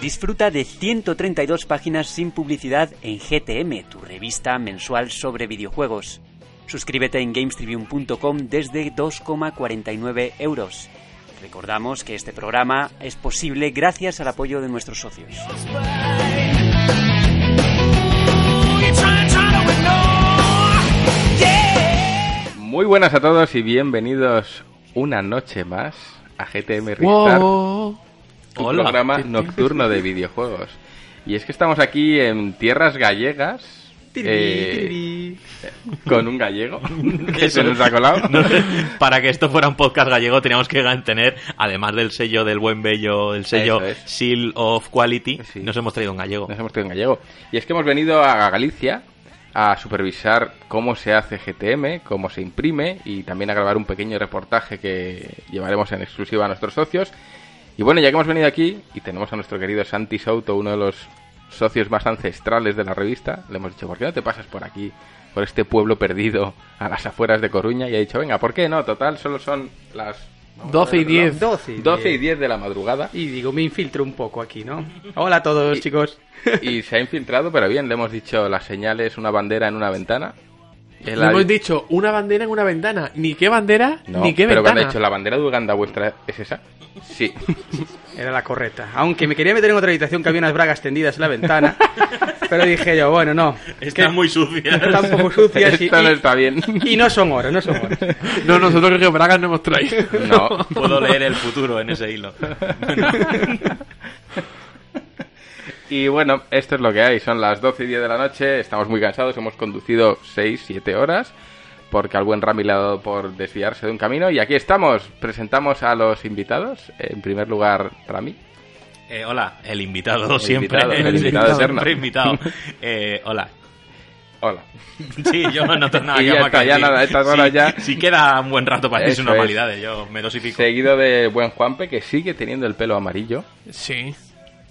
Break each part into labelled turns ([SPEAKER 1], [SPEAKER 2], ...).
[SPEAKER 1] Disfruta de 132 páginas sin publicidad en GTM, tu revista mensual sobre videojuegos. Suscríbete en gamestribune.com desde 2,49 euros. Recordamos que este programa es posible gracias al apoyo de nuestros socios.
[SPEAKER 2] Muy buenas a todos y bienvenidos una noche más a GTM Restart,
[SPEAKER 3] Wow.
[SPEAKER 2] un
[SPEAKER 3] Hola.
[SPEAKER 2] programa nocturno de videojuegos. Y es que estamos aquí en tierras gallegas eh,
[SPEAKER 3] Tiriri.
[SPEAKER 2] con un gallego que se
[SPEAKER 3] Eso es.
[SPEAKER 2] nos ha colado.
[SPEAKER 3] No, para que esto fuera un podcast gallego teníamos que tener, además del sello del buen bello, el sello
[SPEAKER 2] Eso es.
[SPEAKER 3] Seal of Quality,
[SPEAKER 2] Sí.
[SPEAKER 3] nos hemos traído un gallego.
[SPEAKER 2] Nos hemos traído en gallego. Y es que hemos venido a Galicia a supervisar cómo se hace GTM, cómo se imprime y también a grabar un pequeño reportaje que llevaremos en exclusiva a nuestros socios. Y bueno, ya que hemos venido aquí y tenemos a nuestro querido Santi Souto, uno de los socios más ancestrales de la revista, le hemos dicho, ¿por qué no te pasas por aquí, por este pueblo perdido a las afueras de Coruña? Y ha dicho, venga, ¿por qué no? Total, solo son las... vamos a
[SPEAKER 4] 12 y
[SPEAKER 2] ver el reloj.
[SPEAKER 4] 10. 12 y
[SPEAKER 2] 12 y 10 de la madrugada.
[SPEAKER 4] Y digo, me infiltro un poco aquí, ¿no? Hola a todos,
[SPEAKER 2] Y-
[SPEAKER 4] chicos.
[SPEAKER 2] Y se ha infiltrado, pero bien, le hemos dicho las señales, una bandera en una ventana. Él
[SPEAKER 5] Le
[SPEAKER 2] ha
[SPEAKER 5] hemos
[SPEAKER 2] di-
[SPEAKER 5] dicho una bandera en una ventana. Ni qué bandera,
[SPEAKER 2] No,
[SPEAKER 5] ni qué
[SPEAKER 2] pero cuando ha
[SPEAKER 5] ventana.
[SPEAKER 2] dicho la bandera de Uganda vuestra, ¿es esa? Sí.
[SPEAKER 4] Era la correcta. Aunque me quería meter en otra habitación que había unas bragas tendidas en la ventana. pero dije yo, bueno, no.
[SPEAKER 3] Están muy sucias.
[SPEAKER 4] Están poco sucias y,
[SPEAKER 2] Esto no
[SPEAKER 4] y-
[SPEAKER 2] está bien.
[SPEAKER 4] y no son oro, no son oro.
[SPEAKER 5] No, nosotros que bragas no hemos traído.
[SPEAKER 2] No.
[SPEAKER 3] Puedo leer el futuro en ese hilo.
[SPEAKER 2] Y bueno, esto es lo que hay. Son las 12 y 10 de la noche, estamos muy cansados, hemos conducido 6, 7 horas, porque al buen Rami le ha dado por desviarse de un camino. Y aquí estamos, presentamos a los invitados. En primer lugar, Rami.
[SPEAKER 3] Eh, hola, el invitado
[SPEAKER 2] El
[SPEAKER 3] siempre.
[SPEAKER 2] invitado, el invitado eterno.
[SPEAKER 3] siempre invitado. Eh, hola.
[SPEAKER 2] Hola.
[SPEAKER 3] Sí, yo no tengo nada
[SPEAKER 2] Y
[SPEAKER 3] que
[SPEAKER 2] ya
[SPEAKER 3] marcar.
[SPEAKER 2] está, ya
[SPEAKER 3] Sí,
[SPEAKER 2] nada, estas horas
[SPEAKER 3] sí,
[SPEAKER 2] ya.
[SPEAKER 3] sí queda un buen rato para
[SPEAKER 2] Eso
[SPEAKER 3] decir
[SPEAKER 2] es.
[SPEAKER 3] sus normalidades, yo me dosifico.
[SPEAKER 2] Seguido de buen Juanpe, que sigue teniendo el pelo amarillo.
[SPEAKER 5] Sí.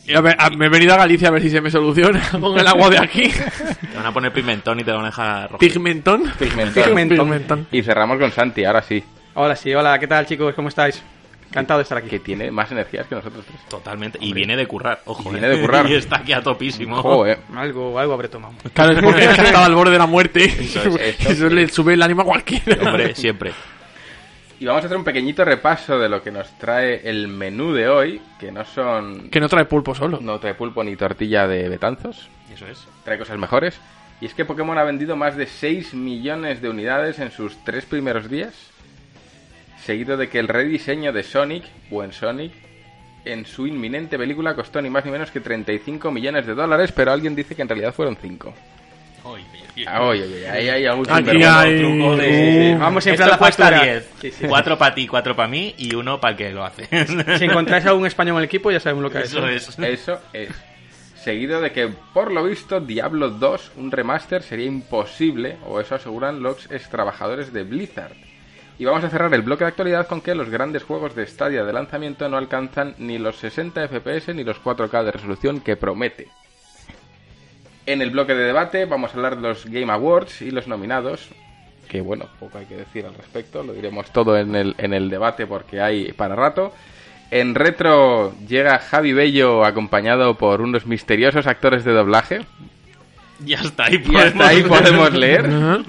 [SPEAKER 5] Y a ver, a- me he venido a Galicia a ver si se me soluciona con el agua de aquí.
[SPEAKER 3] Te van a poner pimentón y te van a dejar rojo.
[SPEAKER 5] Pigmentón.
[SPEAKER 2] Pigmentado.
[SPEAKER 4] Pigmentón.
[SPEAKER 5] Pigmentón.
[SPEAKER 2] Y cerramos con Santi, ahora sí,
[SPEAKER 4] Hola, sí, hola, ¿qué tal, chicos? ¿Cómo estáis? Encantado de estar aquí.
[SPEAKER 2] que tiene más energías que nosotros tres.
[SPEAKER 3] Totalmente. Y viene de currar, ojo.
[SPEAKER 2] Y viene
[SPEAKER 3] eh.
[SPEAKER 2] de currar.
[SPEAKER 3] Y está aquí a topísimo.
[SPEAKER 2] Ojo, eh.
[SPEAKER 4] Algo, algo habré tomado.
[SPEAKER 5] Claro, es porque es que estaba al borde de la muerte.
[SPEAKER 2] Eso
[SPEAKER 5] Eso,
[SPEAKER 2] es, eso es.
[SPEAKER 5] le sube el ánimo a cualquiera.
[SPEAKER 3] Hombre, siempre.
[SPEAKER 2] Y vamos a hacer un pequeñito repaso de lo que nos trae el menú de hoy, que no son...
[SPEAKER 5] Que no trae pulpo solo.
[SPEAKER 2] No trae pulpo ni tortilla de betanzos,
[SPEAKER 3] Eso es.
[SPEAKER 2] trae cosas mejores. Y es que Pokémon ha vendido más de 6 millones de unidades en sus tres primeros días, seguido de que el rediseño de Sonic, buen Sonic, en su inminente película costó ni más ni menos que 35 millones de dólares, pero alguien dice que en realidad fueron 5. Ah, Oye, oye, ahí hay algún
[SPEAKER 5] Aquí
[SPEAKER 2] sinvergüenza.
[SPEAKER 5] hay-
[SPEAKER 3] truco de-
[SPEAKER 5] Uh,
[SPEAKER 4] Vamos a
[SPEAKER 3] Esto
[SPEAKER 4] inflar la
[SPEAKER 3] cuesta
[SPEAKER 4] factura.
[SPEAKER 3] 10.
[SPEAKER 4] Sí, sí.
[SPEAKER 3] Cuatro para ti, cuatro para mí y uno para el que lo hace.
[SPEAKER 4] Si encontráis a un español en el equipo, ya sabemos lo que
[SPEAKER 3] Eso
[SPEAKER 4] es.
[SPEAKER 3] es.
[SPEAKER 2] Eso es. Seguido de que, por lo visto, Diablo 2, un remaster, sería imposible, o eso aseguran los ex trabajadores de Blizzard. Y vamos a cerrar el bloque de actualidad con que los grandes juegos de Stadia de lanzamiento no alcanzan ni los 60 FPS ni los 4K de resolución que promete. En el bloque de debate vamos a hablar de los Game Awards y los nominados, que bueno, poco hay que decir al respecto, lo diremos todo en el, en el debate porque hay para rato. En retro llega Javi Bello acompañado por unos misteriosos actores de doblaje,
[SPEAKER 3] Ya está ahí.
[SPEAKER 2] y hasta ahí podemos leer.
[SPEAKER 5] Ajá.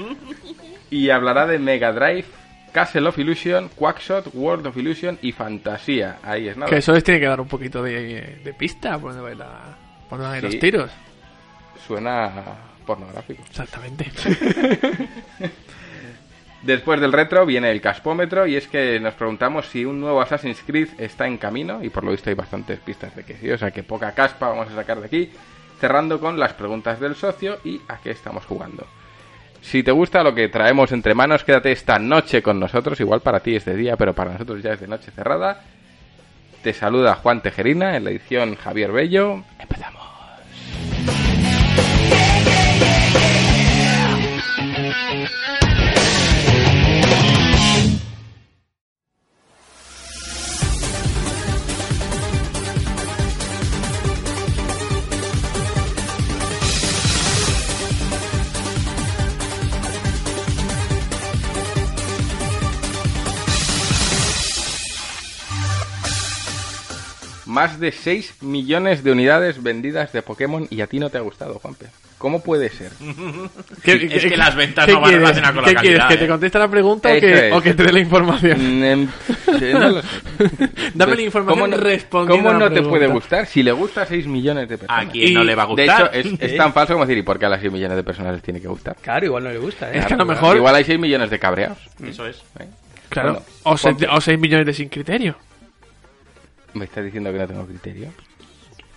[SPEAKER 2] Y hablará de Mega Drive, Castle of Illusion, Quackshot, World of Illusion y Fantasía. Ahí es nada.
[SPEAKER 5] Que eso les tiene que dar un poquito de, de pista por donde va la- por donde van a ir
[SPEAKER 2] Sí.
[SPEAKER 5] los tiros.
[SPEAKER 2] Suena pornográfico.
[SPEAKER 5] Exactamente.
[SPEAKER 2] Después del retro viene el caspómetro y es que nos preguntamos si un nuevo Assassin's Creed está en camino y por lo visto hay bastantes pistas de que sí, o sea que poca caspa vamos a sacar de aquí, cerrando con las preguntas del socio y a qué estamos jugando. Si te gusta lo que traemos entre manos, quédate esta noche con nosotros, igual para ti es de día, pero para nosotros ya es de noche cerrada. Te saluda Juan Tejerina, en la edición Javier Bello. Empezamos. euros. Más de 6 millones de unidades vendidas de Pokémon y a ti no te ha gustado, Juanpe. ¿Cómo puede ser?
[SPEAKER 3] Es que las ventas no van
[SPEAKER 5] quieres?
[SPEAKER 3] relacionadas con la
[SPEAKER 5] ¿Qué quieres?
[SPEAKER 3] calidad,
[SPEAKER 5] ¿Que
[SPEAKER 3] eh?
[SPEAKER 5] te conteste la pregunta o
[SPEAKER 2] Eso
[SPEAKER 5] que,
[SPEAKER 2] es.
[SPEAKER 5] o que te dé la información?
[SPEAKER 2] Mm, em, eh, no lo sé.
[SPEAKER 5] Dame la información
[SPEAKER 2] ¿Cómo no,
[SPEAKER 5] respondida
[SPEAKER 2] ¿Cómo
[SPEAKER 5] a la
[SPEAKER 2] no te
[SPEAKER 5] pregunta?
[SPEAKER 2] puede gustar? Si le gusta a 6 millones de personas.
[SPEAKER 3] ¿A quién no
[SPEAKER 5] Y,
[SPEAKER 3] le va a
[SPEAKER 2] De
[SPEAKER 3] gustar?
[SPEAKER 2] hecho, es, es tan falso como decir, ¿y por qué a las 6 millones de personas les tiene que gustar?
[SPEAKER 4] Claro, igual no le gusta, ¿eh?
[SPEAKER 5] Es que a lo
[SPEAKER 2] Claro,
[SPEAKER 5] mejor-
[SPEAKER 2] Igual hay 6 millones de cabreados.
[SPEAKER 3] Eso es.
[SPEAKER 2] ¿eh?
[SPEAKER 5] Claro.
[SPEAKER 2] Bueno,
[SPEAKER 5] O, seis,
[SPEAKER 2] Juanpe,
[SPEAKER 5] o seis millones de sin criterio.
[SPEAKER 2] ¿Me estás diciendo que no tengo criterio?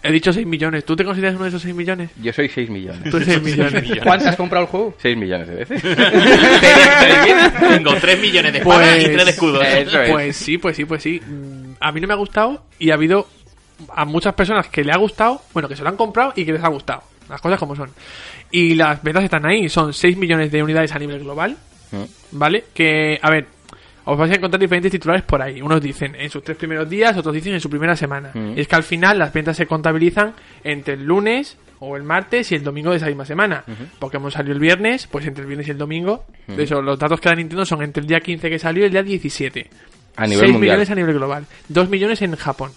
[SPEAKER 5] He dicho 6 millones. ¿Tú te consideras uno de esos 6 millones?
[SPEAKER 2] Yo soy 6 millones.
[SPEAKER 5] Tú 6 millones.
[SPEAKER 4] ¿eh? ¿Cuántas has comprado el juego?
[SPEAKER 2] 6 millones de veces.
[SPEAKER 3] Tengo 3 millones de espadas y 3 de escudos.
[SPEAKER 2] Eso es.
[SPEAKER 5] Pues sí, pues sí, pues sí. Mm, A mí no me ha gustado y ha habido a muchas personas que le ha gustado, bueno, que se lo han comprado y que les ha gustado. Las cosas como son. Y las ventas están ahí. Son 6 millones de unidades a nivel global, ¿vale? Que, a ver, os vais a encontrar diferentes titulares por ahí. Unos dicen en sus tres primeros días, otros dicen en su primera semana.
[SPEAKER 2] Mm.
[SPEAKER 5] Y es que al final las ventas se contabilizan entre el lunes o el martes y el domingo de esa misma semana. Pokémon salió el viernes, pues entre el viernes y el domingo. De eso, los datos que da Nintendo son entre el día 15 que salió y el día 17.
[SPEAKER 2] A nivel
[SPEAKER 5] 6
[SPEAKER 2] mundial.
[SPEAKER 5] millones a nivel global. 2 millones en Japón.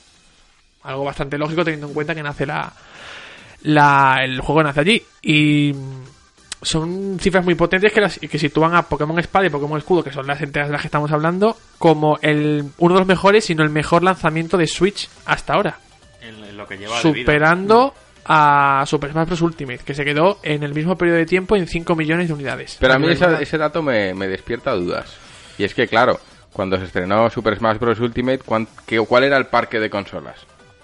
[SPEAKER 5] Algo bastante lógico teniendo en cuenta que nace la, la el juego nace allí. Y mm, son cifras muy potentes que, las, que sitúan a Pokémon Espada y Pokémon Escudo, que son las entregas de las que estamos hablando, como el uno de los mejores, sino el mejor lanzamiento de Switch hasta ahora.
[SPEAKER 3] En- en lo que lleva de vida.
[SPEAKER 5] superando a Super Smash Bros. Ultimate, que se quedó en el mismo periodo de tiempo en 5 millones de unidades.
[SPEAKER 2] Pero a mí
[SPEAKER 5] nivel
[SPEAKER 2] esa-
[SPEAKER 5] global.
[SPEAKER 2] ese dato me, me despierta dudas. Y es que, claro, cuando se estrenó Super Smash Bros. Ultimate, ¿cuán- qué- ¿cuál era el parque de consolas?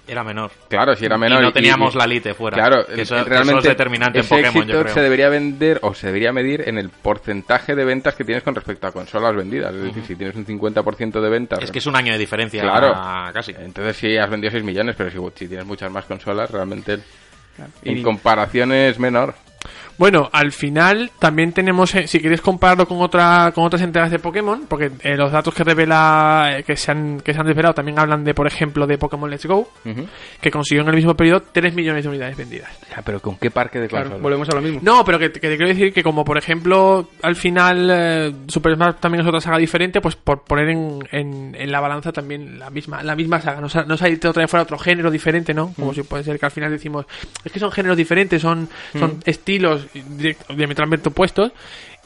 [SPEAKER 3] Era menor.
[SPEAKER 2] Claro, si era menor.
[SPEAKER 3] Y no teníamos la Lite fuera.
[SPEAKER 2] Claro,
[SPEAKER 3] Que eso,
[SPEAKER 2] eh,
[SPEAKER 3] que eso
[SPEAKER 2] realmente
[SPEAKER 3] es determinante en
[SPEAKER 2] ese
[SPEAKER 3] Pokémon, yo
[SPEAKER 2] éxito
[SPEAKER 3] creo.
[SPEAKER 2] se debería vender o se debería medir en el porcentaje de ventas que tienes con respecto a consolas vendidas. Es decir, si tienes un 50% de ventas.
[SPEAKER 3] Es que es un año de diferencia.
[SPEAKER 2] Claro.
[SPEAKER 3] ah, Casi.
[SPEAKER 2] Entonces sí, has vendido 6 millones, pero si, si tienes muchas más consolas, realmente el- en comparación es menor.
[SPEAKER 5] Bueno, al final también tenemos, eh, si queréis compararlo con otra, con otras entregas de Pokémon, porque eh, los datos que revela, eh, que se han, que se han desvelado también hablan de, por ejemplo, de Pokémon Let's Go,
[SPEAKER 2] Ujú.
[SPEAKER 5] que consiguió en el mismo periodo 3 millones de unidades vendidas.
[SPEAKER 2] Ya, pero ¿con qué parque de
[SPEAKER 4] Claro,
[SPEAKER 2] consolas?
[SPEAKER 4] volvemos a lo mismo.
[SPEAKER 5] No, pero que, que te quiero decir que como por ejemplo al final eh, Super Smash también es otra saga diferente, pues por poner en, en- en la balanza también la misma la misma saga, no, sa- no salir otra vez fuera otro género diferente, ¿no? Como si puede ser que al final decimos, es que son géneros diferentes, son, son estilos direct- diametralmente opuestos,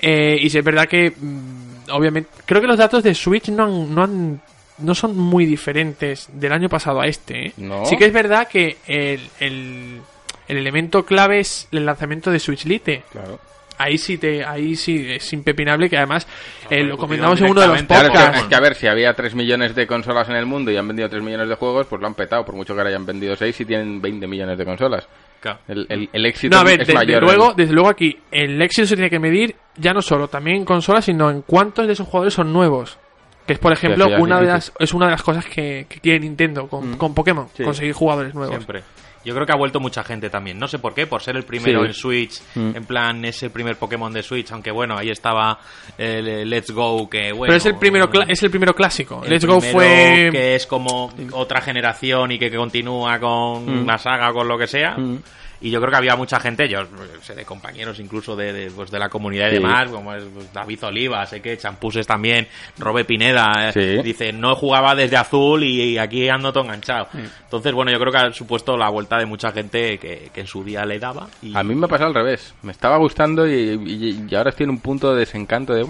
[SPEAKER 5] eh, y si es verdad que mm, obviamente creo que los datos de Switch no han... No han- no son muy diferentes del año pasado a este. ¿eh?
[SPEAKER 2] No.
[SPEAKER 5] Sí que es verdad que el, el- el elemento clave es el lanzamiento de Switch Lite.
[SPEAKER 2] Claro.
[SPEAKER 5] Ahí sí te, ahí sí es impepinable que además eh,
[SPEAKER 3] repercutido
[SPEAKER 5] lo comentamos en uno de los
[SPEAKER 2] Claro, es
[SPEAKER 3] directamente al
[SPEAKER 2] que-
[SPEAKER 5] podcasts.
[SPEAKER 3] Pokémon.
[SPEAKER 2] es que a ver, si había 3 millones de consolas en el mundo y han vendido 3 millones de juegos, pues lo han petado, por mucho que ahora hayan vendido 6 y tienen 20 millones de consolas.
[SPEAKER 3] Claro.
[SPEAKER 2] El, el- el éxito
[SPEAKER 5] No, a ver,
[SPEAKER 2] es
[SPEAKER 5] desde
[SPEAKER 2] mayor. ¿eh?
[SPEAKER 5] luego, desde luego aquí el éxito se tiene que medir ya no solo también en consolas, sino en cuántos de esos jugadores son nuevos. Que es por ejemplo
[SPEAKER 2] eso ya es
[SPEAKER 5] una de las,
[SPEAKER 2] difícil.
[SPEAKER 5] es una de las cosas que, que quiere Nintendo con, con Pokémon,
[SPEAKER 2] Mm. Sí.
[SPEAKER 5] conseguir jugadores nuevos.
[SPEAKER 3] Siempre. Yo creo que ha vuelto mucha gente también. No sé por qué, por ser el primero
[SPEAKER 2] Sí.
[SPEAKER 3] en Switch,
[SPEAKER 5] Mm.
[SPEAKER 3] en plan ese primer Pokémon de Switch, aunque bueno, ahí estaba el eh, Let's Go, que bueno. mm.
[SPEAKER 5] Pero es el primero cla- es el primero clásico.
[SPEAKER 3] el
[SPEAKER 5] Let's Go
[SPEAKER 3] primero
[SPEAKER 5] fue
[SPEAKER 3] Que es como otra generación y que, que continúa
[SPEAKER 5] Mm.
[SPEAKER 3] con la saga o con lo que sea. Y yo creo que había mucha gente, yo sé, de compañeros incluso de, de, pues, de la comunidad
[SPEAKER 2] Sí.
[SPEAKER 3] y demás, como es pues, David Oliva, sé que Champuses también, Robe Pineda, eh,
[SPEAKER 2] Sí.
[SPEAKER 3] dice, no jugaba desde azul y, y aquí ando todo enganchado.
[SPEAKER 5] Mm.
[SPEAKER 3] Entonces, bueno, yo creo que ha supuesto la vuelta de mucha gente que, que en su día le daba. Y,
[SPEAKER 2] A mí me ha pasado al revés. Me estaba gustando y, y- y ahora estoy en un punto de desencanto de...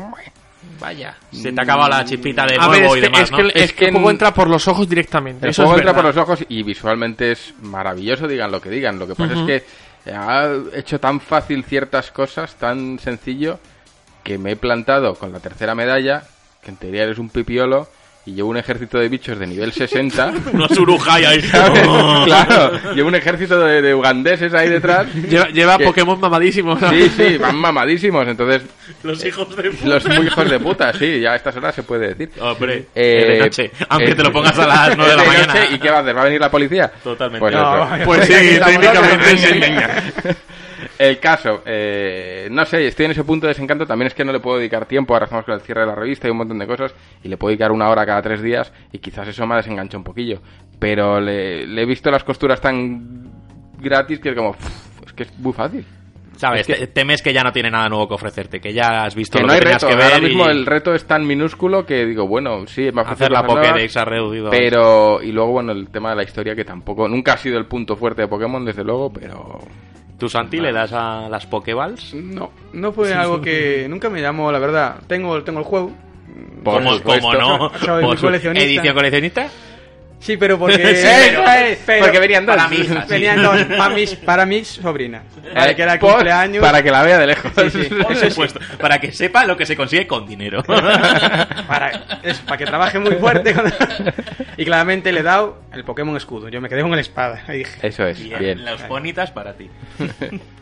[SPEAKER 3] vaya, se te acaba la chispita de
[SPEAKER 5] A ver,
[SPEAKER 3] nuevo y
[SPEAKER 5] es que,
[SPEAKER 3] demás,
[SPEAKER 5] es
[SPEAKER 3] ¿no?
[SPEAKER 5] que el,
[SPEAKER 2] Es
[SPEAKER 5] es que el
[SPEAKER 2] que
[SPEAKER 5] juego
[SPEAKER 2] en-
[SPEAKER 5] entra por los ojos directamente.
[SPEAKER 2] El
[SPEAKER 5] eso
[SPEAKER 2] juego
[SPEAKER 5] es
[SPEAKER 2] entra por
[SPEAKER 5] verdad.
[SPEAKER 2] los ojos y visualmente es maravilloso, digan lo que digan. Lo que pasa es que ha hecho tan fácil ciertas cosas, tan sencillo, que me he plantado con la tercera medalla, que en teoría eres un pipiolo, y llevo un ejército de bichos de nivel 60.
[SPEAKER 3] No surujai ahí.
[SPEAKER 2] ¿sabes?
[SPEAKER 5] Oh.
[SPEAKER 2] claro, llevo un ejército de, de ugandeses ahí detrás.
[SPEAKER 5] Lleva, lleva
[SPEAKER 2] que-
[SPEAKER 5] Pokémon mamadísimos.
[SPEAKER 2] Sí, sí, van mamadísimos, entonces
[SPEAKER 3] Los hijos de puta.
[SPEAKER 2] los muy hijos de puta, sí, ya a estas horas se puede decir.
[SPEAKER 3] Hombre,
[SPEAKER 2] Eh,
[SPEAKER 3] es de noche. Aunque
[SPEAKER 2] eh,
[SPEAKER 3] te lo pongas a las 9 de la
[SPEAKER 2] es noche,
[SPEAKER 3] mañana.
[SPEAKER 2] ¿Y qué va a hacer? ¿Va a venir la policía?
[SPEAKER 3] Totalmente.
[SPEAKER 2] Pues
[SPEAKER 3] No,
[SPEAKER 2] eso.
[SPEAKER 4] vaya.
[SPEAKER 5] Pues sí, técnicamente sí.
[SPEAKER 2] El caso, eh, no sé, estoy en ese punto de desencanto. También es que no le puedo dedicar tiempo. Ahora estamos con el cierre de la revista y un montón de cosas. Y le puedo dedicar una hora cada tres días. Y quizás eso me ha desenganchado un poquillo. Pero le, le he visto las costuras tan gratis que es como. "Pff, Es que es muy fácil.
[SPEAKER 3] ¿Sabes? Te- Temes que ya no tiene nada nuevo que ofrecerte, que ya has visto
[SPEAKER 2] Que
[SPEAKER 3] lo
[SPEAKER 2] no
[SPEAKER 3] que
[SPEAKER 2] hay
[SPEAKER 3] tenías
[SPEAKER 2] reto.
[SPEAKER 3] que ver.
[SPEAKER 2] Ahora mismo
[SPEAKER 3] y
[SPEAKER 2] el reto es tan minúsculo que digo, bueno, sí, me ofrece
[SPEAKER 3] hacer la
[SPEAKER 2] cosas nuevas,
[SPEAKER 3] Pokédex ha reducido.
[SPEAKER 2] Pero, y luego, bueno, el tema de la historia que tampoco, nunca ha sido el punto fuerte de Pokémon, desde luego, pero.
[SPEAKER 3] ¿Tú, Santi, le das a las Pokéballs?
[SPEAKER 2] No.
[SPEAKER 4] No fue algo que nunca me llamó, la verdad. Tengo, tengo el juego.
[SPEAKER 2] Por
[SPEAKER 3] como,
[SPEAKER 2] supuesto.
[SPEAKER 3] como no.
[SPEAKER 4] Soy
[SPEAKER 3] Por
[SPEAKER 4] muy
[SPEAKER 3] su-
[SPEAKER 4] coleccionista.
[SPEAKER 3] ¿Edición coleccionista?
[SPEAKER 4] Sí, pero porque.
[SPEAKER 3] Sí, pero-
[SPEAKER 4] Eso es, pero-
[SPEAKER 2] porque venían dos.
[SPEAKER 3] Para mi hija, sí.
[SPEAKER 4] Venían dos. Para mis, para mis sobrinas. Para
[SPEAKER 2] Eh,
[SPEAKER 4] que era el
[SPEAKER 2] por-
[SPEAKER 4] cumpleaños.
[SPEAKER 2] Para que la vea de lejos.
[SPEAKER 4] Sí, sí.
[SPEAKER 3] Por supuesto. Para que sepa lo que se consigue con dinero.
[SPEAKER 4] Para, eso, para que trabaje muy fuerte. con- y claramente le he dado el Pokémon escudo. Yo me quedé con el espada. Y dije,
[SPEAKER 2] Eso es,
[SPEAKER 3] Bien,
[SPEAKER 2] bien.
[SPEAKER 3] Las bonitas para ti.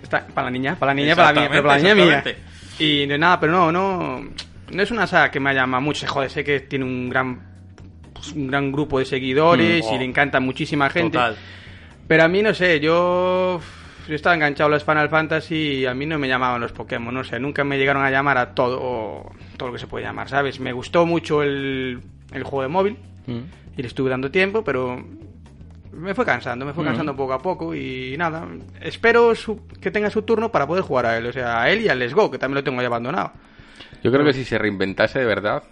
[SPEAKER 4] está, para la niña, para la niña, para la mía, pero para la niña mía.
[SPEAKER 3] Exactamente,
[SPEAKER 4] Y no, nada, pero no, no. No es una saga que me llama mucho. Joder, sé que tiene un gran pues, un gran grupo de seguidores
[SPEAKER 3] Mm, oh.
[SPEAKER 4] y le encanta muchísima gente.
[SPEAKER 3] Total.
[SPEAKER 4] Pero a mí no sé, yo, yo estaba enganchado a los Final Fantasy y a mí no me llamaban los Pokémon, no sé, nunca me llegaron a llamar a todo, todo lo que se puede llamar, ¿sabes? Me gustó mucho el, el juego de móvil
[SPEAKER 2] Mm.
[SPEAKER 4] y le estuve dando tiempo, pero me fue cansando, me fue cansando poco a poco y nada, espero su- que tenga su turno para poder jugar a él, o sea, a él y al Let's Go, que también lo tengo ya abandonado.
[SPEAKER 2] Yo creo que si se reinventase de verdad,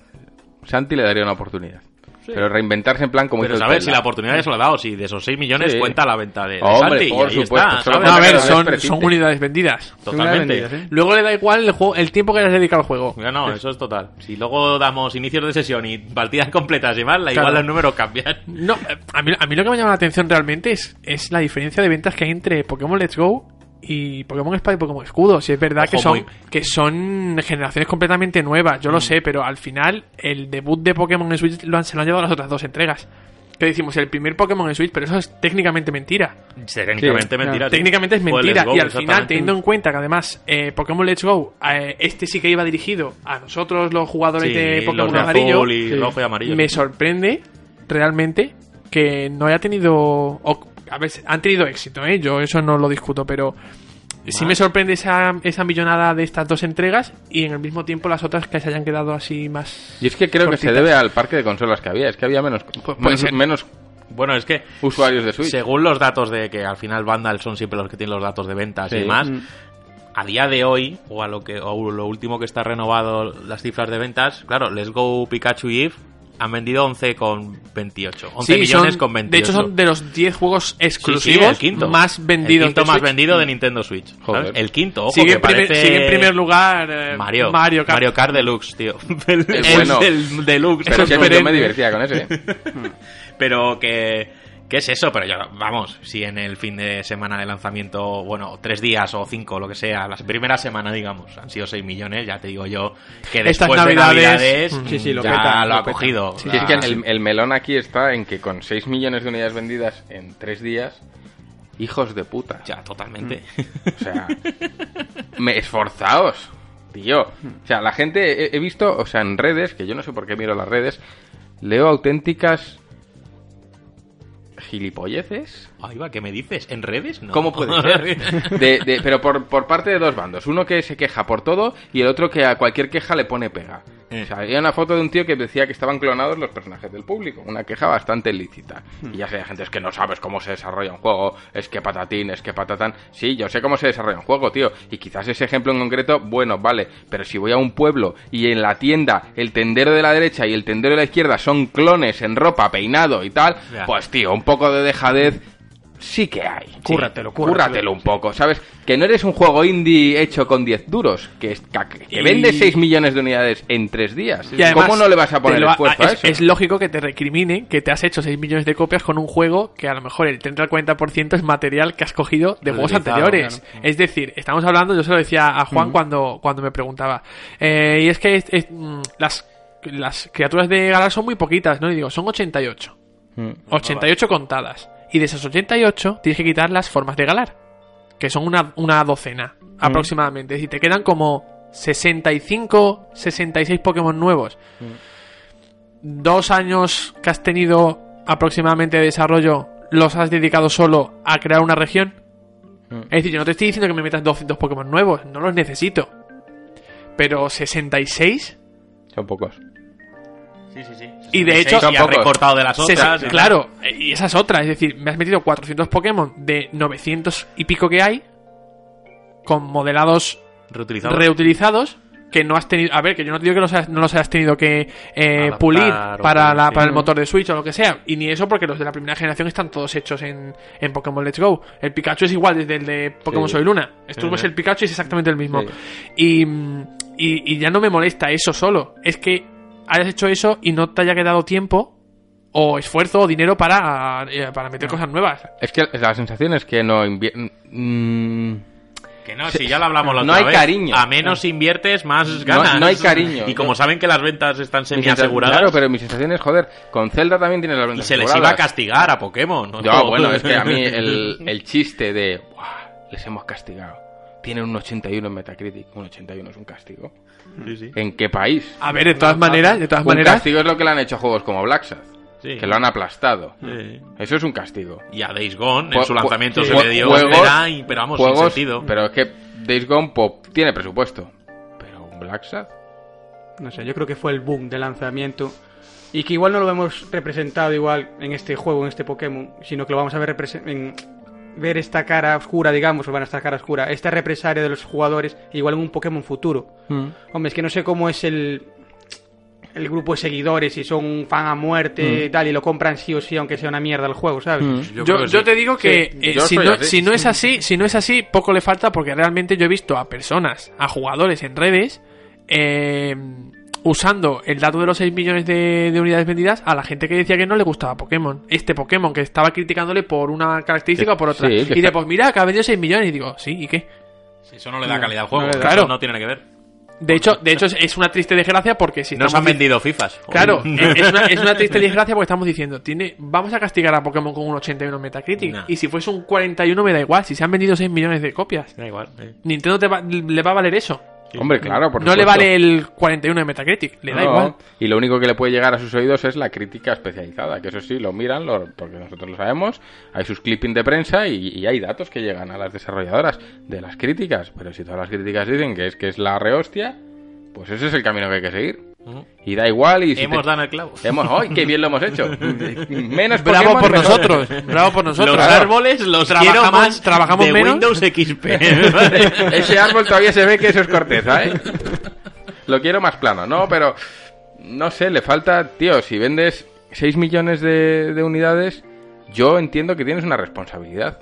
[SPEAKER 2] Santi le daría una oportunidad. Pero reinventarse en plan como
[SPEAKER 3] Pero
[SPEAKER 2] hizo el
[SPEAKER 3] saber si
[SPEAKER 2] Zelda.
[SPEAKER 3] la oportunidad ya se lo ha dado. Si de esos 6 millones
[SPEAKER 2] Sí.
[SPEAKER 3] cuenta la venta de, de
[SPEAKER 2] Hombre,
[SPEAKER 3] Santi.
[SPEAKER 2] por
[SPEAKER 3] y ahí
[SPEAKER 2] supuesto,
[SPEAKER 3] está,
[SPEAKER 2] solo
[SPEAKER 3] ¿sabes?
[SPEAKER 5] No, a ver,
[SPEAKER 2] Pero
[SPEAKER 5] son,
[SPEAKER 2] despreciable.
[SPEAKER 5] son unidades vendidas.
[SPEAKER 4] Una de las
[SPEAKER 3] Totalmente.
[SPEAKER 4] medidas, ¿eh?
[SPEAKER 5] Luego le da igual el, juego, el tiempo que hayas dedicado al juego.
[SPEAKER 3] No, no, eso es total. Si luego damos inicios de sesión y partidas completas y más, la igual
[SPEAKER 5] Claro.
[SPEAKER 3] los números cambian.
[SPEAKER 5] No, eh, a mí, a mí lo que me llama la atención realmente es, es la diferencia de ventas que hay entre Pokémon Let's Go y Pokémon Espada y Pokémon Escudo. Si es verdad
[SPEAKER 3] Ojo,
[SPEAKER 5] que son,
[SPEAKER 3] muy-
[SPEAKER 5] que son generaciones completamente nuevas,
[SPEAKER 2] Mm.
[SPEAKER 5] yo lo sé, pero al final el debut de Pokémon en Switch lo han, se lo han llevado las otras dos entregas. Que decimos, el primer Pokémon en Switch, pero eso es técnicamente mentira.
[SPEAKER 3] Técnicamente
[SPEAKER 4] no.
[SPEAKER 3] mentira. tío.
[SPEAKER 5] Técnicamente es
[SPEAKER 3] O el
[SPEAKER 5] mentira.
[SPEAKER 3] Let's Go,
[SPEAKER 5] y al final,
[SPEAKER 3] exactamente.
[SPEAKER 5] teniendo en cuenta que además eh, Pokémon Let's Go, eh, este sí que iba dirigido a nosotros los jugadores
[SPEAKER 3] Sí,
[SPEAKER 5] de
[SPEAKER 3] los
[SPEAKER 5] Pokémon
[SPEAKER 3] de
[SPEAKER 5] amarillo,
[SPEAKER 3] azul y rojo y amarillo.
[SPEAKER 5] me sorprende realmente que no haya tenido... o- a ver, han tenido éxito, ¿eh? yo eso no lo discuto, pero sí me sorprende esa, esa millonada de estas dos entregas y en el mismo tiempo las otras que se hayan quedado así más...
[SPEAKER 2] Y es que creo que se
[SPEAKER 5] cortitas.
[SPEAKER 2] debe al parque de consolas que había. Es que había menos,
[SPEAKER 3] Pues
[SPEAKER 2] menos,
[SPEAKER 5] ser.
[SPEAKER 2] menos
[SPEAKER 3] Bueno, es que
[SPEAKER 2] usuarios de Switch.
[SPEAKER 3] según los datos de que al final Vandal son siempre los que tienen los datos de ventas
[SPEAKER 2] Sí.
[SPEAKER 3] y demás,
[SPEAKER 5] Mm.
[SPEAKER 3] a día de hoy, o a lo que o lo último que está renovado las cifras de ventas, claro, Let's Go Pikachu y Eve han vendido 11 con 28. 11
[SPEAKER 5] Sí,
[SPEAKER 3] millones
[SPEAKER 5] son-
[SPEAKER 3] con 28.
[SPEAKER 5] De hecho, son de los 10 juegos
[SPEAKER 3] Sí, sí, el
[SPEAKER 5] exclusivos
[SPEAKER 3] quinto.
[SPEAKER 5] más vendidos.
[SPEAKER 3] El quinto
[SPEAKER 5] de
[SPEAKER 3] más
[SPEAKER 5] Switch. Mm.
[SPEAKER 3] vendido de Nintendo Switch. ¿sabes?
[SPEAKER 2] Joder.
[SPEAKER 3] El quinto, ojo,
[SPEAKER 5] sigue,
[SPEAKER 3] que
[SPEAKER 5] en primer,
[SPEAKER 3] parece
[SPEAKER 5] sigue en primer lugar eh,
[SPEAKER 3] Mario,
[SPEAKER 5] Mario Kart.
[SPEAKER 3] Deluxe, tío. El,
[SPEAKER 2] bueno.
[SPEAKER 3] el Deluxe.
[SPEAKER 2] Pero
[SPEAKER 3] es
[SPEAKER 2] siempre yo me
[SPEAKER 3] diferente.
[SPEAKER 2] divertía con ese.
[SPEAKER 3] Pero que. ¿Qué es eso? Pero yo, vamos, si en el fin de semana de lanzamiento, bueno, tres días o cinco, lo que sea, la primera semana, digamos, han sido 6 millones, ya te digo yo, que
[SPEAKER 5] Estas
[SPEAKER 3] después de
[SPEAKER 5] navidades-
[SPEAKER 3] Navidades,
[SPEAKER 5] Mm.
[SPEAKER 4] Sí, sí, lo
[SPEAKER 3] ya
[SPEAKER 4] peta,
[SPEAKER 3] lo
[SPEAKER 4] lo
[SPEAKER 3] ha
[SPEAKER 4] peta.
[SPEAKER 3] cogido.
[SPEAKER 2] Y es que
[SPEAKER 3] Ah,
[SPEAKER 2] el, el melón aquí está en que con 6 millones de unidades vendidas en 3 días, hijos de puta.
[SPEAKER 3] Ya, totalmente.
[SPEAKER 2] O sea, me esforzaos, tío. O sea, la gente, he, he visto, o sea, en redes, que yo no sé por qué miro las redes, leo auténticas gilipolleces.
[SPEAKER 3] Ay, va, ¿qué me dices? ¿En redes? No.
[SPEAKER 2] ¿Cómo puede ser? De- de- pero por, por parte de dos bandos. Uno que se queja por todo y el otro que a cualquier queja le pone pega.
[SPEAKER 3] Eh.
[SPEAKER 2] O sea, había una foto de un tío que decía que estaban clonados los personajes del público. Una queja bastante lícita.
[SPEAKER 3] Hmm.
[SPEAKER 2] Y ya sé, hay gente, es que no sabes cómo se desarrolla un juego. Es que patatín, es que patatán. Sí, yo sé cómo se desarrolla un juego, tío. Y quizás ese ejemplo en concreto, bueno, vale. Pero si voy a un pueblo y en la tienda el tendero de la derecha y el tendero de la izquierda son clones en ropa, peinado y tal,
[SPEAKER 3] Ya.
[SPEAKER 2] pues tío, un poco de dejadez sí que hay. Sí,
[SPEAKER 4] Cúrratelo, cúrratelo.
[SPEAKER 2] cúrratelo un poco, ¿sabes? Que no eres un juego indie hecho con 10 duros, que, es, que, que
[SPEAKER 5] Y-
[SPEAKER 2] vende 6 millones de unidades en 3 días.
[SPEAKER 5] Y además,
[SPEAKER 2] ¿Cómo no le vas a poner
[SPEAKER 5] te lo ha-
[SPEAKER 2] esfuerzo a
[SPEAKER 5] es,
[SPEAKER 2] eso?
[SPEAKER 5] es lógico que te recriminen que te has hecho 6 millones de copias con un juego que a lo mejor el 30 al 40% es material que has cogido de juegos
[SPEAKER 3] Reutilizado,
[SPEAKER 5] anteriores. Es decir, estamos hablando, yo se lo decía a Juan cuando, cuando me preguntaba. eh, y es que es- es, mm, las, las criaturas de Galar son muy poquitas, ¿no? Y digo, son 88. 88 contadas. Y de esas 88 tienes que quitar las formas de Galar, que son una, una docena aproximadamente. Es decir, te quedan como 65, 66 Pokémon nuevos. Dos años que has tenido aproximadamente de desarrollo los has dedicado solo a crear una región.
[SPEAKER 3] Mm.
[SPEAKER 5] Es decir, yo no te estoy diciendo que me metas 200 Pokémon nuevos, no los necesito. Pero 66
[SPEAKER 2] Son pocos.
[SPEAKER 3] Sí, sí, sí.
[SPEAKER 5] Y de hecho-
[SPEAKER 3] y ha
[SPEAKER 2] Tampoco.
[SPEAKER 3] recortado de las
[SPEAKER 5] Se-
[SPEAKER 3] otras. y
[SPEAKER 5] claro, eh, y esa es otra. Es decir, me has metido 400 Pokémon de 900 y pico que hay. con modelados
[SPEAKER 3] Reutilizado.
[SPEAKER 5] reutilizados que no has tenido. A ver, que yo no te digo que los has- no los hayas tenido que eh,
[SPEAKER 3] Adaptar
[SPEAKER 5] pulir
[SPEAKER 3] o
[SPEAKER 5] para,
[SPEAKER 3] tal,
[SPEAKER 5] la-
[SPEAKER 3] sí.
[SPEAKER 5] para el motor de Switch o lo que sea. Y ni eso porque los de la primera generación están todos hechos en, en Pokémon Let's Go. El Pikachu es igual desde el de Pokémon
[SPEAKER 2] Sí.
[SPEAKER 5] Soy Luna. Esto
[SPEAKER 3] Sí,
[SPEAKER 5] ves
[SPEAKER 3] sí.
[SPEAKER 5] el Pikachu y es exactamente el mismo. Y, mm, y, y ya no me molesta eso solo. Es que hayas hecho eso y no te haya quedado tiempo o esfuerzo o dinero para, eh, para meter cosas nuevas.
[SPEAKER 2] Es que la sensación es que no invier- mm,
[SPEAKER 3] Que no, si ya lo hablamos la
[SPEAKER 2] No
[SPEAKER 3] otra
[SPEAKER 2] hay
[SPEAKER 3] vez.
[SPEAKER 2] cariño.
[SPEAKER 3] A menos inviertes, más ganas.
[SPEAKER 2] no hay cariño.
[SPEAKER 3] Y como saben que las ventas están
[SPEAKER 2] mi
[SPEAKER 3] semi
[SPEAKER 2] sensa-
[SPEAKER 3] aseguradas.
[SPEAKER 2] Claro, pero mi sensación es, joder, con Zelda también tiene la
[SPEAKER 3] Y
[SPEAKER 2] ventaja.
[SPEAKER 3] se les iba a castigar a Pokémon. ¿no?
[SPEAKER 2] No, bueno, es que a mí el, el chiste de "Buah, les hemos castigado. Tienen un 81 en Metacritic. Un 81 es un castigo.
[SPEAKER 3] Sí, sí.
[SPEAKER 2] ¿En qué país?
[SPEAKER 5] A ver, de todas maneras, de todas
[SPEAKER 2] Un
[SPEAKER 5] maneras.
[SPEAKER 2] castigo es lo que le han hecho a juegos como Black Sabbath,
[SPEAKER 3] Sí.
[SPEAKER 2] que lo han aplastado.
[SPEAKER 3] Sí.
[SPEAKER 2] Eso es un castigo.
[SPEAKER 3] Y a Days Gone, en
[SPEAKER 2] Jue-
[SPEAKER 3] su lanzamiento
[SPEAKER 2] jue-
[SPEAKER 3] se le dio
[SPEAKER 2] juegos-
[SPEAKER 3] espera, y- pero vamos,
[SPEAKER 2] juegos,
[SPEAKER 3] sin sentido.
[SPEAKER 2] Pero es que Days Gone po, tiene presupuesto. Pero un Black Sabbath.
[SPEAKER 4] No sé, yo creo que fue el boom de lanzamiento. Y que igual no lo hemos representado igual en este juego, en este Pokémon, sino que lo vamos a ver represen- en ver esta cara oscura, digamos, o van a esta cara oscura, esta represalia de los jugadores, igual en un Pokémon futuro. Hombre, es que no sé cómo es el el grupo de seguidores, si son un fan a muerte y tal, y lo compran sí o sí, aunque sea una mierda el juego, ¿sabes?
[SPEAKER 5] Yo,
[SPEAKER 3] creo que
[SPEAKER 5] yo
[SPEAKER 3] sí.
[SPEAKER 5] te digo que eh,
[SPEAKER 2] yo
[SPEAKER 5] si,
[SPEAKER 2] soy
[SPEAKER 5] no,
[SPEAKER 2] así.
[SPEAKER 5] si no es así, si no es así, poco le falta porque realmente yo he visto a personas, a jugadores en redes, eh, usando el dato de los 6 millones de, de unidades vendidas a la gente que decía que no le gustaba Pokémon. Este Pokémon que estaba criticándole por una característica o por otra.
[SPEAKER 2] Sí, que
[SPEAKER 5] y de
[SPEAKER 2] está-
[SPEAKER 5] pues mira, que ha vendido 6 millones. Y digo, sí, ¿y qué?
[SPEAKER 3] Si Eso no
[SPEAKER 2] Mm,
[SPEAKER 3] le da calidad al juego.
[SPEAKER 5] no le da.
[SPEAKER 3] Claro.
[SPEAKER 5] Claro.
[SPEAKER 3] no tiene nada que ver.
[SPEAKER 5] De hecho, de hecho es- es una triste desgracia porque si
[SPEAKER 3] Nos
[SPEAKER 5] estamos
[SPEAKER 3] han vendido FIFAs.
[SPEAKER 5] Claro, es es una, es una triste desgracia porque estamos diciendo, tiene, vamos a castigar a Pokémon con un 81 Metacritic.
[SPEAKER 3] Nah.
[SPEAKER 5] Y si fuese un 41 me da igual, si se han vendido 6 millones de copias.
[SPEAKER 3] Da igual. eh.
[SPEAKER 5] Nintendo te va- le va a valer eso.
[SPEAKER 2] Hombre, claro, Ah, por
[SPEAKER 5] no le
[SPEAKER 2] supuesto.
[SPEAKER 5] vale el 41 de Metacritic, le da
[SPEAKER 2] No,
[SPEAKER 5] igual.
[SPEAKER 2] Y lo único que le puede llegar a sus oídos es la crítica especializada, que eso sí, lo miran, lo- porque nosotros lo sabemos, hay sus clippings de prensa y, y hay datos que llegan a las desarrolladoras de las críticas, pero si todas las críticas dicen que es que es la rehostia, pues ese es el camino que hay que seguir.
[SPEAKER 3] Ujú.
[SPEAKER 2] Y da igual y si
[SPEAKER 3] Hemos
[SPEAKER 2] te-
[SPEAKER 3] dado en el clavo.
[SPEAKER 2] hemos ¡Ay, qué bien lo hemos hecho! Menos
[SPEAKER 5] Bravo
[SPEAKER 2] Pokémon,
[SPEAKER 5] por
[SPEAKER 2] mejor.
[SPEAKER 5] nosotros, bravo por nosotros.
[SPEAKER 3] Los árboles los
[SPEAKER 5] Trabajamos-
[SPEAKER 3] quiero más
[SPEAKER 5] trabajamos
[SPEAKER 3] de
[SPEAKER 5] menos.
[SPEAKER 3] Windows XP.
[SPEAKER 2] Ese árbol todavía se ve que eso es corteza, ¿eh? Lo quiero más plano, ¿no? Pero, no sé, le falta, tío, si vendes 6 millones de, de unidades, yo entiendo que tienes una responsabilidad.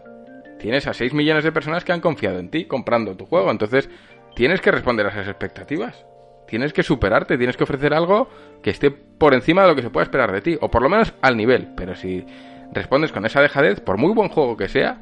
[SPEAKER 2] Tienes a 6 millones de personas que han confiado en ti comprando tu juego, entonces tienes que responder a esas expectativas. Tienes que superarte, tienes que ofrecer algo que esté por encima de lo que se pueda esperar de ti, o por lo menos al nivel. Pero si respondes con esa dejadez, por muy buen juego que sea,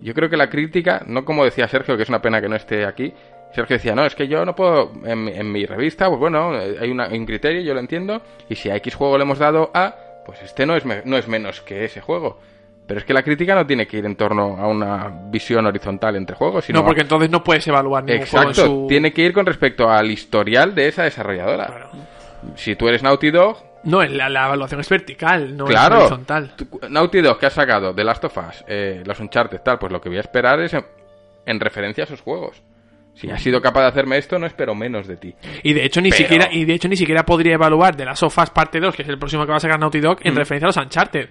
[SPEAKER 2] yo creo que la crítica, no como decía Sergio, que es una pena que no esté aquí. Sergio decía, no, es que yo no puedo, en, mi- en mi revista, pues bueno, eh, hay una- un criterio, yo lo entiendo, y si a X juego le hemos dado A, pues este no es, me- no es menos que ese juego. Pero es que la crítica no tiene que ir en torno a una visión horizontal entre juegos, sino
[SPEAKER 5] No, porque entonces no puedes evaluar ningún juego en
[SPEAKER 2] Exacto,
[SPEAKER 5] su-
[SPEAKER 2] tiene que ir con respecto al historial de esa desarrolladora.
[SPEAKER 5] Claro.
[SPEAKER 2] Si tú eres Naughty Dog,
[SPEAKER 5] No, la, la evaluación es vertical, no
[SPEAKER 2] claro.
[SPEAKER 5] es horizontal.
[SPEAKER 2] Tú- Naughty Dog, que ha sacado? The Last of Us, eh, los Uncharted, tal, pues lo que voy a esperar es en, en referencia a sus juegos. Si has sido capaz de hacerme esto, no espero menos de ti.
[SPEAKER 5] Y de hecho ni
[SPEAKER 2] Pero-
[SPEAKER 5] siquiera y de hecho ni siquiera podría evaluar de las sofás parte 2, que es el próximo que va a sacar Naughty Dog en referencia a los Uncharted.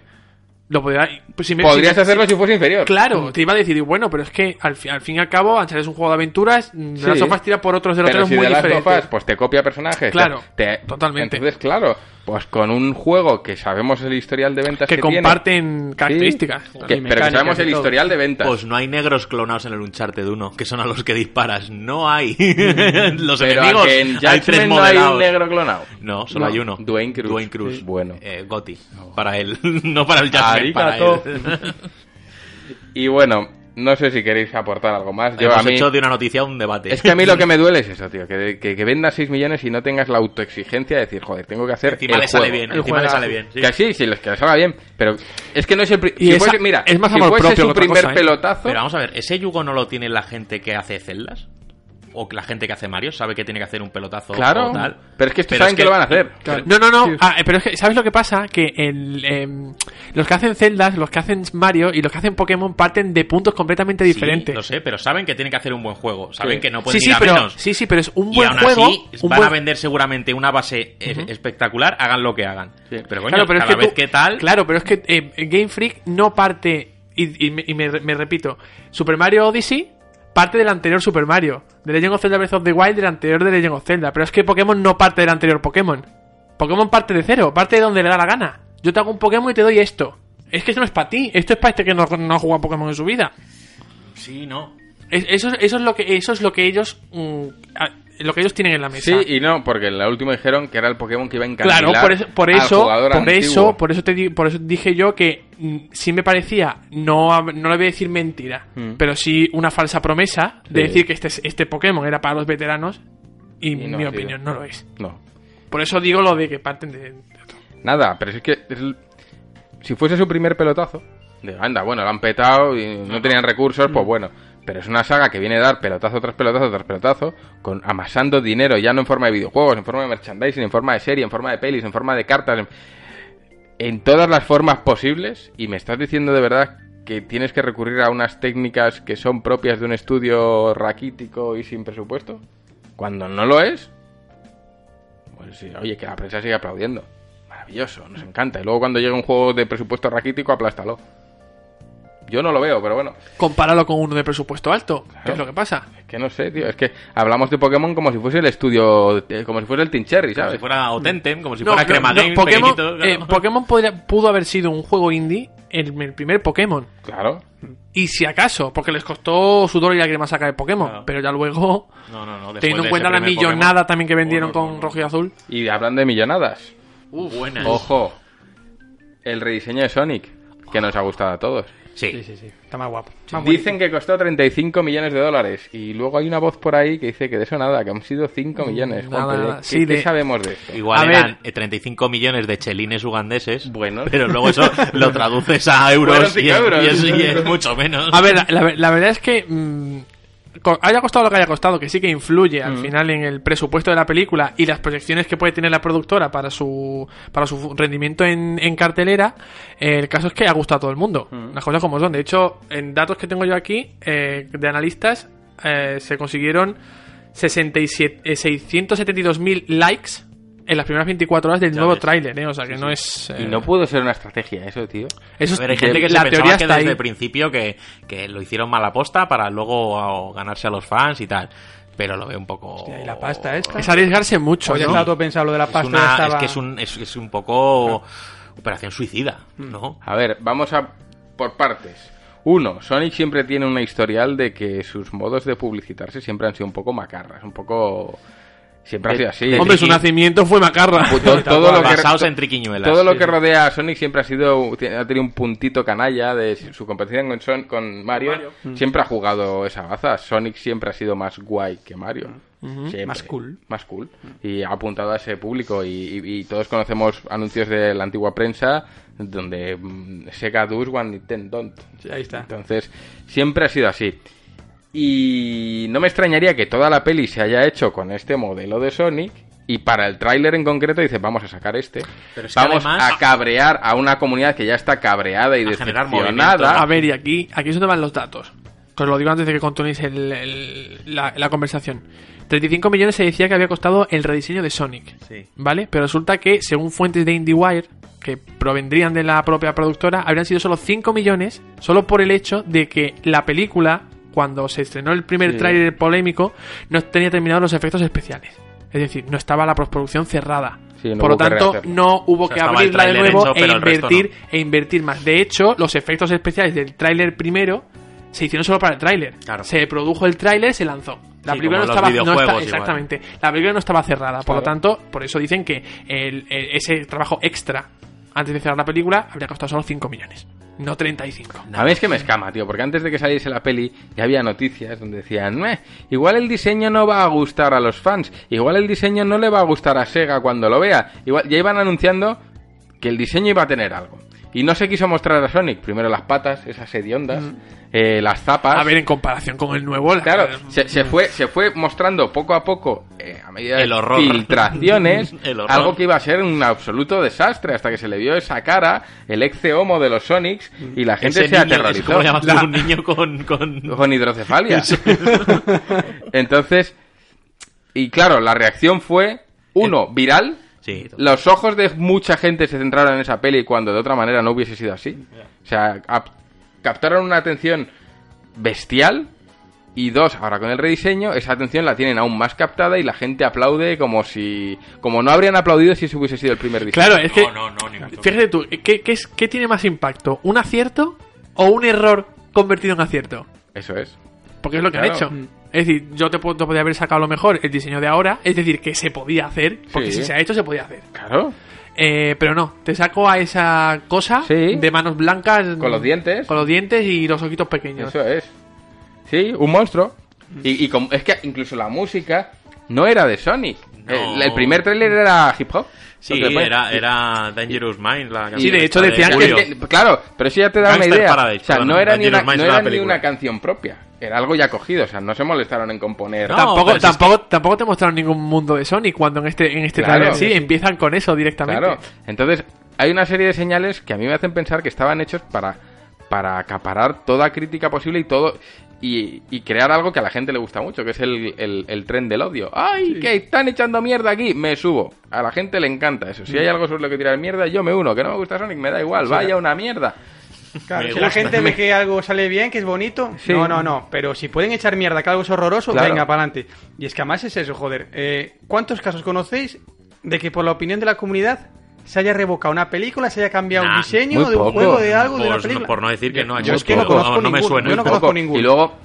[SPEAKER 5] Lo podría pues si me-
[SPEAKER 2] Mm. Podrías
[SPEAKER 5] si me-
[SPEAKER 2] hacerlo si fuese inferior.
[SPEAKER 5] Claro,
[SPEAKER 3] Mm.
[SPEAKER 5] te iba a decir, bueno, pero es que al, fi- al fin y al cabo, Uncharted es un juego de aventuras, mm,
[SPEAKER 2] Sí.
[SPEAKER 5] las sofás tira por otros de los
[SPEAKER 2] Pero
[SPEAKER 5] otros
[SPEAKER 2] si
[SPEAKER 5] muy
[SPEAKER 2] The Last of Us,
[SPEAKER 5] diferentes.
[SPEAKER 2] pues te copia personajes.
[SPEAKER 5] Claro,
[SPEAKER 2] te-
[SPEAKER 5] totalmente.
[SPEAKER 2] Entonces, claro, pues con un juego que sabemos el historial de ventas que,
[SPEAKER 5] que comparten
[SPEAKER 2] tiene,
[SPEAKER 5] características.
[SPEAKER 2] sí, que-
[SPEAKER 4] Y
[SPEAKER 2] pero que
[SPEAKER 4] mecánicas
[SPEAKER 2] sabemos
[SPEAKER 4] y
[SPEAKER 2] el
[SPEAKER 4] todo.
[SPEAKER 2] historial de ventas.
[SPEAKER 3] Pues no hay negros clonados en el Uncharted 1, que son a los que disparas. No hay. los
[SPEAKER 2] pero a
[SPEAKER 3] enemigos.
[SPEAKER 2] que en
[SPEAKER 3] Hay
[SPEAKER 2] Judgment
[SPEAKER 3] tres
[SPEAKER 2] no hay un
[SPEAKER 3] modelados.
[SPEAKER 2] negro clonado.
[SPEAKER 3] No, solo
[SPEAKER 2] No,
[SPEAKER 3] hay uno.
[SPEAKER 2] Dwayne Cruz.
[SPEAKER 3] Dwayne Cruz.
[SPEAKER 2] Sí. Bueno.
[SPEAKER 3] Eh, Gotti. Para él. no para el Jasmine. Para él.
[SPEAKER 2] Arigato. Y bueno, no sé si queréis aportar algo más. Yo a
[SPEAKER 3] Hemos
[SPEAKER 2] mí...
[SPEAKER 3] hecho de una noticia un debate.
[SPEAKER 2] Es que a mí lo que me duele es eso, tío. Que, que, que vendas 6 millones y no tengas la autoexigencia de decir, joder, tengo que hacer.
[SPEAKER 3] Encima
[SPEAKER 2] el
[SPEAKER 3] le sale
[SPEAKER 2] juego.
[SPEAKER 3] bien.
[SPEAKER 4] El
[SPEAKER 3] Encima le
[SPEAKER 4] juegazo.
[SPEAKER 3] sale bien. sí.
[SPEAKER 2] Que sí, sí, les que les salga bien. Pero es que no es el. pri-
[SPEAKER 5] Y
[SPEAKER 2] si
[SPEAKER 5] esa-
[SPEAKER 2] fuese- mira,
[SPEAKER 5] es más
[SPEAKER 2] si
[SPEAKER 5] amor
[SPEAKER 2] fuese
[SPEAKER 5] propio que
[SPEAKER 2] su
[SPEAKER 5] otra
[SPEAKER 2] primer
[SPEAKER 5] cosa, ¿eh?
[SPEAKER 2] pelotazo.
[SPEAKER 3] Pero vamos a ver, ¿ese yugo no lo tiene la gente que hace celdas? ¿O que la gente que hace Mario? ¿Sabe que tiene que hacer un pelotazo
[SPEAKER 2] Claro.
[SPEAKER 3] o tal?
[SPEAKER 2] Pero es que estos saben que lo van a hacer.
[SPEAKER 3] Claro.
[SPEAKER 5] No, no, no.
[SPEAKER 4] Sí.
[SPEAKER 5] Ah, eh, pero es que, ¿sabes lo que pasa? Que el, em, los que hacen Zeldas, los que hacen Mario y los que hacen Pokémon parten de puntos completamente
[SPEAKER 3] Sí,
[SPEAKER 5] diferentes.
[SPEAKER 3] lo sé, pero saben que tienen que hacer un buen juego. Saben
[SPEAKER 2] Sí.
[SPEAKER 3] que no
[SPEAKER 5] Sí,
[SPEAKER 3] pueden
[SPEAKER 5] sí,
[SPEAKER 3] ir a
[SPEAKER 5] pero,
[SPEAKER 3] menos.
[SPEAKER 5] sí, sí, pero es un
[SPEAKER 3] Y
[SPEAKER 5] buen
[SPEAKER 3] aún
[SPEAKER 5] juego.
[SPEAKER 3] así,
[SPEAKER 5] un
[SPEAKER 3] van
[SPEAKER 5] buen-
[SPEAKER 3] a vender seguramente una base eh, espectacular, hagan lo que hagan. Pero coño,
[SPEAKER 5] Claro, pero es
[SPEAKER 3] cada
[SPEAKER 5] que
[SPEAKER 3] vez
[SPEAKER 5] tú-
[SPEAKER 3] que tal...
[SPEAKER 5] Claro, pero es que eh, Game Freak no parte. Y, y me, y me- me repito: Super Mario Odyssey parte del anterior Super Mario. De Legend of Zelda Breath of the Wild, del anterior de Legend of Zelda. Pero es que Pokémon no parte del anterior Pokémon. Pokémon parte de cero, parte de donde le da la gana. Yo te hago un Pokémon y te doy esto. Es que eso no es para ti, esto es para este que no, no ha jugado a Pokémon en su vida.
[SPEAKER 3] Sí, no.
[SPEAKER 5] Es- eso, eso es lo que, eso es lo que ellos mm, a- lo que ellos tienen en la mesa.
[SPEAKER 2] Sí y no, porque en la última dijeron que era el Pokémon que iba a encantar
[SPEAKER 5] Claro, por eso, por eso, por eso,
[SPEAKER 2] por...
[SPEAKER 5] por eso te di- por eso dije yo que mm, sí me parecía, no, hab- no le voy a decir mentira,
[SPEAKER 2] Mm.
[SPEAKER 5] pero sí una falsa promesa de
[SPEAKER 2] Sí.
[SPEAKER 5] decir que este, este Pokémon era para los veteranos y,
[SPEAKER 2] Y no
[SPEAKER 5] mi
[SPEAKER 2] ha sido.
[SPEAKER 5] opinión no lo es.
[SPEAKER 2] No.
[SPEAKER 5] Por eso digo lo de que parten de...
[SPEAKER 2] Nada, pero es que es l- si fuese su primer pelotazo, de anda, bueno, lo han petado y no tenían recursos, pues bueno. Pero es una saga que viene a dar pelotazo tras pelotazo tras pelotazo, con amasando dinero, ya no en forma de videojuegos, en forma de merchandising, en forma de serie, en forma de pelis, en forma de cartas, en, en todas las formas posibles. Y me estás diciendo de verdad que tienes que recurrir a unas técnicas que son propias de un estudio raquítico y sin presupuesto, cuando no lo es. Pues sí, oye, que la prensa sigue aplaudiendo. Maravilloso, nos encanta. Y luego cuando llega un juego de presupuesto raquítico, aplástalo. Yo no lo veo, pero bueno.
[SPEAKER 5] Compáralo con uno de presupuesto alto, que
[SPEAKER 2] Claro.
[SPEAKER 5] es lo que pasa.
[SPEAKER 2] Es que no sé, tío. Es que hablamos de Pokémon como si fuese el estudio, eh, como si fuese el Tincherry,
[SPEAKER 3] Como
[SPEAKER 2] ¿sabes?
[SPEAKER 3] si fuera Otentem, como si
[SPEAKER 5] No,
[SPEAKER 3] fuera
[SPEAKER 5] no,
[SPEAKER 3] Crema
[SPEAKER 5] no,
[SPEAKER 3] Game,
[SPEAKER 5] Pokémon,
[SPEAKER 3] pequeñito,
[SPEAKER 5] eh,
[SPEAKER 3] claro.
[SPEAKER 5] Pokémon podría- pudo haber sido un juego indie, el, el primer Pokémon.
[SPEAKER 2] Claro.
[SPEAKER 5] Y si acaso, porque les costó sudor y lágrimas sacar el Pokémon,
[SPEAKER 3] Claro.
[SPEAKER 5] pero ya luego...
[SPEAKER 3] No, no, no. después
[SPEAKER 5] Teniendo
[SPEAKER 3] de
[SPEAKER 5] en cuenta
[SPEAKER 3] ese
[SPEAKER 5] la
[SPEAKER 3] primer Pokémon.
[SPEAKER 5] millonada también que vendieron
[SPEAKER 3] Bueno,
[SPEAKER 5] con
[SPEAKER 3] bueno.
[SPEAKER 5] rojo y azul.
[SPEAKER 2] Y hablando de millonadas.
[SPEAKER 3] Uh, buenas.
[SPEAKER 2] Ojo. El rediseño de Sonic, que nos ha gustado a todos.
[SPEAKER 3] Sí.
[SPEAKER 4] sí, sí. Está más guapo.
[SPEAKER 2] Dicen que costó 35 millones de dólares. Y luego hay una voz por ahí que dice que de eso nada, que han sido 5 millones. Juanpe,
[SPEAKER 5] Mm, nada,
[SPEAKER 2] ¿de
[SPEAKER 5] nada.
[SPEAKER 2] ¿Qué,
[SPEAKER 5] Sí,
[SPEAKER 2] qué
[SPEAKER 5] de-
[SPEAKER 2] sabemos de esto?
[SPEAKER 5] A
[SPEAKER 3] Igual
[SPEAKER 5] ver.
[SPEAKER 3] eran eh, 35 millones de chelines ugandeses.
[SPEAKER 2] Bueno.
[SPEAKER 3] Pero luego eso lo traduces a euros
[SPEAKER 2] Fueron
[SPEAKER 3] y es,
[SPEAKER 2] cinco euros.
[SPEAKER 3] y es- y es mucho menos.
[SPEAKER 5] A ver, la, la- la verdad es que mm, co- haya costado lo que haya costado, que sí que influye al final en el presupuesto de la película y las proyecciones que puede tener la productora para su para su rendimiento en, en cartelera, eh, el caso es que ha gustado a todo el mundo. Las cosas como son. De hecho, en datos que tengo yo aquí eh, de analistas, eh, se consiguieron 67 eh, 672.000 likes en las primeras 24 horas del
[SPEAKER 3] Ya
[SPEAKER 5] nuevo
[SPEAKER 3] ves.
[SPEAKER 5] tráiler, ¿eh? O sea, que no es...
[SPEAKER 2] Y
[SPEAKER 5] eh,
[SPEAKER 2] no pudo ser una estrategia eso, tío.
[SPEAKER 5] eso es-
[SPEAKER 3] Pero hay gente que se
[SPEAKER 5] la
[SPEAKER 3] pensaba
[SPEAKER 5] teoría
[SPEAKER 3] que
[SPEAKER 5] está
[SPEAKER 3] desde
[SPEAKER 5] ahí.
[SPEAKER 3] el principio que, que lo hicieron mala posta para luego oh, ganarse a los fans y tal. Pero lo veo un poco...
[SPEAKER 4] Hostia, ¿y la pasta esta?
[SPEAKER 5] Es arriesgarse mucho,
[SPEAKER 4] Hoy
[SPEAKER 5] ¿no?
[SPEAKER 4] estaba todo pensado lo de la
[SPEAKER 3] Es,
[SPEAKER 4] pasta.
[SPEAKER 3] una-
[SPEAKER 4] ya estaba-
[SPEAKER 3] es que es un, es, es un poco operación suicida,
[SPEAKER 5] Hmm.
[SPEAKER 3] ¿no?
[SPEAKER 2] A ver, vamos a por partes. Uno, Sonic siempre tiene una historial de que sus modos de publicitarse siempre han sido un poco macarras, un poco... Siempre ha sido así.
[SPEAKER 5] Hombre, su nacimiento fue macarra.
[SPEAKER 2] Pu- to- Eh, todo lo que,
[SPEAKER 3] Basados en triquiñuelas.
[SPEAKER 2] todo lo que rodea a Sonic siempre ha sido ha tenido un puntito canalla de su competencia con, Son- con Mario, Mm. siempre ha jugado esa baza Sonic siempre ha sido más guay que Mario Siempre.
[SPEAKER 4] Mm. Más cool.
[SPEAKER 2] más cool y ha apuntado a ese público y, y- y todos conocemos anuncios de la antigua prensa donde mm, Sega does one Nintendo don't
[SPEAKER 4] Ahí está.
[SPEAKER 2] entonces siempre ha sido así y no me extrañaría que toda la peli se haya hecho con este modelo de Sonic. Y para el tráiler en concreto dice, vamos a sacar este.
[SPEAKER 3] Pero es que
[SPEAKER 2] vamos
[SPEAKER 3] además-
[SPEAKER 2] a cabrear a una comunidad que ya está cabreada y
[SPEAKER 3] A generar movimiento.
[SPEAKER 2] decepcionada.
[SPEAKER 5] A ver, y aquí, aquí es donde van los datos. Que Os lo digo antes de que continuéis el- el- la, la conversación. 35 millones se decía que había costado el rediseño de Sonic.
[SPEAKER 3] Sí.
[SPEAKER 5] ¿Vale? Pero resulta que, según fuentes de IndieWire, que provendrían de la propia productora, habrían sido solo 5 millones, solo por el hecho de que la película, cuando se estrenó el primer
[SPEAKER 2] Sí.
[SPEAKER 5] tráiler polémico, no tenía terminados los efectos especiales. Es decir, no estaba la postproducción cerrada.
[SPEAKER 2] Sí, no
[SPEAKER 5] por lo
[SPEAKER 2] hubo que
[SPEAKER 5] tanto,
[SPEAKER 2] rehacerla.
[SPEAKER 5] no hubo
[SPEAKER 3] O sea,
[SPEAKER 5] que
[SPEAKER 3] estaba el
[SPEAKER 5] abrirla de
[SPEAKER 3] tráiler
[SPEAKER 5] nuevo
[SPEAKER 3] hecho,
[SPEAKER 5] e
[SPEAKER 3] pero el resto
[SPEAKER 5] invertir e invertir más. De hecho, los efectos especiales del tráiler primero se hicieron solo para el tráiler.
[SPEAKER 3] Claro.
[SPEAKER 5] Se produjo el tráiler, se lanzó. La
[SPEAKER 3] Sí,
[SPEAKER 5] película
[SPEAKER 3] como
[SPEAKER 5] no
[SPEAKER 3] los
[SPEAKER 5] estaba no
[SPEAKER 3] videojuegos
[SPEAKER 5] está-
[SPEAKER 3] igual.
[SPEAKER 5] exactamente. La película no estaba cerrada, por lo tanto, por eso dicen que el- el- ese trabajo extra antes de cerrar la película habría costado solo 5 millones, no 35.
[SPEAKER 2] A mí es que me escama, tío, porque antes de que saliese la peli ya había noticias donde decían, "Meh, igual el diseño no va a gustar a los fans, igual el diseño no le va a gustar a Sega cuando lo vea. Igual ya iban anunciando que el diseño iba a tener algo. Y no se quiso mostrar a Sonic, primero las patas, esas hediondas, eh, las zapas.
[SPEAKER 5] A ver, en comparación con el nuevo, la-
[SPEAKER 2] Claro, se, se fue, se fue mostrando poco a poco, eh, a medida de
[SPEAKER 3] El horror.
[SPEAKER 2] filtraciones,
[SPEAKER 3] El horror.
[SPEAKER 2] algo que iba a ser un absoluto desastre, hasta que se le vio esa cara, el ex homo de los Sonics, y la gente
[SPEAKER 3] Ese
[SPEAKER 2] se
[SPEAKER 3] niño, es
[SPEAKER 2] aterrorizó
[SPEAKER 3] como llamas tú, un niño con... con...
[SPEAKER 2] con hidrocefalia. Entonces, y claro, la reacción fue,
[SPEAKER 5] Eh,
[SPEAKER 2] uno, viral,
[SPEAKER 3] Sí,
[SPEAKER 2] los ojos de mucha gente se centraron en esa peli cuando de otra manera no hubiese sido así. O sea, ap- captaron una atención bestial Y dos, ahora con el rediseño, esa atención la tienen aún más captada y la gente aplaude como si. como no habrían aplaudido si ese hubiese sido el primer diseño.
[SPEAKER 5] Claro, es que.
[SPEAKER 3] No, no, no, ni mucho
[SPEAKER 5] Fíjate tú, ¿qué, qué, es- qué tiene más impacto? ¿Un acierto o un error convertido en acierto?
[SPEAKER 2] Eso es.
[SPEAKER 5] Porque es lo que han
[SPEAKER 2] Claro.
[SPEAKER 5] hecho. Es decir, yo te, puedo- te podría haber sacado a lo mejor el diseño de ahora, es decir, que se podía hacer, porque
[SPEAKER 2] Sí.
[SPEAKER 5] si se ha hecho, se podía hacer.
[SPEAKER 2] Claro.
[SPEAKER 5] Eh, pero no, te saco a esa cosa
[SPEAKER 2] Sí.
[SPEAKER 5] de manos blancas.
[SPEAKER 2] Con los dientes.
[SPEAKER 5] Con los dientes y los ojitos pequeños.
[SPEAKER 2] Eso es. Sí, un monstruo. Y, y con- es que incluso la música no era de Sonic.
[SPEAKER 3] No.
[SPEAKER 2] El, el primer tráiler era hip hop.
[SPEAKER 3] Sí,
[SPEAKER 2] Lo que pone-
[SPEAKER 3] era, era Dangerous Mind la canción
[SPEAKER 5] Sí, de hecho
[SPEAKER 3] esta
[SPEAKER 5] decían que-
[SPEAKER 3] Julio.
[SPEAKER 2] Eh, Claro, pero eso ya te da una
[SPEAKER 3] Gangster
[SPEAKER 2] idea.
[SPEAKER 3] Paradise,
[SPEAKER 2] o sea,
[SPEAKER 3] perdón,
[SPEAKER 2] no era, ni
[SPEAKER 3] Dangerous
[SPEAKER 2] una,
[SPEAKER 3] Minds
[SPEAKER 2] no
[SPEAKER 3] es
[SPEAKER 2] era
[SPEAKER 3] una
[SPEAKER 2] ni una
[SPEAKER 3] película.
[SPEAKER 2] canción propia. Era algo ya cogido. O sea, no se molestaron en componer.
[SPEAKER 3] No,
[SPEAKER 5] tampoco,
[SPEAKER 3] pero si es
[SPEAKER 5] tampoco, tampoco te mostraron ningún mundo de Sonic cuando en este, en este
[SPEAKER 2] Claro.
[SPEAKER 5] trailer sí, empiezan con eso directamente.
[SPEAKER 2] Claro. Entonces, hay una serie de señales que a mí me hacen pensar que estaban hechos para, para acaparar toda crítica posible y todo. Y, y crear algo que a la gente le gusta mucho, que es el, el- el tren del odio. ¡Ay, que están echando mierda aquí! Me subo. A la gente le encanta eso. Si hay algo sobre lo que tirar mierda, yo me uno. Que no me gusta Sonic, me da igual. Vaya una mierda.
[SPEAKER 4] Claro,
[SPEAKER 3] Me
[SPEAKER 4] si la
[SPEAKER 3] gusta.
[SPEAKER 4] gente ve que algo sale bien, que es bonito,
[SPEAKER 2] Sí.
[SPEAKER 4] no, no, no. Pero si pueden echar mierda que algo es horroroso,
[SPEAKER 2] Claro.
[SPEAKER 4] venga, para adelante. Y es que además es eso, joder. Eh, ¿Cuántos casos conocéis de que por la opinión de la comunidad se haya revocado una película, se haya cambiado un
[SPEAKER 3] Nah,
[SPEAKER 4] diseño
[SPEAKER 2] muy
[SPEAKER 4] de un
[SPEAKER 2] poco.
[SPEAKER 4] juego, de algo, de
[SPEAKER 3] Por-
[SPEAKER 4] una película?
[SPEAKER 3] por no decir que no ha
[SPEAKER 4] Yo
[SPEAKER 3] hecho
[SPEAKER 4] es que
[SPEAKER 3] esto.
[SPEAKER 4] no conozco
[SPEAKER 3] No, no me
[SPEAKER 4] ninguno,
[SPEAKER 3] suena.
[SPEAKER 4] Yo no
[SPEAKER 2] Poco.
[SPEAKER 4] conozco ninguno.
[SPEAKER 2] Y luego,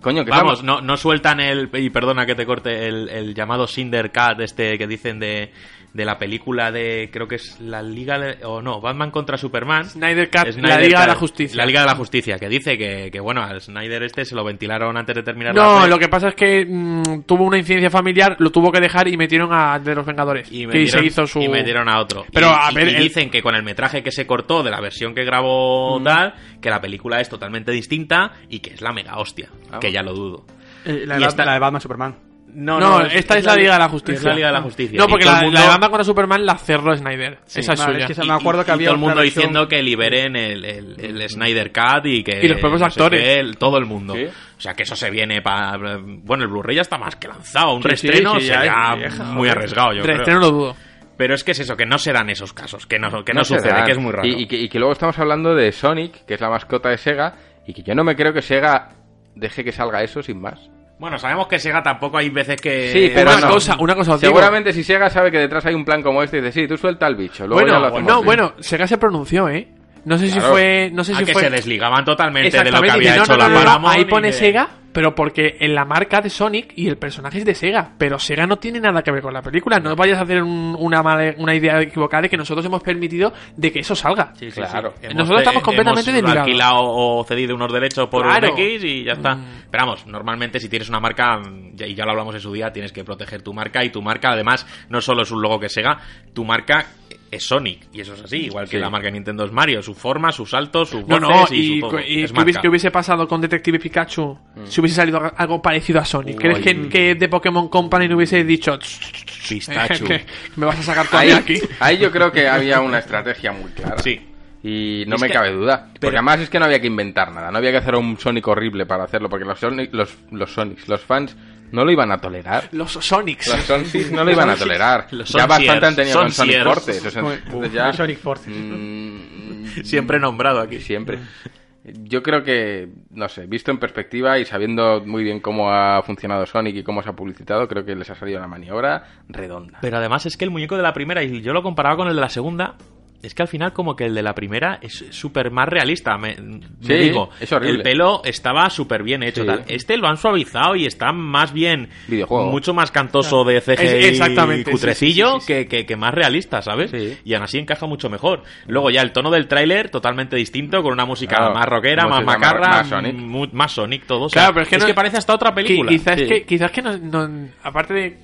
[SPEAKER 2] coño, que
[SPEAKER 3] Vamos,
[SPEAKER 2] estamos-
[SPEAKER 3] no, no sueltan el. Y perdona que te corte, el, el llamado Cinder Cat, este que dicen de, de la película de. Creo que es la Liga. de- o no, Batman contra Superman.
[SPEAKER 5] Snyder Cut, la
[SPEAKER 3] Snyder
[SPEAKER 5] Liga de la
[SPEAKER 3] Cut,
[SPEAKER 5] Justicia.
[SPEAKER 3] La Liga de la Justicia, que dice que, que, bueno, al Snyder este se lo ventilaron antes de terminar la
[SPEAKER 5] No,
[SPEAKER 3] peli.
[SPEAKER 5] lo que pasa es que mm, tuvo una incidencia familiar, lo tuvo que dejar y metieron a de los Vengadores.
[SPEAKER 3] Y
[SPEAKER 5] que
[SPEAKER 3] metieron,
[SPEAKER 5] se hizo su.
[SPEAKER 3] y metieron a otro.
[SPEAKER 5] Pero,
[SPEAKER 3] Y-
[SPEAKER 5] a
[SPEAKER 3] y-
[SPEAKER 5] ver,
[SPEAKER 3] y
[SPEAKER 5] el- Mm.
[SPEAKER 3] dicen que con el metraje que se cortó de la versión que grabó tal, que la película es totalmente distinta y que es la mega hostia,
[SPEAKER 5] Ah.
[SPEAKER 2] Vamos.
[SPEAKER 3] que ya lo dudo.
[SPEAKER 4] Eh, la,
[SPEAKER 3] Y
[SPEAKER 4] de Bat-
[SPEAKER 3] esta-
[SPEAKER 4] la de Batman Superman.
[SPEAKER 5] No,
[SPEAKER 3] No,
[SPEAKER 5] esta es, la Liga de la Justicia.
[SPEAKER 3] Es la Liga de la Justicia.
[SPEAKER 5] No,
[SPEAKER 3] Y
[SPEAKER 5] porque
[SPEAKER 3] todo
[SPEAKER 5] la,
[SPEAKER 3] el mundo-
[SPEAKER 5] la de Batman contra Superman la cerró Snyder.
[SPEAKER 3] Sí,
[SPEAKER 5] Esa es
[SPEAKER 4] vale,
[SPEAKER 5] suya.
[SPEAKER 4] es que esa-
[SPEAKER 3] y-
[SPEAKER 4] me acuerdo
[SPEAKER 3] y-
[SPEAKER 4] que
[SPEAKER 3] y
[SPEAKER 4] había
[SPEAKER 3] todo el
[SPEAKER 4] otra
[SPEAKER 3] mundo
[SPEAKER 4] versión-
[SPEAKER 3] diciendo que liberen el, el- el Snyder Cut y que
[SPEAKER 5] Mm. Y los propios
[SPEAKER 3] no sé
[SPEAKER 5] actores.
[SPEAKER 3] qué, el- todo el mundo
[SPEAKER 2] Sí.
[SPEAKER 3] o sea que eso se viene para bueno el Blu-ray ya está más que lanzado un
[SPEAKER 4] Sí,
[SPEAKER 3] reestreno
[SPEAKER 4] sí, sí, ya
[SPEAKER 3] sería
[SPEAKER 4] es vieja,
[SPEAKER 3] muy arriesgado yo creo.
[SPEAKER 5] Reestreno lo dudo.
[SPEAKER 3] pero es que es eso que no se dan esos casos que no, que no,
[SPEAKER 2] No se
[SPEAKER 3] sucede
[SPEAKER 2] dan.
[SPEAKER 3] que es muy raro
[SPEAKER 2] Y, y que, y que luego estamos hablando de Sonic, que es la mascota de Sega, y que yo no me creo que Sega deje que salga eso sin más.
[SPEAKER 3] Bueno, sabemos que Sega tampoco hay veces que.
[SPEAKER 2] Sí, pero
[SPEAKER 5] una
[SPEAKER 2] no.
[SPEAKER 5] cosa, una cosa os digo.
[SPEAKER 2] Seguramente si Sega sabe que detrás hay un plan como este, y dice, sí, tú suelta al bicho. Luego ya lo
[SPEAKER 5] Bueno,
[SPEAKER 2] hacemos
[SPEAKER 5] no,
[SPEAKER 2] bien".
[SPEAKER 5] bueno, Sega se pronunció, ¿eh? No sé si
[SPEAKER 2] Claro.
[SPEAKER 5] fue. No sé
[SPEAKER 3] a
[SPEAKER 5] si
[SPEAKER 3] que
[SPEAKER 5] fue.
[SPEAKER 3] se desligaban totalmente de lo que
[SPEAKER 5] Exactamente,
[SPEAKER 3] había
[SPEAKER 5] dice, no,
[SPEAKER 3] hecho
[SPEAKER 5] no,
[SPEAKER 3] la
[SPEAKER 5] no, no, no,
[SPEAKER 3] Paramount.
[SPEAKER 5] Ahí
[SPEAKER 3] y
[SPEAKER 5] pone
[SPEAKER 3] que-
[SPEAKER 5] Sega, pero porque en la marca de Sonic y el personaje es de Sega. Pero Sega no tiene nada que ver con la película. No vayas a hacer un- una, mala- una idea equivocada de que nosotros hemos permitido de que eso salga.
[SPEAKER 3] Sí, sí, sí.
[SPEAKER 2] Claro.
[SPEAKER 5] Nosotros estamos completamente
[SPEAKER 3] hemos
[SPEAKER 5] desligados.
[SPEAKER 3] alquilado o cedido unos derechos por
[SPEAKER 5] Claro. Mm.
[SPEAKER 3] un X y ya está. Pero vamos, normalmente si tienes una marca, mm, ya- y ya lo hablamos en su día, tienes que proteger tu marca. Y tu marca, además, no solo es un logo que Sega, tu marca es Sonic. Y eso es así, igual que
[SPEAKER 2] Sí.
[SPEAKER 3] la marca de Nintendo es Mario. Su forma, sus saltos, sus
[SPEAKER 5] No,
[SPEAKER 3] voces
[SPEAKER 5] no,
[SPEAKER 3] y, su
[SPEAKER 5] y,
[SPEAKER 3] todo.
[SPEAKER 5] y
[SPEAKER 3] Es
[SPEAKER 5] ¿qué, hubiese,
[SPEAKER 3] marca. Mm.
[SPEAKER 5] qué hubiese pasado con Detective Pikachu si hubiese salido algo parecido a Sonic? ¿Crees que, que de Pokémon Company no hubiese dicho "Tss,
[SPEAKER 3] Pistachu.
[SPEAKER 5] que me vas a sacar
[SPEAKER 2] Ahí,
[SPEAKER 5] todavía aquí?
[SPEAKER 2] ahí yo creo que había una estrategia muy clara.
[SPEAKER 3] Sí.
[SPEAKER 2] Y no
[SPEAKER 3] Es
[SPEAKER 2] me
[SPEAKER 3] que-
[SPEAKER 2] cabe duda. Porque
[SPEAKER 3] pero-
[SPEAKER 2] además es que no había que inventar nada. No había que hacer un Sonic horrible para hacerlo. Porque los, Sonic, los, los Sonics, los fans, no lo iban a tolerar.
[SPEAKER 5] Los Sonics.
[SPEAKER 2] Los Sonics no lo iban a
[SPEAKER 3] Los Sonics.
[SPEAKER 2] tolerar.
[SPEAKER 3] Los
[SPEAKER 2] Ya bastante
[SPEAKER 3] Sonsiers.
[SPEAKER 2] han tenido con Sonic
[SPEAKER 3] Sonsiers.
[SPEAKER 2] Forces. o sea,
[SPEAKER 4] Con-
[SPEAKER 2] entonces
[SPEAKER 4] con
[SPEAKER 2] ya-
[SPEAKER 4] Sonic Forces.
[SPEAKER 2] Mm,
[SPEAKER 3] Siempre nombrado aquí.
[SPEAKER 2] Siempre.
[SPEAKER 3] Mm.
[SPEAKER 2] Yo creo que, no sé, visto en perspectiva y sabiendo muy bien cómo ha funcionado Sonic y cómo se ha publicitado, creo que les ha salido una maniobra redonda.
[SPEAKER 3] Pero además es que el muñeco de la primera, y yo lo comparaba con el de la segunda, es que al final como que el de la primera es súper más realista, me, me
[SPEAKER 2] Sí,
[SPEAKER 3] digo.
[SPEAKER 2] es horrible.
[SPEAKER 3] El pelo estaba súper bien hecho.
[SPEAKER 2] Sí.
[SPEAKER 3] tal. Este lo han suavizado y está más bien...
[SPEAKER 2] Videojuego.
[SPEAKER 3] Mucho más cantoso de CGI
[SPEAKER 5] Es- exactamente,
[SPEAKER 3] cutrecillo
[SPEAKER 5] sí, sí, sí, sí,
[SPEAKER 3] Que, que- que más realista, ¿sabes?
[SPEAKER 2] Sí.
[SPEAKER 3] Y aún así encaja mucho mejor. Luego ya el tono del tráiler totalmente distinto, con una música
[SPEAKER 2] Claro,
[SPEAKER 3] más rockera, más
[SPEAKER 2] música más-
[SPEAKER 3] macarra,
[SPEAKER 2] más Sonic.
[SPEAKER 3] mu- más Sonic todo. O sea,
[SPEAKER 5] Claro, pero es que no-
[SPEAKER 3] parece hasta otra
[SPEAKER 5] Que
[SPEAKER 3] película.
[SPEAKER 5] quizás,
[SPEAKER 2] sí.
[SPEAKER 5] que, quizás que no, no- aparte de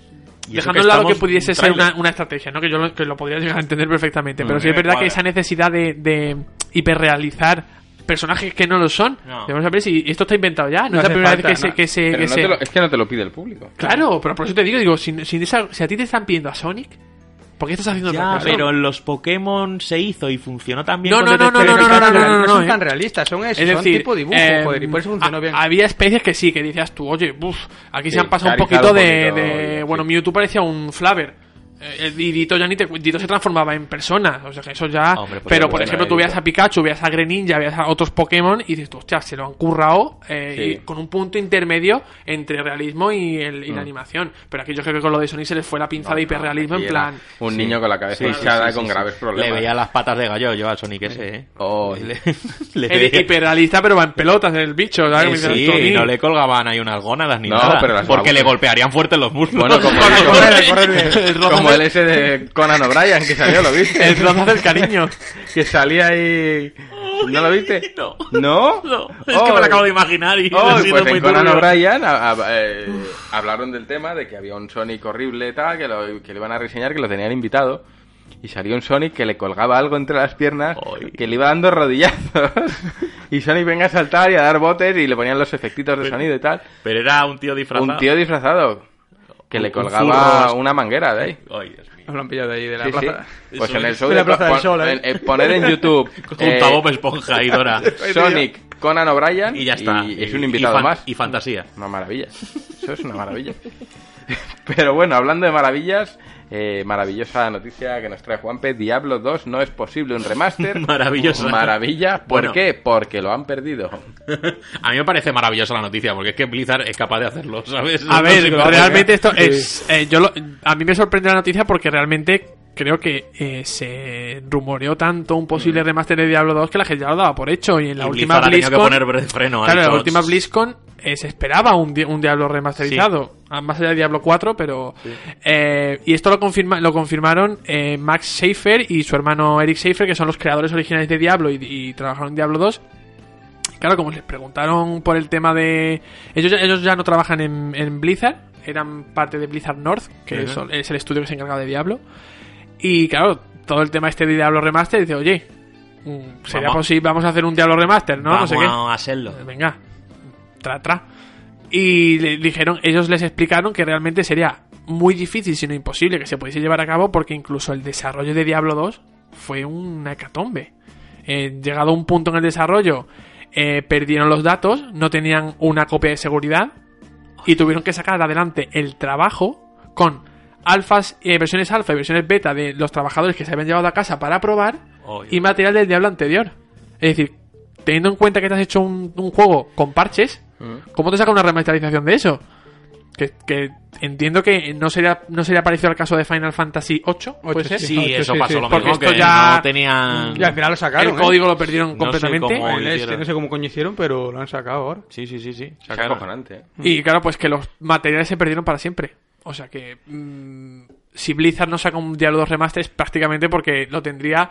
[SPEAKER 3] Y eso
[SPEAKER 5] dejando
[SPEAKER 3] que
[SPEAKER 5] de lado que
[SPEAKER 3] estamos
[SPEAKER 5] pudiese
[SPEAKER 3] en
[SPEAKER 5] ser una,
[SPEAKER 3] trailer.
[SPEAKER 5] una estrategia, ¿no? que yo lo, que lo podría llegar a entender perfectamente, pero sí es
[SPEAKER 3] me
[SPEAKER 5] verdad
[SPEAKER 3] cuadra.
[SPEAKER 5] que esa necesidad de, de hiperrealizar personajes que no lo son,
[SPEAKER 3] No.
[SPEAKER 5] debemos saber si esto está inventado ya, no,
[SPEAKER 4] No
[SPEAKER 5] es la
[SPEAKER 4] hace
[SPEAKER 5] primera
[SPEAKER 4] falta,
[SPEAKER 5] vez que se...
[SPEAKER 4] no.
[SPEAKER 5] Que se,
[SPEAKER 2] Pero
[SPEAKER 5] que
[SPEAKER 2] no
[SPEAKER 5] se-
[SPEAKER 2] te lo- es que no te lo pide el público.
[SPEAKER 5] Claro, pero por eso te digo, digo si, si, esa- si a ti te están pidiendo a Sonic, ¿por qué estás haciendo
[SPEAKER 3] Ya,
[SPEAKER 5] otra cosa?
[SPEAKER 3] pero en los Pokémon se hizo y funcionó también.
[SPEAKER 5] No,
[SPEAKER 3] con E
[SPEAKER 5] no, no,
[SPEAKER 3] Detective
[SPEAKER 5] no, no, no, no,
[SPEAKER 4] Pero son
[SPEAKER 5] no,
[SPEAKER 4] tan-
[SPEAKER 5] no, no,
[SPEAKER 4] son
[SPEAKER 5] no,
[SPEAKER 4] tan
[SPEAKER 5] eh.
[SPEAKER 4] realistas, son eso,
[SPEAKER 5] Es decir,
[SPEAKER 4] son tipo dibujo,
[SPEAKER 5] eh,
[SPEAKER 4] joder, y por eso funcionó
[SPEAKER 5] ha-
[SPEAKER 4] bien.
[SPEAKER 5] Había especies que sí, que decías tú, oye, buf, aquí
[SPEAKER 2] Sí,
[SPEAKER 5] se han pasado un
[SPEAKER 2] se ha erizado
[SPEAKER 5] poquito
[SPEAKER 2] un
[SPEAKER 5] de,
[SPEAKER 2] poquito,
[SPEAKER 5] de-
[SPEAKER 2] sí.
[SPEAKER 5] Bueno, Mewtwo parecía un Flaver. eh, y Dito ya ni te cu- Dito se transformaba en persona. O sea, que eso ya.
[SPEAKER 3] Hombre, pues
[SPEAKER 5] pero,
[SPEAKER 3] qué
[SPEAKER 5] por
[SPEAKER 3] bueno,
[SPEAKER 5] ejemplo,
[SPEAKER 3] eh,
[SPEAKER 5] tú veías
[SPEAKER 3] Dito.
[SPEAKER 5] a Pikachu, veías a Greninja, veías a otros Pokémon y dices, hostia, se lo han currado eh,
[SPEAKER 2] Sí.
[SPEAKER 5] y con un punto intermedio entre realismo y, el- y la animación. Pero aquí yo creo que con lo de Sony se les fue la pinza
[SPEAKER 2] No,
[SPEAKER 5] de
[SPEAKER 2] no,
[SPEAKER 5] hiperrealismo
[SPEAKER 2] aquí
[SPEAKER 5] en
[SPEAKER 2] era
[SPEAKER 5] plan.
[SPEAKER 2] Un
[SPEAKER 3] Sí.
[SPEAKER 2] niño con la cabeza
[SPEAKER 3] Sí, sí,
[SPEAKER 2] hinchada
[SPEAKER 3] sí,
[SPEAKER 2] con
[SPEAKER 3] sí,
[SPEAKER 2] graves
[SPEAKER 3] sí.
[SPEAKER 2] problemas.
[SPEAKER 3] Le veía las patas de gallo yo al Sonic ese, ¿eh?
[SPEAKER 2] Oh.
[SPEAKER 3] Le- le
[SPEAKER 5] El
[SPEAKER 3] veía-
[SPEAKER 5] hiperrealista, pero va en pelotas el bicho. ¿sabes?
[SPEAKER 3] Eh,
[SPEAKER 5] Me dices,
[SPEAKER 3] sí,
[SPEAKER 5] Tony.
[SPEAKER 3] no le colgaban ahí unas gónadas ni
[SPEAKER 2] No,
[SPEAKER 3] nada.
[SPEAKER 2] pero las
[SPEAKER 3] porque
[SPEAKER 2] babosas.
[SPEAKER 3] le golpearían fuerte los muslos.
[SPEAKER 2] Bueno, como,
[SPEAKER 5] Corre,
[SPEAKER 2] como-
[SPEAKER 5] corre, corre. El rojo
[SPEAKER 2] como
[SPEAKER 5] del-
[SPEAKER 2] el E ese de Conan O'Brien que salió, ¿lo viste?
[SPEAKER 5] El trozo del cariño.
[SPEAKER 2] que salía ahí... ¿No lo viste?
[SPEAKER 3] No.
[SPEAKER 2] ¿No?
[SPEAKER 3] No, es que me
[SPEAKER 2] Oh.
[SPEAKER 3] lo acabo de imaginar y
[SPEAKER 2] Oh,
[SPEAKER 3] ha sido
[SPEAKER 2] pues en
[SPEAKER 3] muy
[SPEAKER 2] Conan
[SPEAKER 3] turbio.
[SPEAKER 2] O'Brien a- a- eh, hablaron del tema de que había un Sonic horrible y tal, que lo, que lo iban a reseñar, que lo tenían invitado. Y salió un Sonic que le colgaba algo entre las piernas,
[SPEAKER 3] Ay.
[SPEAKER 2] que le iba dando rodillazos. y Sonic venga a saltar y a dar botes y le ponían los efectitos de sonido y tal.
[SPEAKER 3] Pero era un tío disfrazado.
[SPEAKER 2] Un tío disfrazado que
[SPEAKER 3] Un-
[SPEAKER 2] le
[SPEAKER 3] un
[SPEAKER 2] colgaba
[SPEAKER 3] furros.
[SPEAKER 2] una manguera de ahí.
[SPEAKER 3] Ay, Dios mío.
[SPEAKER 4] Nos lo han pillado ahí de la
[SPEAKER 2] Sí, sí.
[SPEAKER 4] plaza.
[SPEAKER 2] Pues
[SPEAKER 3] Eso
[SPEAKER 2] en el
[SPEAKER 3] es.
[SPEAKER 2] show
[SPEAKER 4] En la Plaza del
[SPEAKER 2] pon-
[SPEAKER 4] Sol, ¿eh?
[SPEAKER 2] en- en poner en YouTube eh,
[SPEAKER 3] Junto a Bob Esponja y Dora.
[SPEAKER 2] Sonic, Conan O'Brien
[SPEAKER 3] Y ya está.
[SPEAKER 2] y es un
[SPEAKER 3] Y- y
[SPEAKER 2] invitado
[SPEAKER 3] fan-
[SPEAKER 2] más.
[SPEAKER 3] Y fantasía.
[SPEAKER 2] Una maravilla. Eso es una maravilla. Pero bueno, hablando de maravillas, eh, maravillosa noticia que nos trae Juanpe. Diablo 2 no es posible un remaster.
[SPEAKER 3] Maravillosa.
[SPEAKER 2] Maravilla. ¿Por
[SPEAKER 3] Bueno.
[SPEAKER 2] qué? Porque lo han perdido.
[SPEAKER 3] A mí me parece maravillosa la noticia, porque es que Blizzard es capaz de hacerlo, ¿sabes?
[SPEAKER 5] Pues, A
[SPEAKER 3] No
[SPEAKER 5] ver,
[SPEAKER 3] sé cómo-
[SPEAKER 5] realmente esto es. eh, yo lo- a mí me sorprende la noticia porque realmente creo que eh, se rumoreó tanto un posible remaster de Diablo 2 que la gente ya lo daba por hecho. Y en la
[SPEAKER 3] Mm. Y
[SPEAKER 5] última
[SPEAKER 3] Blizzard ha tenido
[SPEAKER 5] BlizzCon.
[SPEAKER 3] que poner bre- freno. ha
[SPEAKER 5] claro, en la
[SPEAKER 3] dicho,
[SPEAKER 5] última BlizzCon eh, se esperaba un, di- un Diablo remasterizado. Ah, Más allá de Diablo 4, pero. eh, y esto lo, confirma, lo confirmaron eh, Max Schaefer y su hermano Eric Schaefer, que son los creadores originales de Diablo y, y trabajaron en Diablo 2. Claro, como les preguntaron por el tema de. Ellos ya, ellos ya no trabajan en, en Blizzard, eran parte de Blizzard North, que
[SPEAKER 3] Ujú.
[SPEAKER 5] son- es el estudio que se encarga de Diablo. Y claro, todo el tema este de Diablo Remaster dice, oye, mm, sería
[SPEAKER 3] Vamos.
[SPEAKER 5] posible, vamos a hacer un Diablo Remaster, ¿no?
[SPEAKER 3] Vamos
[SPEAKER 5] no sé qué.
[SPEAKER 3] a hacerlo.
[SPEAKER 5] Eh, Venga, tra, tra. Y le dijeron, ellos les explicaron que realmente sería muy difícil, sino imposible, que se pudiese llevar a cabo porque incluso el desarrollo de Diablo 2 fue una hecatombe. Eh, llegado a un punto en el desarrollo, eh, perdieron los datos, no tenían una copia de seguridad y tuvieron que sacar adelante el trabajo con alfas, eh, versiones alfa y versiones beta de los trabajadores que se habían llevado a casa para probar
[SPEAKER 3] Oye.
[SPEAKER 5] y material del Diablo anterior. Es decir, teniendo en cuenta que te has hecho un, un juego con parches,
[SPEAKER 3] Mm.
[SPEAKER 5] ¿cómo te saca una remasterización de eso? Que, que entiendo que no sería, no sería parecido al caso de Final Fantasy VIII,
[SPEAKER 4] Ocho,
[SPEAKER 5] puede ser.
[SPEAKER 3] Sí,
[SPEAKER 4] No,
[SPEAKER 3] eso
[SPEAKER 4] sí,
[SPEAKER 3] pasó
[SPEAKER 4] sí,
[SPEAKER 3] lo
[SPEAKER 5] porque
[SPEAKER 3] mismo,
[SPEAKER 5] esto
[SPEAKER 3] que
[SPEAKER 5] ya-
[SPEAKER 3] no tenían...
[SPEAKER 4] Y al final lo sacaron.
[SPEAKER 5] el
[SPEAKER 4] ¿eh?
[SPEAKER 5] código lo perdieron
[SPEAKER 3] sé
[SPEAKER 5] completamente.
[SPEAKER 3] cómo-
[SPEAKER 4] El este,
[SPEAKER 3] hicieron.
[SPEAKER 4] no sé cómo coño hicieron, pero lo han sacado ahora.
[SPEAKER 3] Sí, sí, sí, sí.
[SPEAKER 2] Es acojonante. ¿eh?
[SPEAKER 5] Y claro, pues que los materiales se perdieron para siempre. O sea que mm, si Blizzard no saca un Diablo 2 Remaster es prácticamente porque lo tendría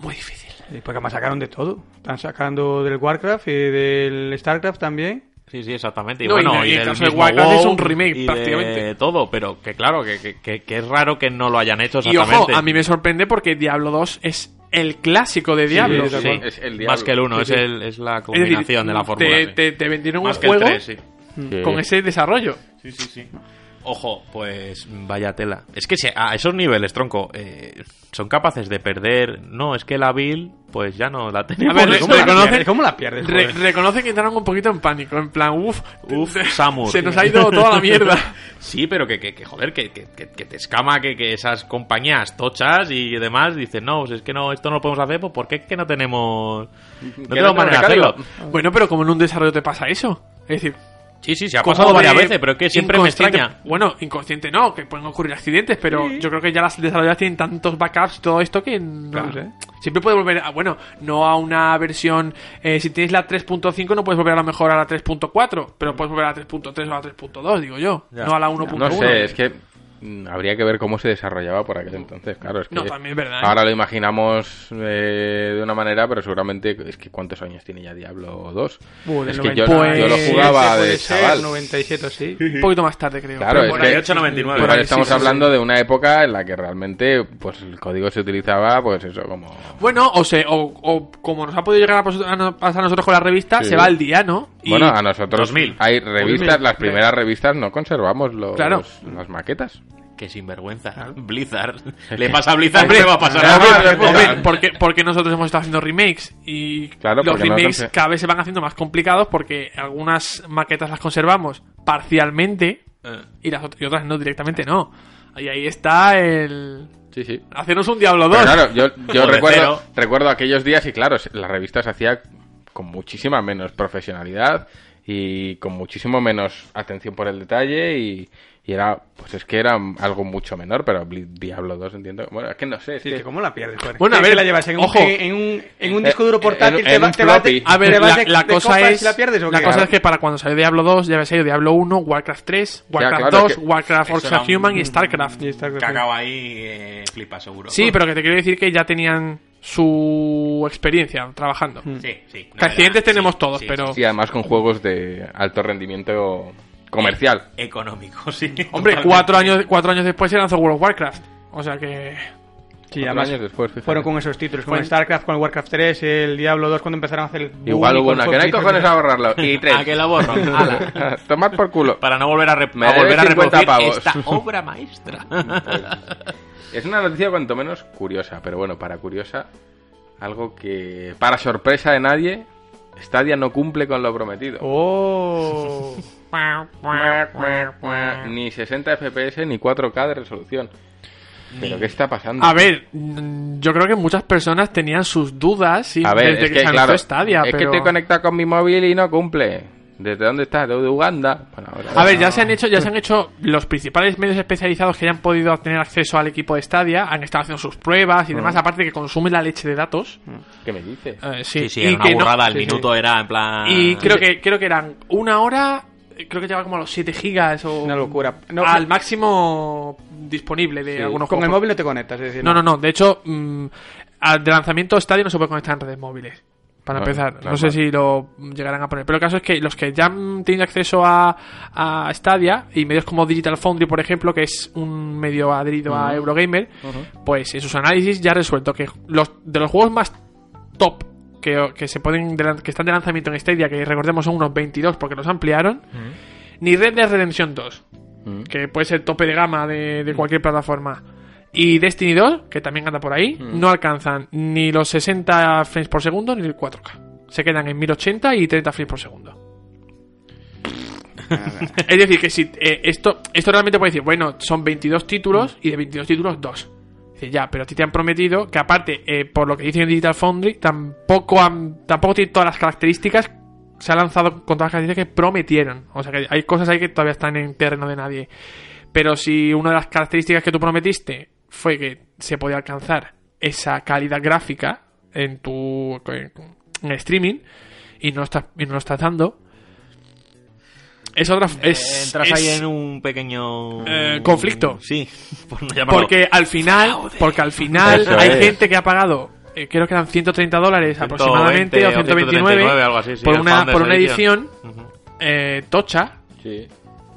[SPEAKER 5] muy difícil.
[SPEAKER 4] Sí, Porque además sacaron de todo. Están sacando del Warcraft y del Starcraft también.
[SPEAKER 3] Sí, sí, exactamente. Y
[SPEAKER 5] No, y
[SPEAKER 3] bueno,
[SPEAKER 5] en-
[SPEAKER 3] y
[SPEAKER 5] y en
[SPEAKER 3] del
[SPEAKER 5] caso de
[SPEAKER 3] mismo
[SPEAKER 5] Warcraft es
[SPEAKER 3] WoW
[SPEAKER 5] un remake,
[SPEAKER 3] y de
[SPEAKER 5] prácticamente.
[SPEAKER 3] todo, pero que claro, que, que- que- que es raro que no lo hayan hecho
[SPEAKER 5] Y ojo,
[SPEAKER 3] exactamente.
[SPEAKER 5] a mí me sorprende porque Diablo 2 es el clásico de Diablo.
[SPEAKER 4] sí,
[SPEAKER 3] Sí,
[SPEAKER 2] Es el
[SPEAKER 3] más
[SPEAKER 2] diablo.
[SPEAKER 3] que el uno,
[SPEAKER 2] Sí,
[SPEAKER 3] es,
[SPEAKER 2] sí.
[SPEAKER 3] el- es la
[SPEAKER 5] Es decir,
[SPEAKER 3] combinación de la fórmula.
[SPEAKER 5] Te,
[SPEAKER 3] sí.
[SPEAKER 5] te- te vendieron
[SPEAKER 3] Más
[SPEAKER 5] un
[SPEAKER 3] que el
[SPEAKER 5] juego
[SPEAKER 3] tres, sí.
[SPEAKER 5] con ese desarrollo.
[SPEAKER 3] Sí, sí, sí. Ojo, pues vaya tela. Es que si a esos niveles, tronco, eh, son capaces de perder. No, es que la Bill, pues ya no Pues, la tenemos.
[SPEAKER 5] A ver,
[SPEAKER 4] ¿Cómo la
[SPEAKER 5] reconocen-
[SPEAKER 4] pierdes? ¿Cómo la pierdes?
[SPEAKER 5] Re-
[SPEAKER 4] joder?
[SPEAKER 5] reconocen que entraron un poquito en pánico, en plan, uff,
[SPEAKER 3] Uf, Samur.
[SPEAKER 5] se nos ha ido toda la mierda.
[SPEAKER 3] Sí, pero que, que, que, joder, que, que, que- que te escama que, que esas compañías tochas y demás dicen, no, pues es que no, esto no lo podemos hacer, pues porque es que no tenemos. No tenemos
[SPEAKER 2] tenemos
[SPEAKER 3] manera de
[SPEAKER 2] recarga.
[SPEAKER 3] hacerlo.
[SPEAKER 5] bueno, pero como en un desarrollo te pasa eso. Es decir,
[SPEAKER 3] Sí, sí, se ha
[SPEAKER 5] como
[SPEAKER 3] pasado varias
[SPEAKER 5] de
[SPEAKER 3] veces, pero es que siempre me
[SPEAKER 5] inconsciente-
[SPEAKER 3] extraña.
[SPEAKER 5] Bueno, inconsciente no, que pueden ocurrir accidentes, pero yo creo que ya las desarrolladoras tienen tantos backups, todo esto que no-
[SPEAKER 4] Claro, sí.
[SPEAKER 5] siempre puede volver a, bueno, no a una versión, eh, si tienes la 3.5 no puedes volver a lo mejor a la 3.4, pero puedes volver a la 3.3 o a la 3.2, digo yo,
[SPEAKER 3] Ya.
[SPEAKER 5] no a la 1.1.
[SPEAKER 2] No sé, es que mm, habría que ver cómo se desarrollaba por aquel entonces, claro. Es que
[SPEAKER 5] No, también es verdad. ¿eh?
[SPEAKER 2] Ahora lo imaginamos eh, de una manera, pero seguramente es que ¿cuántos años tiene ya Diablo 2?
[SPEAKER 5] Buh, del
[SPEAKER 2] es que yo,
[SPEAKER 5] 90.
[SPEAKER 2] yo lo
[SPEAKER 5] Pues-
[SPEAKER 2] jugaba
[SPEAKER 4] este Puede
[SPEAKER 2] de
[SPEAKER 4] ser,
[SPEAKER 2] chaval.
[SPEAKER 4] 97 sí.
[SPEAKER 5] un poquito más tarde, creo.
[SPEAKER 2] Claro,
[SPEAKER 5] Pero
[SPEAKER 2] es
[SPEAKER 5] por ahí-
[SPEAKER 2] que
[SPEAKER 3] 48, 99.
[SPEAKER 5] por
[SPEAKER 2] igual
[SPEAKER 5] ahí sí,
[SPEAKER 2] estamos
[SPEAKER 5] sí, sí.
[SPEAKER 2] hablando de una época en la que realmente pues el código se utilizaba pues eso como
[SPEAKER 5] Bueno, o, se, o, o como nos ha podido llegar a, pos- a no- pasar a nosotros con la revista,
[SPEAKER 2] Sí.
[SPEAKER 5] se va al día, ¿no? Y
[SPEAKER 2] bueno a nosotros
[SPEAKER 3] 2000.
[SPEAKER 2] hay revistas
[SPEAKER 4] 2000,
[SPEAKER 2] las primeras revistas no conservamos los,
[SPEAKER 5] Claro.
[SPEAKER 2] las maquetas
[SPEAKER 3] Qué sinvergüenza. Blizzard. Le pasa a Blizzard,
[SPEAKER 5] Hombre,
[SPEAKER 3] le va a pasar a
[SPEAKER 2] hombre,
[SPEAKER 3] Blizzard.
[SPEAKER 2] hombre,
[SPEAKER 5] Hombre, porque, porque nosotros hemos estado haciendo remakes y
[SPEAKER 2] Claro,
[SPEAKER 5] los
[SPEAKER 2] porque no
[SPEAKER 5] remakes
[SPEAKER 2] alcanza-
[SPEAKER 5] cada vez se van haciendo más complicados porque algunas maquetas las conservamos parcialmente
[SPEAKER 3] Eh,
[SPEAKER 5] y las ot- y otras no, directamente no. Y ahí está el.
[SPEAKER 2] Sí, sí.
[SPEAKER 5] Hacernos un Diablo 2.
[SPEAKER 2] Pero Pues claro, yo, yo
[SPEAKER 3] Joder,
[SPEAKER 2] recuerdo,
[SPEAKER 3] pero-
[SPEAKER 2] recuerdo aquellos días y claro, se- la revista se hacía con muchísima menos profesionalidad y con muchísimo menos atención por el detalle y, y era, pues es que era algo mucho menor, pero Bli- Diablo 2 entiendo. Bueno, es que no sé, es
[SPEAKER 4] Sí,
[SPEAKER 2] que-
[SPEAKER 4] que ¿Cómo la pierdes? joder?
[SPEAKER 5] Bueno, a
[SPEAKER 4] Que
[SPEAKER 5] ver,
[SPEAKER 4] la llevas en,
[SPEAKER 5] ojo.
[SPEAKER 4] un, en, un, en un disco duro
[SPEAKER 2] Eh,
[SPEAKER 4] portátil.
[SPEAKER 2] en-
[SPEAKER 4] te
[SPEAKER 2] en
[SPEAKER 4] va-
[SPEAKER 2] un
[SPEAKER 4] te vas de-
[SPEAKER 2] floppy.
[SPEAKER 5] A ver,
[SPEAKER 4] te vas
[SPEAKER 5] la,
[SPEAKER 4] de-
[SPEAKER 5] la
[SPEAKER 4] de
[SPEAKER 5] cosa
[SPEAKER 4] copas
[SPEAKER 5] es.
[SPEAKER 4] y la pierdes o
[SPEAKER 5] la
[SPEAKER 4] qué?
[SPEAKER 5] cosa es que para cuando salió Diablo 2, ya había salido Diablo 1, Warcraft 3, Warcraft
[SPEAKER 2] claro,
[SPEAKER 5] 2,
[SPEAKER 2] es que-
[SPEAKER 5] Warcraft Orcs
[SPEAKER 3] Eso era
[SPEAKER 5] and Human
[SPEAKER 3] un-
[SPEAKER 5] y Starcraft.
[SPEAKER 4] Y está-
[SPEAKER 3] Cacao ahí eh, flipa, seguro.
[SPEAKER 5] Sí, pero que te quiero decir que ya tenían su experiencia trabajando.
[SPEAKER 3] Sí, sí. no,
[SPEAKER 5] Que accidentes
[SPEAKER 3] era-
[SPEAKER 5] tenemos
[SPEAKER 3] Hmm. sí,
[SPEAKER 5] todos,
[SPEAKER 3] sí,
[SPEAKER 5] pero.
[SPEAKER 2] Sí, además con juegos de alto rendimiento comercial.
[SPEAKER 3] sí. Económico, sí.
[SPEAKER 5] Hombre,
[SPEAKER 3] totalmente.
[SPEAKER 5] cuatro años, cuatro años después se lanzó World of Warcraft. O sea que.
[SPEAKER 4] Sí,
[SPEAKER 2] Cuatro
[SPEAKER 4] además,
[SPEAKER 2] años después, fíjate.
[SPEAKER 4] fueron con esos títulos, con
[SPEAKER 5] Fue-
[SPEAKER 4] el StarCraft, con el Warcraft 3, el Diablo 2, cuando empezaron a hacer el...
[SPEAKER 2] Igual
[SPEAKER 4] boom y
[SPEAKER 2] hubo
[SPEAKER 4] con
[SPEAKER 2] una,
[SPEAKER 4] los
[SPEAKER 2] que no hay
[SPEAKER 4] juegos
[SPEAKER 2] cojones a borrarlo. Y tres.
[SPEAKER 3] A Ah, que la borro. ala.
[SPEAKER 2] Tomad por culo.
[SPEAKER 3] Para no volver a, rep-
[SPEAKER 2] Me
[SPEAKER 3] a
[SPEAKER 2] debes
[SPEAKER 3] volver a
[SPEAKER 2] 50
[SPEAKER 3] reproducir
[SPEAKER 2] pavos.
[SPEAKER 3] esta obra maestra.
[SPEAKER 2] Es una noticia cuanto menos curiosa, pero bueno, para curiosa, algo que para sorpresa de nadie, Stadia no cumple con lo prometido.
[SPEAKER 4] ¡Oh!
[SPEAKER 2] Ni 60 FPS ni 4K de resolución. ¿Pero qué está pasando?
[SPEAKER 5] A ver, mm, yo creo que muchas personas tenían sus dudas sí,
[SPEAKER 2] A ver,
[SPEAKER 5] desde
[SPEAKER 2] es
[SPEAKER 5] que,
[SPEAKER 2] que,
[SPEAKER 5] se
[SPEAKER 2] claro,
[SPEAKER 5] lanzó Stadia,
[SPEAKER 2] es
[SPEAKER 5] pero...
[SPEAKER 2] que te conecta con mi móvil y no cumple. ¿Desde dónde estás? ¿De Uganda? Bueno, ahora-
[SPEAKER 5] A ver, ya se han hecho, ya se han hecho los principales medios especializados que hayan podido tener acceso al equipo de Stadia, han estado haciendo sus pruebas y demás,
[SPEAKER 2] Mm.
[SPEAKER 5] aparte que consume la leche de datos.
[SPEAKER 2] ¿Qué me dices?
[SPEAKER 5] Eh, sí,
[SPEAKER 3] Sí, sí,
[SPEAKER 5] y
[SPEAKER 3] era una
[SPEAKER 5] que no-
[SPEAKER 3] burrada. El
[SPEAKER 4] sí, sí.
[SPEAKER 3] minuto Ah. era en plan.
[SPEAKER 5] Y creo que creo que eran una hora, creo que lleva como a los 7 gigas o
[SPEAKER 4] Una locura. No,
[SPEAKER 5] al máximo disponible de
[SPEAKER 2] Sí,
[SPEAKER 5] algunos
[SPEAKER 4] con el
[SPEAKER 5] juegos.
[SPEAKER 4] móvil no te conectas, es decir...
[SPEAKER 5] No, no, no. De hecho, mm, al- de lanzamiento Stadia no se puede conectar en redes móviles. Para
[SPEAKER 2] Ah,
[SPEAKER 5] empezar, no
[SPEAKER 2] normal.
[SPEAKER 5] sé si lo llegarán a poner. Pero el caso es que los que ya han tenido acceso a, a Stadia y medios como Digital Foundry, por ejemplo, que es un medio adherido a Eurogamer, pues en sus análisis ya ha resuelto que los de los juegos más top que, que se pueden de lan- que están de lanzamiento en Stadia, que recordemos son unos 22 porque los ampliaron, ni Red Dead Redemption 2,
[SPEAKER 2] Mm.
[SPEAKER 5] que puede ser tope de gama de, de cualquier plataforma. Y Destiny 2, que también anda por ahí, no alcanzan ni los 60 frames por segundo ni el 4K. Se quedan en 1080 y 30 frames por segundo. es decir, que si eh, esto, esto realmente puede decir, bueno, son 22 títulos y de 22 títulos, 2. Dice, ya, pero a ti te han prometido que aparte, eh, por lo que dicen en Digital Foundry, tampoco, han, tampoco tiene todas las características, se ha lanzado con todas las características que prometieron. O sea que hay cosas ahí que todavía están en terreno de nadie. Pero si una de las características que tú prometiste fue que se podía alcanzar esa calidad gráfica en tu en, en streaming y no, estás, y no lo estás dando, es otra... Es,
[SPEAKER 3] Entras ahí
[SPEAKER 5] es-
[SPEAKER 3] en un pequeño.
[SPEAKER 5] Eh, conflicto.
[SPEAKER 3] Sí, por no llamarlo.
[SPEAKER 5] porque al final, porque al final
[SPEAKER 2] Eso
[SPEAKER 5] hay
[SPEAKER 2] es.
[SPEAKER 5] gente que ha pagado, eh, creo que eran 130 dólares
[SPEAKER 3] 120
[SPEAKER 5] aproximadamente, o 129,
[SPEAKER 3] algo así, sí,
[SPEAKER 5] por
[SPEAKER 3] el
[SPEAKER 5] una,
[SPEAKER 3] fan de
[SPEAKER 5] por
[SPEAKER 3] esa
[SPEAKER 5] una edición
[SPEAKER 3] Ujú.
[SPEAKER 5] eh, tocha.
[SPEAKER 2] Sí.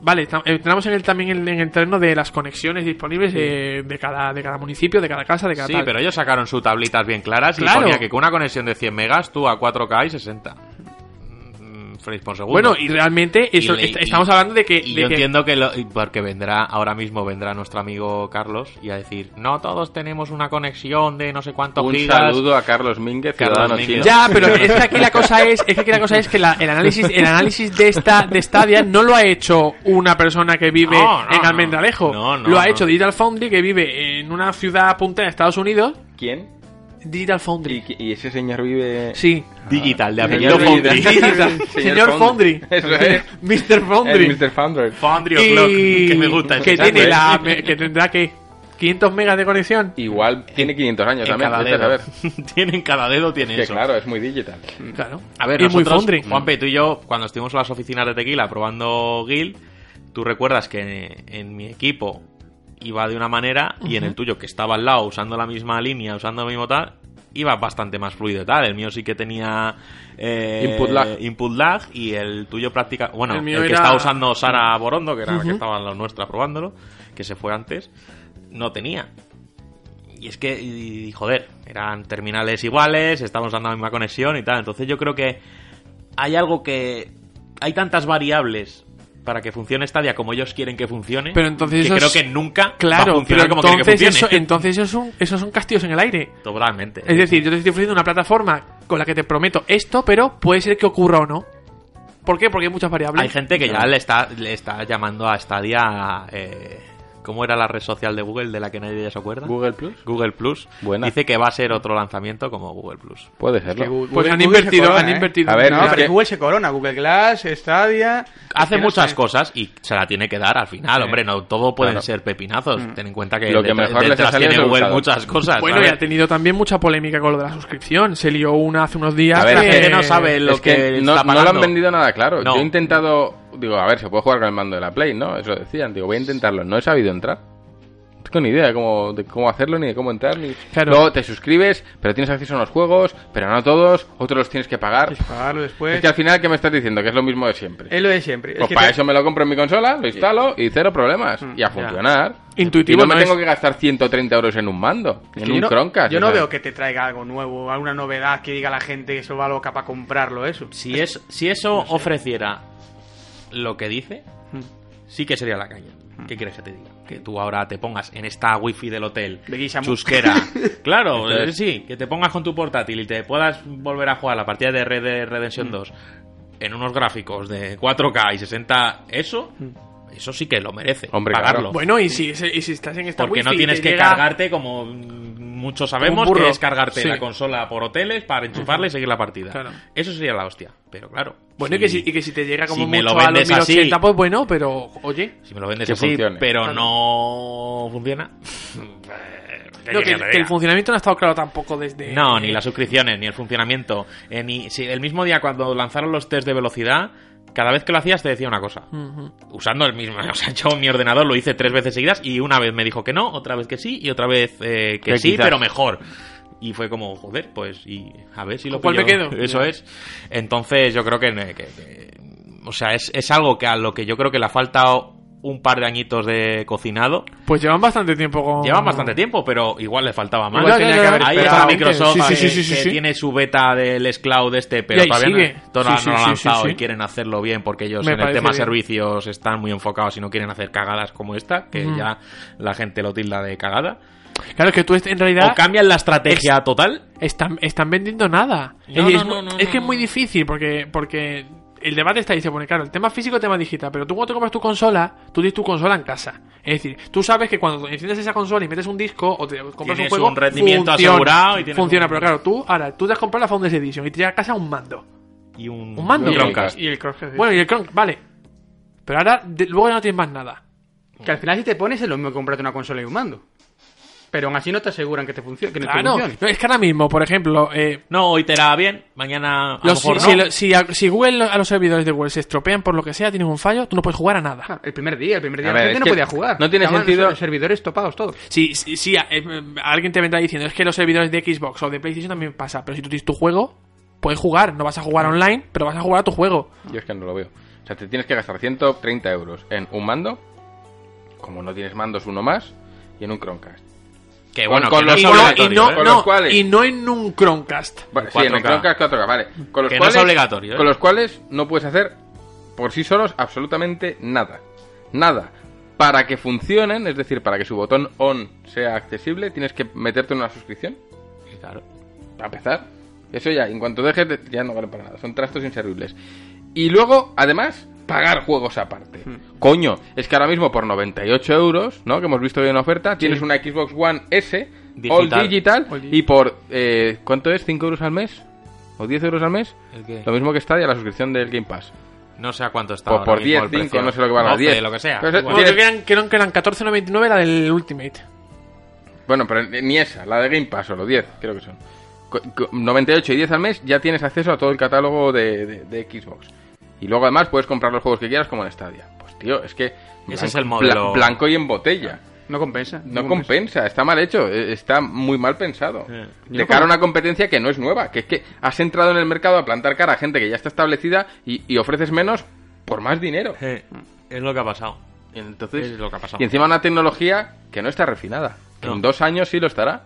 [SPEAKER 5] Vale, tam- entramos en el, también en, en el terreno de las conexiones disponibles eh, de, cada, de cada municipio, de cada casa, de cada
[SPEAKER 3] Sí,
[SPEAKER 5] tal.
[SPEAKER 3] pero ellos sacaron sus tablitas bien claras
[SPEAKER 5] Claro.
[SPEAKER 3] y ponía que con una conexión de 100 megas tú a 4K y 60 mm, frames por segundo.
[SPEAKER 5] Bueno, y realmente eso,
[SPEAKER 3] le-
[SPEAKER 5] est- estamos hablando de que...
[SPEAKER 3] y
[SPEAKER 5] de
[SPEAKER 3] yo
[SPEAKER 5] que-
[SPEAKER 3] entiendo que lo- y porque vendrá ahora mismo vendrá nuestro amigo Carlos y a decir no todos tenemos una conexión de no sé cuántos
[SPEAKER 2] Un
[SPEAKER 3] gigas.
[SPEAKER 2] saludo a Carlos Mínguez,
[SPEAKER 3] Carlos
[SPEAKER 2] ciudadano chino.
[SPEAKER 3] Mínguez.
[SPEAKER 5] Ya, pero es que aquí la cosa es, es que aquí la cosa es que la- el análisis, el análisis de esta de Stadia no lo ha hecho una persona que vive
[SPEAKER 3] No, no,
[SPEAKER 5] en
[SPEAKER 3] no.
[SPEAKER 5] Almendralejo.
[SPEAKER 3] No, no,
[SPEAKER 5] lo ha
[SPEAKER 3] no.
[SPEAKER 5] hecho Digital Foundry que vive en una ciudad puntera de Estados Unidos.
[SPEAKER 2] ¿Quién?
[SPEAKER 5] Digital Foundry.
[SPEAKER 2] ¿Y, y ese señor vive...?
[SPEAKER 5] Sí.
[SPEAKER 3] digital de apellido
[SPEAKER 2] Señor
[SPEAKER 3] Foundry.
[SPEAKER 2] Foundry.
[SPEAKER 5] Señor Foundry.
[SPEAKER 2] Eso es.
[SPEAKER 5] Mr. Foundry.
[SPEAKER 2] El Mr. Foundry.
[SPEAKER 3] Foundry
[SPEAKER 5] Y-
[SPEAKER 3] O'Clock, que me gusta ese
[SPEAKER 5] que
[SPEAKER 3] chat,
[SPEAKER 5] tiene
[SPEAKER 3] ¿eh?
[SPEAKER 5] la me- que tendrá que 500 megas de conexión
[SPEAKER 2] Igual tiene 500 años
[SPEAKER 3] En
[SPEAKER 2] también.
[SPEAKER 3] cada
[SPEAKER 2] vete a
[SPEAKER 3] dedo.
[SPEAKER 2] saber.
[SPEAKER 3] Tienen cada dedo tiene
[SPEAKER 2] Que
[SPEAKER 3] eso.
[SPEAKER 2] claro, es muy digital.
[SPEAKER 5] claro
[SPEAKER 3] A ver,
[SPEAKER 5] y muy
[SPEAKER 3] nosotros,
[SPEAKER 5] Foundry
[SPEAKER 3] Juanpe, tú y yo, cuando estuvimos en las oficinas de Tequila probando Guild, tú recuerdas que en mi equipo iba de una manera y en el tuyo, que estaba al lado, usando la misma línea, usando lo mismo tal, iba bastante más fluido y tal. El mío sí que tenía... eh,
[SPEAKER 2] Input lag.
[SPEAKER 3] input lag y el tuyo práctica... Bueno,
[SPEAKER 5] El
[SPEAKER 3] el,
[SPEAKER 5] mío
[SPEAKER 3] que
[SPEAKER 5] era-
[SPEAKER 3] estaba usando Sara Borondo, que era la que estaba en la nuestra probándolo, que se fue antes, no tenía. Y es que, y- y, joder, eran terminales iguales, estábamos dando la misma conexión y tal. Entonces yo creo que hay algo que... Hay tantas variables para que funcione Stadia como ellos quieren que funcione.
[SPEAKER 5] Pero entonces
[SPEAKER 3] que
[SPEAKER 5] eso
[SPEAKER 3] creo
[SPEAKER 5] es-
[SPEAKER 3] que nunca va a
[SPEAKER 5] claro pero
[SPEAKER 3] funcionar como quieren que
[SPEAKER 5] entonces eso,
[SPEAKER 3] funcione.
[SPEAKER 5] entonces eso son esos son castillos en el aire
[SPEAKER 3] Totalmente.
[SPEAKER 5] es decir yo te estoy ofreciendo una plataforma con la que te prometo esto pero puede ser que ocurra o no ¿por qué? porque hay muchas variables
[SPEAKER 3] hay gente que ya le está, le está llamando a Stadia eh, ¿Cómo era la red social de Google de la que nadie ya se acuerda?
[SPEAKER 2] Google Plus.
[SPEAKER 3] Google Plus.
[SPEAKER 2] Buena.
[SPEAKER 3] Dice que va a ser otro lanzamiento como Google Plus.
[SPEAKER 2] Puede
[SPEAKER 4] Que
[SPEAKER 2] serlo.
[SPEAKER 4] Google-
[SPEAKER 5] Pues han
[SPEAKER 4] Google se
[SPEAKER 5] invertido,
[SPEAKER 4] corona,
[SPEAKER 5] han
[SPEAKER 4] ¿eh?
[SPEAKER 5] invertido.
[SPEAKER 2] A ver,
[SPEAKER 4] No,
[SPEAKER 2] es
[SPEAKER 4] pero
[SPEAKER 2] que-
[SPEAKER 4] Google se corona, Google Glass, Stadia.
[SPEAKER 3] Hace
[SPEAKER 4] Es que no
[SPEAKER 3] muchas
[SPEAKER 4] sé.
[SPEAKER 3] cosas y se la tiene que dar al final,
[SPEAKER 5] Sí.
[SPEAKER 3] hombre, no todo pueden
[SPEAKER 2] Claro. Mm.
[SPEAKER 3] ser pepinazos. Ten en cuenta que,
[SPEAKER 2] Lo que
[SPEAKER 3] detrás-
[SPEAKER 2] mejor les ha
[SPEAKER 3] detrás
[SPEAKER 2] salido
[SPEAKER 3] tiene
[SPEAKER 2] es el
[SPEAKER 3] Google
[SPEAKER 2] buscador.
[SPEAKER 3] muchas cosas.
[SPEAKER 5] Bueno, y
[SPEAKER 3] ¿sabes?
[SPEAKER 5] ha tenido también mucha polémica con lo de la suscripción. Se lió una hace unos días.
[SPEAKER 2] A ver,
[SPEAKER 5] que-
[SPEAKER 2] la gente
[SPEAKER 3] no sabe lo
[SPEAKER 2] Es que,
[SPEAKER 3] eh, que
[SPEAKER 2] no,
[SPEAKER 3] está
[SPEAKER 2] no lo han
[SPEAKER 3] pagando.
[SPEAKER 2] vendido nada claro.
[SPEAKER 3] No.
[SPEAKER 2] Yo he intentado, digo, a ver, se puede jugar con el mando de la Play, ¿no? Eso decían, digo, voy a intentarlo. No he sabido entrar. No tengo ni idea de cómo, de cómo hacerlo, ni de cómo entrar, ni...
[SPEAKER 5] Claro.
[SPEAKER 2] Luego te suscribes, pero tienes acceso a unos juegos, pero no a todos, otros los tienes que pagar.
[SPEAKER 4] Tienes que pagarlo después.
[SPEAKER 2] Es que al final, ¿qué me estás diciendo? Que es lo mismo de siempre.
[SPEAKER 4] Es lo de siempre.
[SPEAKER 2] Pues
[SPEAKER 4] es que
[SPEAKER 2] para
[SPEAKER 4] te- Mm,
[SPEAKER 2] eso me lo compro en mi consola, lo instalo y cero problemas. Y a funcionar.
[SPEAKER 5] Intuitivo
[SPEAKER 2] Y no
[SPEAKER 5] no
[SPEAKER 2] me
[SPEAKER 5] es.
[SPEAKER 2] tengo que gastar 130 euros en un mando,
[SPEAKER 4] es
[SPEAKER 2] en
[SPEAKER 4] que
[SPEAKER 2] un
[SPEAKER 4] yo no,
[SPEAKER 2] Chromecast.
[SPEAKER 4] yo
[SPEAKER 2] o
[SPEAKER 4] no
[SPEAKER 2] sea.
[SPEAKER 4] veo que te traiga algo nuevo, alguna novedad que diga la gente que se va loca para comprarlo, eso.
[SPEAKER 3] Si, es, si eso ofreciera lo que dice, sí que sería la caña. ¿Qué quieres que te diga? Que tú ahora te pongas en esta wifi del hotel,
[SPEAKER 4] De Guisamo.
[SPEAKER 3] chusquera. claro,
[SPEAKER 2] Eso
[SPEAKER 3] eh,
[SPEAKER 2] es.
[SPEAKER 3] sí, que te pongas con tu portátil y te puedas volver a jugar la partida de Red Dead Redemption 2 en unos gráficos de 4K y 60, eso, eso sí que lo merece.
[SPEAKER 2] Hombre,
[SPEAKER 3] pagarlo.
[SPEAKER 2] claro.
[SPEAKER 5] Bueno, y si, y si estás en esta
[SPEAKER 3] Porque no
[SPEAKER 5] wifi y
[SPEAKER 3] tienes
[SPEAKER 5] te
[SPEAKER 3] que
[SPEAKER 5] llega-
[SPEAKER 3] cargarte como mm, muchos sabemos
[SPEAKER 5] burro.
[SPEAKER 3] que es cargarte
[SPEAKER 5] Sí.
[SPEAKER 3] la consola por hoteles para enchufarla y seguir la partida.
[SPEAKER 5] Claro.
[SPEAKER 3] Eso sería la hostia, pero claro.
[SPEAKER 5] Bueno, y, que si, y que si te llega como
[SPEAKER 3] si me
[SPEAKER 5] mucho
[SPEAKER 3] lo
[SPEAKER 5] a los
[SPEAKER 3] vendes así.
[SPEAKER 5] 1080, pues bueno, pero oye.
[SPEAKER 3] Si me lo vendes
[SPEAKER 2] Que
[SPEAKER 3] así,
[SPEAKER 2] funcione.
[SPEAKER 3] pero
[SPEAKER 5] Claro.
[SPEAKER 3] no funciona. pues, ¿qué
[SPEAKER 5] no,
[SPEAKER 3] quieres que
[SPEAKER 5] que, el- que el
[SPEAKER 3] diga?
[SPEAKER 5] funcionamiento no ha estado claro tampoco desde.
[SPEAKER 3] No, ni las suscripciones, ni el funcionamiento. eh, ni si El mismo día cuando lanzaron los test de velocidad, cada vez que lo hacías te decía una cosa.
[SPEAKER 5] Ujú.
[SPEAKER 3] Usando el mismo. O sea, yo mi ordenador lo hice tres veces seguidas y una vez me dijo que no, otra vez que sí y otra vez eh, que
[SPEAKER 2] Que
[SPEAKER 3] sí,
[SPEAKER 2] quizás.
[SPEAKER 3] pero mejor. Y fue como, joder, pues y a ver si lo
[SPEAKER 5] ¿Con cuál
[SPEAKER 3] pillo.
[SPEAKER 5] me quedo?
[SPEAKER 3] Eso
[SPEAKER 5] Ya.
[SPEAKER 3] es. Entonces yo creo que... eh, que- que- o sea, es, es algo que a lo que yo creo que le ha faltado un par de añitos de cocinado.
[SPEAKER 5] Pues llevan bastante tiempo con.
[SPEAKER 3] Llevan bastante tiempo, pero igual le faltaba más.
[SPEAKER 5] Igual tenía que haber
[SPEAKER 3] Ahí
[SPEAKER 5] esperado.
[SPEAKER 3] está Microsoft,
[SPEAKER 5] Sí, sí, sí,
[SPEAKER 3] que-
[SPEAKER 5] sí, sí,
[SPEAKER 3] que
[SPEAKER 5] sí.
[SPEAKER 3] tiene su beta del Scloud este,
[SPEAKER 5] Y
[SPEAKER 3] pero
[SPEAKER 5] ahí
[SPEAKER 3] todavía no-
[SPEAKER 5] sigue.
[SPEAKER 3] todavía
[SPEAKER 5] Sí,
[SPEAKER 3] no
[SPEAKER 5] sí,
[SPEAKER 3] lo han
[SPEAKER 5] sí,
[SPEAKER 3] lanzado
[SPEAKER 5] sí,
[SPEAKER 3] y
[SPEAKER 5] sí.
[SPEAKER 3] quieren hacerlo bien porque ellos
[SPEAKER 5] Me
[SPEAKER 3] en el
[SPEAKER 5] parece
[SPEAKER 3] tema
[SPEAKER 5] bien.
[SPEAKER 3] servicios están muy enfocados y no quieren hacer cagadas como esta, que ya la gente lo tilda de cagada.
[SPEAKER 5] Claro, es que tú est- en realidad.
[SPEAKER 3] O cambian la estrategia total.
[SPEAKER 5] están, están vendiendo nada.
[SPEAKER 3] No,
[SPEAKER 5] es,
[SPEAKER 3] no, no,
[SPEAKER 5] es mu-
[SPEAKER 3] no,
[SPEAKER 5] es
[SPEAKER 3] no,
[SPEAKER 5] que
[SPEAKER 3] no.
[SPEAKER 5] es muy difícil porque, porque el debate está ahí, se pone claro, el tema físico, el tema digital, pero tú cuando te compras tu consola, tú tienes tu consola en casa. Es decir, tú sabes que cuando enciendes esa consola y metes un disco o te compras un
[SPEAKER 3] Tienes
[SPEAKER 5] juego,
[SPEAKER 3] un rendimiento
[SPEAKER 5] funciona,
[SPEAKER 3] asegurado y tienes
[SPEAKER 5] funciona,
[SPEAKER 3] un-
[SPEAKER 5] pero claro, tú ahora tú te has comprado la Founders Edition y te llega a casa un mando.
[SPEAKER 3] Y un,
[SPEAKER 5] Un mando.
[SPEAKER 3] y un Chromecast.
[SPEAKER 4] Y el Chromecast.
[SPEAKER 5] Bueno, y el Chrome, vale. Pero ahora de- luego ya no tienes más nada.
[SPEAKER 4] que al final si te pones es lo mismo que comprarte una consola y un mando. Pero aún así no te aseguran que te funcione. Que no te
[SPEAKER 5] Claro,
[SPEAKER 4] funcione.
[SPEAKER 5] no, es que ahora mismo, por ejemplo, eh,
[SPEAKER 3] No, hoy te irá bien, mañana a lo
[SPEAKER 5] los- si,
[SPEAKER 3] mejor
[SPEAKER 5] si
[SPEAKER 3] no.
[SPEAKER 5] lo- si a- si Google a los servidores de Google se estropean por lo que sea, tienes un fallo, tú no puedes jugar a nada.
[SPEAKER 4] Claro, El primer día, el primer día
[SPEAKER 2] A
[SPEAKER 4] la
[SPEAKER 2] ver,
[SPEAKER 4] gente
[SPEAKER 2] es
[SPEAKER 4] no
[SPEAKER 2] que
[SPEAKER 4] podía jugar.
[SPEAKER 2] no tiene
[SPEAKER 4] Estaban
[SPEAKER 2] sentido-
[SPEAKER 4] Los servidores topados todos.
[SPEAKER 5] Sí, sí, sí, a- eh, alguien te vendrá diciendo, es que los servidores de Xbox o de PlayStation también pasa, pero si tú tienes tu juego, puedes jugar, no vas a jugar online, pero vas a jugar a tu juego.
[SPEAKER 2] Yo es que no lo veo. O sea, te tienes que gastar 130 euros en un mando, como no tienes mandos uno más, y en un Chromecast.
[SPEAKER 3] Que bueno,
[SPEAKER 2] con
[SPEAKER 3] que no
[SPEAKER 2] los-
[SPEAKER 3] es
[SPEAKER 5] Y
[SPEAKER 2] con-
[SPEAKER 5] no,
[SPEAKER 3] obligatorio.
[SPEAKER 5] y no,
[SPEAKER 2] ¿eh?
[SPEAKER 5] no,
[SPEAKER 2] Con los cuales.
[SPEAKER 5] y no en un Chromecast.
[SPEAKER 2] Vale, sí,
[SPEAKER 3] 4K.
[SPEAKER 2] en el Chromecast 4K, vale. Con los
[SPEAKER 3] Que no es
[SPEAKER 2] cuales,
[SPEAKER 3] obligatorio, ¿eh?
[SPEAKER 2] Con los cuales no puedes hacer por sí solos absolutamente nada. Nada. Para que funcionen, es decir, para que su botón on sea accesible, tienes que meterte en una suscripción.
[SPEAKER 3] Claro.
[SPEAKER 2] Para empezar. Eso ya, en cuanto dejes, de- ya no vale para nada. Son trastos inservibles. Y luego, además, pagar juegos aparte.
[SPEAKER 3] Hmm.
[SPEAKER 2] Coño, es que ahora mismo por 98 euros, ¿no? Que hemos visto hoy en oferta, tienes una Xbox One S,
[SPEAKER 3] Digital.
[SPEAKER 2] All Digital,
[SPEAKER 4] All digital.
[SPEAKER 2] y por, eh, ¿cuánto es? ¿5 euros al mes? ¿O 10 euros al mes?
[SPEAKER 3] ¿El qué?
[SPEAKER 2] Lo mismo que está ya la suscripción del Game Pass.
[SPEAKER 3] No sé a cuánto está
[SPEAKER 2] Pues
[SPEAKER 3] ahora
[SPEAKER 2] por
[SPEAKER 3] mismo
[SPEAKER 2] 10,
[SPEAKER 3] el
[SPEAKER 2] 5,
[SPEAKER 3] precio.
[SPEAKER 2] no sé lo que vale,
[SPEAKER 3] 12,
[SPEAKER 2] 10.
[SPEAKER 3] lo que sea.
[SPEAKER 2] Pero eso-
[SPEAKER 3] Igual.
[SPEAKER 5] Bueno,
[SPEAKER 2] tienes-
[SPEAKER 5] creo que eran, creo que eran 14.99 la del Ultimate.
[SPEAKER 2] Bueno, pero ni esa, la de Game Pass, solo 10, creo que son. Co- co- 98 y 10 al mes ya tienes acceso a todo el catálogo de, de- de Xbox. Y luego además puedes comprar los juegos que quieras como en Stadia. Pues tío, es que... blan-
[SPEAKER 3] es el modelo. Ah,
[SPEAKER 2] bla- blanco y en botella.
[SPEAKER 4] No compensa.
[SPEAKER 2] No compensa, está mal hecho, eh, está muy mal pensado.
[SPEAKER 3] Sí.
[SPEAKER 2] De cara a una competencia que no es nueva, que es que has entrado en el mercado a plantar cara a gente que ya está establecida y, y ofreces menos por más dinero.
[SPEAKER 3] Eh, Es lo que ha pasado.
[SPEAKER 2] Entonces,
[SPEAKER 3] Es lo que ha pasado.
[SPEAKER 2] y encima una tecnología que no está refinada. que
[SPEAKER 3] No.
[SPEAKER 2] En dos años sí lo estará.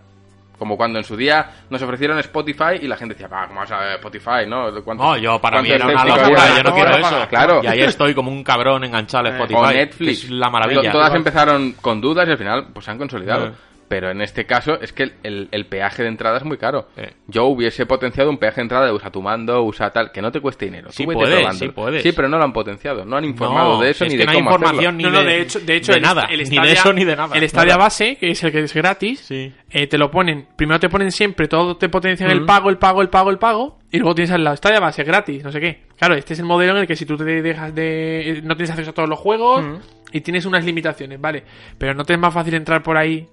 [SPEAKER 2] Como cuando en su día nos ofrecieron Spotify y la gente decía, va, ¿cómo vas a ver Spotify? No, ¿Cuánto-
[SPEAKER 3] No, yo para mí
[SPEAKER 2] cuánto
[SPEAKER 3] era una
[SPEAKER 2] escéptico
[SPEAKER 3] locura,
[SPEAKER 2] había?
[SPEAKER 3] yo no
[SPEAKER 2] ¿Cómo
[SPEAKER 3] quiero
[SPEAKER 2] vas a
[SPEAKER 3] eso.
[SPEAKER 2] pagar? Claro.
[SPEAKER 3] Y ahí estoy como un cabrón enganchado al
[SPEAKER 4] Eh,
[SPEAKER 3] Spotify.
[SPEAKER 2] O
[SPEAKER 3] que
[SPEAKER 2] Netflix.
[SPEAKER 3] Es la maravilla.
[SPEAKER 2] To- Todas empezaron con dudas y al final pues se han consolidado.
[SPEAKER 3] Eh.
[SPEAKER 2] Pero en este caso es que el, el- el peaje de entrada es muy caro.
[SPEAKER 3] Eh.
[SPEAKER 2] Yo hubiese potenciado un peaje de entrada de usa tu mando, usa tal, que no te cueste dinero.
[SPEAKER 3] Sí
[SPEAKER 2] Tú vete
[SPEAKER 3] puedes,
[SPEAKER 2] probándolo.
[SPEAKER 3] sí puedes.
[SPEAKER 2] Sí, pero no lo han potenciado, no han informado
[SPEAKER 3] No,
[SPEAKER 2] de eso
[SPEAKER 3] es
[SPEAKER 2] ni
[SPEAKER 3] que
[SPEAKER 2] de
[SPEAKER 3] no hay
[SPEAKER 2] cómo
[SPEAKER 3] información
[SPEAKER 2] hacerlo.
[SPEAKER 3] ni
[SPEAKER 5] No, no,
[SPEAKER 3] de-
[SPEAKER 5] de hecho, de hecho
[SPEAKER 3] de
[SPEAKER 5] el-
[SPEAKER 3] nada,
[SPEAKER 5] el
[SPEAKER 3] ni de
[SPEAKER 5] Stadia,
[SPEAKER 3] eso ni de nada,
[SPEAKER 5] El Stadia
[SPEAKER 3] nada.
[SPEAKER 5] base, que es el que es gratis,
[SPEAKER 3] Sí.
[SPEAKER 5] eh, te lo ponen, primero te ponen siempre, todo te potencian
[SPEAKER 3] Mm.
[SPEAKER 5] el pago, el pago, el pago, el pago, y luego tienes al lado Stadia base gratis, no sé qué. Claro, este es el modelo en el que si tú te dejas de... eh, no tienes acceso a todos los juegos
[SPEAKER 3] Mm.
[SPEAKER 5] y tienes unas limitaciones, ¿vale? Pero no te es más fácil entrar por ahí.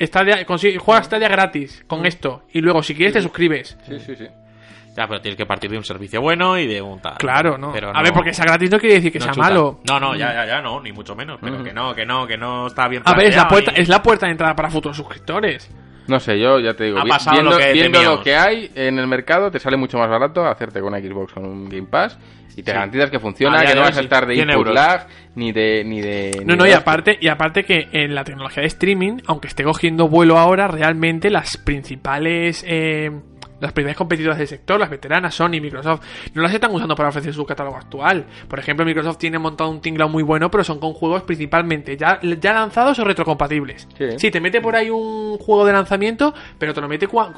[SPEAKER 5] Stadia, consigue, juega Stadia gratis
[SPEAKER 3] Mm.
[SPEAKER 5] con esto, y luego si quieres te suscribes.
[SPEAKER 2] Sí, sí, sí.
[SPEAKER 3] Ya, pero tienes que partir de un servicio bueno y de un tal.
[SPEAKER 5] Claro, ¿no?
[SPEAKER 3] Pero
[SPEAKER 5] A ver, porque sea gratis no quiere decir que
[SPEAKER 3] no
[SPEAKER 5] sea
[SPEAKER 3] chuta.
[SPEAKER 5] malo.
[SPEAKER 3] No, no, ya, ya, ya, no, ni mucho menos. Pero que no, que no, que no está bien
[SPEAKER 5] A ver, es la,
[SPEAKER 3] planteado
[SPEAKER 5] puerta,
[SPEAKER 3] y-
[SPEAKER 5] es la puerta de entrada para futuros suscriptores.
[SPEAKER 2] No sé, yo ya te digo,
[SPEAKER 3] Ha
[SPEAKER 2] vi-
[SPEAKER 3] pasado
[SPEAKER 2] viendo,
[SPEAKER 3] lo que
[SPEAKER 2] viendo
[SPEAKER 3] temíamos.
[SPEAKER 2] lo que hay en el mercado, te sale mucho más barato hacerte con una Xbox con un Game Pass y te
[SPEAKER 3] Sí.
[SPEAKER 2] garantizas que
[SPEAKER 3] A
[SPEAKER 2] funciona,
[SPEAKER 3] día
[SPEAKER 2] que
[SPEAKER 3] de
[SPEAKER 2] no
[SPEAKER 3] hoy
[SPEAKER 2] vas a
[SPEAKER 3] sí.
[SPEAKER 2] estar de
[SPEAKER 3] 100
[SPEAKER 2] input
[SPEAKER 3] euros.
[SPEAKER 2] lag, ni de... Ni de ni
[SPEAKER 5] No, no,
[SPEAKER 2] de
[SPEAKER 5] y
[SPEAKER 2] hostia.
[SPEAKER 5] aparte, y aparte que en la tecnología de streaming, aunque esté cogiendo vuelo ahora, realmente las principales eh, las principales competidoras del sector, las veteranas, Sony, Microsoft, no las están usando para ofrecer su catálogo actual. Por ejemplo, Microsoft tiene montado un tinglado muy bueno, pero son con juegos principalmente ya, ya lanzados o retrocompatibles.
[SPEAKER 2] Sí.
[SPEAKER 5] Sí, te mete por ahí un juego de lanzamiento, pero te lo mete cua-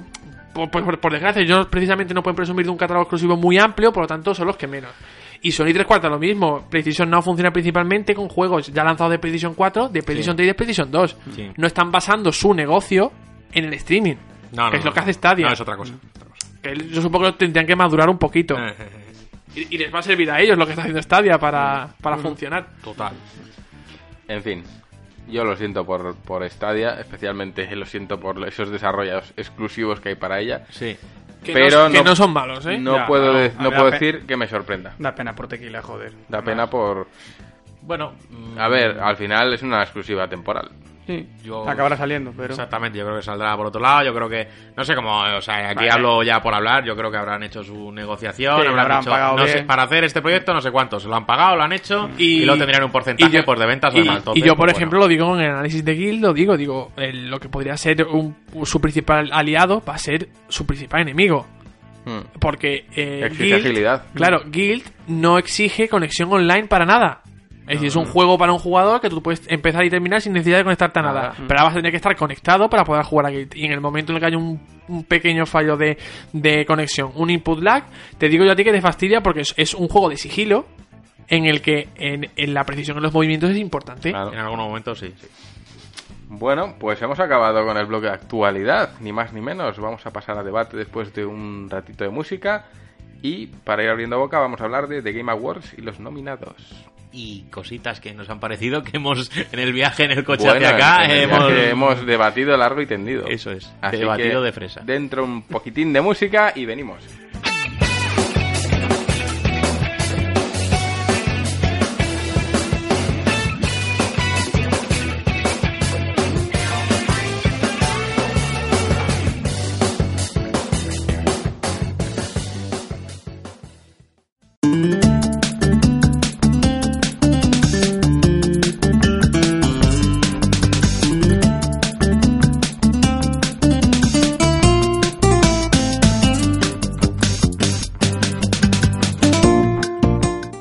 [SPEAKER 5] por, por- por desgracia, ellos precisamente no pueden presumir de un catálogo exclusivo muy amplio, por lo tanto son los que menos. Y Sony 3 cuartas lo mismo. PlayStation Now funciona principalmente con juegos ya lanzados de PlayStation 4, de PlayStation 3 y de PlayStation 2.
[SPEAKER 3] Sí.
[SPEAKER 5] No están basando su negocio en el streaming.
[SPEAKER 3] No, no,
[SPEAKER 5] que es
[SPEAKER 3] no.
[SPEAKER 5] lo que hace Stadia.
[SPEAKER 3] No, es otra cosa.
[SPEAKER 5] Que yo supongo que lo tendrían que madurar un poquito.
[SPEAKER 3] Ah.
[SPEAKER 5] Y, y les va a servir a ellos lo que está haciendo Stadia para, para funcionar.
[SPEAKER 3] Total.
[SPEAKER 2] En fin, yo lo siento por, por Stadia, especialmente lo siento por esos desarrollos exclusivos que hay para ella.
[SPEAKER 3] Sí.
[SPEAKER 5] Que,
[SPEAKER 2] Pero
[SPEAKER 5] no, que
[SPEAKER 2] no-
[SPEAKER 5] no son malos, ¿eh?
[SPEAKER 2] No
[SPEAKER 4] Ya,
[SPEAKER 2] puedo,
[SPEAKER 4] no,
[SPEAKER 2] de- no
[SPEAKER 4] a ver,
[SPEAKER 2] puedo
[SPEAKER 4] a ver.
[SPEAKER 2] decir que me sorprenda.
[SPEAKER 4] Da pena por tequila, joder.
[SPEAKER 2] Da pena por...
[SPEAKER 3] Bueno, mm,
[SPEAKER 2] A ver, al final es una exclusiva temporal.
[SPEAKER 4] Sí,
[SPEAKER 3] Yo-
[SPEAKER 4] acabará saliendo, pero...
[SPEAKER 3] Exactamente, yo creo que saldrá por otro lado. Yo creo que, no sé cómo, o sea, aquí
[SPEAKER 4] Vale.
[SPEAKER 3] hablo ya por hablar. Yo creo que habrán hecho su negociación,
[SPEAKER 4] Sí,
[SPEAKER 3] habrán,
[SPEAKER 4] habrán
[SPEAKER 3] dicho,
[SPEAKER 4] pagado
[SPEAKER 3] no sé,
[SPEAKER 4] bien.
[SPEAKER 3] para hacer este proyecto, no sé cuántos. Lo han pagado, lo han hecho y, luego tendrán un porcentaje
[SPEAKER 5] y yo-
[SPEAKER 3] pues, de ventas o
[SPEAKER 5] y,
[SPEAKER 3] demás. Entonces,
[SPEAKER 5] y yo, por
[SPEAKER 3] pues,
[SPEAKER 5] ejemplo,
[SPEAKER 3] bueno.
[SPEAKER 5] lo digo en el análisis de Guild, lo digo, digo, el- lo que podría ser un- su principal aliado va a ser su principal enemigo.
[SPEAKER 2] Hmm.
[SPEAKER 5] Porque eh,
[SPEAKER 2] Exige
[SPEAKER 5] Guild-
[SPEAKER 2] agilidad.
[SPEAKER 5] Claro, Guild no exige conexión online para nada. Es decir, es un juego para un jugador que tú puedes empezar y terminar sin necesidad de conectarte a nada.
[SPEAKER 2] Nada.
[SPEAKER 5] Pero ahora vas a tener que estar conectado para poder jugar a Guild. Y en el momento en el que hay un, un pequeño fallo de, de conexión, un input lag, te digo yo a ti que te fastidia porque es, es un juego de sigilo en el que en, en la precisión en los movimientos es importante.
[SPEAKER 2] Claro.
[SPEAKER 3] En algún momento sí. sí.
[SPEAKER 2] Bueno, pues hemos acabado con el bloque de actualidad, ni más ni menos. Vamos a pasar a debate después de un ratito de música. Y para ir abriendo boca, vamos a hablar de The Game Awards y los nominados.
[SPEAKER 3] Y cositas que nos han parecido que hemos, en el viaje en el coche
[SPEAKER 2] Bueno,
[SPEAKER 3] hacia Pues acá,
[SPEAKER 2] en el
[SPEAKER 3] hemos...
[SPEAKER 2] viaje hemos debatido largo y tendido.
[SPEAKER 3] Eso es,
[SPEAKER 2] Así
[SPEAKER 3] debatido
[SPEAKER 2] que
[SPEAKER 3] de fresa.
[SPEAKER 2] Dentro un poquitín de música y venimos.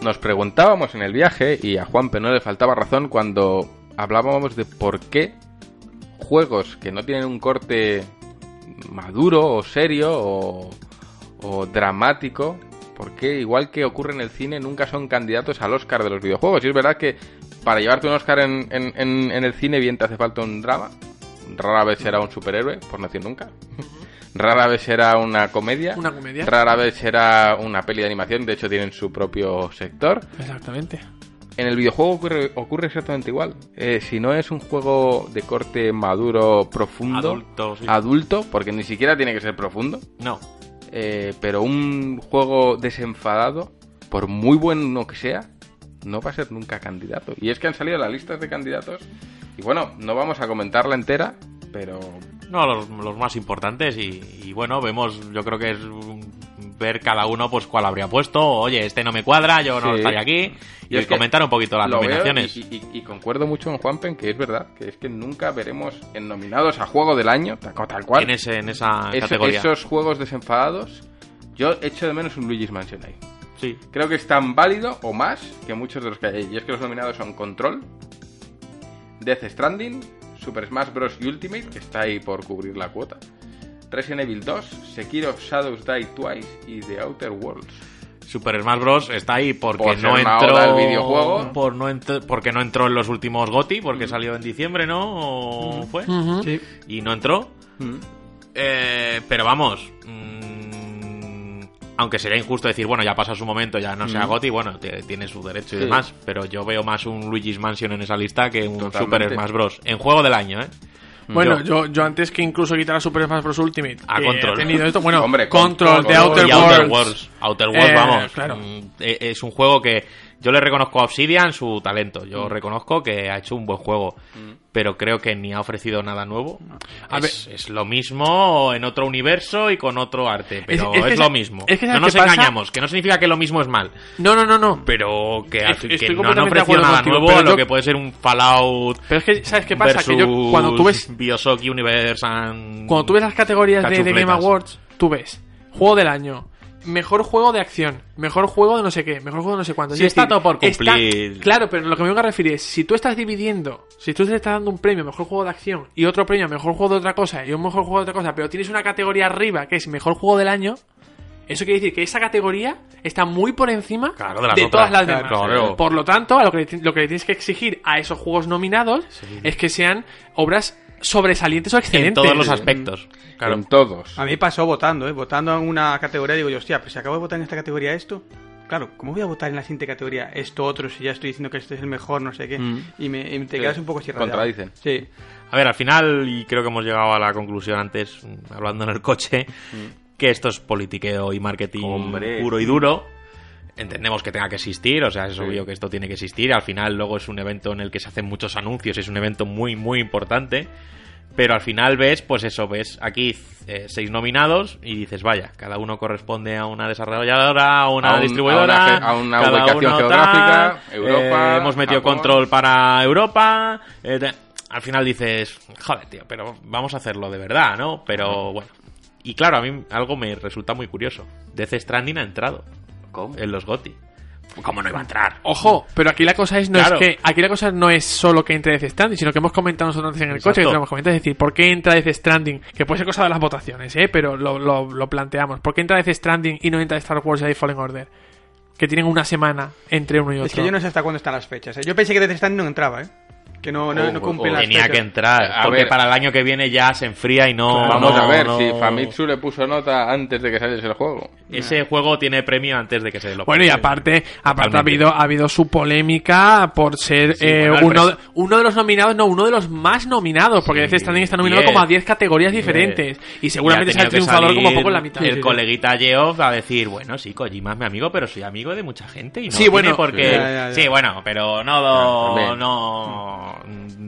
[SPEAKER 2] Nos preguntábamos en el viaje, y a Juanpe no le faltaba razón cuando hablábamos de por qué juegos que no tienen un corte maduro o serio o, o dramático, por qué igual que ocurre en el cine nunca son candidatos al Oscar de los videojuegos. Y es verdad que para llevarte un Oscar en, en- en- en el cine bien te hace falta un drama. Rara vez será un superhéroe, por no decir nunca. Rara vez será una comedia.
[SPEAKER 5] Una comedia.
[SPEAKER 2] Rara vez será una peli de animación, de hecho tienen su propio sector.
[SPEAKER 5] Exactamente.
[SPEAKER 2] En el videojuego ocurre, ocurre exactamente igual. Eh, si no es un juego de corte maduro, profundo,
[SPEAKER 3] Adulto, sí.
[SPEAKER 2] adulto, porque ni siquiera tiene que ser profundo,
[SPEAKER 3] No,
[SPEAKER 2] eh, pero un juego desenfadado, por muy bueno que sea, no va a ser nunca candidato. Y es que han salido las listas de candidatos, y bueno, no vamos a comentarla entera, pero
[SPEAKER 3] No, los, los más importantes y, y bueno, vemos, yo creo que es mm, ver cada uno pues cuál habría puesto, oye, este no me cuadra, yo no
[SPEAKER 2] Sí.
[SPEAKER 3] estaría aquí, y,
[SPEAKER 2] Y es que
[SPEAKER 3] comentar un poquito las
[SPEAKER 2] lo veo
[SPEAKER 3] nominaciones.
[SPEAKER 2] y, y- y- y concuerdo mucho con Juanpen que es verdad, que es que nunca veremos en nominados a juego del año, tal, tal cual.
[SPEAKER 3] en, ese, en esa
[SPEAKER 2] Eso-
[SPEAKER 3] categoría.
[SPEAKER 2] esos juegos desenfadados, yo echo de menos un Luigi's Mansion ahí.
[SPEAKER 3] Sí.
[SPEAKER 2] Creo que es tan válido o más que muchos de los que hay. Y es que los nominados son Control, Death Stranding, Super Smash Bros. Ultimate, que está ahí por cubrir la cuota. Resident Evil 2, Sekiro Shadows Die Twice y The Outer Worlds.
[SPEAKER 3] Super Smash Bros. está ahí porque
[SPEAKER 2] Por ser
[SPEAKER 3] no
[SPEAKER 2] una
[SPEAKER 3] entró
[SPEAKER 2] oda al videojuego. Mm.
[SPEAKER 3] Por no entr- porque no entró en los últimos GOTI, porque salió en diciembre, ¿no? ¿O fue?
[SPEAKER 5] Ujú.
[SPEAKER 4] Sí.
[SPEAKER 3] Y no entró.
[SPEAKER 2] Mm.
[SPEAKER 3] Eh, pero vamos. mm, aunque sería injusto decir, bueno, ya pasa su momento, ya no sea GOTI, bueno, t- tiene su derecho y
[SPEAKER 2] Mm. Sí.
[SPEAKER 3] demás. Pero yo veo más un Luigi's Mansion en esa lista que un
[SPEAKER 2] Totalmente.
[SPEAKER 3] Super Smash Bros. En juego del año, ¿eh?
[SPEAKER 5] Bueno, yo, yo antes que incluso quitar a Super Smash Bros. Ultimate.
[SPEAKER 3] A
[SPEAKER 5] que
[SPEAKER 3] Control.
[SPEAKER 5] ha tenido esto, bueno,
[SPEAKER 2] Hombre,
[SPEAKER 5] Control,
[SPEAKER 2] Control,
[SPEAKER 5] de
[SPEAKER 2] Control
[SPEAKER 5] Outer,
[SPEAKER 3] y
[SPEAKER 5] Worlds.
[SPEAKER 3] Outer Worlds. Outer Worlds,
[SPEAKER 5] Eh,
[SPEAKER 3] vamos.
[SPEAKER 5] claro.
[SPEAKER 3] mm, e- Es un juego que yo le reconozco a Obsidian su talento. Yo
[SPEAKER 5] Mm.
[SPEAKER 3] reconozco que ha hecho un buen juego, pero creo que ni ha ofrecido nada nuevo.
[SPEAKER 5] A
[SPEAKER 3] es, es lo mismo en otro universo y con otro arte, pero
[SPEAKER 5] es
[SPEAKER 3] es,
[SPEAKER 5] que sa-
[SPEAKER 3] lo mismo.
[SPEAKER 5] es que
[SPEAKER 3] no
[SPEAKER 5] ¿sabes
[SPEAKER 3] nos
[SPEAKER 5] qué pasa?
[SPEAKER 3] engañamos, que no significa que lo mismo es mal,
[SPEAKER 5] No, no, no, no.
[SPEAKER 3] pero que,
[SPEAKER 5] Es-
[SPEAKER 3] que
[SPEAKER 5] estoy
[SPEAKER 3] no han
[SPEAKER 5] completamente de
[SPEAKER 3] ofrecido
[SPEAKER 5] acuerdo
[SPEAKER 3] nada
[SPEAKER 5] contigo,
[SPEAKER 3] nuevo
[SPEAKER 5] pero
[SPEAKER 3] a lo
[SPEAKER 5] yo-
[SPEAKER 3] que puede ser un Fallout.
[SPEAKER 5] Pero es que, ¿sabes qué pasa? Que yo,
[SPEAKER 3] versus
[SPEAKER 5] cuando tú ves,
[SPEAKER 3] Bioshock Universe and-
[SPEAKER 5] cuando tú ves las categorías de, de Game
[SPEAKER 3] Cachufletas.
[SPEAKER 5] Awards, tú ves juego del año, mejor juego de acción, mejor juego de no sé qué, mejor juego de no sé cuánto.
[SPEAKER 3] Sí,
[SPEAKER 5] Es
[SPEAKER 3] está todo por cumplir.
[SPEAKER 5] está- claro, pero lo que me vengo a referir es, si tú estás dividiendo, si tú te estás dando un premio a mejor juego de acción y otro premio a mejor juego de otra cosa y un mejor juego de otra cosa, pero tienes una categoría arriba que es mejor juego del año, eso quiere decir que esa categoría está muy por encima
[SPEAKER 3] Claro, de las otras.
[SPEAKER 5] todas las
[SPEAKER 3] Claro,
[SPEAKER 5] demás.
[SPEAKER 3] claro.
[SPEAKER 5] Por lo tanto, a lo, que le, ti- lo que le tienes que exigir a esos juegos nominados es que sean obras sobresalientes o excelentes.
[SPEAKER 3] en todos los aspectos. Claro.
[SPEAKER 2] Con todos.
[SPEAKER 4] A mí pasó votando, ¿eh? Votando en una categoría, digo yo, hostia, pues si acabo de votar en esta categoría esto, claro, ¿cómo voy a votar en la siguiente categoría esto otro si ya estoy diciendo que este es el mejor, no sé qué? Y, me, y te
[SPEAKER 2] Mm. Sí.
[SPEAKER 4] quedas un poco así rayado.
[SPEAKER 2] Contradicen.
[SPEAKER 4] Sí.
[SPEAKER 3] A ver, al final, y creo que hemos llegado a la conclusión antes, mm, hablando en el coche, que esto es politiqueo y marketing
[SPEAKER 2] Mm. Hombre.
[SPEAKER 3] puro y duro. Entendemos que tenga que existir, o sea, es
[SPEAKER 2] Sí.
[SPEAKER 3] obvio que esto tiene que existir. Al final, luego es un evento en el que se hacen muchos anuncios, es un evento muy, muy importante. Pero al final ves, pues eso, ves aquí eh, seis nominados y dices, vaya, cada uno corresponde a una desarrolladora, a una
[SPEAKER 2] A un-
[SPEAKER 3] distribuidora,
[SPEAKER 2] a una ge- a una
[SPEAKER 3] cada
[SPEAKER 2] ubicación
[SPEAKER 3] uno
[SPEAKER 2] geográfica,
[SPEAKER 3] tal,
[SPEAKER 2] Europa,
[SPEAKER 3] eh, hemos metido
[SPEAKER 2] Japón.
[SPEAKER 3] control para Europa. eh, te- al final dices, joder, tío, pero vamos a hacerlo de verdad, ¿no? Pero bueno. Y claro, a mí algo me resulta muy curioso. Death Stranding ha entrado
[SPEAKER 1] ¿Cómo?
[SPEAKER 3] en los GOTI. ¿Cómo no iba a entrar?
[SPEAKER 5] Ojo, pero aquí la cosa es no
[SPEAKER 3] Claro.
[SPEAKER 5] es que aquí la cosa no es solo que entre Death Stranding, sino que hemos comentado nosotros antes en el coche que
[SPEAKER 3] Exacto.
[SPEAKER 5] tenemos comentado, es decir, ¿por qué entra Death Stranding? Que puede ser cosa de las votaciones, eh, pero lo, lo- lo planteamos. ¿Por qué entra Death Stranding y no entra Star Wars Jedi Fallen Order? Que tienen una semana entre uno y otro.
[SPEAKER 4] Es que yo no sé hasta cuándo están las fechas. ¿eh? Yo pensé que Death Stranding no entraba, ¿eh? Que no, no,
[SPEAKER 2] Oh,
[SPEAKER 4] no
[SPEAKER 2] oh,
[SPEAKER 4] cumplen
[SPEAKER 2] oh.
[SPEAKER 4] las
[SPEAKER 3] Pues Tenía
[SPEAKER 4] fechas.
[SPEAKER 3] que entrar,
[SPEAKER 2] A
[SPEAKER 3] porque
[SPEAKER 2] ver.
[SPEAKER 3] para el año que viene ya se enfría y no...
[SPEAKER 2] Vamos
[SPEAKER 3] no-
[SPEAKER 2] a ver
[SPEAKER 3] no-
[SPEAKER 2] si Famitsu le puso nota antes de que saliese el juego.
[SPEAKER 3] Ese juego tiene premio antes de que se lo
[SPEAKER 5] Bueno, y
[SPEAKER 3] pongan.
[SPEAKER 5] aparte, aparte ha,
[SPEAKER 3] Totalmente.
[SPEAKER 5] habido, ha habido su polémica por ser
[SPEAKER 3] Sí,
[SPEAKER 5] eh,
[SPEAKER 3] bueno,
[SPEAKER 5] uno,
[SPEAKER 3] Alfred.
[SPEAKER 5] uno de los nominados, no, uno de los más nominados, porque
[SPEAKER 3] Sí,
[SPEAKER 5] Death Stranding está nominado
[SPEAKER 3] diez.
[SPEAKER 5] como a 10 categorías diferentes. Y seguramente
[SPEAKER 3] Y ha
[SPEAKER 5] sea el
[SPEAKER 3] tenido que
[SPEAKER 5] triunfador como
[SPEAKER 3] salir
[SPEAKER 5] poco en la mitad.
[SPEAKER 3] El
[SPEAKER 5] Sí, sí, sí.
[SPEAKER 3] coleguita Geoff a decir, bueno, sí, Kojima es mi amigo, pero soy amigo de mucha gente. Y no
[SPEAKER 5] Sí,
[SPEAKER 3] tiene
[SPEAKER 5] bueno.
[SPEAKER 3] por qué-
[SPEAKER 4] Sí, ya, ya, ya.
[SPEAKER 3] Sí, bueno, pero no,
[SPEAKER 2] Ah, También.
[SPEAKER 3] no,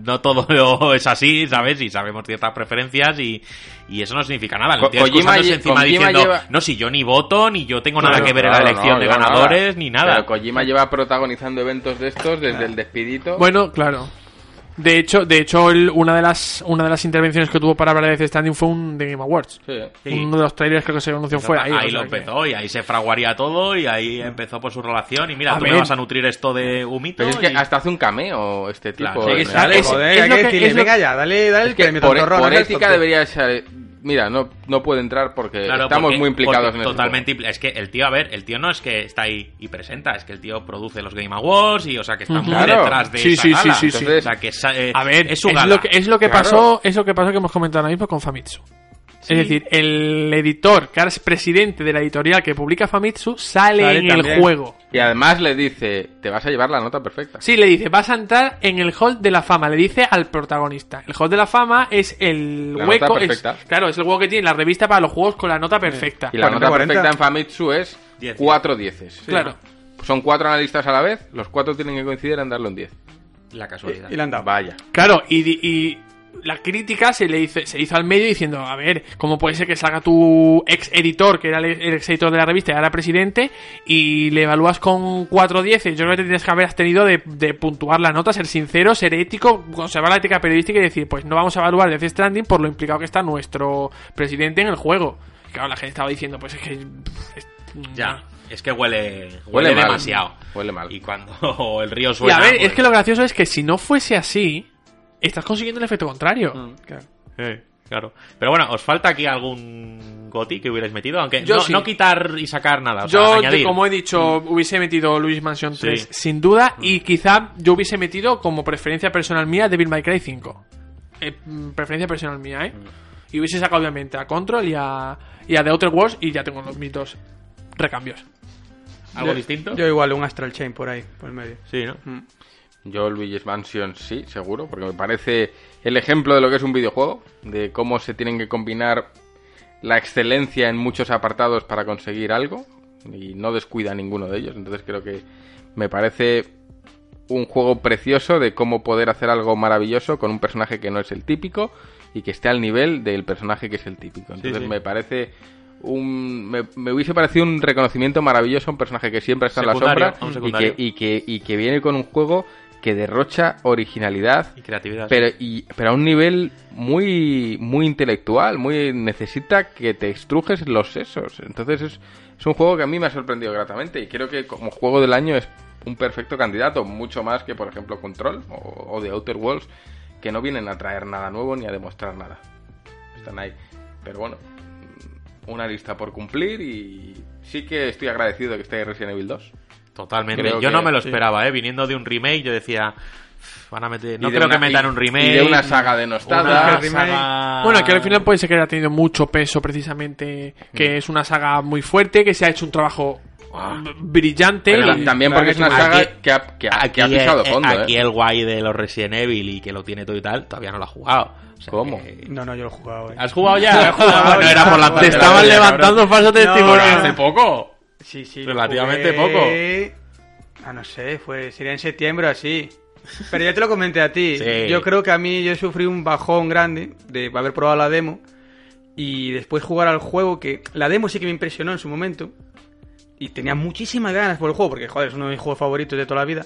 [SPEAKER 3] no, todo es así, ¿sabes? Y sabemos ciertas preferencias y, y eso no significa nada.
[SPEAKER 2] Ko-
[SPEAKER 3] El tío
[SPEAKER 2] Kojima
[SPEAKER 3] excusándose
[SPEAKER 2] lle-
[SPEAKER 3] encima
[SPEAKER 2] Kojima
[SPEAKER 3] diciendo,
[SPEAKER 2] lleva-
[SPEAKER 3] no, si yo ni voto, ni yo tengo nada
[SPEAKER 2] Claro,
[SPEAKER 3] que ver en
[SPEAKER 2] claro,
[SPEAKER 3] la elección
[SPEAKER 2] no,
[SPEAKER 3] de
[SPEAKER 2] yo nada.
[SPEAKER 3] ganadores, ni nada.
[SPEAKER 2] Pero Kojima lleva protagonizando eventos de estos desde el despidito.
[SPEAKER 5] Bueno, claro. De hecho, de hecho el- una, de las, una de las intervenciones que tuvo para hablar de Death Stranding fue un The Game Awards.
[SPEAKER 2] Sí.
[SPEAKER 3] Sí.
[SPEAKER 5] Uno de los trailers creo que se anunció fue ahí.
[SPEAKER 3] ahí
[SPEAKER 5] o sea
[SPEAKER 3] lo
[SPEAKER 5] que-
[SPEAKER 3] empezó y ahí se fraguaría todo y ahí empezó por su relación y mira,
[SPEAKER 5] A
[SPEAKER 3] tú me
[SPEAKER 5] ver.
[SPEAKER 3] vas a nutrir esto de humito
[SPEAKER 2] Pero es que
[SPEAKER 3] y-
[SPEAKER 2] hasta hace un cameo este tipo.
[SPEAKER 3] Claro,
[SPEAKER 2] en
[SPEAKER 3] sí,
[SPEAKER 2] el-
[SPEAKER 3] sale,
[SPEAKER 2] Es-
[SPEAKER 4] Joder,
[SPEAKER 5] es
[SPEAKER 4] hay
[SPEAKER 5] lo
[SPEAKER 4] que
[SPEAKER 5] que-
[SPEAKER 4] decirle,
[SPEAKER 5] es lo-
[SPEAKER 4] venga ya, dale, dale el
[SPEAKER 2] que
[SPEAKER 4] premio,
[SPEAKER 2] por, e-,
[SPEAKER 4] tontorrón,
[SPEAKER 2] por
[SPEAKER 4] dale el
[SPEAKER 2] ética
[SPEAKER 4] tonto.
[SPEAKER 2] debería ser... Mira, no, no puede entrar porque
[SPEAKER 3] Claro,
[SPEAKER 2] estamos
[SPEAKER 3] porque-
[SPEAKER 2] muy implicados
[SPEAKER 3] porque
[SPEAKER 2] en esto.
[SPEAKER 3] Totalmente. impli- Es que el tío, a ver, el tío no es que está ahí y presenta, es que el tío produce los Game Awards y, o sea, que está muy
[SPEAKER 2] Claro.
[SPEAKER 3] detrás de
[SPEAKER 5] Sí,
[SPEAKER 3] esa
[SPEAKER 5] sí, sí,
[SPEAKER 3] gala.
[SPEAKER 5] sí, sí.
[SPEAKER 3] O sea, que sa- eh,
[SPEAKER 5] A ver,
[SPEAKER 3] es su gala.
[SPEAKER 5] lo que, es lo que
[SPEAKER 2] Claro.
[SPEAKER 5] pasó, es lo que pasó que hemos comentado ahora mismo con Famitsu.
[SPEAKER 3] Sí.
[SPEAKER 5] Es decir, el editor, que ahora es presidente de la editorial que publica Famitsu, sale,
[SPEAKER 4] Sale
[SPEAKER 5] en
[SPEAKER 4] también.
[SPEAKER 5] el juego.
[SPEAKER 2] Y además le dice, te vas a llevar la nota perfecta.
[SPEAKER 5] Sí, le dice, vas a entrar en el hall de la fama, le dice al protagonista. El hall de la fama es el
[SPEAKER 2] La nota
[SPEAKER 5] hueco. es-
[SPEAKER 2] perfecta.
[SPEAKER 5] claro, es el hueco que tiene la revista para los juegos con la nota perfecta.
[SPEAKER 2] Y la
[SPEAKER 4] 40,
[SPEAKER 2] nota
[SPEAKER 4] 40.
[SPEAKER 2] perfecta en Famitsu es
[SPEAKER 3] Diez.
[SPEAKER 2] cuatro dieces.
[SPEAKER 5] Claro.
[SPEAKER 2] Son cuatro analistas a la vez, los cuatro tienen que coincidir en darle un 10.
[SPEAKER 3] La casualidad.
[SPEAKER 4] Y le han dado.
[SPEAKER 2] Vaya.
[SPEAKER 5] Claro, y, di- y la crítica se le hizo, se hizo al medio diciendo, a ver, ¿cómo puede ser que salga tu ex editor, que era el, el ex editor de la revista y ahora presidente, y le evalúas con 4 10? Yo creo que te tienes que haber abstenido de, de puntuar la nota, ser sincero, ser ético, conservar la ética periodística y decir, pues no vamos a evaluar Death Stranding por lo implicado que está nuestro presidente en el juego. Y Claro, la gente estaba diciendo, pues es que... pff, es-
[SPEAKER 3] Ya. Es que huele, huele,
[SPEAKER 2] Huele mal.
[SPEAKER 3] demasiado.
[SPEAKER 2] Huele mal.
[SPEAKER 3] Y cuando el río
[SPEAKER 5] Y
[SPEAKER 3] suena.
[SPEAKER 5] a ver,
[SPEAKER 3] pues-
[SPEAKER 5] es que lo gracioso es que si no fuese así, estás consiguiendo el efecto contrario.
[SPEAKER 4] Claro.
[SPEAKER 3] Eh, claro. Pero bueno, os falta aquí algún goti que hubierais metido, aunque
[SPEAKER 5] Yo
[SPEAKER 3] no,
[SPEAKER 5] sí.
[SPEAKER 3] no quitar y sacar nada. o sea,
[SPEAKER 5] Yo,
[SPEAKER 3] añadir.
[SPEAKER 5] te- como he dicho, hubiese metido Luis Mansion
[SPEAKER 3] Sí.
[SPEAKER 5] 3 sin duda y quizá yo hubiese metido como preferencia personal mía Devil May Cry 5. Eh, mm, preferencia personal mía, ¿eh? Y hubiese sacado obviamente a Control y a, y a The Outer Worlds y ya tengo los, mis dos recambios.
[SPEAKER 3] ¿Algo
[SPEAKER 4] Yo-
[SPEAKER 3] distinto?
[SPEAKER 4] Yo igual un Astral Chain por ahí, por el medio.
[SPEAKER 3] Sí, ¿no?
[SPEAKER 2] Yo Luigi's Mansion sí, seguro, porque me parece el ejemplo de lo que es un videojuego, de cómo se tienen que combinar la excelencia en muchos apartados para conseguir algo, y no descuida ninguno de ellos, entonces creo que me parece un juego precioso de cómo poder hacer algo maravilloso con un personaje que no es el típico y que esté al nivel del personaje que es el típico. Entonces
[SPEAKER 3] sí.
[SPEAKER 2] me parece un... Me, me hubiese parecido un reconocimiento maravilloso a un personaje que siempre está en la
[SPEAKER 3] Secundario,
[SPEAKER 2] sombra
[SPEAKER 3] a un
[SPEAKER 2] y que,
[SPEAKER 3] secundario.
[SPEAKER 2] y que, y que viene con un juego que derrocha originalidad,
[SPEAKER 3] Y creatividad.
[SPEAKER 2] pero, y, pero a un nivel muy, muy intelectual, muy necesita que te estrujes los sesos. Entonces es, es un juego que a mí me ha sorprendido gratamente y creo que como juego del año es un perfecto candidato, mucho más que por ejemplo Control o, o The Outer Worlds, que no vienen a traer nada nuevo ni a demostrar nada. Están ahí. Pero bueno, una lista por cumplir y sí que estoy agradecido que esté Resident Evil 2.
[SPEAKER 3] Totalmente.
[SPEAKER 2] Creo
[SPEAKER 3] Yo
[SPEAKER 2] que-
[SPEAKER 3] no me lo
[SPEAKER 2] sí.
[SPEAKER 3] esperaba, ¿eh? Viniendo de un remake, yo decía. Van a meter... No
[SPEAKER 2] Y de
[SPEAKER 3] creo que
[SPEAKER 2] una-
[SPEAKER 3] metan
[SPEAKER 2] y-
[SPEAKER 3] un remake.
[SPEAKER 2] Y de una saga denostada.
[SPEAKER 3] una
[SPEAKER 4] remake.
[SPEAKER 3] saga-
[SPEAKER 5] Bueno, que al final puede ser que haya tenido mucho peso precisamente, que es una saga muy fuerte, que se ha hecho un trabajo
[SPEAKER 3] Ah.
[SPEAKER 5] mm, brillante.
[SPEAKER 2] Pero
[SPEAKER 5] y-
[SPEAKER 2] también porque es una
[SPEAKER 3] Aquí-
[SPEAKER 2] saga que, ha, que, ha, que ha
[SPEAKER 3] Aquí
[SPEAKER 2] pisado
[SPEAKER 3] el-
[SPEAKER 2] fondo,
[SPEAKER 3] Aquí
[SPEAKER 2] ¿eh?
[SPEAKER 3] el guay de los Resident Evil y que lo tiene todo y tal, todavía no lo ha jugado. O sea
[SPEAKER 2] ¿Cómo?
[SPEAKER 3] que-
[SPEAKER 4] No, no, yo lo he jugado. eh.
[SPEAKER 3] ¿Has jugado ya? Ah, no era por la
[SPEAKER 5] Te
[SPEAKER 3] pantalla,
[SPEAKER 5] estaban
[SPEAKER 3] cabrón.
[SPEAKER 5] levantando falso testimonio.
[SPEAKER 3] Hace poco.
[SPEAKER 4] Sí, sí.
[SPEAKER 3] Relativamente
[SPEAKER 4] poco. Ah, no sé, fue, sería en septiembre o así. Pero ya te lo comenté a ti.
[SPEAKER 3] Sí.
[SPEAKER 4] Yo creo que a mí yo sufrí un bajón grande de haber probado la demo y después jugar al juego que la demo sí que me impresionó en su momento y tenía muchísimas ganas por el juego porque joder, es uno de mis juegos favoritos de toda la vida.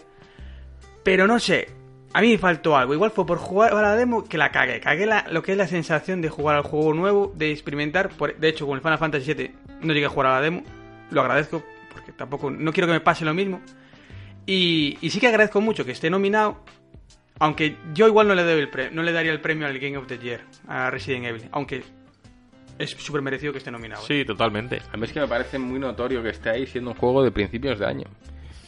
[SPEAKER 4] Pero no sé, a mí me faltó algo. Igual fue por jugar a la demo que la cagué. Cagué la- lo que es la sensación de jugar al juego nuevo, de experimentar. Por- de hecho, con el Final Fantasy VII no llegué a jugar a la demo. Lo agradezco porque tampoco no quiero que me pase lo mismo. Y, y sí que agradezco mucho que esté nominado. Aunque yo igual no le, doy el pre- no le daría el premio al Game of the Year, a Resident Evil. Aunque es súper merecido que esté nominado. ¿eh?
[SPEAKER 3] Sí, totalmente.
[SPEAKER 2] A mí es que me parece muy notorio que esté ahí siendo un juego de principios de año.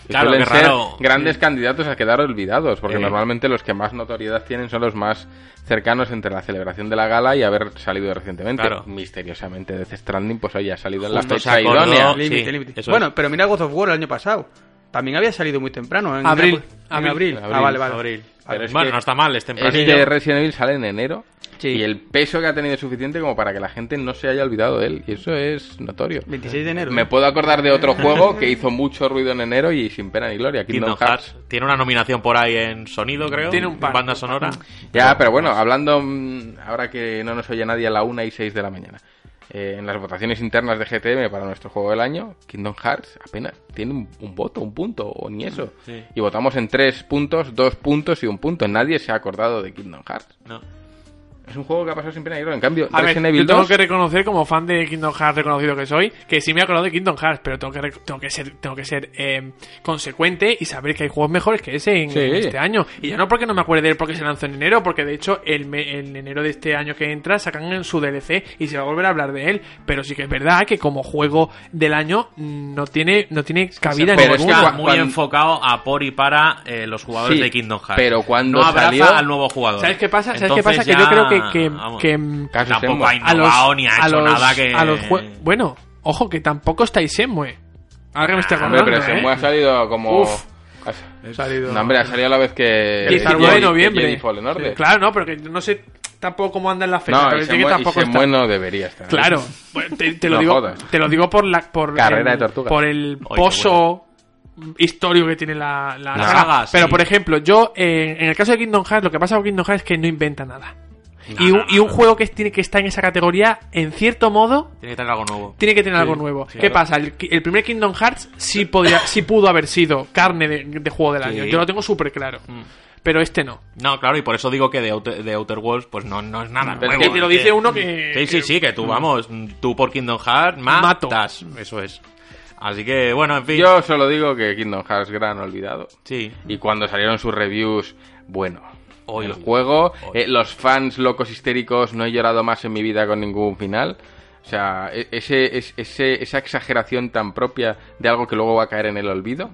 [SPEAKER 2] Que
[SPEAKER 3] Claro,
[SPEAKER 2] suelen
[SPEAKER 3] qué raro.
[SPEAKER 2] ser grandes candidatos a quedar olvidados, porque
[SPEAKER 3] Eh.
[SPEAKER 2] normalmente los que más notoriedad tienen son los más cercanos entre la celebración de la gala y haber salido recientemente.
[SPEAKER 3] Claro.
[SPEAKER 2] Misteriosamente, Death Stranding, pues oye, ha salido en
[SPEAKER 3] Justo
[SPEAKER 2] la fecha
[SPEAKER 3] se acordó-
[SPEAKER 2] idónea.
[SPEAKER 3] Sí,
[SPEAKER 4] Límite, límite.
[SPEAKER 3] eso
[SPEAKER 4] Bueno,
[SPEAKER 3] es.
[SPEAKER 4] pero mira God of War el año pasado. También había salido muy temprano. En
[SPEAKER 5] Abril,
[SPEAKER 4] en
[SPEAKER 5] abril.
[SPEAKER 4] abril. Ah,
[SPEAKER 2] Abril,
[SPEAKER 4] vale, vale.
[SPEAKER 3] Abril.
[SPEAKER 2] Pero es
[SPEAKER 3] bueno,
[SPEAKER 2] que-
[SPEAKER 3] no está mal, es tempranillo.
[SPEAKER 2] Este Resident Evil sale en enero
[SPEAKER 4] Sí.
[SPEAKER 2] y el peso que ha tenido es suficiente como para que la gente no se haya olvidado de él. Y eso es notorio.
[SPEAKER 4] 26 de enero. ¿eh?
[SPEAKER 2] Me puedo acordar de otro juego que hizo mucho ruido en enero y sin pena ni gloria, Kingdom,
[SPEAKER 3] Kingdom
[SPEAKER 2] Hearts.
[SPEAKER 3] Hearts. Tiene una nominación por ahí en sonido, creo.
[SPEAKER 5] Tiene un par.
[SPEAKER 3] Banda sonora.
[SPEAKER 2] Ya, pero bueno, hablando mm, ahora que no nos oye nadie a la 1 y 6 de la mañana. eh, en las votaciones internas de GTM para nuestro juego del año, Kingdom Hearts apenas tiene un, un voto, un punto, o ni eso.
[SPEAKER 3] Sí.
[SPEAKER 2] Y votamos en tres puntos, dos puntos y un punto. Nadie se ha acordado de Kingdom Hearts.
[SPEAKER 3] No.
[SPEAKER 2] Es un juego que ha pasado sin pena ni gloria. En cambio,
[SPEAKER 5] A ver,
[SPEAKER 2] Resident Evil
[SPEAKER 5] yo tengo
[SPEAKER 2] 2...
[SPEAKER 5] que reconocer como fan de Kingdom Hearts reconocido que soy, que sí me he acordado de Kingdom Hearts, pero tengo que, re- tengo que ser, tengo que ser eh, consecuente y saber que hay juegos mejores que ese en,
[SPEAKER 2] Sí.
[SPEAKER 5] en este año. Y ya no porque no me acuerde de él porque se lanzó en enero, porque de hecho el, me- en enero de este año que entra sacan en su DLC y se va a volver a hablar de él. Pero sí que es verdad que como juego del año mm, no tiene, no tiene cabida en
[SPEAKER 2] Pero es que
[SPEAKER 5] ninguna.
[SPEAKER 3] Está
[SPEAKER 2] cua-
[SPEAKER 3] muy
[SPEAKER 2] cuando-
[SPEAKER 3] enfocado a por y para eh, los jugadores
[SPEAKER 2] Sí,
[SPEAKER 3] de Kingdom Hearts.
[SPEAKER 2] pero cuando
[SPEAKER 3] no abraza
[SPEAKER 2] salió-
[SPEAKER 3] al nuevo jugador.
[SPEAKER 5] ¿Sabes qué pasa? ¿Sabes qué
[SPEAKER 3] Entonces
[SPEAKER 5] pasa? Que yo
[SPEAKER 3] ya,
[SPEAKER 5] creo que- que-
[SPEAKER 3] vamos,
[SPEAKER 5] que, mm,
[SPEAKER 2] Casi
[SPEAKER 3] tampoco
[SPEAKER 2] Shenmue.
[SPEAKER 3] ha innovado ni ha hecho nada que.
[SPEAKER 5] a los jue- bueno, ojo, que tampoco estáis Shenmue. Ahora que me estoy acordando,
[SPEAKER 2] Ah, Hombre, pero Shenmue
[SPEAKER 5] ¿eh?
[SPEAKER 2] ha salido como...
[SPEAKER 5] Uf.
[SPEAKER 2] ha-
[SPEAKER 5] Ha salido-
[SPEAKER 2] No, hombre, ha salido a la vez que...
[SPEAKER 5] El 19 de
[SPEAKER 2] Jedi-
[SPEAKER 5] noviembre.
[SPEAKER 2] Jedi Fallen Order.
[SPEAKER 5] Sí, claro, no, pero que no sé tampoco cómo andan las fechas.
[SPEAKER 2] No,
[SPEAKER 5] pero
[SPEAKER 2] y
[SPEAKER 5] es que
[SPEAKER 2] Shenmue, y
[SPEAKER 5] tampoco
[SPEAKER 2] Shenmue
[SPEAKER 5] está-
[SPEAKER 2] no debería estar. ¿eh?
[SPEAKER 5] Claro, bueno, te, te lo
[SPEAKER 2] No
[SPEAKER 5] digo,
[SPEAKER 2] jodas.
[SPEAKER 5] te lo digo por la por
[SPEAKER 2] Carrera
[SPEAKER 5] el,
[SPEAKER 2] de tortugas.
[SPEAKER 5] por el
[SPEAKER 3] qué
[SPEAKER 5] pozo histórico que tiene la, la
[SPEAKER 3] La
[SPEAKER 5] saga.
[SPEAKER 3] saga, sí.
[SPEAKER 5] Pero por ejemplo, yo eh, en el caso de Kingdom Hearts, lo que pasa con Kingdom Hearts es que no inventa nada. y, un, y un juego que tiene que está en esa categoría, en cierto modo,
[SPEAKER 3] Tiene que tener algo nuevo.
[SPEAKER 5] tiene que tener algo nuevo. ¿Qué pasa? El, el primer Kingdom Hearts sí, podía, sí pudo haber sido carne de, de juego del año.
[SPEAKER 3] Sí. Mm.
[SPEAKER 5] Yo lo tengo súper claro. Pero este no.
[SPEAKER 3] No, claro, y por eso digo que de Outer, de Outer Worlds, pues no, no es nada.
[SPEAKER 2] Pero
[SPEAKER 3] nuevo,
[SPEAKER 5] que te lo
[SPEAKER 3] es
[SPEAKER 5] dice uno que-
[SPEAKER 3] Sí, sí, sí, que
[SPEAKER 2] Mm.
[SPEAKER 3] tú, vamos, tú por Kingdom Hearts
[SPEAKER 5] Mato.
[SPEAKER 3] matas. Eso es. Así que, bueno, en fin.
[SPEAKER 2] Yo solo digo que Kingdom Hearts gran olvidado.
[SPEAKER 3] Sí.
[SPEAKER 2] Y cuando salieron sus reviews, bueno,
[SPEAKER 3] Oy,
[SPEAKER 2] el
[SPEAKER 3] oy,
[SPEAKER 2] juego.
[SPEAKER 3] oy.
[SPEAKER 2] Eh, los fans locos histéricos, no he llorado más en mi vida con ningún final. O sea, e- ese, es- ese- esa exageración tan propia de algo que luego va a caer en el olvido.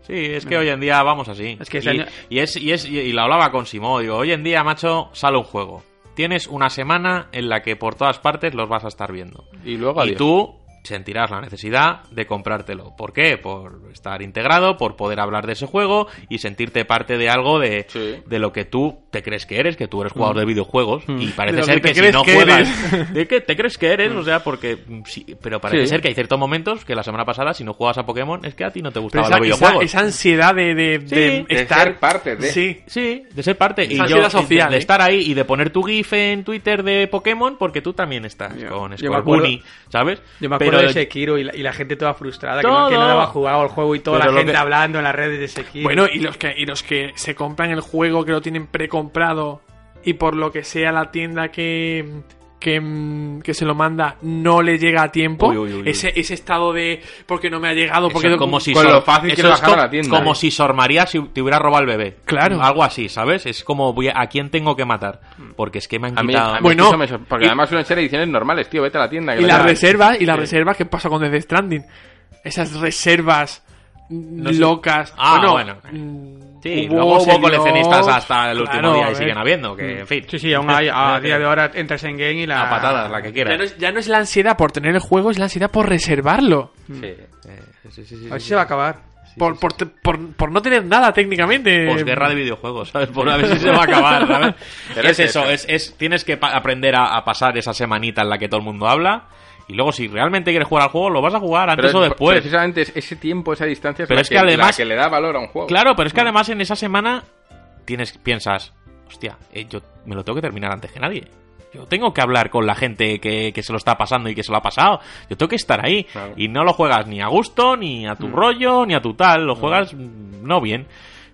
[SPEAKER 3] Sí, es que hoy en día vamos así.
[SPEAKER 4] Es que
[SPEAKER 3] y,
[SPEAKER 4] este año-
[SPEAKER 3] y es, y, es, y, y lo hablaba con Simón, digo, hoy en día, macho, sale un juego. Tienes una semana en la que por todas partes los vas a estar viendo.
[SPEAKER 2] Y luego
[SPEAKER 3] Y
[SPEAKER 2] adiós.
[SPEAKER 3] tú sentirás la necesidad de comprártelo. ¿Por qué? Por estar integrado, por poder hablar de ese juego y sentirte parte de algo de,
[SPEAKER 2] Sí.
[SPEAKER 3] de lo que tú te crees que eres, que tú eres jugador de videojuegos y
[SPEAKER 5] De
[SPEAKER 3] parece
[SPEAKER 5] lo
[SPEAKER 3] ser
[SPEAKER 5] que
[SPEAKER 3] que,
[SPEAKER 5] te
[SPEAKER 3] si
[SPEAKER 5] crees
[SPEAKER 3] no
[SPEAKER 5] que
[SPEAKER 3] juegas... ¿De qué te crees que eres? O sea, porque... mm, sí, pero parece
[SPEAKER 2] Sí.
[SPEAKER 3] ser que hay ciertos momentos que la semana pasada si no jugabas a Pokémon es que a ti no te
[SPEAKER 5] Pero
[SPEAKER 3] gustaban
[SPEAKER 5] esa,
[SPEAKER 3] los
[SPEAKER 5] esa-
[SPEAKER 3] videojuegos.
[SPEAKER 5] esa ansiedad de, de-
[SPEAKER 2] de
[SPEAKER 5] de estar.
[SPEAKER 2] ser parte de-
[SPEAKER 5] Sí.
[SPEAKER 3] Sí, de ser parte. Y
[SPEAKER 5] Esa
[SPEAKER 3] yo,
[SPEAKER 5] ansiedad social,
[SPEAKER 3] de, de
[SPEAKER 5] ¿eh?
[SPEAKER 3] estar ahí y de poner tu GIF en Twitter de Pokémon, porque tú también estás
[SPEAKER 4] Yo-
[SPEAKER 3] con
[SPEAKER 4] yo me
[SPEAKER 3] Square
[SPEAKER 4] acuerdo-
[SPEAKER 3] Bunny, ¿sabes?
[SPEAKER 4] Yo me acuerdo
[SPEAKER 3] Pero-
[SPEAKER 4] de Sekiro y la, y la gente toda frustrada, que no, que no
[SPEAKER 3] Todo.
[SPEAKER 4] había jugado el juego y toda
[SPEAKER 3] Pero
[SPEAKER 4] la
[SPEAKER 3] lo
[SPEAKER 4] gente
[SPEAKER 3] que-
[SPEAKER 4] hablando en las redes de Sekiro.
[SPEAKER 5] Bueno, y los que y los que se compran el juego que lo tienen precomprado y por lo que sea la tienda que que, mm, que se lo manda no le llega a tiempo,
[SPEAKER 3] Uy, uy, uy, uy.
[SPEAKER 5] ese ese estado de porque no me ha llegado,
[SPEAKER 3] Eso
[SPEAKER 5] porque
[SPEAKER 3] es como si
[SPEAKER 2] con
[SPEAKER 3] Sor-
[SPEAKER 2] lo fácil que
[SPEAKER 3] eso
[SPEAKER 2] lo
[SPEAKER 3] es
[SPEAKER 2] bajaron
[SPEAKER 3] co-
[SPEAKER 2] a la tienda,
[SPEAKER 3] como
[SPEAKER 2] ¿eh?
[SPEAKER 3] si Sor María si te hubiera robado al bebé.
[SPEAKER 5] Claro.
[SPEAKER 3] Algo así, ¿sabes? Es como voy a, ¿a quién tengo que matar, porque es que me han
[SPEAKER 2] A mí,
[SPEAKER 3] quitado.
[SPEAKER 2] a mí
[SPEAKER 5] Bueno,
[SPEAKER 2] eso me sor- porque
[SPEAKER 5] y-
[SPEAKER 2] además suelen ser ediciones normales, tío. Vete a la tienda. que
[SPEAKER 5] y
[SPEAKER 2] lo
[SPEAKER 5] las
[SPEAKER 2] llevan.
[SPEAKER 5] reservas y las
[SPEAKER 2] Sí.
[SPEAKER 5] reservas que pasa con Death Stranding. Esas reservas
[SPEAKER 3] sé.
[SPEAKER 5] locas.
[SPEAKER 3] Ah,
[SPEAKER 5] bueno.
[SPEAKER 3] bueno.
[SPEAKER 5] mm,
[SPEAKER 3] Sí, luego hubo
[SPEAKER 5] serios,
[SPEAKER 3] coleccionistas hasta el último
[SPEAKER 5] claro,
[SPEAKER 3] día
[SPEAKER 5] a
[SPEAKER 3] y
[SPEAKER 5] ver.
[SPEAKER 3] siguen habiendo, que en fin.
[SPEAKER 4] Mm. Sí, sí, aún hay, a día de ahora entras en game y la...
[SPEAKER 3] A patadas, la que
[SPEAKER 5] Ya
[SPEAKER 3] quieras.
[SPEAKER 5] no, es, ya no es la ansiedad por tener el juego, es la ansiedad por reservarlo.
[SPEAKER 3] Eh, sí, sí, sí,
[SPEAKER 4] A ver
[SPEAKER 3] sí.
[SPEAKER 4] si se va a acabar.
[SPEAKER 5] por, por, por- por no tener nada
[SPEAKER 2] Eh,
[SPEAKER 5] técnicamente.
[SPEAKER 3] posguerra de videojuegos, ¿sabes? Por a ver si se va a acabar, ¿sabes?
[SPEAKER 2] Pero
[SPEAKER 3] es
[SPEAKER 2] es
[SPEAKER 3] eso,
[SPEAKER 2] eso.
[SPEAKER 3] es, es- tienes que pa- aprender a, a pasar esa semanita en la que todo el mundo habla. Y luego, si realmente quieres jugar al juego, lo vas a jugar
[SPEAKER 2] Pero
[SPEAKER 3] antes o
[SPEAKER 2] es-
[SPEAKER 3] después.
[SPEAKER 2] Precisamente es- ese tiempo, esa distancia es,
[SPEAKER 3] Pero
[SPEAKER 2] la,
[SPEAKER 3] es
[SPEAKER 2] que,
[SPEAKER 3] que además-
[SPEAKER 2] la que le da valor a un juego.
[SPEAKER 3] Claro, pero es que además en esa semana tienes, piensas, hostia, eh, yo me lo tengo que terminar antes que nadie. Yo tengo que hablar con la gente que, que se lo está pasando y que se lo ha pasado. Yo tengo que estar ahí.
[SPEAKER 2] Claro. Mm.
[SPEAKER 3] Y no lo juegas ni a gusto, ni a tu rollo, ni a tu tal. Lo juegas mm, no bien.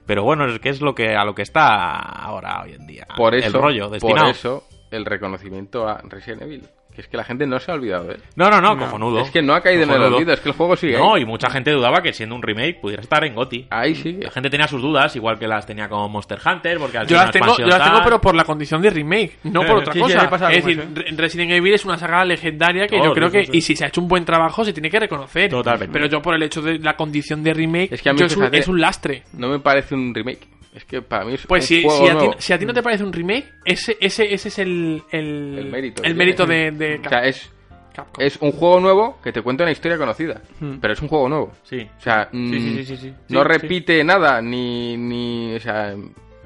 [SPEAKER 3] Pero bueno, es que es lo que, a lo que está ahora hoy en día.
[SPEAKER 2] Por eso,
[SPEAKER 3] el rollo
[SPEAKER 2] por
[SPEAKER 3] destinado.
[SPEAKER 2] eso el reconocimiento a Resident Evil. Que es que la gente no se ha olvidado ¿eh? de él.
[SPEAKER 3] No, no, no, cojonudo.
[SPEAKER 2] Es que no ha caído en el
[SPEAKER 3] Cojonudo.
[SPEAKER 2] olvido, es que el juego sigue.
[SPEAKER 3] No,
[SPEAKER 2] ahí.
[SPEAKER 3] y mucha gente dudaba que siendo un remake pudiera estar en GOTI.
[SPEAKER 2] Ahí sigue.
[SPEAKER 3] La gente tenía sus dudas, igual que las tenía con Monster Hunter, porque al ser
[SPEAKER 5] Yo las
[SPEAKER 3] una
[SPEAKER 5] tengo, yo
[SPEAKER 3] expansión
[SPEAKER 5] las tengo,
[SPEAKER 3] tal-
[SPEAKER 5] pero por la condición de remake, no por otra
[SPEAKER 4] Sí, sí,
[SPEAKER 5] cosa.
[SPEAKER 4] me pasa
[SPEAKER 5] es
[SPEAKER 4] algo
[SPEAKER 5] decir,
[SPEAKER 4] más,
[SPEAKER 5] Re- Resident Evil es una saga legendaria que yo
[SPEAKER 3] Todo,
[SPEAKER 5] creo
[SPEAKER 3] Oh, sí,
[SPEAKER 5] que,
[SPEAKER 3] sí, sí.
[SPEAKER 5] y si se ha hecho un buen trabajo, se tiene que reconocer.
[SPEAKER 3] Totalmente.
[SPEAKER 5] Pero yo, por el hecho de la condición de remake,
[SPEAKER 2] Es que a mí,
[SPEAKER 5] yo es, un,
[SPEAKER 2] fíjate-
[SPEAKER 5] es un lastre.
[SPEAKER 3] Mm.
[SPEAKER 2] No me parece un remake. Es que para mí es
[SPEAKER 5] Pues
[SPEAKER 2] un
[SPEAKER 5] si,
[SPEAKER 2] juego
[SPEAKER 5] si, a ti,
[SPEAKER 2] nuevo.
[SPEAKER 5] si a ti no te parece un remake, ese, ese, ese es el, el,
[SPEAKER 2] El mérito
[SPEAKER 5] el
[SPEAKER 2] que
[SPEAKER 5] mérito de,
[SPEAKER 2] tiene.
[SPEAKER 5] de
[SPEAKER 2] O sea,
[SPEAKER 5] Cap-
[SPEAKER 2] es,
[SPEAKER 5] Capcom.
[SPEAKER 2] es un juego nuevo que te cuenta una historia conocida. Pero es un juego nuevo.
[SPEAKER 3] Hmm. Sí.
[SPEAKER 2] O sea,
[SPEAKER 3] sí,
[SPEAKER 2] mm,
[SPEAKER 3] sí, sí, sí.
[SPEAKER 2] no
[SPEAKER 3] Sí,
[SPEAKER 2] repite nada, ni, ni. O sea,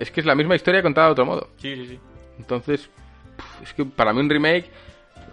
[SPEAKER 2] es que es la misma historia contada de otro modo.
[SPEAKER 3] Sí, sí, sí.
[SPEAKER 2] Entonces, puf, es que para mí un remake,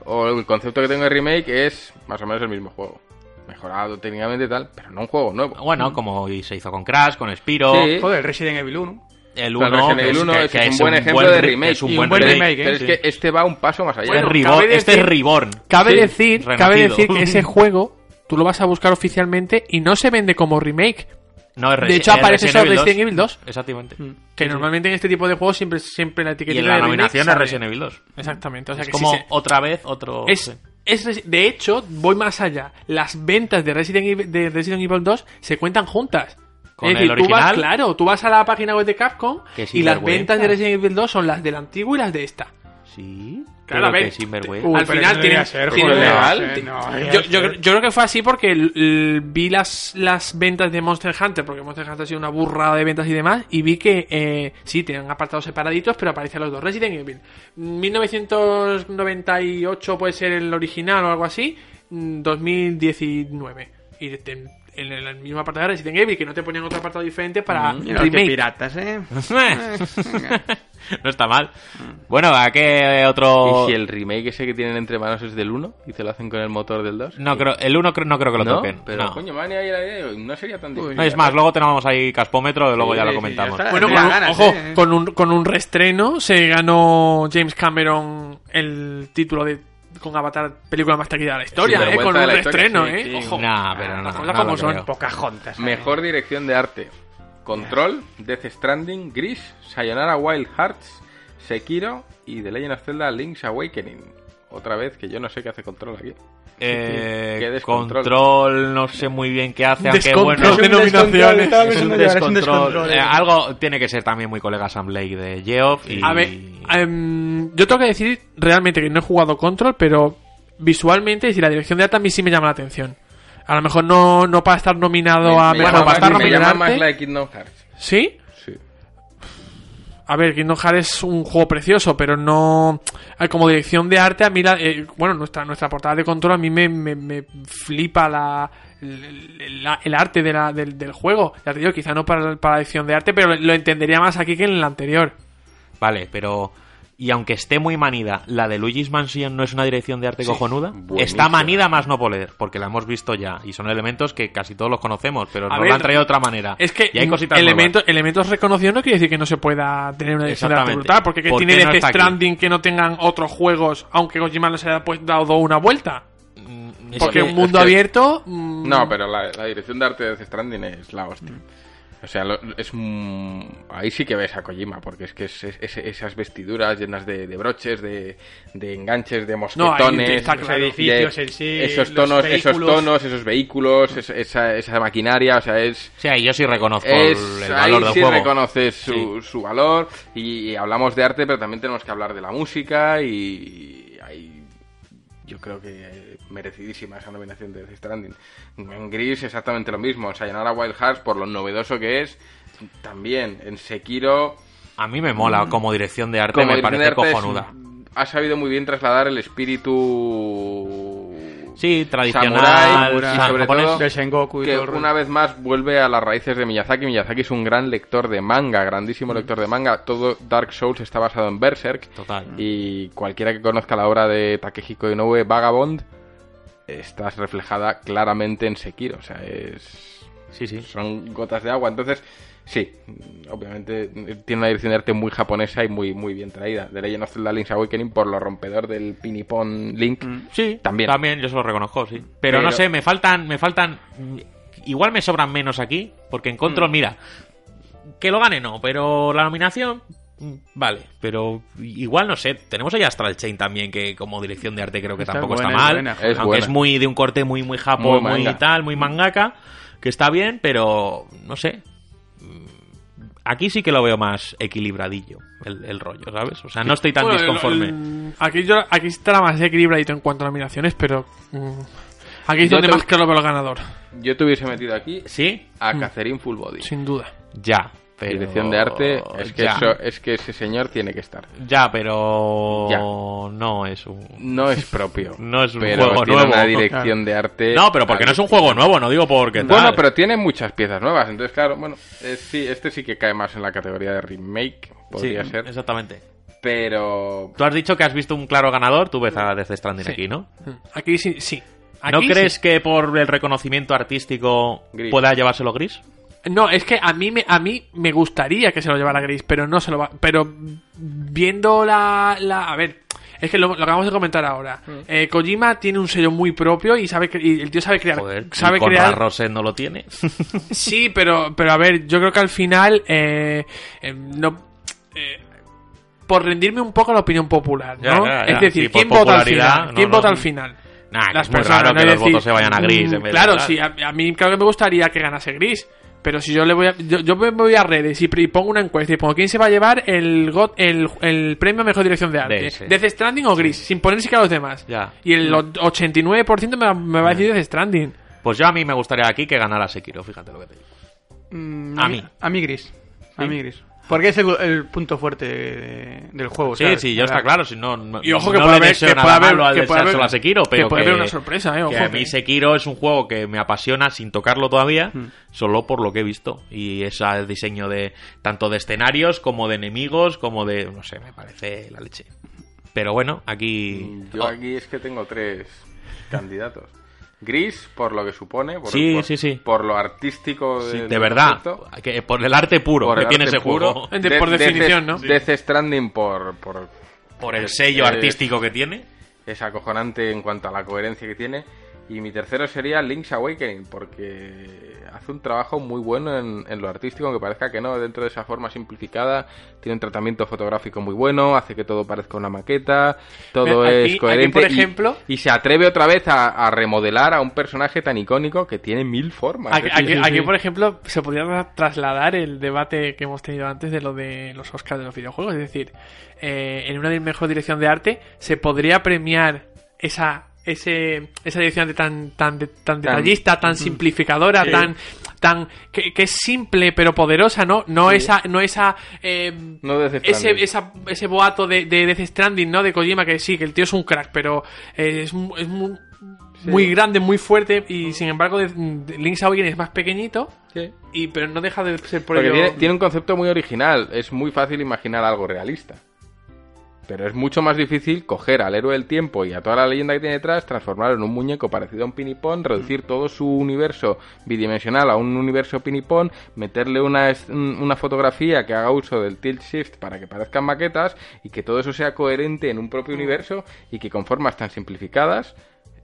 [SPEAKER 2] o el concepto que tengo de remake, es más o menos el mismo juego. Mejorado técnicamente y tal, pero no un juego nuevo.
[SPEAKER 3] Bueno, como y se hizo con Crash, con Spiro,
[SPEAKER 2] Sí.
[SPEAKER 4] Joder, Resident Evil 1.
[SPEAKER 3] el
[SPEAKER 2] Pero
[SPEAKER 3] 1,
[SPEAKER 2] Resident Evil 1 es, un buen ejemplo de remake.
[SPEAKER 3] Es un
[SPEAKER 2] Y
[SPEAKER 3] buen
[SPEAKER 4] buen
[SPEAKER 3] remake.
[SPEAKER 4] remake, ¿eh?
[SPEAKER 2] Pero es
[SPEAKER 4] Sí.
[SPEAKER 2] que este va un paso más allá.
[SPEAKER 5] Bueno,
[SPEAKER 2] ¿no?
[SPEAKER 3] Es Reborn,
[SPEAKER 5] cabe
[SPEAKER 3] este es
[SPEAKER 5] decir-
[SPEAKER 3] Reborn.
[SPEAKER 5] Cabe
[SPEAKER 2] Sí,
[SPEAKER 5] decir, cabe
[SPEAKER 3] renacido.
[SPEAKER 5] decir que ese juego tú lo vas a buscar oficialmente y no se vende como remake.
[SPEAKER 3] No, es Re-
[SPEAKER 5] De hecho,
[SPEAKER 3] es
[SPEAKER 5] aparece
[SPEAKER 3] eh, Resident
[SPEAKER 5] solo Resident Evil Mm. 2.
[SPEAKER 3] Exactamente.
[SPEAKER 5] Que normalmente en este tipo de juegos siempre, siempre la
[SPEAKER 3] Y
[SPEAKER 5] etiqueta
[SPEAKER 3] en
[SPEAKER 5] de
[SPEAKER 3] la
[SPEAKER 5] remake
[SPEAKER 3] nominación es
[SPEAKER 5] sale.
[SPEAKER 3] Resident Evil 2.
[SPEAKER 5] Exactamente. O sea
[SPEAKER 3] Es
[SPEAKER 5] que
[SPEAKER 3] como
[SPEAKER 5] sí se-
[SPEAKER 3] otra vez otro...
[SPEAKER 5] es, es Resi- de hecho, voy más allá. Las ventas de Resident Evil, de Resident Evil 2 se cuentan juntas.
[SPEAKER 3] Con
[SPEAKER 5] es
[SPEAKER 3] el
[SPEAKER 5] decir, tú vas,
[SPEAKER 3] original.
[SPEAKER 5] claro, tú vas a la página web de Capcom
[SPEAKER 3] Qué
[SPEAKER 5] y las
[SPEAKER 3] sinvergüenza.
[SPEAKER 5] ventas de Resident Evil 2 son las del antiguo y las de esta.
[SPEAKER 3] Sí.
[SPEAKER 5] Claro, a ver,
[SPEAKER 3] que sinvergüenza.
[SPEAKER 4] Uy,
[SPEAKER 5] al
[SPEAKER 4] pero
[SPEAKER 5] final
[SPEAKER 4] eso
[SPEAKER 5] tiene-
[SPEAKER 4] debería ser,
[SPEAKER 5] tiene-
[SPEAKER 4] joder,
[SPEAKER 2] legal.
[SPEAKER 4] eh, no,
[SPEAKER 5] Yo,
[SPEAKER 4] debería
[SPEAKER 5] yo,
[SPEAKER 4] ser.
[SPEAKER 5] creo- yo creo que fue así porque el- el- vi las, las ventas de Monster Hunter, porque Monster Hunter ha sido una burrada de ventas y demás, y vi que eh, sí, tenían apartados separaditos, pero aparecían los dos. Resident Evil. 1998 puede ser el original o algo así, mm, 2019. Y de- de- en el mismo apartado de Resident Evil, que no te ponían otro apartado diferente para
[SPEAKER 3] Mm,
[SPEAKER 4] Mira, qué
[SPEAKER 5] remake.
[SPEAKER 4] piratas, ¿eh?
[SPEAKER 3] no está mal.
[SPEAKER 5] Mm.
[SPEAKER 3] Bueno, ¿a qué otro...?
[SPEAKER 2] ¿Y si el remake ese que tienen entre manos es del 1 y te lo hacen con el motor del 2?
[SPEAKER 3] No, creo, el 1 no creo que lo
[SPEAKER 2] ¿No?
[SPEAKER 3] toquen.
[SPEAKER 2] Pero
[SPEAKER 3] no.
[SPEAKER 2] coño, man, ahí la idea, no sería tan difícil.
[SPEAKER 3] No, es más, luego tenemos ahí caspómetro y luego
[SPEAKER 2] Sí,
[SPEAKER 3] ya lo
[SPEAKER 2] sí,
[SPEAKER 3] comentamos.
[SPEAKER 4] ya está.
[SPEAKER 5] Bueno,
[SPEAKER 4] Me
[SPEAKER 5] con
[SPEAKER 4] da
[SPEAKER 5] un-
[SPEAKER 4] ganas,
[SPEAKER 5] ojo,
[SPEAKER 4] eh.
[SPEAKER 5] con, un, con un reestreno se ganó James Cameron el título de con Avatar, película más taquillada de la historia,
[SPEAKER 2] Sí,
[SPEAKER 5] eh, con
[SPEAKER 2] vergüenza de
[SPEAKER 5] un
[SPEAKER 2] la historia,
[SPEAKER 5] reestreno,
[SPEAKER 2] sí,
[SPEAKER 5] eh.
[SPEAKER 2] sí.
[SPEAKER 5] Ojo,
[SPEAKER 3] Nah, pero no,
[SPEAKER 5] las
[SPEAKER 3] no
[SPEAKER 5] cosas
[SPEAKER 3] lo
[SPEAKER 5] como son.
[SPEAKER 3] creo.
[SPEAKER 4] Pocas juntas.
[SPEAKER 2] Mejor dirección de arte. Control, Death Stranding, Gris, Sayonara Wild Hearts, Sekiro y The Legend of Zelda Link's Awakening. Otra vez que yo no sé qué hace Control aquí.
[SPEAKER 3] Eh,
[SPEAKER 2] Qué descontrol.
[SPEAKER 3] control, no sé muy bien qué hace, aunque
[SPEAKER 5] Descontrol
[SPEAKER 3] bueno.
[SPEAKER 5] de nominaciones.
[SPEAKER 4] descontrol,
[SPEAKER 3] Es un
[SPEAKER 4] no llegar, es un
[SPEAKER 3] descontrol.
[SPEAKER 4] descontrol.
[SPEAKER 3] Eh, algo tiene que ser también muy colega Sam Blake de Geoff. Y...
[SPEAKER 5] A ver, em, yo tengo que decir realmente que no he jugado Control, pero visualmente y la dirección de arte a mí sí me llama la atención. A lo mejor no, no para estar nominado
[SPEAKER 2] Me-
[SPEAKER 5] a
[SPEAKER 2] me
[SPEAKER 5] mejor
[SPEAKER 2] llama
[SPEAKER 5] para
[SPEAKER 2] más-
[SPEAKER 5] estar
[SPEAKER 2] me
[SPEAKER 5] nominado.
[SPEAKER 2] llama
[SPEAKER 5] en
[SPEAKER 2] más
[SPEAKER 5] arte.
[SPEAKER 2] la de Kingdom Hearts.
[SPEAKER 5] ¿Sí?
[SPEAKER 2] Sí.
[SPEAKER 5] A ver, Kingdom Hearts es un juego precioso, pero no. ah, Como dirección de arte, a mí la- eh, bueno, nuestra, nuestra portada de control a mí me, me- me flipa la, el- la- el arte de la- del, del juego. Ya te digo, quizá no para, para la dirección de arte, pero lo entendería más aquí que en el anterior.
[SPEAKER 3] Vale, pero. Y aunque esté muy manida, la de Luigi's Mansion no es una dirección de arte cojonuda.
[SPEAKER 2] buenísima.
[SPEAKER 3] Está manida más no poder, porque la hemos visto ya. Y son elementos que casi todos los conocemos, pero
[SPEAKER 5] A
[SPEAKER 3] nos
[SPEAKER 5] ver,
[SPEAKER 3] lo han traído de otra manera.
[SPEAKER 5] Es que
[SPEAKER 3] y hay cositas
[SPEAKER 5] elemento- elementos reconocidos no quiere decir que no se pueda tener una dirección de arte
[SPEAKER 3] Exactamente.
[SPEAKER 5] brutal, porque que
[SPEAKER 3] ¿Por
[SPEAKER 5] tiene
[SPEAKER 3] qué
[SPEAKER 5] de
[SPEAKER 3] no está aquí?
[SPEAKER 5] Stranding que no tengan otros juegos, aunque Kojima no se haya pues, dado una vuelta.
[SPEAKER 3] nuevas. Mm,
[SPEAKER 5] Porque
[SPEAKER 2] que-
[SPEAKER 5] un mundo
[SPEAKER 2] es que-
[SPEAKER 5] abierto. mm,
[SPEAKER 2] No, pero la, la dirección de arte de Death Stranding es la hostia. O sea, lo- es un- ahí sí que ves a Kojima, porque es que es- es- es- esas vestiduras llenas de, de broches, de, de enganches, de mosquetones,
[SPEAKER 5] está
[SPEAKER 4] Los
[SPEAKER 5] claro.
[SPEAKER 4] edificios
[SPEAKER 2] de-
[SPEAKER 4] en sí,
[SPEAKER 2] esos
[SPEAKER 4] los
[SPEAKER 2] tonos, esos
[SPEAKER 4] vehículos.
[SPEAKER 2] tonos, esos vehículos, es- esa, esa maquinaria, o sea, es
[SPEAKER 3] O sea, yo sí reconozco
[SPEAKER 2] es,
[SPEAKER 3] el
[SPEAKER 2] ahí
[SPEAKER 3] valor del
[SPEAKER 2] sí
[SPEAKER 3] juego.
[SPEAKER 2] reconoces su,
[SPEAKER 3] Sí.
[SPEAKER 2] su valor y, y hablamos de arte, pero también tenemos que hablar de la música y ahí yo creo que eh, merecidísima esa nominación de Death Stranding. En Gris exactamente lo mismo, en Sayonara Wild Hearts por lo novedoso que es, también en Sekiro
[SPEAKER 3] A mí me mola como dirección de arte, me
[SPEAKER 2] Mm. dirección
[SPEAKER 3] parece
[SPEAKER 2] de arte, es-
[SPEAKER 3] cojonuda.
[SPEAKER 2] ha sabido muy bien trasladar el espíritu
[SPEAKER 3] Sí, tradicional,
[SPEAKER 2] samurái,
[SPEAKER 3] samurái,
[SPEAKER 2] y sobre
[SPEAKER 3] japonés.
[SPEAKER 2] todo
[SPEAKER 4] Del Sengoku y
[SPEAKER 2] que
[SPEAKER 4] todo el rollo.
[SPEAKER 2] una vez más vuelve a las raíces de Miyazaki. Miyazaki es un gran lector de manga, grandísimo lector de manga. Todo Dark Souls está basado en Berserk.
[SPEAKER 3] Total.
[SPEAKER 2] Y cualquiera que conozca la obra de Takehiko Inoue, Vagabond, está reflejada claramente en Sekiro. O sea, es...
[SPEAKER 3] Sí, sí.
[SPEAKER 2] son gotas de agua. Entonces, sí, obviamente tiene una dirección de arte muy japonesa y muy, muy bien traída. The Legend of Zelda Link's Awakening por lo rompedor del pinipón Link.
[SPEAKER 3] Sí,
[SPEAKER 2] También.
[SPEAKER 3] También, yo se lo reconozco, sí. Pero,
[SPEAKER 2] Pero-
[SPEAKER 3] no sé, me faltan, me faltan. Igual me sobran menos aquí, porque en
[SPEAKER 2] Mm.
[SPEAKER 3] control, mira, que lo gane no, pero la nominación, mm, vale. Pero igual no sé, tenemos ahí Astral Chain también, que como dirección de arte creo que
[SPEAKER 4] Está
[SPEAKER 3] tampoco
[SPEAKER 4] buena,
[SPEAKER 3] está mal.
[SPEAKER 4] es buena,
[SPEAKER 2] joder. Es
[SPEAKER 3] aunque
[SPEAKER 2] buena.
[SPEAKER 3] es muy de un corte muy, muy japo,
[SPEAKER 2] Muy
[SPEAKER 3] muy,
[SPEAKER 2] manga.
[SPEAKER 3] tal, muy mangaka, que está bien, pero no sé. Mm, Aquí sí que lo veo más equilibradillo el, el rollo, ¿sabes? O sea, no estoy tan
[SPEAKER 5] Bueno, el-
[SPEAKER 3] disconforme.
[SPEAKER 5] el- aquí, yo, aquí estará más equilibradito en cuanto a nominaciones, pero. mm, aquí es
[SPEAKER 2] Yo
[SPEAKER 5] donde
[SPEAKER 2] te-
[SPEAKER 5] más claro veo el ganador,
[SPEAKER 2] Yo te hubiese metido aquí
[SPEAKER 3] ¿Sí?
[SPEAKER 2] a Catherine Full Body.
[SPEAKER 5] sin duda.
[SPEAKER 3] Ya. Pero...
[SPEAKER 2] Dirección de arte, es que,
[SPEAKER 3] ya,
[SPEAKER 2] eso, es que ese señor tiene que estar.
[SPEAKER 3] Ya, pero
[SPEAKER 2] Ya.
[SPEAKER 3] no es un...
[SPEAKER 2] No es propio.
[SPEAKER 3] No es un
[SPEAKER 2] pero
[SPEAKER 3] juego
[SPEAKER 2] tiene
[SPEAKER 3] nuevo.
[SPEAKER 2] una dirección de arte.
[SPEAKER 3] No, pero porque no es un juego nuevo, no digo porque tal.
[SPEAKER 2] Eh, Bueno, pero tiene muchas piezas nuevas. Entonces, claro, bueno, eh, sí, este sí que cae más en la categoría de remake,
[SPEAKER 3] Sí,
[SPEAKER 2] podría ser.
[SPEAKER 3] exactamente.
[SPEAKER 2] Pero.
[SPEAKER 3] Tú has dicho que has visto un claro ganador, tú ves a Death Stranding
[SPEAKER 5] Sí.
[SPEAKER 3] aquí, ¿no?
[SPEAKER 5] Mm, Aquí sí. sí.
[SPEAKER 3] ¿No
[SPEAKER 5] Aquí
[SPEAKER 3] crees que por el reconocimiento artístico
[SPEAKER 2] Gris.
[SPEAKER 3] pueda llevárselo gris?
[SPEAKER 5] sí. No, es que a mí, me, a mí me gustaría que se lo llevara Gris, pero no se lo va. Pero viendo la. la- a ver. Es que lo, lo acabamos de comentar ahora. Eh, Kojima tiene un sello muy propio y sabe cre- y el tío sabe crear.
[SPEAKER 3] Joder,
[SPEAKER 5] sabe
[SPEAKER 3] y Conrad
[SPEAKER 5] crear
[SPEAKER 3] Rosen no lo tiene.
[SPEAKER 5] Sí, pero, pero a ver, yo creo que al final eh, eh, no. eh, por rendirme un poco a la opinión popular, ¿no?
[SPEAKER 3] Ya, ya, ya.
[SPEAKER 5] Es decir,
[SPEAKER 3] Sí, por
[SPEAKER 5] ¿quién vota al
[SPEAKER 3] popularidad,
[SPEAKER 5] final?
[SPEAKER 3] no,
[SPEAKER 5] ¿Quién
[SPEAKER 3] no.
[SPEAKER 5] vota al final?
[SPEAKER 3] Nah, que es muy raro que
[SPEAKER 5] Es
[SPEAKER 3] los votos se vayan a gris
[SPEAKER 5] mm,
[SPEAKER 3] en vez de
[SPEAKER 5] claro,
[SPEAKER 3] tal.
[SPEAKER 5] sí, a, a mí claro que me gustaría que ganase gris. Pero si yo le voy a, yo, yo me voy a redes y, pri- pongo una encuesta y pongo quién se va a llevar el got- el, el premio a mejor dirección de arte,
[SPEAKER 3] De ese.
[SPEAKER 5] Death Stranding o Gris, sin poner siquiera a los demás.
[SPEAKER 3] Ya. Mm.
[SPEAKER 5] Y el 89% me, va- me va a decir Death Stranding.
[SPEAKER 3] Pues yo a mí me gustaría aquí que ganara Sekiro, fíjate lo que te digo.
[SPEAKER 4] Mm,
[SPEAKER 3] A
[SPEAKER 4] a
[SPEAKER 3] mí.
[SPEAKER 4] mí. A mí gris. A mí gris. Porque es el, el punto fuerte de-
[SPEAKER 5] Pues
[SPEAKER 4] del juego.
[SPEAKER 3] Sí,
[SPEAKER 4] ¿sabes?
[SPEAKER 3] sí, yo está
[SPEAKER 4] Ahora,
[SPEAKER 3] claro. Si no, no-
[SPEAKER 5] Y ojo
[SPEAKER 3] no
[SPEAKER 5] que
[SPEAKER 3] le
[SPEAKER 5] puede haber-
[SPEAKER 3] deseo
[SPEAKER 5] que
[SPEAKER 3] nada
[SPEAKER 5] puede haber-
[SPEAKER 3] malo al
[SPEAKER 5] que puede
[SPEAKER 3] deseárselo
[SPEAKER 5] haber-
[SPEAKER 3] a Sekiro,
[SPEAKER 5] que
[SPEAKER 3] pero
[SPEAKER 5] puede haber una sorpresa, eh,
[SPEAKER 3] que
[SPEAKER 5] ojo
[SPEAKER 3] a mí
[SPEAKER 5] que-
[SPEAKER 3] Sekiro es un juego que me apasiona sin tocarlo todavía,
[SPEAKER 5] Hmm.
[SPEAKER 3] solo por lo que he visto. Y ese diseño de tanto de escenarios como de enemigos, como de. No sé, me parece la leche. Pero bueno, aquí.
[SPEAKER 2] Yo aquí es que tengo tres candidatos. Gris, por lo que supone. Por,
[SPEAKER 3] Sí,
[SPEAKER 2] por-
[SPEAKER 3] sí, sí.
[SPEAKER 2] Por lo artístico. del
[SPEAKER 3] de verdad,
[SPEAKER 2] concepto.
[SPEAKER 3] que por el arte puro
[SPEAKER 2] Por
[SPEAKER 3] que
[SPEAKER 2] el
[SPEAKER 3] tiene
[SPEAKER 2] arte
[SPEAKER 3] ese
[SPEAKER 2] puro.
[SPEAKER 3] juego,
[SPEAKER 5] De- por definición, ¿no?
[SPEAKER 2] Death Stranding por, por
[SPEAKER 3] por el sello
[SPEAKER 2] Es-
[SPEAKER 3] artístico que tiene.
[SPEAKER 2] es acojonante en cuanto a la coherencia que tiene. Y mi tercero sería Link's Awakening, porque hace un trabajo muy bueno en, en lo artístico, aunque parezca que no, dentro de esa forma simplificada, tiene un tratamiento fotográfico muy bueno, hace que todo parezca una maqueta, todo
[SPEAKER 5] Mira, aquí-
[SPEAKER 2] es coherente.
[SPEAKER 5] aquí, por
[SPEAKER 2] y-
[SPEAKER 5] ejemplo-
[SPEAKER 2] y, se atreve otra vez a, a remodelar a un personaje tan icónico que tiene mil formas.
[SPEAKER 5] Aquí,
[SPEAKER 2] Es decir,
[SPEAKER 5] aquí-
[SPEAKER 4] sí,
[SPEAKER 5] aquí,
[SPEAKER 4] sí.
[SPEAKER 5] por ejemplo, se podría tra- trasladar el debate que hemos tenido antes de lo de los Oscars de los videojuegos. Es decir, eh, en una di- mejor dirección de arte se podría premiar esa ese, esa dirección de tan tan de- tan detallista, tan simplificadora,
[SPEAKER 4] Sí.
[SPEAKER 5] tan tan que, que es simple pero poderosa, ¿no? No esa no esa eh,
[SPEAKER 2] no desde
[SPEAKER 5] ese,
[SPEAKER 2] Flanders.
[SPEAKER 5] esa- ese boato de, de Death Stranding, ¿no? De Kojima, que sí, que el tío es un crack, pero eh, es, mu- es mu- muy, grande, muy fuerte, y sin embargo de- de Link's Awakening es más pequeñito,
[SPEAKER 2] Sí.
[SPEAKER 5] y pero no deja de ser por
[SPEAKER 2] Porque
[SPEAKER 5] ello...
[SPEAKER 2] tiene, tiene un concepto muy original, es muy fácil imaginar algo realista. Pero es mucho más difícil coger al héroe del tiempo y a toda la leyenda que tiene detrás, transformarlo en un muñeco parecido a un pinipón, reducir
[SPEAKER 4] Mm.
[SPEAKER 2] todo su universo bidimensional a un universo pinipón, meterle una, es- un- una fotografía que haga uso del tilt shift para que parezcan maquetas y que todo eso sea coherente en un
[SPEAKER 4] Mm.
[SPEAKER 2] propio universo y que con formas tan simplificadas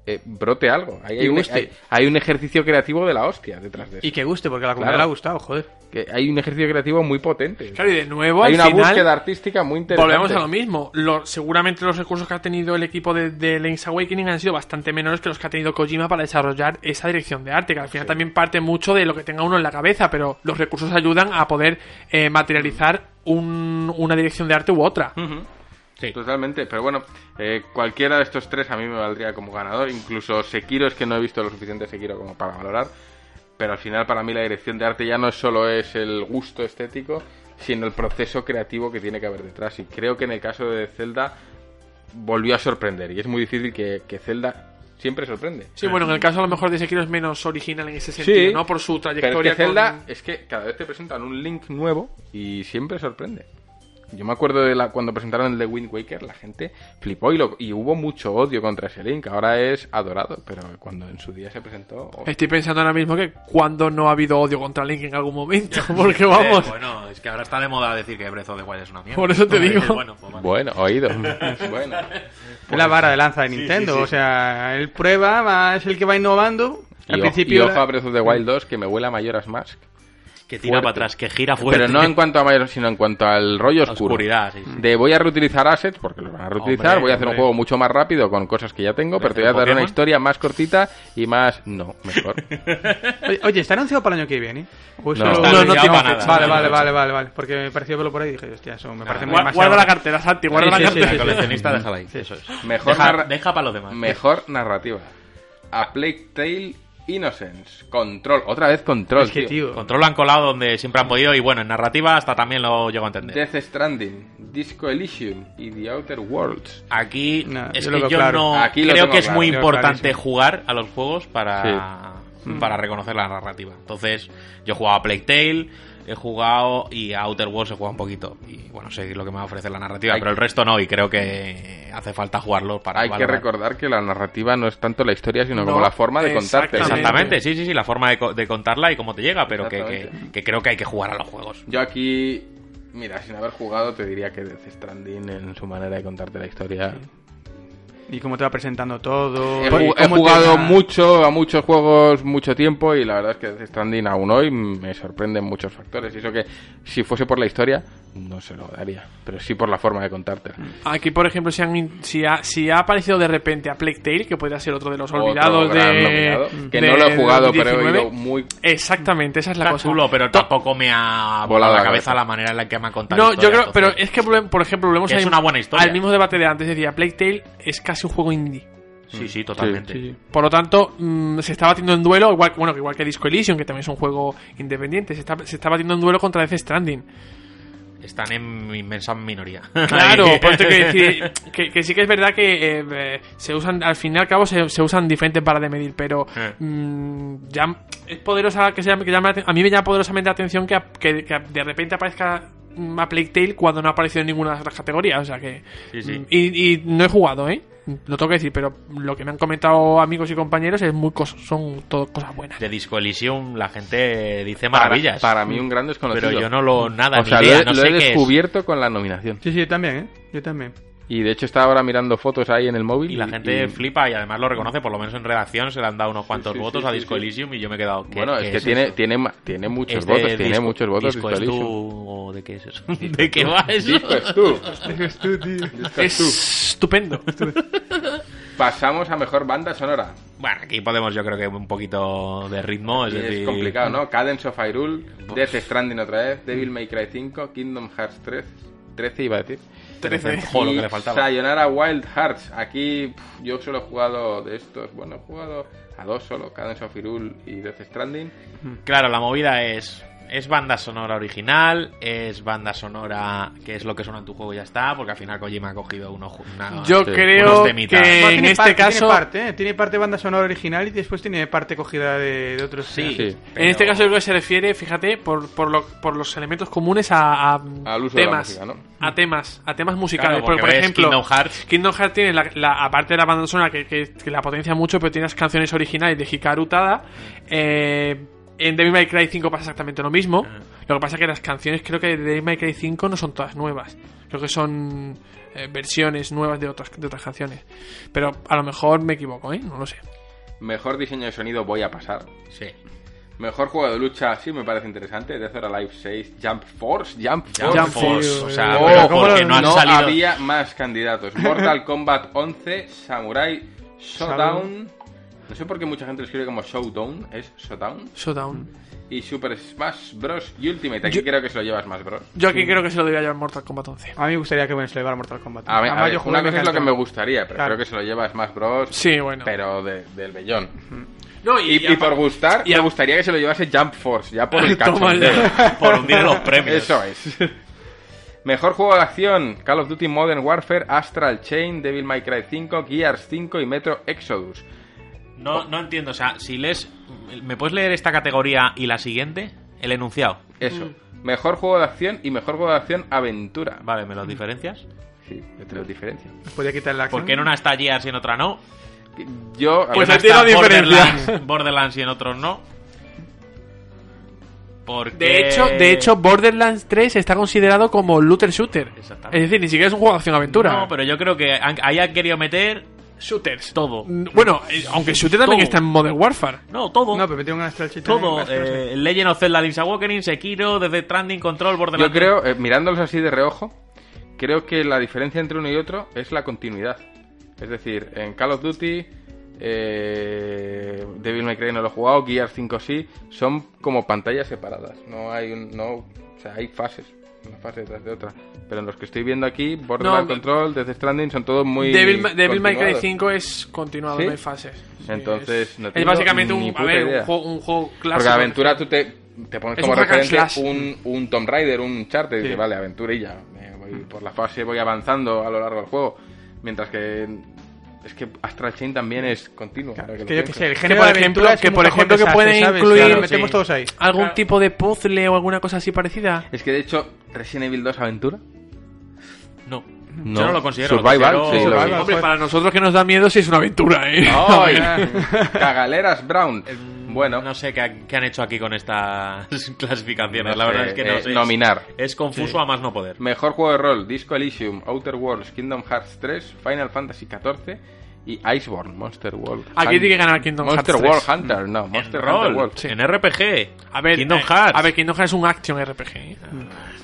[SPEAKER 2] eh, brote algo. Ahí
[SPEAKER 4] Y
[SPEAKER 2] hay, un,
[SPEAKER 4] guste.
[SPEAKER 2] hay- hay un ejercicio creativo de la hostia detrás de eso.
[SPEAKER 4] Y que guste, porque a la comunidad
[SPEAKER 2] Claro.
[SPEAKER 4] le ha gustado, joder.
[SPEAKER 2] Que hay un ejercicio creativo muy potente.
[SPEAKER 5] Claro, y de nuevo,
[SPEAKER 2] Hay
[SPEAKER 5] al
[SPEAKER 2] una
[SPEAKER 5] final,
[SPEAKER 2] búsqueda artística muy interesante.
[SPEAKER 5] volvemos a lo mismo. Lo- seguramente los recursos que ha tenido el equipo de, de Link's Awakening han sido bastante menores que los que ha tenido Kojima para desarrollar esa dirección de arte, que al final también parte mucho de lo que tenga uno en la cabeza, pero los recursos ayudan a poder eh, materializar un- una dirección de arte u otra.
[SPEAKER 3] Sí.
[SPEAKER 2] Totalmente, pero bueno, eh, cualquiera de estos tres a mí me valdría como ganador. Incluso Sekiro es que no he visto lo suficiente Sekiro como para valorar. Pero al final para mí la dirección de arte ya no solo es el gusto estético, sino el proceso creativo que tiene que haber detrás. Y creo que en el caso de Zelda volvió a sorprender. Y es muy difícil que, que Zelda siempre sorprende.
[SPEAKER 5] Sí, bueno, en el caso a lo mejor de Sekiro es menos original en ese sentido, ¿no? Por su
[SPEAKER 2] Pero es
[SPEAKER 5] trayectoria
[SPEAKER 2] que Zelda
[SPEAKER 5] con-
[SPEAKER 2] es que cada vez te presentan un Link nuevo y siempre sorprende. Yo me acuerdo de la, cuando presentaron el de Wind Waker, la gente flipó y, lo- y hubo mucho odio contra ese Link. Ahora es adorado, pero cuando en su día se presentó... oh,
[SPEAKER 5] Estoy pensando ahora mismo que cuando no ha habido odio contra Link en algún momento, porque vamos,
[SPEAKER 3] Eh, bueno, es que ahora está de moda decir que Brezo de Wild es una mierda.
[SPEAKER 5] Por eso te
[SPEAKER 3] Entonces,
[SPEAKER 5] digo.
[SPEAKER 3] Bueno, pues vale.
[SPEAKER 2] Bueno, oído. bueno. Pues
[SPEAKER 4] Es la vara de lanza de Nintendo.
[SPEAKER 3] sí.
[SPEAKER 4] O sea, él prueba, va- es el que va innovando.
[SPEAKER 2] Y,
[SPEAKER 4] Al
[SPEAKER 2] o-
[SPEAKER 4] principio.
[SPEAKER 2] y
[SPEAKER 4] la-
[SPEAKER 2] ojo a Breath of the Wild 2, que me huela a Mayoras Mask.
[SPEAKER 3] Que tira
[SPEAKER 2] Fuerte.
[SPEAKER 3] para atrás, Pues que gira fuerte.
[SPEAKER 2] Pero no en cuanto a Mayoras, sino en cuanto al rollo
[SPEAKER 3] La
[SPEAKER 2] oscuro.
[SPEAKER 3] oscuridad, sí, sí.
[SPEAKER 2] De voy a reutilizar assets, porque los van a reutilizar,
[SPEAKER 3] Hombre,
[SPEAKER 2] voy a hacer
[SPEAKER 3] hombre.
[SPEAKER 2] un juego mucho más rápido con cosas que ya tengo, pero te voy a
[SPEAKER 3] ¿Hacer
[SPEAKER 2] dar una
[SPEAKER 3] Pokémon?
[SPEAKER 2] historia más cortita y más... No, mejor.
[SPEAKER 4] Oye, Oye, ¿está anunciado para el año que viene? ¿O eso-
[SPEAKER 2] No.
[SPEAKER 5] No, no
[SPEAKER 3] Ya
[SPEAKER 5] tiene
[SPEAKER 3] va
[SPEAKER 5] fecha.
[SPEAKER 3] nada.
[SPEAKER 4] Vale, vale, vale, vale, vale. Porque me pareció verlo por ahí y dije, hostia, eso
[SPEAKER 2] Ah,
[SPEAKER 4] me parece muy
[SPEAKER 5] Gua-
[SPEAKER 4] demasiado.
[SPEAKER 5] guarda la cartera, Santi, guarda
[SPEAKER 4] Sí,
[SPEAKER 5] la
[SPEAKER 4] sí, sí,
[SPEAKER 5] cartera.
[SPEAKER 4] sí, sí.
[SPEAKER 3] coleccionista, déjala ahí. Eso es.
[SPEAKER 2] Mejor
[SPEAKER 3] deja,
[SPEAKER 2] narra-
[SPEAKER 3] deja para los demás.
[SPEAKER 2] Mejor narrativa. A Plague Tale Innocence. Control. Otra vez control.
[SPEAKER 4] Es que,
[SPEAKER 2] tío.
[SPEAKER 4] tío.
[SPEAKER 3] Control lo han colado donde siempre han podido y bueno, en narrativa hasta también lo llego a entender.
[SPEAKER 2] Death Stranding, Disco Elysium y The Outer Worlds.
[SPEAKER 3] Aquí
[SPEAKER 4] No,
[SPEAKER 3] es
[SPEAKER 4] yo lo
[SPEAKER 3] que yo
[SPEAKER 4] veo claro.
[SPEAKER 3] no
[SPEAKER 2] Aquí lo
[SPEAKER 3] creo
[SPEAKER 2] tengo
[SPEAKER 3] que es
[SPEAKER 2] claro.
[SPEAKER 3] muy
[SPEAKER 4] Yo
[SPEAKER 3] importante
[SPEAKER 4] clarísimo.
[SPEAKER 3] jugar a los juegos para,
[SPEAKER 2] Mm.
[SPEAKER 3] para reconocer la narrativa. Entonces, yo he jugado a Plague Tale, he jugado y a Outer Worlds he jugado un poquito. Y bueno, sé lo que me va a ofrecer la narrativa,
[SPEAKER 2] Hay-
[SPEAKER 3] pero el resto no, y creo que hace falta jugarlo para
[SPEAKER 2] Hay que
[SPEAKER 3] valorar.
[SPEAKER 2] recordar que la narrativa no es tanto la historia, sino
[SPEAKER 5] No,
[SPEAKER 2] como la forma de contarte.
[SPEAKER 3] Exactamente, sí, sí, sí, la forma de, co- de contarla y cómo te llega, pero que, que,
[SPEAKER 2] Exactamente.
[SPEAKER 3] que creo que hay que jugar a los juegos.
[SPEAKER 2] Yo aquí, mira, sin haber jugado, te diría que Death Stranding en su manera de contarte la historia.
[SPEAKER 4] Y cómo te va presentando todo.
[SPEAKER 2] He,
[SPEAKER 4] y
[SPEAKER 2] ju- he
[SPEAKER 4] cómo te
[SPEAKER 2] jugado
[SPEAKER 4] va-
[SPEAKER 2] mucho a muchos juegos mucho tiempo y la verdad es que Death Stranding aún hoy me sorprenden muchos factores. Y eso que si fuese por la historia no se lo daría, pero sí por la forma de contártela.
[SPEAKER 5] Aquí, por ejemplo, si, han in- si, ha, si ha aparecido de repente a Plague Tale, que podría ser otro de los
[SPEAKER 2] Otro
[SPEAKER 5] olvidados
[SPEAKER 2] gran
[SPEAKER 5] de,
[SPEAKER 2] nominado, que
[SPEAKER 5] de-
[SPEAKER 2] no lo he
[SPEAKER 5] de
[SPEAKER 2] jugado, pero he
[SPEAKER 5] 2019.
[SPEAKER 2] oído muy
[SPEAKER 5] Exactamente, esa es la
[SPEAKER 3] Está
[SPEAKER 5] cosa.
[SPEAKER 3] chulo, pero tampoco me ha volado la cabeza la manera en la que me ha contado. la
[SPEAKER 5] No,
[SPEAKER 3] historia,
[SPEAKER 5] yo creo, pero
[SPEAKER 3] entonces-
[SPEAKER 5] es que, volve- por ejemplo, volvemos
[SPEAKER 3] Que es
[SPEAKER 5] al-
[SPEAKER 3] una buena historia.
[SPEAKER 5] al mismo debate de antes. Decía, Plague Tale es casi un juego indie.
[SPEAKER 3] Sí, sí, totalmente.
[SPEAKER 2] Sí, sí, sí.
[SPEAKER 5] Por lo tanto, mm, se está batiendo en duelo, igual, bueno, igual que Disco Elysium, que también es un juego independiente, se está, se está batiendo en duelo contra Death Stranding.
[SPEAKER 3] Están en inmensa minoría.
[SPEAKER 5] Claro,
[SPEAKER 3] Ahí.
[SPEAKER 5] por eso que, decir- que, que sí que es verdad que eh, eh, se usan, al fin y al cabo, se, se usan diferentes para de medir, pero
[SPEAKER 3] Eh.
[SPEAKER 5] mm, ya es poderosa, que, se llame- que llame la aten- a mí me llama poderosamente la atención que, a- que- que de repente aparezca mm, a Plague Tale cuando no ha aparecido en ninguna de las otras categorías, o sea que...
[SPEAKER 3] Sí, sí.
[SPEAKER 5] mm, Y, y no he jugado, ¿eh? Lo tengo que decir, pero lo que me han comentado amigos y compañeros es muy cos- son todo cosas buenas.
[SPEAKER 3] De Disco Elysium la gente dice
[SPEAKER 2] para-
[SPEAKER 3] maravillas.
[SPEAKER 2] Para, mí un gran desconocido.
[SPEAKER 3] pero yo no lo nada
[SPEAKER 2] o
[SPEAKER 3] ni
[SPEAKER 2] sea,
[SPEAKER 3] idea,
[SPEAKER 2] lo he,
[SPEAKER 3] no
[SPEAKER 2] lo
[SPEAKER 3] sé
[SPEAKER 2] he
[SPEAKER 3] qué es.
[SPEAKER 2] descubierto con la nominación.
[SPEAKER 4] Sí, sí, yo también, ¿eh? Yo también.
[SPEAKER 2] Y de hecho está ahora mirando fotos ahí en el móvil.
[SPEAKER 3] Y la gente
[SPEAKER 2] y-
[SPEAKER 3] flipa y además lo reconoce, por lo menos en redacción se le han dado unos cuantos
[SPEAKER 2] sí,
[SPEAKER 3] votos
[SPEAKER 2] sí,
[SPEAKER 3] a
[SPEAKER 2] sí,
[SPEAKER 3] Disco
[SPEAKER 2] sí.
[SPEAKER 3] Elysium y yo me he quedado. ¿qué-
[SPEAKER 2] Bueno,
[SPEAKER 3] qué
[SPEAKER 2] es que
[SPEAKER 3] es
[SPEAKER 2] tiene,
[SPEAKER 3] eso?
[SPEAKER 2] tiene, ma- tiene muchos
[SPEAKER 3] Es de
[SPEAKER 2] votos, tiene
[SPEAKER 3] Disco-
[SPEAKER 2] muchos votos.
[SPEAKER 3] Disco
[SPEAKER 2] Disco
[SPEAKER 3] es
[SPEAKER 2] Elysium.
[SPEAKER 3] tú, o de qué es eso? ¿De qué va eso?
[SPEAKER 2] Disco es tú. Disco es tú.
[SPEAKER 5] Es estupendo.
[SPEAKER 2] Pasamos a mejor banda sonora.
[SPEAKER 3] Bueno, aquí podemos, yo creo que un poquito de ritmo, es
[SPEAKER 2] Y
[SPEAKER 3] decir.
[SPEAKER 2] es complicado, ¿no? Cadence of Hyrule, Death Stranding otra vez, Devil May Cry 5, Kingdom Hearts 3, 13 iba a decir.
[SPEAKER 5] 13.
[SPEAKER 3] Jo, lo que
[SPEAKER 2] Y
[SPEAKER 3] le faltaba.
[SPEAKER 2] Sayonara Wild Hearts. Aquí pf, yo solo he jugado de estos. Bueno, he jugado a dos solo: Cadence of Hyrule y Death Stranding.
[SPEAKER 3] Claro, la movida es. Es banda sonora original, es banda sonora que es lo que suena en tu juego y ya está, porque al final Kojima ha cogido unos. ju- una-
[SPEAKER 5] Yo
[SPEAKER 2] sí.
[SPEAKER 5] creo
[SPEAKER 3] Unos
[SPEAKER 5] que
[SPEAKER 3] temitas. No,
[SPEAKER 5] en
[SPEAKER 4] tiene
[SPEAKER 5] este
[SPEAKER 4] parte,
[SPEAKER 5] caso.
[SPEAKER 4] Tiene parte, ¿eh? tiene parte banda sonora original y después tiene parte cogida de, de otros. eh,
[SPEAKER 3] Sí,
[SPEAKER 2] Sí.
[SPEAKER 3] pero-
[SPEAKER 5] En este caso yo creo que se refiere, fíjate, por, por, lo- por los elementos comunes a, a
[SPEAKER 2] Al uso de la
[SPEAKER 5] temas,
[SPEAKER 2] música, ¿no?
[SPEAKER 5] a temas, a temas musicales.
[SPEAKER 3] Claro,
[SPEAKER 5] Porque,
[SPEAKER 3] porque
[SPEAKER 5] por
[SPEAKER 3] ves
[SPEAKER 5] ejemplo,
[SPEAKER 3] Kingdom Hearts.
[SPEAKER 5] Kingdom Hearts tiene la, la- aparte de la banda sonora que, que- que la potencia mucho, pero tiene las canciones originales de Hikaru Tada. en Devil May Cry 5 pasa exactamente lo mismo.
[SPEAKER 3] Ah.
[SPEAKER 5] Lo que pasa es que las canciones creo que de Devil May Cry 5 no son todas nuevas. Creo que son eh, versiones nuevas de otras, de otras canciones. Pero a lo mejor me equivoco, ¿eh? No lo sé.
[SPEAKER 2] Mejor diseño de sonido voy a pasar.
[SPEAKER 3] Sí.
[SPEAKER 2] Mejor juego de lucha, sí me parece interesante. Death or Alive 6, Jump Force, Jump
[SPEAKER 3] Jump,
[SPEAKER 2] Force.
[SPEAKER 3] Force,
[SPEAKER 5] sí,
[SPEAKER 3] o sea,
[SPEAKER 2] Oh,
[SPEAKER 3] pero Ah, porque no han
[SPEAKER 2] no
[SPEAKER 3] salido.
[SPEAKER 2] había más candidatos. Mortal Kombat 11, Samurai Showdown. No sé por qué mucha gente lo escribe como Showdown, es Showdown.
[SPEAKER 3] Mm.
[SPEAKER 5] Showdown.
[SPEAKER 2] Y Super Smash Bros. Ultimate. Aquí
[SPEAKER 5] Yo-
[SPEAKER 2] creo que se lo llevas más, Bros.
[SPEAKER 5] Yo aquí creo que se lo debía llevar Mortal Kombat 11.
[SPEAKER 4] A mí me gustaría que me se lo llevara Mortal Kombat.
[SPEAKER 2] A ver, a
[SPEAKER 4] Además,
[SPEAKER 2] ver,
[SPEAKER 4] yo jugué
[SPEAKER 2] una
[SPEAKER 4] y me
[SPEAKER 2] cosa es lo que
[SPEAKER 4] encantó.
[SPEAKER 2] me gustaría, pero
[SPEAKER 4] Claro.
[SPEAKER 2] creo que se lo lleva Smash Bros.
[SPEAKER 5] Sí, bueno.
[SPEAKER 2] Pero de- del bellón.
[SPEAKER 5] No,
[SPEAKER 2] Y, y por gustar,
[SPEAKER 5] y
[SPEAKER 2] me
[SPEAKER 5] a-
[SPEAKER 2] gustaría que se lo llevase Jump Force, ya por el
[SPEAKER 5] Toma
[SPEAKER 2] cachondeo.
[SPEAKER 5] ya.
[SPEAKER 3] por hundir los premios.
[SPEAKER 2] Eso es. Mejor juego de acción: Call of Duty Modern Warfare, Astral Chain, Devil May Cry 5, Gears 5 y Metro Exodus.
[SPEAKER 3] No, no entiendo, o sea, si lees. ¿Me puedes leer esta categoría y la siguiente? El enunciado.
[SPEAKER 2] Eso. Mejor juego de acción y mejor juego de acción aventura.
[SPEAKER 3] Vale, ¿me los diferencias?
[SPEAKER 2] Sí, entre los diferencias.
[SPEAKER 4] Podía quitar la acción.
[SPEAKER 3] Porque en una está Gears y en otra no.
[SPEAKER 2] Yo. a
[SPEAKER 5] Pues
[SPEAKER 2] ver,
[SPEAKER 5] ahí tiene
[SPEAKER 3] está
[SPEAKER 5] la diferencia.
[SPEAKER 3] Borderlands, Borderlands y en otros no. Porque...
[SPEAKER 5] De hecho, de hecho, Borderlands 3 está considerado como looter shooter.
[SPEAKER 3] Exactamente.
[SPEAKER 5] Es decir, ni siquiera es un juego de acción aventura.
[SPEAKER 3] No, pero yo creo que han- ahí han querido meter
[SPEAKER 5] shooters.
[SPEAKER 3] todo.
[SPEAKER 5] Mm, Bueno, eh, aunque shooter también
[SPEAKER 3] Todo.
[SPEAKER 5] está en Modern Warfare.
[SPEAKER 3] No, todo.
[SPEAKER 4] No, pero metí un Astral Chain también,
[SPEAKER 3] todo.
[SPEAKER 4] más que no sé.
[SPEAKER 3] Eh, Legend of Zelda, Link's Awakening, Sekiro, Death Stranding, Control,
[SPEAKER 2] Yo
[SPEAKER 3] Borderlands...
[SPEAKER 2] creo, eh, mirándolos así de reojo, creo que la diferencia entre uno y otro es la continuidad. Es decir, en Call of Duty, eh, Devil May Cry no lo he jugado, Gears 5 sí, son como pantallas separadas. No hay un, no, o sea, hay fases, una fase detrás de otra. Pero en los que estoy viendo aquí, Borderlands
[SPEAKER 5] No,
[SPEAKER 2] Control, Death Stranding, son todos muy
[SPEAKER 5] Devil, Ma- Devil May Cry
[SPEAKER 2] continuados.
[SPEAKER 5] 5 es continuado,
[SPEAKER 2] ¿Sí?
[SPEAKER 5] no hay fases. Sí,
[SPEAKER 2] Entonces,
[SPEAKER 5] es,
[SPEAKER 2] no
[SPEAKER 5] es
[SPEAKER 2] tengo
[SPEAKER 5] básicamente
[SPEAKER 2] ni
[SPEAKER 5] un, a
[SPEAKER 2] puta
[SPEAKER 5] ver,
[SPEAKER 2] idea.
[SPEAKER 5] un, juego, un juego clásico.
[SPEAKER 2] Porque aventura tú te, te pones
[SPEAKER 5] Es
[SPEAKER 2] como
[SPEAKER 5] un hack and
[SPEAKER 2] referente
[SPEAKER 5] slash.
[SPEAKER 2] un, un Tomb Raider, un Charter, y
[SPEAKER 4] Sí.
[SPEAKER 2] dices, vale, aventurilla, me voy por la fase voy avanzando a lo largo del juego. Mientras que es que Astral Chain también es continuo. ahora
[SPEAKER 4] Es
[SPEAKER 2] lo
[SPEAKER 4] que yo qué
[SPEAKER 2] pienso.
[SPEAKER 4] sé, el
[SPEAKER 5] Que
[SPEAKER 4] género
[SPEAKER 5] por
[SPEAKER 4] de
[SPEAKER 5] ejemplo-
[SPEAKER 4] aventura es
[SPEAKER 5] que
[SPEAKER 4] como
[SPEAKER 5] por
[SPEAKER 4] un cajón
[SPEAKER 5] ejemplo que
[SPEAKER 4] desastre,
[SPEAKER 5] pueden
[SPEAKER 4] ¿sabes?
[SPEAKER 5] incluir-
[SPEAKER 4] Claro, metemos
[SPEAKER 3] sí.
[SPEAKER 4] todos ahí.
[SPEAKER 5] ¿Algún
[SPEAKER 4] Claro.
[SPEAKER 5] tipo de puzzle o alguna cosa así parecida?
[SPEAKER 2] Es que de hecho, Resident Evil 2 Aventura.
[SPEAKER 3] No.
[SPEAKER 2] No.
[SPEAKER 3] Yo no lo considero. lo
[SPEAKER 2] Survival,
[SPEAKER 3] considero-
[SPEAKER 2] sí, lo-
[SPEAKER 4] Survival.
[SPEAKER 5] Hombre, para nosotros que nos da miedo si es una aventura, ¿eh?
[SPEAKER 2] ¡Ay! Cagaleras Brown. Bueno,
[SPEAKER 3] No sé qué, ha- qué han hecho aquí con estas clasificaciones.
[SPEAKER 2] No
[SPEAKER 3] la verdad
[SPEAKER 2] sé,
[SPEAKER 3] es que no
[SPEAKER 2] eh,
[SPEAKER 3] sé.
[SPEAKER 2] nominar.
[SPEAKER 3] Es confuso a más no poder.
[SPEAKER 2] mejor juego de rol: Disco Elysium, Outer Worlds, Kingdom Hearts 3, Final Fantasy 14 y Iceborne, Monster World.
[SPEAKER 5] Aquí tiene que ganar Kingdom
[SPEAKER 2] Monster
[SPEAKER 5] Hearts 3.
[SPEAKER 2] World Hunter, no,
[SPEAKER 3] En
[SPEAKER 2] Monster Hunter
[SPEAKER 3] rol,
[SPEAKER 2] World.
[SPEAKER 3] en RPG.
[SPEAKER 5] A ver,
[SPEAKER 3] Kingdom
[SPEAKER 5] eh,
[SPEAKER 3] Hearts.
[SPEAKER 5] A ver, Kingdom Hearts es un action RPG. ¿eh?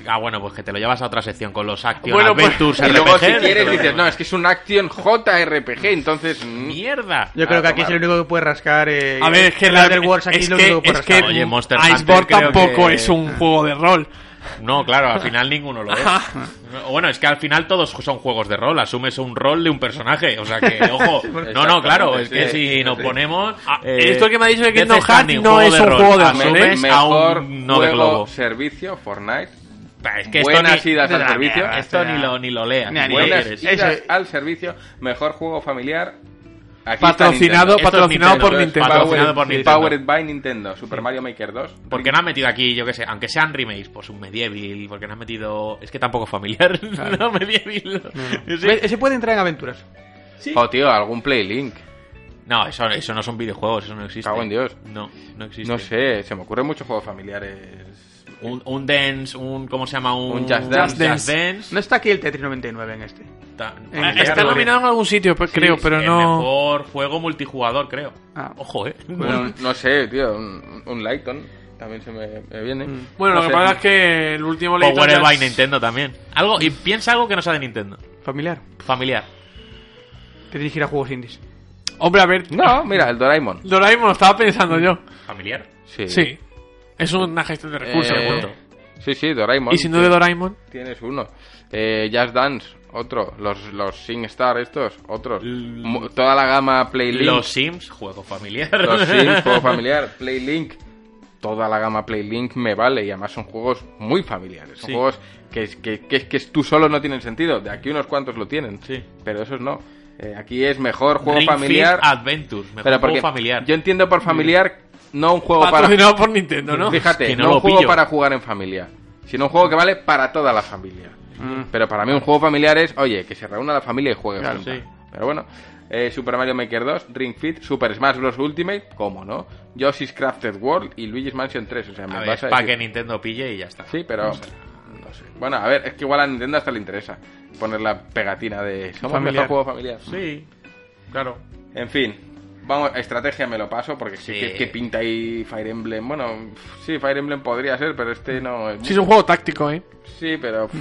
[SPEAKER 3] Ah, bueno, pues que te lo llevas a otra sección con los Action
[SPEAKER 5] Bueno, pues-
[SPEAKER 3] Adventures
[SPEAKER 2] Y luego
[SPEAKER 3] RPG.
[SPEAKER 2] si quieres
[SPEAKER 3] pero-
[SPEAKER 2] dices, no, es que es un Action JRPG, entonces... mm,
[SPEAKER 3] ¡Mierda!
[SPEAKER 4] Yo creo
[SPEAKER 2] Ah,
[SPEAKER 4] que aquí es el
[SPEAKER 2] tomar.
[SPEAKER 4] único que puede rascar. eh,
[SPEAKER 5] A ver, es que
[SPEAKER 4] el
[SPEAKER 5] la-
[SPEAKER 4] Elder Wars aquí
[SPEAKER 5] es
[SPEAKER 4] es lo
[SPEAKER 5] que-
[SPEAKER 4] único que puede
[SPEAKER 5] es que
[SPEAKER 4] rascar.
[SPEAKER 3] Oye, Monster
[SPEAKER 5] Iceborne
[SPEAKER 3] Hunter creo
[SPEAKER 5] tampoco
[SPEAKER 3] que- Ah.
[SPEAKER 5] es un juego de rol.
[SPEAKER 3] No, claro, al final ninguno lo es. O Bueno, es que al final todos son juegos de rol. Asumes un rol de un personaje. O sea que, ojo. No, no, claro. Es que
[SPEAKER 2] Sí,
[SPEAKER 3] si nos
[SPEAKER 2] sí.
[SPEAKER 3] ponemos.
[SPEAKER 5] Ah, esto que me ha dicho de
[SPEAKER 3] Death
[SPEAKER 5] Kingdom Hearts
[SPEAKER 3] Stranding,
[SPEAKER 5] no
[SPEAKER 3] juego
[SPEAKER 5] es
[SPEAKER 3] de
[SPEAKER 5] un
[SPEAKER 3] rol.
[SPEAKER 5] juego de
[SPEAKER 2] me-
[SPEAKER 5] rol,
[SPEAKER 3] Asumes a
[SPEAKER 2] mejor
[SPEAKER 3] un no de
[SPEAKER 2] juego,
[SPEAKER 3] globo.
[SPEAKER 2] servicio, Fortnite.
[SPEAKER 3] Es que
[SPEAKER 2] Buenas
[SPEAKER 3] esto ni,
[SPEAKER 2] idas al
[SPEAKER 3] Nada,
[SPEAKER 2] servicio.
[SPEAKER 3] nada, Esto ni lo, ni lo leas.
[SPEAKER 4] Ni a
[SPEAKER 3] ¿Qué
[SPEAKER 4] nivel.
[SPEAKER 2] Buenas
[SPEAKER 3] quieres?
[SPEAKER 4] Ese-
[SPEAKER 2] idas al servicio. Mejor juego familiar. Aquí está
[SPEAKER 5] Patrocinado,
[SPEAKER 2] Nintendo.
[SPEAKER 3] Esto es
[SPEAKER 5] patrocinado
[SPEAKER 3] Nintendo,
[SPEAKER 5] por
[SPEAKER 3] es
[SPEAKER 5] Nintendo.
[SPEAKER 3] patrocinado
[SPEAKER 2] Powered-
[SPEAKER 3] por Nintendo.
[SPEAKER 2] Powered by Nintendo. Super Mario Maker 2.
[SPEAKER 3] ¿Por qué no han metido aquí, yo qué sé, aunque sean remakes, pues un medieval? ¿Por qué no han metido.? Es que tampoco es familiar, ¿no? Medieval. Sí.
[SPEAKER 4] Ve, Ese puede entrar en aventuras.
[SPEAKER 2] Oh, tío, algún Playlink.
[SPEAKER 3] No, eso, eso no son videojuegos, eso no existe.
[SPEAKER 2] Cago en Dios.
[SPEAKER 3] No, no existe.
[SPEAKER 2] No sé, se me ocurren muchos juegos familiares
[SPEAKER 5] Mm.
[SPEAKER 3] Un, un dance, un. ¿Cómo se llama? Un,
[SPEAKER 2] Un Just Dance.
[SPEAKER 3] Just Dance.
[SPEAKER 4] No está aquí el Tetris 99 en este.
[SPEAKER 3] Ta-
[SPEAKER 4] En
[SPEAKER 3] Ah,
[SPEAKER 5] Eh, Está
[SPEAKER 3] claro.
[SPEAKER 5] nominado en algún sitio, pues,
[SPEAKER 3] Sí,
[SPEAKER 5] creo,
[SPEAKER 3] sí,
[SPEAKER 5] pero
[SPEAKER 3] el
[SPEAKER 5] no.
[SPEAKER 3] Mejor juego multijugador, creo.
[SPEAKER 4] Ah.
[SPEAKER 3] Ojo, eh.
[SPEAKER 2] Bueno, no sé, tío, un, un Lighton también se me, me viene.
[SPEAKER 5] Mm. Bueno,
[SPEAKER 2] No
[SPEAKER 5] lo que
[SPEAKER 2] sé.
[SPEAKER 5] pasa es que el último Leyton
[SPEAKER 3] Powered
[SPEAKER 5] ya
[SPEAKER 3] by
[SPEAKER 5] es-
[SPEAKER 3] Nintendo también. Algo, y piensa algo que no sea de Nintendo.
[SPEAKER 4] Familiar.
[SPEAKER 3] Familiar.
[SPEAKER 4] Te dirigir a juegos indies.
[SPEAKER 5] Hombre, a ver,
[SPEAKER 2] No, mira, el Doraemon.
[SPEAKER 5] Doraemon lo estaba pensando yo.
[SPEAKER 3] Familiar.
[SPEAKER 2] Sí.
[SPEAKER 5] Sí. Es una gestión de recursos.
[SPEAKER 2] Eh,
[SPEAKER 5] punto.
[SPEAKER 2] Sí, sí, Doraemon.
[SPEAKER 5] Y si no de Doraemon,
[SPEAKER 2] Tienes uno. Eh, Just Dance, otro. Los, los SingStar estos, otros. Mu- Toda la gama Playlink.
[SPEAKER 3] Los Sims, juego familiar.
[SPEAKER 2] los Sims, juego familiar. Playlink. Toda la gama Playlink me vale. Y además son juegos muy familiares. Son
[SPEAKER 3] Sí.
[SPEAKER 2] juegos que, es- que, que, es- que es- tú solo no tienen sentido. De aquí unos cuantos lo tienen.
[SPEAKER 3] Sí.
[SPEAKER 2] Pero esos no. Eh, aquí es mejor juego
[SPEAKER 3] Ring Fit
[SPEAKER 2] familiar.
[SPEAKER 3] Adventures, ah, mejor
[SPEAKER 2] Pero porque
[SPEAKER 3] juego familiar.
[SPEAKER 2] Yo entiendo por familiar no un juego para.
[SPEAKER 5] patrocinado por Nintendo, ¿no?
[SPEAKER 2] Fíjate,
[SPEAKER 3] Es que no
[SPEAKER 2] no, un
[SPEAKER 3] lo
[SPEAKER 2] juego
[SPEAKER 3] pillo.
[SPEAKER 2] para jugar en familia, sino un juego que vale para toda la familia. Pero para mí un juego familiar es, oye, que se reúna la familia y juegue
[SPEAKER 3] Mm. Claro,
[SPEAKER 2] junta.
[SPEAKER 3] sí.
[SPEAKER 2] Pero bueno, eh, Super Mario Maker 2, Ring Fit, Super Smash Bros. Ultimate, ¿cómo no? Yoshi's Crafted World y Luigi's Mansion 3. O sea, me
[SPEAKER 3] a
[SPEAKER 2] vas a
[SPEAKER 3] ver, para que
[SPEAKER 2] decir-
[SPEAKER 3] Nintendo pille y ya está.
[SPEAKER 2] Sí, pero... no sé. Bueno, a ver, es que igual a Nintendo hasta le interesa poner la pegatina de... Somos
[SPEAKER 4] Familiar.
[SPEAKER 2] mejor juego familiar.
[SPEAKER 3] Sí, claro.
[SPEAKER 2] En fin, vamos, estrategia me lo paso porque sí.
[SPEAKER 3] Sí.
[SPEAKER 2] que, que pinta ahí Fire Emblem. Bueno, pf, sí, Fire Emblem podría ser, pero este no es.
[SPEAKER 5] Sí, es un juego táctico, ¿eh?
[SPEAKER 2] Sí, pero. pf,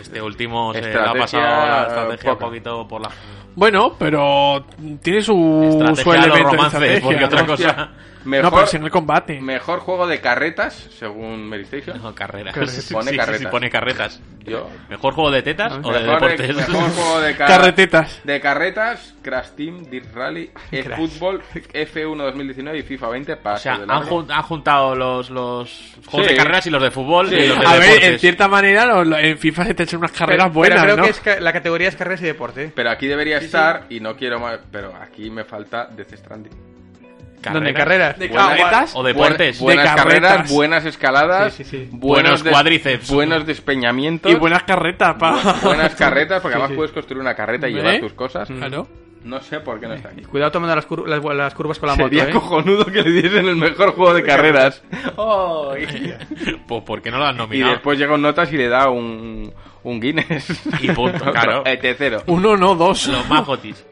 [SPEAKER 3] Este último se le ha
[SPEAKER 2] Estrategia,
[SPEAKER 3] pasado la estrategia un
[SPEAKER 2] poca.
[SPEAKER 3] poquito por la
[SPEAKER 5] Bueno, pero tiene su,
[SPEAKER 3] estrategia
[SPEAKER 5] su
[SPEAKER 3] de los
[SPEAKER 5] elemento de
[SPEAKER 3] romances,
[SPEAKER 5] estrategia.
[SPEAKER 3] porque otra cosa...
[SPEAKER 5] No,
[SPEAKER 2] mejor,
[SPEAKER 5] pero sin el combate.
[SPEAKER 2] mejor juego de carretas, según Mary Station.
[SPEAKER 3] No, carreras.
[SPEAKER 5] Carretas.
[SPEAKER 2] Pone
[SPEAKER 3] Sí, sí,
[SPEAKER 2] carretas.
[SPEAKER 3] sí, pone carretas.
[SPEAKER 2] Yo.
[SPEAKER 3] ¿Mejor juego de tetas o de
[SPEAKER 2] Mejor, de-
[SPEAKER 3] deportes?
[SPEAKER 2] mejor juego de car-
[SPEAKER 5] Carretetas.
[SPEAKER 2] De carretas, Crash Team, Dirt Rally, eFootball, F1 2019 y FIFA 20 para
[SPEAKER 3] O sea,
[SPEAKER 2] de
[SPEAKER 3] han,
[SPEAKER 2] largo.
[SPEAKER 3] jun- han juntado los, los juegos
[SPEAKER 2] Sí.
[SPEAKER 3] de carreras y los de fútbol
[SPEAKER 2] Sí.
[SPEAKER 3] y los de
[SPEAKER 5] A ver,
[SPEAKER 3] deportes.
[SPEAKER 5] en cierta manera, lo- lo- en FIFA se te echan unas carreras
[SPEAKER 4] Pero-
[SPEAKER 5] buenas,
[SPEAKER 4] pero creo
[SPEAKER 5] ¿no?
[SPEAKER 4] que es ca- la categoría es carreras y deporte. ¿eh?
[SPEAKER 2] Pero aquí debería estar, y no quiero más. Pero aquí me falta Death Stranding.
[SPEAKER 4] ¿Dónde? ¿Carreras?
[SPEAKER 5] De
[SPEAKER 2] Buena-
[SPEAKER 5] carretas.
[SPEAKER 3] O deportes.
[SPEAKER 2] Buena- Buenas
[SPEAKER 5] De carretas.
[SPEAKER 2] carreras, buenas escaladas,
[SPEAKER 4] Sí, sí, sí.
[SPEAKER 3] Buenos
[SPEAKER 2] des-
[SPEAKER 3] cuádriceps.
[SPEAKER 2] buenos despeñamientos,
[SPEAKER 5] Y buenas carretas, pa.
[SPEAKER 2] buenas carretas, porque
[SPEAKER 4] Sí,
[SPEAKER 2] además
[SPEAKER 4] sí. Mm.
[SPEAKER 2] puedes construir una carreta y llevar
[SPEAKER 5] ¿Eh?
[SPEAKER 2] tus cosas.
[SPEAKER 5] Claro.
[SPEAKER 2] No sé por qué no está aquí.
[SPEAKER 4] Cuidado tomando las, cur- las, las curvas con la
[SPEAKER 2] Sería
[SPEAKER 4] moto. ¿eh?
[SPEAKER 2] cojonudo que le diesen el mejor juego de carreras.
[SPEAKER 3] Pues ¿por qué no lo han
[SPEAKER 2] y
[SPEAKER 3] nominado?
[SPEAKER 2] después llega un Notas y le da un, un Guinness. Eh,
[SPEAKER 3] Y punto, claro.
[SPEAKER 2] ET0.
[SPEAKER 5] Uno, no, dos.
[SPEAKER 3] Los más gotis.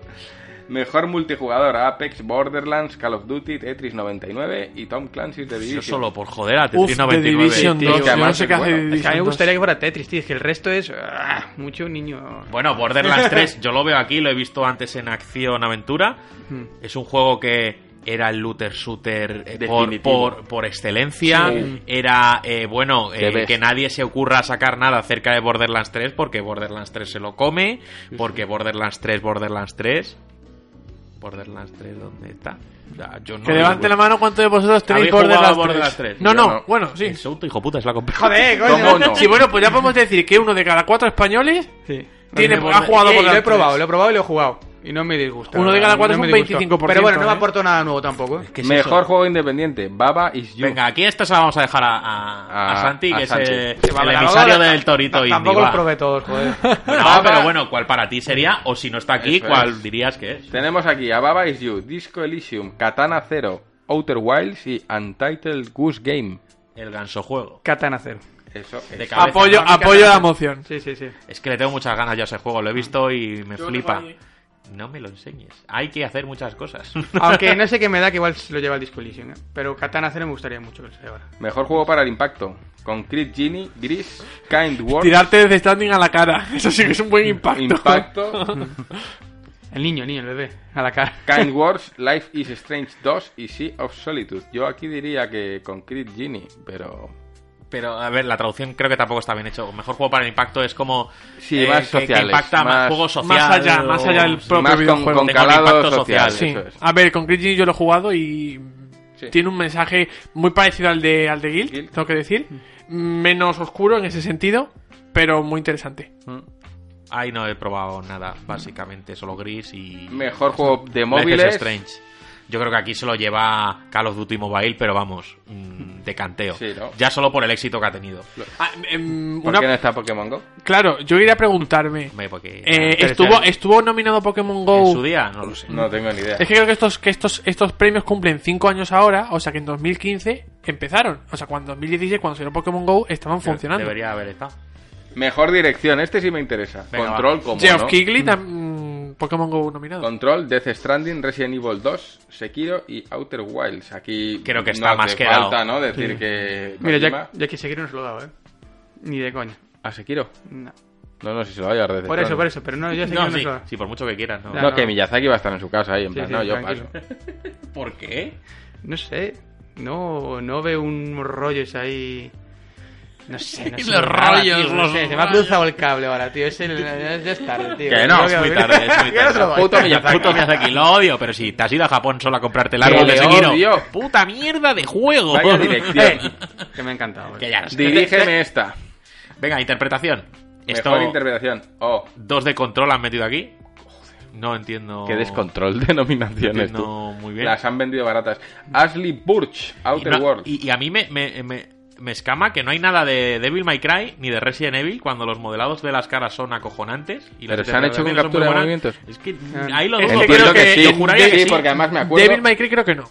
[SPEAKER 2] Mejor multijugador, Apex, Borderlands, Call of Duty, Tetris 99 y Tom Clancy's The
[SPEAKER 3] Yo
[SPEAKER 2] Division.
[SPEAKER 3] solo por joder a
[SPEAKER 5] Uf,
[SPEAKER 3] Tetris
[SPEAKER 5] The
[SPEAKER 3] 99.
[SPEAKER 5] Division
[SPEAKER 2] tío,
[SPEAKER 5] 2.
[SPEAKER 2] que
[SPEAKER 5] Yo no
[SPEAKER 2] además
[SPEAKER 5] sé
[SPEAKER 2] es
[SPEAKER 5] qué hace
[SPEAKER 2] bueno.
[SPEAKER 5] The
[SPEAKER 4] Es que a mí me
[SPEAKER 5] Division 2.
[SPEAKER 4] gustaría que fuera Tetris, tío. Es que el resto es. ah, mucho niño.
[SPEAKER 3] Bueno, Borderlands 3, yo lo veo aquí, lo he visto antes en Acción Aventura.
[SPEAKER 5] Hmm.
[SPEAKER 3] Es un juego que era el looter shooter eh, por,
[SPEAKER 2] Definitivo.
[SPEAKER 3] por, por excelencia.
[SPEAKER 2] Sí.
[SPEAKER 3] Era, eh, bueno, eh,
[SPEAKER 2] The best.
[SPEAKER 3] que nadie se ocurra sacar nada acerca de Borderlands 3 porque Borderlands 3 se lo come. Porque Borderlands 3, Borderlands 3. Borderlands 3, ¿dónde está? Ya, yo no
[SPEAKER 5] Que
[SPEAKER 3] lo
[SPEAKER 5] levante
[SPEAKER 3] veo.
[SPEAKER 5] la mano cuántos de vosotros tenéis
[SPEAKER 3] ¿Habéis jugado
[SPEAKER 5] Borderlands
[SPEAKER 3] a Borderlands
[SPEAKER 5] 3?
[SPEAKER 3] 3?
[SPEAKER 5] No,
[SPEAKER 2] Yo
[SPEAKER 5] no,
[SPEAKER 2] no.
[SPEAKER 5] Bueno, sí.
[SPEAKER 3] El Souto, hijo puta, es la compré.
[SPEAKER 4] Joder,
[SPEAKER 2] ¿Cómo no?
[SPEAKER 5] Sí, bueno, pues ya podemos decir que uno de cada cuatro españoles
[SPEAKER 4] Sí.
[SPEAKER 5] tiene,
[SPEAKER 3] no, no,
[SPEAKER 5] ha jugado
[SPEAKER 4] Eh, lo he
[SPEAKER 5] Borderlands
[SPEAKER 4] probado,
[SPEAKER 5] 3.
[SPEAKER 4] lo he probado y lo he jugado. Y no me disgusta.
[SPEAKER 5] Uno de cada cuatro
[SPEAKER 4] No
[SPEAKER 5] es
[SPEAKER 4] me
[SPEAKER 5] un
[SPEAKER 4] disgustó.
[SPEAKER 5] 25%,
[SPEAKER 4] Pero bueno, no me
[SPEAKER 5] ¿eh?
[SPEAKER 4] aportó nada nuevo tampoco. ¿eh?
[SPEAKER 3] ¿Qué es
[SPEAKER 2] Mejor
[SPEAKER 3] eso?
[SPEAKER 2] juego independiente, Baba is You.
[SPEAKER 3] Venga, aquí esta se la vamos a dejar a, a- a
[SPEAKER 2] A-
[SPEAKER 3] Santi,
[SPEAKER 2] a
[SPEAKER 3] que es
[SPEAKER 2] Santi.
[SPEAKER 3] eh,
[SPEAKER 4] Que va,
[SPEAKER 3] el
[SPEAKER 4] la-
[SPEAKER 3] emisario
[SPEAKER 4] la-
[SPEAKER 3] del Torito
[SPEAKER 4] la-
[SPEAKER 3] Indy.
[SPEAKER 4] Tampoco
[SPEAKER 3] va.
[SPEAKER 4] los probé todos, joder.
[SPEAKER 3] No, pero bueno, ¿cuál para ti sería? O si no está aquí,
[SPEAKER 2] Eso
[SPEAKER 3] ¿cuál
[SPEAKER 2] es.
[SPEAKER 3] dirías que es?
[SPEAKER 2] Tenemos aquí a Baba Is You, Disco Elysium, Katana Zero, Outer Wilds y Untitled Goose Game.
[SPEAKER 3] El ganso juego.
[SPEAKER 4] Katana cero.
[SPEAKER 2] Eso es.
[SPEAKER 3] De cabeza.
[SPEAKER 5] Apoyo,
[SPEAKER 4] Cabeza,
[SPEAKER 5] apoyo
[SPEAKER 4] cabeza.
[SPEAKER 5] la moción.
[SPEAKER 4] Sí, sí, sí.
[SPEAKER 3] Es que le tengo muchas ganas yo a ese juego, lo he visto y me
[SPEAKER 5] Yo
[SPEAKER 3] flipa.
[SPEAKER 5] tengo ahí.
[SPEAKER 3] No me lo enseñes. Hay que hacer muchas cosas.
[SPEAKER 4] Aunque no sé qué me da que igual se lo lleva el Disco Elysium, ¿eh? Pero Katana cero me gustaría mucho que lo llevara.
[SPEAKER 2] Mejor juego para el impacto. Concrete Genie, Gris, Kind Words,
[SPEAKER 5] Tirarte desde standing a la cara. Eso sí que es un buen impacto.
[SPEAKER 2] Impacto,
[SPEAKER 4] El niño, el niño, el bebé. A la cara.
[SPEAKER 2] Kind Words, Life is Strange 2 y Sea of Solitude. Yo aquí diría que Concrete Genie, pero...
[SPEAKER 3] Pero, a ver, la traducción creo que tampoco está bien hecho. Mejor juego para el impacto es como... eh,
[SPEAKER 2] Sí, más
[SPEAKER 3] que- que,
[SPEAKER 2] sociales,
[SPEAKER 3] impacta más,
[SPEAKER 2] más-
[SPEAKER 3] juegos sociales.
[SPEAKER 5] Más allá, más allá del propio
[SPEAKER 2] Más con,
[SPEAKER 5] videojuego.
[SPEAKER 2] con
[SPEAKER 3] Tengo el
[SPEAKER 2] calado
[SPEAKER 3] impacto
[SPEAKER 2] social,
[SPEAKER 3] social,
[SPEAKER 5] Sí.
[SPEAKER 2] eso es.
[SPEAKER 5] A ver, con Crit Genie yo lo he jugado y
[SPEAKER 2] Sí.
[SPEAKER 5] tiene un mensaje muy parecido al de, al de Guild,
[SPEAKER 2] Guild. Mm.
[SPEAKER 5] tengo que decir. Menos oscuro en ese sentido, pero muy interesante.
[SPEAKER 3] Ahí no he probado nada, básicamente. Solo gris y...
[SPEAKER 2] Mejor juego de
[SPEAKER 3] Life is
[SPEAKER 2] móviles.
[SPEAKER 3] Strange. Yo creo que aquí se lo lleva Call of Duty Mobile, pero vamos, mm, de canteo.
[SPEAKER 2] Sí, ¿no?
[SPEAKER 3] Ya solo por el éxito que ha tenido.
[SPEAKER 5] Ah, em,
[SPEAKER 2] ¿Por
[SPEAKER 5] una-
[SPEAKER 2] qué no está Pokémon GO?
[SPEAKER 5] Claro, yo iría a preguntarme.
[SPEAKER 3] Hombre, porque-
[SPEAKER 5] eh,
[SPEAKER 4] pero
[SPEAKER 5] estuvo,
[SPEAKER 4] espera.
[SPEAKER 5] estuvo nominado Pokémon
[SPEAKER 3] en su
[SPEAKER 5] Go.
[SPEAKER 3] día, no lo sé.
[SPEAKER 2] No tengo ni idea.
[SPEAKER 5] Es que creo que estos, que estos, estos premios cumplen 5 años ahora, o sea que en 2015 empezaron. O sea, cuando en 2016, cuando salió Pokémon Go, estaban funcionando.
[SPEAKER 3] Debería haber estado.
[SPEAKER 2] Mejor dirección, este sí me interesa.
[SPEAKER 3] Venga,
[SPEAKER 2] Control,
[SPEAKER 3] va.
[SPEAKER 2] como
[SPEAKER 5] Geoff
[SPEAKER 2] no.
[SPEAKER 5] Keighley, tam- mm, Pokémon Go nominado.
[SPEAKER 2] Control, Death Stranding, Resident Evil 2, Sekiro y Outer Wilds. Aquí
[SPEAKER 3] Creo que
[SPEAKER 2] no
[SPEAKER 3] está
[SPEAKER 2] hace
[SPEAKER 3] más que
[SPEAKER 2] falta,
[SPEAKER 3] dado.
[SPEAKER 2] ¿no? Decir que
[SPEAKER 4] Mira,
[SPEAKER 2] Kojima-
[SPEAKER 4] ya, ya que seguir no se lo he dado, ¿eh? Ni de coña.
[SPEAKER 2] a Sekiro.
[SPEAKER 4] No.
[SPEAKER 2] No, no, si se lo va a llevar Death
[SPEAKER 4] Por eso,
[SPEAKER 2] Stranding.
[SPEAKER 4] por eso, pero no, yo sé
[SPEAKER 3] No,
[SPEAKER 4] que no
[SPEAKER 3] sí,
[SPEAKER 4] se lo he dado.
[SPEAKER 3] sí, por mucho que quieras, no.
[SPEAKER 4] Ya,
[SPEAKER 2] No,
[SPEAKER 4] no.
[SPEAKER 2] que Miyazaki va a estar en su casa ahí, en
[SPEAKER 4] Sí,
[SPEAKER 2] plan,
[SPEAKER 4] sí,
[SPEAKER 2] no, yo
[SPEAKER 4] tranquilo.
[SPEAKER 2] paso.
[SPEAKER 3] ¿Por qué?
[SPEAKER 4] No sé, no, no veo un rollos ahí. No sé, no sé.
[SPEAKER 3] Los
[SPEAKER 4] nada,
[SPEAKER 3] rollos,
[SPEAKER 4] tío, no
[SPEAKER 3] los
[SPEAKER 4] sé, Se me ha
[SPEAKER 3] rollos.
[SPEAKER 4] cruzado el cable ahora, tío. Es el, ya ya es tarde, tío.
[SPEAKER 3] Que no,
[SPEAKER 4] Yo
[SPEAKER 3] es
[SPEAKER 4] creo
[SPEAKER 3] muy
[SPEAKER 4] que-
[SPEAKER 3] tarde, es muy
[SPEAKER 4] que no se lo
[SPEAKER 3] tarde.
[SPEAKER 4] doy.
[SPEAKER 2] Puto Miyazaki.
[SPEAKER 3] Puto Miyazaki, lo odio, pero si te has ido a Japón solo a comprarte el árbol
[SPEAKER 2] Que
[SPEAKER 3] de
[SPEAKER 2] le
[SPEAKER 3] Sekiro.
[SPEAKER 2] odio.
[SPEAKER 3] ¡Puta mierda de juego!
[SPEAKER 2] Vaya dirección.
[SPEAKER 3] Eh,
[SPEAKER 4] Que me ha encantado.
[SPEAKER 3] Que ya no sé.
[SPEAKER 2] Dirígeme esta.
[SPEAKER 3] Venga, interpretación. Esto,
[SPEAKER 2] Mejor interpretación. Oh,
[SPEAKER 3] dos de control han metido aquí. No entiendo.
[SPEAKER 2] qué descontrol de
[SPEAKER 3] No
[SPEAKER 2] nominaciones.
[SPEAKER 3] entiendo
[SPEAKER 2] tú.
[SPEAKER 3] muy bien.
[SPEAKER 2] Las han vendido baratas. Ashley Burch,
[SPEAKER 3] Y
[SPEAKER 2] Outer
[SPEAKER 3] no-
[SPEAKER 2] Worlds.
[SPEAKER 3] Y, y a mí me, me- me- me escama que no hay nada de Devil May Cry ni de Resident Evil cuando los modelados de las caras son acojonantes. Y las
[SPEAKER 2] Pero se han hecho con
[SPEAKER 3] interpretaciones son
[SPEAKER 2] captura
[SPEAKER 3] muy
[SPEAKER 2] de
[SPEAKER 3] buenas.
[SPEAKER 2] movimientos.
[SPEAKER 3] Es que mm, ahí lo dudo.
[SPEAKER 5] Ah.
[SPEAKER 3] pero
[SPEAKER 5] que
[SPEAKER 2] Entiendo
[SPEAKER 5] creo
[SPEAKER 3] yo
[SPEAKER 5] que-
[SPEAKER 2] sí,
[SPEAKER 3] yo juraría que
[SPEAKER 2] sí,
[SPEAKER 3] sí.
[SPEAKER 2] porque además me acuerdo.
[SPEAKER 5] Devil May Cry creo que no.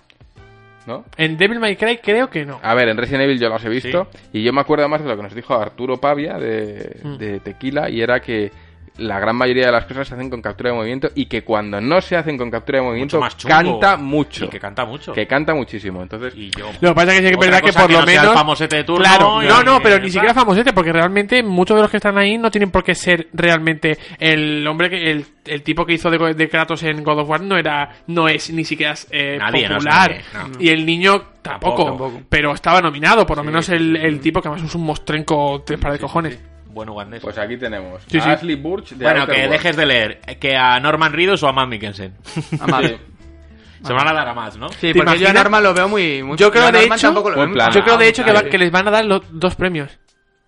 [SPEAKER 2] ¿No?
[SPEAKER 5] En Devil May Cry creo que no.
[SPEAKER 2] A ver, en Resident Evil yo los he visto y yo me acuerdo más de lo que nos dijo Arturo Pavia de, de Tequila y era que la gran mayoría de las cosas se hacen con captura de movimiento y que cuando no se hacen con captura de movimiento
[SPEAKER 3] Mucho más chungo.
[SPEAKER 2] canta mucho,
[SPEAKER 3] Y que canta mucho.
[SPEAKER 2] que canta muchísimo. Entonces,
[SPEAKER 3] Y yo-
[SPEAKER 5] Lo que pasa es que sí que es
[SPEAKER 3] Otra
[SPEAKER 5] verdad que
[SPEAKER 3] cosa
[SPEAKER 5] por
[SPEAKER 3] que
[SPEAKER 5] lo
[SPEAKER 3] no sea el
[SPEAKER 5] menos.
[SPEAKER 3] famosete de turno
[SPEAKER 5] Claro,
[SPEAKER 3] y-
[SPEAKER 5] no, no, pero ni
[SPEAKER 3] y-
[SPEAKER 5] siquiera famosete, porque realmente muchos de los que están ahí no tienen por qué ser realmente el hombre que. El, el tipo que hizo de, de Kratos en God of War no era. No es ni siquiera eh,
[SPEAKER 3] Nadie, no es
[SPEAKER 5] popular.
[SPEAKER 3] nadie, no.
[SPEAKER 5] Y el niño tampoco,
[SPEAKER 3] Tampoco.
[SPEAKER 5] Pero estaba nominado, por lo
[SPEAKER 3] Sí,
[SPEAKER 5] menos
[SPEAKER 3] sí,
[SPEAKER 5] el, el tipo que además es un mostrenco tres para de cojones.
[SPEAKER 3] Bueno, ugandés.
[SPEAKER 2] pues aquí tenemos
[SPEAKER 5] Sí, sí.
[SPEAKER 2] a Ashley Burch de
[SPEAKER 3] bueno,
[SPEAKER 2] Outer
[SPEAKER 3] que
[SPEAKER 2] Worlds.
[SPEAKER 3] dejes de leer. eh, Que a Norman Reedus o a Matt Mikkelsen.
[SPEAKER 4] Amable.
[SPEAKER 5] Ah.
[SPEAKER 3] Se van a dar a más, ¿no?
[SPEAKER 4] Ah, Sí,
[SPEAKER 5] ¿Te
[SPEAKER 4] porque yo a
[SPEAKER 5] imaginas?
[SPEAKER 4] Norma lo veo muy. muy
[SPEAKER 5] Yo creo,
[SPEAKER 4] a
[SPEAKER 5] de
[SPEAKER 4] Norman
[SPEAKER 5] hecho-
[SPEAKER 4] tampoco lo veo
[SPEAKER 2] Buen
[SPEAKER 4] muy
[SPEAKER 2] plan.
[SPEAKER 5] Yo creo de hecho que, va-
[SPEAKER 4] mal,
[SPEAKER 5] que les van a dar los dos premios.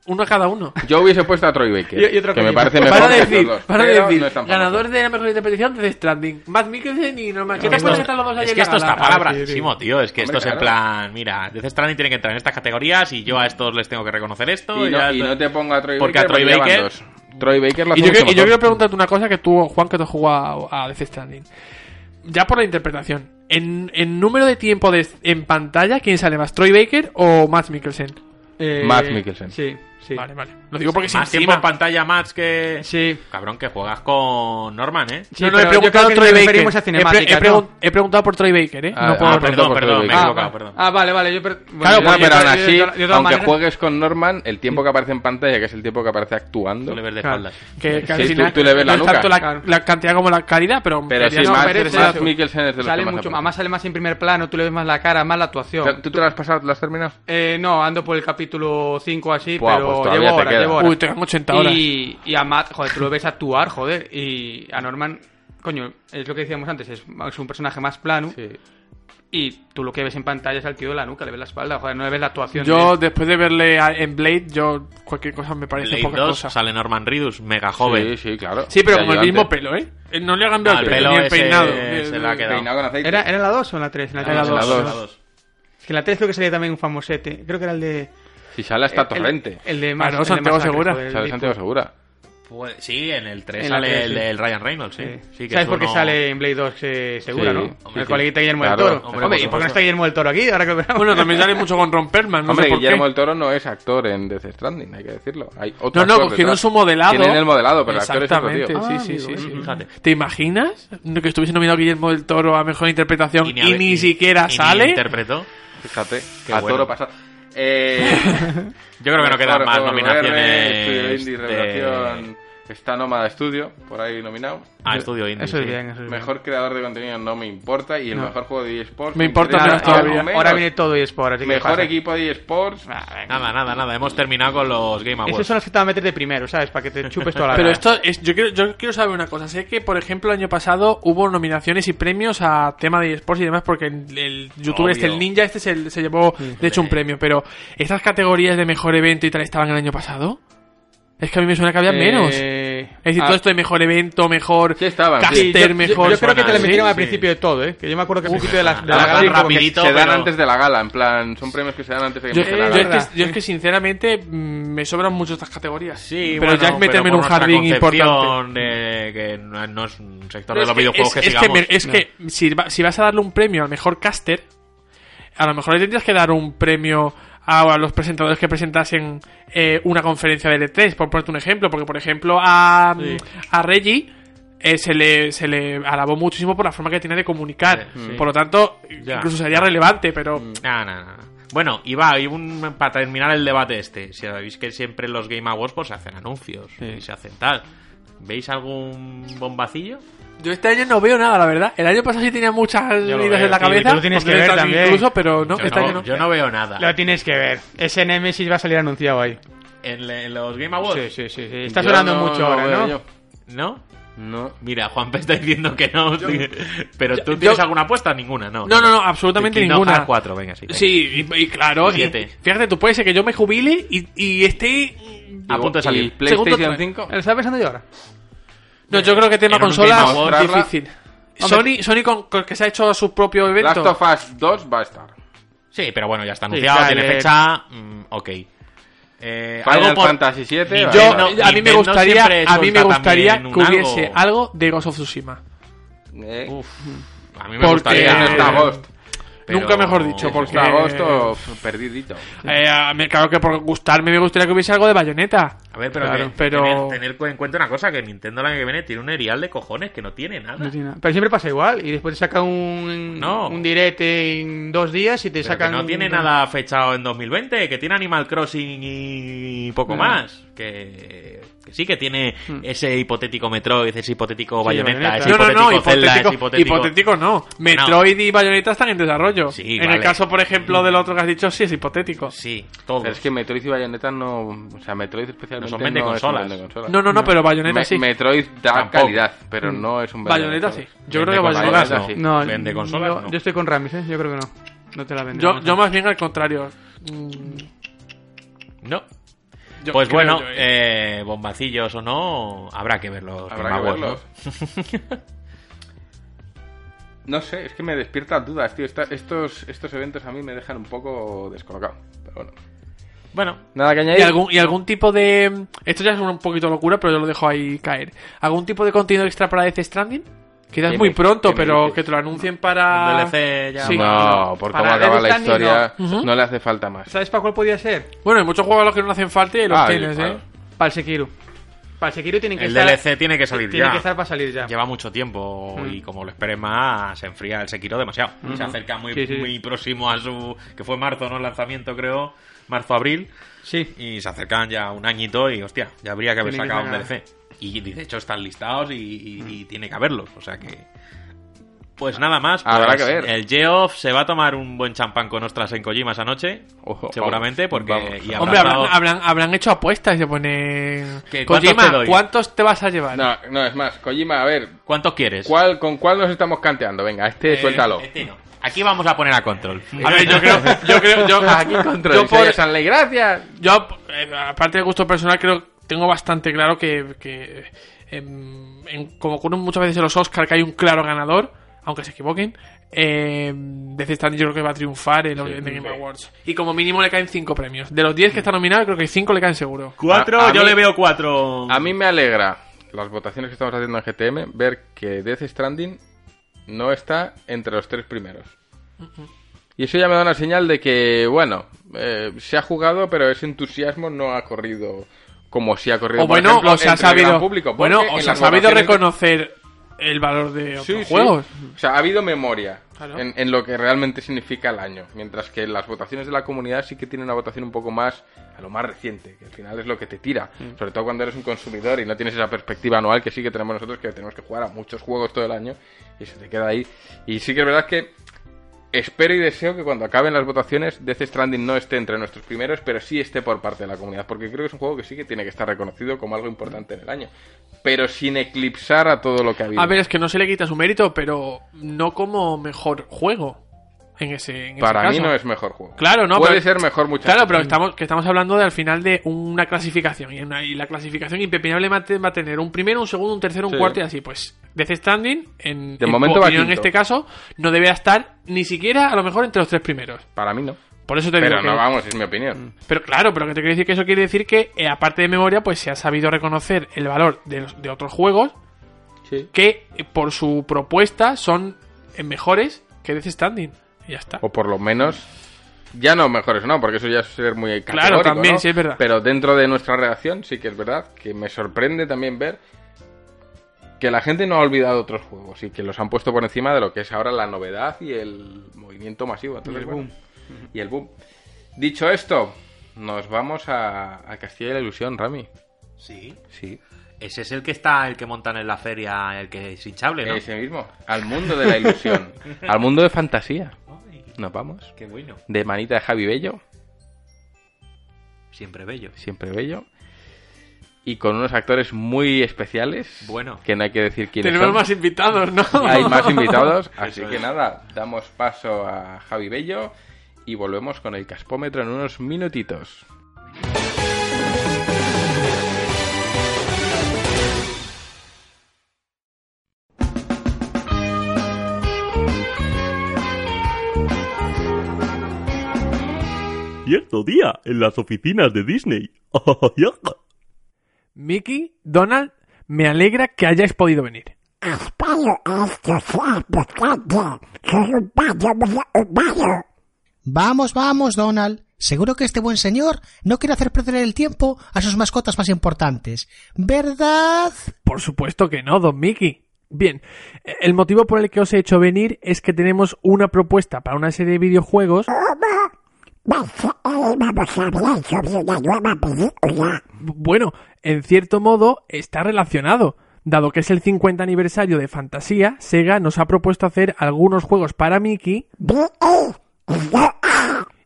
[SPEAKER 5] Uno a cada uno.
[SPEAKER 2] Yo hubiese puesto a Troy Baker,
[SPEAKER 4] Y- y otro
[SPEAKER 2] que me
[SPEAKER 4] coño.
[SPEAKER 2] parece
[SPEAKER 5] Van a
[SPEAKER 2] mejor que estos
[SPEAKER 5] decir,
[SPEAKER 2] dos,
[SPEAKER 5] van a
[SPEAKER 2] pero
[SPEAKER 5] decir,
[SPEAKER 2] no es tan famoso.
[SPEAKER 5] ganador de la mejor interpretación de The Stranding, Matt Mikkelsen y Norman. ¿Qué te
[SPEAKER 3] Esto-
[SPEAKER 5] puedes estar los dos ahí
[SPEAKER 3] es
[SPEAKER 5] en
[SPEAKER 3] que
[SPEAKER 5] la
[SPEAKER 3] esto está
[SPEAKER 5] gala?
[SPEAKER 3] para bravísimo, tío. Es que
[SPEAKER 2] Hombre,
[SPEAKER 3] esto es en
[SPEAKER 2] claro.
[SPEAKER 3] plan, mira, Death Stranding tiene que entrar en estas categorías y yo a estos les tengo que reconocer esto.
[SPEAKER 2] Y
[SPEAKER 3] ya
[SPEAKER 2] no, y
[SPEAKER 3] esto-
[SPEAKER 2] no te pongo a Troy
[SPEAKER 3] Porque a
[SPEAKER 2] Baker
[SPEAKER 3] Troy
[SPEAKER 2] ya van
[SPEAKER 3] Baker-
[SPEAKER 2] dos. Troy Baker lo hace
[SPEAKER 5] Y yo,
[SPEAKER 2] mucho
[SPEAKER 5] que- y yo
[SPEAKER 2] mejor.
[SPEAKER 5] quiero preguntarte una cosa que tú, Juan, que tú has jugado a, a Death Stranding. Ya por la interpretación. En, en número de tiempo de, en pantalla, ¿quién sale más? ¿Troy Baker o Matt Mikkelsen?
[SPEAKER 4] Eh,
[SPEAKER 2] Matt Mikkelsen.
[SPEAKER 4] Sí, sí.
[SPEAKER 5] Vale, vale. Lo digo porque si
[SPEAKER 3] más tiempo
[SPEAKER 5] encima...
[SPEAKER 3] en pantalla, Mats, que.
[SPEAKER 4] Sí.
[SPEAKER 3] Cabrón, que juegas con Norman, ¿eh?
[SPEAKER 4] Sí,
[SPEAKER 5] no, no,
[SPEAKER 4] pero
[SPEAKER 5] he
[SPEAKER 4] yo
[SPEAKER 5] preguntado
[SPEAKER 4] creo que
[SPEAKER 5] Troy
[SPEAKER 4] nos
[SPEAKER 5] Baker.
[SPEAKER 4] referimos a
[SPEAKER 5] He pre-
[SPEAKER 4] cinemática,
[SPEAKER 5] he, pregun-
[SPEAKER 4] ¿no?
[SPEAKER 5] he preguntado por Troy Baker, ¿eh?
[SPEAKER 2] Ah,
[SPEAKER 5] no
[SPEAKER 2] ah,
[SPEAKER 5] por...
[SPEAKER 2] por-
[SPEAKER 3] Perdón,
[SPEAKER 2] por
[SPEAKER 3] perdón,
[SPEAKER 2] Troy
[SPEAKER 3] me
[SPEAKER 2] Baker.
[SPEAKER 3] he equivocado,
[SPEAKER 4] vale.
[SPEAKER 3] perdón.
[SPEAKER 4] Ah, vale, vale. Yo per- bueno,
[SPEAKER 2] Claro,
[SPEAKER 4] yo-
[SPEAKER 2] pues,
[SPEAKER 4] yo-
[SPEAKER 2] pero aún
[SPEAKER 4] yo-
[SPEAKER 2] así,
[SPEAKER 4] yo- yo de todas
[SPEAKER 2] aunque
[SPEAKER 4] maneras-
[SPEAKER 2] juegues con Norman, el tiempo que aparece en pantalla, que es el tiempo que aparece actuando,
[SPEAKER 3] Tú le ves de
[SPEAKER 5] Claro,
[SPEAKER 3] espaldas.
[SPEAKER 5] que, que al
[SPEAKER 2] Sí,
[SPEAKER 5] final
[SPEAKER 2] tú- tú le ves la
[SPEAKER 5] no es tanto
[SPEAKER 2] nuca.
[SPEAKER 5] la, la cantidad como la calidad, pero...
[SPEAKER 2] Pero
[SPEAKER 5] sería
[SPEAKER 2] sí,
[SPEAKER 4] no,
[SPEAKER 2] más,
[SPEAKER 4] pero ese
[SPEAKER 2] más
[SPEAKER 4] es-
[SPEAKER 2] Mikkelsen es de los
[SPEAKER 4] sale
[SPEAKER 2] que más
[SPEAKER 4] mucho,
[SPEAKER 2] aparece.
[SPEAKER 4] además sale más en primer plano, tú le ves más la cara, más la
[SPEAKER 2] O
[SPEAKER 4] actuación.
[SPEAKER 2] sea, ¿Tú te lo has pasado? ¿Te lo has terminado?
[SPEAKER 4] Eh, no, ando por el capítulo 5 así,
[SPEAKER 2] Buah,
[SPEAKER 4] pero
[SPEAKER 2] pues todavía
[SPEAKER 4] llevo
[SPEAKER 2] te
[SPEAKER 4] horas,
[SPEAKER 2] queda.
[SPEAKER 4] llevo horas.
[SPEAKER 5] Uy, tengo 80 horas.
[SPEAKER 4] Y, y a Matt, joder, tú lo ves actuar, joder. Y a Norman, coño, es lo que decíamos antes, es, es un personaje más plano. Y tú lo que ves en pantalla es al tío de la nuca, le ves la espalda, joder, no le ves la actuación.
[SPEAKER 5] Yo,
[SPEAKER 4] de-
[SPEAKER 5] después de verle a- en Blade, yo cualquier cosa me parece
[SPEAKER 3] Blade
[SPEAKER 5] poca
[SPEAKER 3] 2
[SPEAKER 5] cosa.
[SPEAKER 3] sale Norman Reedus, mega
[SPEAKER 2] Sí,
[SPEAKER 3] joven.
[SPEAKER 2] sí, claro.
[SPEAKER 5] Sí, pero
[SPEAKER 2] De
[SPEAKER 5] con el
[SPEAKER 2] ayudante.
[SPEAKER 5] mismo pelo, ¿eh? Eh, No le ha cambiado
[SPEAKER 3] Ah,
[SPEAKER 5] el
[SPEAKER 3] el pelo
[SPEAKER 5] pelo, ni el
[SPEAKER 3] ese
[SPEAKER 5] peinado.
[SPEAKER 3] se le ha quedado.
[SPEAKER 2] Peinado con aceite.
[SPEAKER 4] ¿Era, ¿Era en la 2 o en la 3? En la
[SPEAKER 5] Era
[SPEAKER 4] tres.
[SPEAKER 5] la dos.
[SPEAKER 2] dos.
[SPEAKER 4] Es que en la 3 creo que salía también un famosete. Creo que era el de.
[SPEAKER 2] Si sale hasta
[SPEAKER 4] el-
[SPEAKER 2] Torrente.
[SPEAKER 4] El, de
[SPEAKER 5] Claro,
[SPEAKER 4] más. el de
[SPEAKER 5] Santiago
[SPEAKER 4] Masacre,
[SPEAKER 5] Ah, Segura.
[SPEAKER 4] joder, el
[SPEAKER 2] Sale
[SPEAKER 4] tipo.
[SPEAKER 2] Santiago Segura.
[SPEAKER 3] Pues, sí, en el 3
[SPEAKER 4] En la
[SPEAKER 3] sale
[SPEAKER 4] tres,
[SPEAKER 3] el,
[SPEAKER 4] sí.
[SPEAKER 3] el Ryan Reynolds, sí.
[SPEAKER 4] Sí.
[SPEAKER 3] sí que
[SPEAKER 4] ¿Sabes
[SPEAKER 3] es
[SPEAKER 4] por qué
[SPEAKER 3] uno-
[SPEAKER 4] sale en Blade 2 eh, segura,
[SPEAKER 2] Sí,
[SPEAKER 4] no?
[SPEAKER 2] sí,
[SPEAKER 4] el
[SPEAKER 2] sí.
[SPEAKER 4] coleguita Guillermo
[SPEAKER 2] Claro,
[SPEAKER 4] del Toro.
[SPEAKER 3] hombre, por
[SPEAKER 4] Hombre, ¿y por qué no
[SPEAKER 3] supuesto.
[SPEAKER 4] está Guillermo del Toro aquí? Ahora que lo vemos?
[SPEAKER 5] Bueno, también sale mucho con Ron Perlman, no
[SPEAKER 2] Hombre,
[SPEAKER 5] sé por
[SPEAKER 2] Guillermo
[SPEAKER 5] qué.
[SPEAKER 2] del Toro no es actor en Death Stranding, hay que decirlo. Hay otro
[SPEAKER 5] No, no,
[SPEAKER 2] actor
[SPEAKER 5] cogieron
[SPEAKER 2] detrás.
[SPEAKER 5] su modelado.
[SPEAKER 2] Tienen el modelado, pero el actor es otro tío.
[SPEAKER 5] Exactamente,
[SPEAKER 2] Ah,
[SPEAKER 5] sí, sí,
[SPEAKER 2] amigo,
[SPEAKER 5] sí.
[SPEAKER 2] ese.
[SPEAKER 5] sí.
[SPEAKER 3] Fíjate.
[SPEAKER 5] ¿Te imaginas que estuviese nominado Guillermo del Toro a Mejor Interpretación y ni,
[SPEAKER 3] a- y-
[SPEAKER 5] siquiera
[SPEAKER 3] y ni
[SPEAKER 5] sale?
[SPEAKER 3] interpretó.
[SPEAKER 2] Fíjate,
[SPEAKER 3] Qué
[SPEAKER 2] a
[SPEAKER 3] bueno.
[SPEAKER 2] toro pasado. Eh...
[SPEAKER 3] Yo creo que no quedan
[SPEAKER 2] Mejor
[SPEAKER 3] más
[SPEAKER 2] juego verde,
[SPEAKER 3] nominaciones.
[SPEAKER 2] Estudio Indie,
[SPEAKER 3] de-
[SPEAKER 2] Revelación. Está Nómada Studio, por ahí nominado.
[SPEAKER 3] Ah, Estudio Indie.
[SPEAKER 4] Eso es
[SPEAKER 3] sí.
[SPEAKER 4] bien, eso es
[SPEAKER 2] Mejor creador de contenido no me importa. Y el mejor juego de eSports.
[SPEAKER 5] Me importa
[SPEAKER 4] bien.
[SPEAKER 5] menos
[SPEAKER 2] interesa
[SPEAKER 4] Ahora,
[SPEAKER 5] todavía.
[SPEAKER 2] menos.
[SPEAKER 4] ahora viene todo y es por. Así que
[SPEAKER 2] Mejor
[SPEAKER 4] pasa.
[SPEAKER 2] equipo de eSports.
[SPEAKER 4] Ah, venga. pues.
[SPEAKER 3] Nada, nada, nada. Hemos terminado con los Game Awards.
[SPEAKER 4] Esos son los que te van a meter de primero, ¿sabes? Para que te chupes toda la
[SPEAKER 5] Pero
[SPEAKER 4] cara.
[SPEAKER 5] esto es, yo quiero, yo quiero saber una cosa. Sé que, por ejemplo, el año pasado hubo nominaciones y premios a tema de esports y demás, porque el, el youtuber
[SPEAKER 3] Obvio.
[SPEAKER 5] este, el ninja, este se, se llevó, de hecho, un premio. Pero, ¿estas categorías de mejor evento y tal estaban el año pasado? Es que a mí me suena que había menos.
[SPEAKER 4] Eh,
[SPEAKER 5] Es decir,
[SPEAKER 4] Ah.
[SPEAKER 5] todo esto de mejor evento, mejor
[SPEAKER 2] Sí estaban, sí.
[SPEAKER 5] caster,
[SPEAKER 4] yo,
[SPEAKER 5] mejor.
[SPEAKER 4] yo creo que te lo
[SPEAKER 5] Sí,
[SPEAKER 4] metieron al
[SPEAKER 3] sí.
[SPEAKER 4] principio de todo, ¿eh? Que yo me acuerdo que al principio de la, de la
[SPEAKER 3] ahora
[SPEAKER 4] gala
[SPEAKER 3] tan
[SPEAKER 4] como que-
[SPEAKER 3] rapidito,
[SPEAKER 2] se dan
[SPEAKER 3] pero-
[SPEAKER 2] antes de la gala, en plan, son premios que se dan antes de que
[SPEAKER 5] Yo,
[SPEAKER 2] empiece
[SPEAKER 5] yo
[SPEAKER 2] la
[SPEAKER 5] es
[SPEAKER 2] gala.
[SPEAKER 5] que,
[SPEAKER 4] verdad.
[SPEAKER 5] yo es que, sinceramente mm, me sobran mucho estas categorías.
[SPEAKER 3] Sí,
[SPEAKER 5] pero
[SPEAKER 3] bueno,
[SPEAKER 5] ya es meterme
[SPEAKER 3] pero
[SPEAKER 5] en un
[SPEAKER 3] por nuestra
[SPEAKER 5] jardín
[SPEAKER 3] concepción
[SPEAKER 5] importante.
[SPEAKER 3] de que no no es un sector
[SPEAKER 5] Pero
[SPEAKER 3] de los
[SPEAKER 5] es que-
[SPEAKER 3] videojuegos
[SPEAKER 5] es-
[SPEAKER 3] que
[SPEAKER 5] es que,
[SPEAKER 3] sigamos.
[SPEAKER 5] me- es que si, va- si vas a darle un premio al mejor caster, a lo mejor le tendrías que dar un premio a, a los presentadores que presentasen eh, una conferencia de E3, por ponerte un ejemplo. Porque, por ejemplo, a, a Reggie eh, se, le, se le alabó muchísimo por la forma que tiene de comunicar.
[SPEAKER 3] Sí, sí.
[SPEAKER 5] Por lo tanto,
[SPEAKER 3] Ya. Mm.
[SPEAKER 5] incluso sería relevante, pero...
[SPEAKER 3] No, no, no. Bueno, y va, y un, para terminar el debate este. Si sabéis que siempre los Game Awards pues, se hacen anuncios y se hacen tal. ¿Veis algún bombacillo?
[SPEAKER 5] Yo este año no veo nada, la verdad. El año pasado sí tenía muchas
[SPEAKER 3] Yo lo
[SPEAKER 5] ideas
[SPEAKER 3] veo,
[SPEAKER 5] en la
[SPEAKER 3] tío, y tú
[SPEAKER 5] cabeza.
[SPEAKER 4] lo tienes
[SPEAKER 5] porque
[SPEAKER 4] que ver
[SPEAKER 5] tal-
[SPEAKER 4] también.
[SPEAKER 5] Incluso, pero no,
[SPEAKER 3] yo,
[SPEAKER 5] este
[SPEAKER 3] no,
[SPEAKER 5] año no.
[SPEAKER 3] yo no veo nada.
[SPEAKER 4] Lo tienes que ver. Ese Nemesis va a salir anunciado ahí.
[SPEAKER 3] En, le- en los Game Awards.
[SPEAKER 4] Sí, sí, sí. sí. Está
[SPEAKER 2] Yo
[SPEAKER 4] sonando
[SPEAKER 2] no
[SPEAKER 4] mucho
[SPEAKER 2] lo
[SPEAKER 4] ahora,
[SPEAKER 2] veo
[SPEAKER 4] ¿no?
[SPEAKER 2] yo.
[SPEAKER 3] ¿No?
[SPEAKER 2] No.
[SPEAKER 3] Mira, Juanpe está diciendo que no. pero tú tienes alguna apuesta, ninguna, ¿no?
[SPEAKER 5] No, no, no, absolutamente
[SPEAKER 3] Kingdom
[SPEAKER 5] ninguna.
[SPEAKER 3] Hearts 4, venga, sí.
[SPEAKER 5] Sí, y, y claro, y-
[SPEAKER 3] Siete.
[SPEAKER 5] fíjate, tú puedes ser que yo me jubile y, y esté...
[SPEAKER 3] A punto de salir.
[SPEAKER 2] ¿Y
[SPEAKER 5] Segundo
[SPEAKER 2] PlayStation 5?
[SPEAKER 4] ¿Lo estaba pensando yo ahora?
[SPEAKER 5] No, yo creo que tema
[SPEAKER 3] En un Game
[SPEAKER 5] consolas
[SPEAKER 2] Awards,
[SPEAKER 5] difícil. Sony,
[SPEAKER 4] Hombre.
[SPEAKER 5] Sony con, con que se ha hecho su propio evento.
[SPEAKER 2] Last of Us 2 va a estar.
[SPEAKER 3] Sí, pero bueno, ya está anunciado,
[SPEAKER 4] sale.
[SPEAKER 3] tiene fecha. mm, ok. Eh,
[SPEAKER 2] Final
[SPEAKER 3] por-
[SPEAKER 2] Fantasy 7
[SPEAKER 3] Yo-
[SPEAKER 2] va a
[SPEAKER 5] Yo,
[SPEAKER 2] estar.
[SPEAKER 3] Nintendo-
[SPEAKER 5] a mí me
[SPEAKER 3] Nintendo siempre
[SPEAKER 5] gustaría, a mí me
[SPEAKER 3] suelta
[SPEAKER 5] gustaría que
[SPEAKER 3] también un
[SPEAKER 5] hubiese
[SPEAKER 3] algo.
[SPEAKER 5] algo de Ghost of Tsushima.
[SPEAKER 2] Eh,
[SPEAKER 3] Uf, a mí me
[SPEAKER 5] Porque-
[SPEAKER 3] gustaría.
[SPEAKER 2] eso está
[SPEAKER 3] pero-
[SPEAKER 2] agosto.
[SPEAKER 5] Nunca mejor dicho,
[SPEAKER 2] Eso
[SPEAKER 5] porque-
[SPEAKER 2] está agosto pf, perdidito.
[SPEAKER 5] Eh, a mí, claro que por gustarme me gustaría que hubiese algo de bayoneta.
[SPEAKER 3] A ver, pero,
[SPEAKER 5] Claro,
[SPEAKER 3] que-
[SPEAKER 5] pero-
[SPEAKER 3] Tener, tener en cuenta una cosa, que Nintendo el año que viene tiene un erial de cojones que no tiene nada.
[SPEAKER 4] No tiene nada. Pero siempre pasa igual. Y después te saca un,
[SPEAKER 3] No.
[SPEAKER 4] un direte en dos días y te
[SPEAKER 3] Pero
[SPEAKER 4] sacan.
[SPEAKER 3] que no tiene
[SPEAKER 4] un-
[SPEAKER 3] nada fechado en 2020, que tiene Animal Crossing y poco
[SPEAKER 4] Ah.
[SPEAKER 3] más. Que, que sí, que tiene ese hipotético Metroid, ese hipotético
[SPEAKER 4] Sí,
[SPEAKER 3] Bayonetta,
[SPEAKER 4] Bayonetta.
[SPEAKER 3] ese
[SPEAKER 5] No, no,
[SPEAKER 3] hipotético
[SPEAKER 5] no,
[SPEAKER 3] Zelda,
[SPEAKER 5] hipotético,
[SPEAKER 3] ese hipotético...
[SPEAKER 5] hipotético no. Metroid y Bayonetta están en desarrollo.
[SPEAKER 3] Sí,
[SPEAKER 5] en
[SPEAKER 3] vale.
[SPEAKER 5] el caso, por ejemplo, del otro que has dicho, sí es hipotético.
[SPEAKER 3] Sí, todo.
[SPEAKER 2] Pero es que Metroid y Bayonetta no... O sea, Metroid especialmente
[SPEAKER 3] No son vende
[SPEAKER 2] es un
[SPEAKER 3] consolas.
[SPEAKER 2] vende consolas.
[SPEAKER 5] No, no, no, pero Bayonetta
[SPEAKER 2] Me-
[SPEAKER 5] sí.
[SPEAKER 2] Metroid da
[SPEAKER 3] Tampoco.
[SPEAKER 2] calidad, pero no es un vende
[SPEAKER 5] Bayonetta sí.
[SPEAKER 2] consolas.
[SPEAKER 5] Yo creo
[SPEAKER 3] Vende
[SPEAKER 5] que
[SPEAKER 3] consolas,
[SPEAKER 5] Bayonetta
[SPEAKER 2] Bayonetta
[SPEAKER 3] no.
[SPEAKER 2] sí.
[SPEAKER 4] No,
[SPEAKER 3] Vende consolas,
[SPEAKER 4] yo,
[SPEAKER 3] no.
[SPEAKER 4] yo estoy con Ramis, ¿eh? Yo creo que no. No te la venden.
[SPEAKER 5] Yo, yo más bien al contrario. Mm,
[SPEAKER 3] No.
[SPEAKER 5] yo
[SPEAKER 3] Pues
[SPEAKER 5] creo
[SPEAKER 3] bueno,
[SPEAKER 5] yo, eh.
[SPEAKER 3] eh, bombacillos o no, habrá que verlos.
[SPEAKER 2] Habrá que
[SPEAKER 3] Game Awards, ¿no?
[SPEAKER 2] verlos. No sé, es que me despierta dudas, tío. Esta- estos, estos eventos a mí me dejan un poco descolocado. Pero bueno.
[SPEAKER 3] Bueno,
[SPEAKER 2] Nada que
[SPEAKER 5] ¿Y
[SPEAKER 3] eh,
[SPEAKER 2] añadir.
[SPEAKER 5] algún, y algún tipo de. mm, Esto ya es un poquito locura, pero yo lo dejo ahí caer. ¿Algún tipo de contenido extra para Death Stranding? Quizás
[SPEAKER 2] ¿Qué
[SPEAKER 5] muy
[SPEAKER 2] me-
[SPEAKER 5] pronto,
[SPEAKER 2] qué me
[SPEAKER 5] pero
[SPEAKER 2] dices?
[SPEAKER 5] que te lo anuncien para.
[SPEAKER 3] un DLC ya.
[SPEAKER 5] ah, Sí.
[SPEAKER 2] No, por cómo
[SPEAKER 4] Para
[SPEAKER 2] acaba
[SPEAKER 4] Death
[SPEAKER 2] la
[SPEAKER 4] Stranding,
[SPEAKER 2] historia,
[SPEAKER 5] no.
[SPEAKER 2] no.
[SPEAKER 5] Ujú.
[SPEAKER 2] le hace falta más.
[SPEAKER 4] ¿Sabes para cuál podía ser?
[SPEAKER 5] Bueno, hay muchos juegos a los que no hacen falta y los
[SPEAKER 2] Ah,
[SPEAKER 5] tienes,
[SPEAKER 2] claro.
[SPEAKER 5] ¿eh?
[SPEAKER 4] Para el Sekiro. Para el Sekiro tienen que
[SPEAKER 3] El
[SPEAKER 4] estar.
[SPEAKER 3] DLC tiene que salir
[SPEAKER 4] Tiene
[SPEAKER 3] ya.
[SPEAKER 4] que estar para salir ya.
[SPEAKER 3] Lleva mucho tiempo
[SPEAKER 4] Mm.
[SPEAKER 3] y como lo esperes más, se enfría el Sekiro demasiado. Se acerca muy,
[SPEAKER 4] Sí, sí.
[SPEAKER 3] muy próximo a su. que fue marzo, ¿no? El lanzamiento, creo. Marzo-abril.
[SPEAKER 4] Sí.
[SPEAKER 3] Y se acercan ya un añito y, hostia, ya habría que haber
[SPEAKER 4] Tiene que
[SPEAKER 3] sacado un
[SPEAKER 4] sacar.
[SPEAKER 3] DLC. Y de hecho están listados y, y- y tiene que haberlos. O sea que. Pues nada más. pues,
[SPEAKER 2] Habrá que ver.
[SPEAKER 3] El Geoff se va a tomar un buen champán con ostras en Kojima esa noche.
[SPEAKER 2] Ojo,
[SPEAKER 3] seguramente,
[SPEAKER 2] vamos,
[SPEAKER 3] porque.
[SPEAKER 2] vamos.
[SPEAKER 3] y habrá
[SPEAKER 5] Hombre, habrán,
[SPEAKER 3] dado-
[SPEAKER 5] habrán, habrán hecho apuestas y se pone.
[SPEAKER 3] ¿Qué, cuántos
[SPEAKER 5] Kojima,
[SPEAKER 3] te doy?
[SPEAKER 5] ¿cuántos te vas a llevar?
[SPEAKER 2] No, no, es más, Kojima, a ver,
[SPEAKER 3] ¿Cuántos quieres?
[SPEAKER 2] ¿cuál, ¿con cuál nos estamos canteando? Venga, este,
[SPEAKER 3] Eh,
[SPEAKER 2] suéltalo.
[SPEAKER 3] este no. Aquí vamos a poner a control.
[SPEAKER 5] A ver, yo creo. Yo creo. Yo,
[SPEAKER 2] Aquí control.
[SPEAKER 5] yo por-
[SPEAKER 2] Sanley, gracias.
[SPEAKER 5] Yo, eh, aparte de gusto personal, creo tengo bastante claro que, que, eh, em, en- como ocurre muchas veces en los Oscar que hay un claro ganador, aunque se equivoquen, eh, Death Stranding yo creo que va a triunfar en los en The Game Awards. Y como mínimo le caen 5 premios. De los 10 que está nominado, creo que 5 le caen seguro.
[SPEAKER 3] Cuatro,
[SPEAKER 2] A- a
[SPEAKER 3] yo
[SPEAKER 2] mí-
[SPEAKER 3] le veo cuatro.
[SPEAKER 2] A mí me alegra las votaciones que estamos haciendo en GTM ver que Death Stranding no está entre los tres primeros. Y eso ya me da una señal de que, bueno, eh, se ha jugado, pero ese entusiasmo no ha corrido como si ha corrido
[SPEAKER 5] O
[SPEAKER 2] por
[SPEAKER 5] bueno,
[SPEAKER 2] ejemplo,
[SPEAKER 5] os ha
[SPEAKER 2] entre el gran
[SPEAKER 5] sabido,
[SPEAKER 2] público, porque
[SPEAKER 5] bueno,
[SPEAKER 2] en
[SPEAKER 5] os ha
[SPEAKER 2] las
[SPEAKER 5] sabido
[SPEAKER 2] votaciones-
[SPEAKER 5] reconocer el valor de otros
[SPEAKER 2] Sí, sí.
[SPEAKER 5] juegos.
[SPEAKER 2] O sea, ha habido memoria
[SPEAKER 5] Claro.
[SPEAKER 2] en, en lo que realmente significa el año. Mientras que las votaciones de la comunidad sí que tienen una votación un poco más a lo más reciente, que al final es lo que te tira. Sobre todo cuando eres un consumidor y no tienes esa perspectiva anual que sí que tenemos nosotros, que tenemos que jugar a muchos juegos todo el año y se te queda ahí. Y sí que es verdad que espero y deseo que cuando acaben las votaciones Death Stranding no esté entre nuestros primeros, pero sí esté por parte de la comunidad, porque creo que es un juego que sí que tiene que estar reconocido como algo importante en el año. Pero sin eclipsar a todo lo que ha habido.
[SPEAKER 5] A ver, es que no se le quita su mérito, pero no como mejor juego. en ese, en ese
[SPEAKER 2] Para mí
[SPEAKER 5] caso.
[SPEAKER 2] no es mejor juego.
[SPEAKER 5] Claro, no,
[SPEAKER 2] Puede
[SPEAKER 5] pero-
[SPEAKER 2] ser mejor muchas
[SPEAKER 5] Claro, pero
[SPEAKER 2] cosas.
[SPEAKER 5] estamos, que estamos hablando de al final de una clasificación. Y, una- y la clasificación impepinable va a te- va a tener un primero, un segundo, un tercero, un
[SPEAKER 2] Sí.
[SPEAKER 5] cuarto y así. Pues Death Standing, en,
[SPEAKER 2] De
[SPEAKER 5] en
[SPEAKER 2] momento
[SPEAKER 5] tu
[SPEAKER 2] va
[SPEAKER 5] opinión, en
[SPEAKER 2] quinto.
[SPEAKER 5] este caso, no debe estar ni siquiera a lo mejor entre los tres primeros.
[SPEAKER 2] Para mí no.
[SPEAKER 5] Por eso te digo
[SPEAKER 2] Pero
[SPEAKER 5] que-
[SPEAKER 2] no, vamos, es mi opinión.
[SPEAKER 5] Pero claro, pero que te quiero decir que eso quiere decir que, eh, aparte de memoria, pues se ha sabido reconocer el valor de, los- de otros juegos
[SPEAKER 2] Sí.
[SPEAKER 5] que, eh, por su propuesta, son eh, mejores que Death Standing. Y ya está.
[SPEAKER 2] O por lo menos, ya no mejores, no, porque eso ya es ser muy categórico,
[SPEAKER 5] también,
[SPEAKER 2] ¿no?
[SPEAKER 5] sí, es verdad.
[SPEAKER 2] Pero dentro de nuestra redacción sí que es verdad que me sorprende también ver que la gente no ha olvidado otros juegos y que los han puesto por encima de lo que es ahora la novedad y el movimiento masivo. Entonces,
[SPEAKER 4] el
[SPEAKER 2] bueno, y el boom. Dicho esto, nos vamos a, a Castilla y la Ilusión, Rami.
[SPEAKER 3] Sí.
[SPEAKER 2] Sí.
[SPEAKER 3] Ese es el que está, el que montan en la feria, el que es hinchable, ¿no?
[SPEAKER 2] Ese mismo. Al mundo de la ilusión. al mundo de fantasía.
[SPEAKER 3] Ay,
[SPEAKER 2] Nos vamos.
[SPEAKER 3] qué bueno.
[SPEAKER 2] De manita de Javi Bello.
[SPEAKER 3] Siempre bello.
[SPEAKER 2] siempre bello. Y con unos actores muy especiales.
[SPEAKER 3] Bueno.
[SPEAKER 2] Que no hay que decir quiénes
[SPEAKER 5] Tenemos
[SPEAKER 2] son.
[SPEAKER 5] más invitados, ¿no?
[SPEAKER 2] Hay más invitados. así
[SPEAKER 3] Eso
[SPEAKER 2] que
[SPEAKER 3] es.
[SPEAKER 2] nada, damos paso a Javi Bello y volvemos con el caspómetro en unos minutitos.
[SPEAKER 6] Cierto día, en las oficinas de Disney.
[SPEAKER 5] Mickey, Donald, me alegra que hayáis podido venir.
[SPEAKER 7] Vamos, vamos, Donald. Seguro que este buen señor no quiere hacer perder el tiempo a sus mascotas más importantes. ¿Verdad?
[SPEAKER 5] Por supuesto que no, don Mickey. Bien, el motivo por el que os he hecho venir es que tenemos una propuesta para una serie de videojuegos. Bueno, en cierto modo está relacionado. Dado que es el 50 aniversario de Fantasía, Sega nos ha propuesto hacer algunos juegos para Mickey.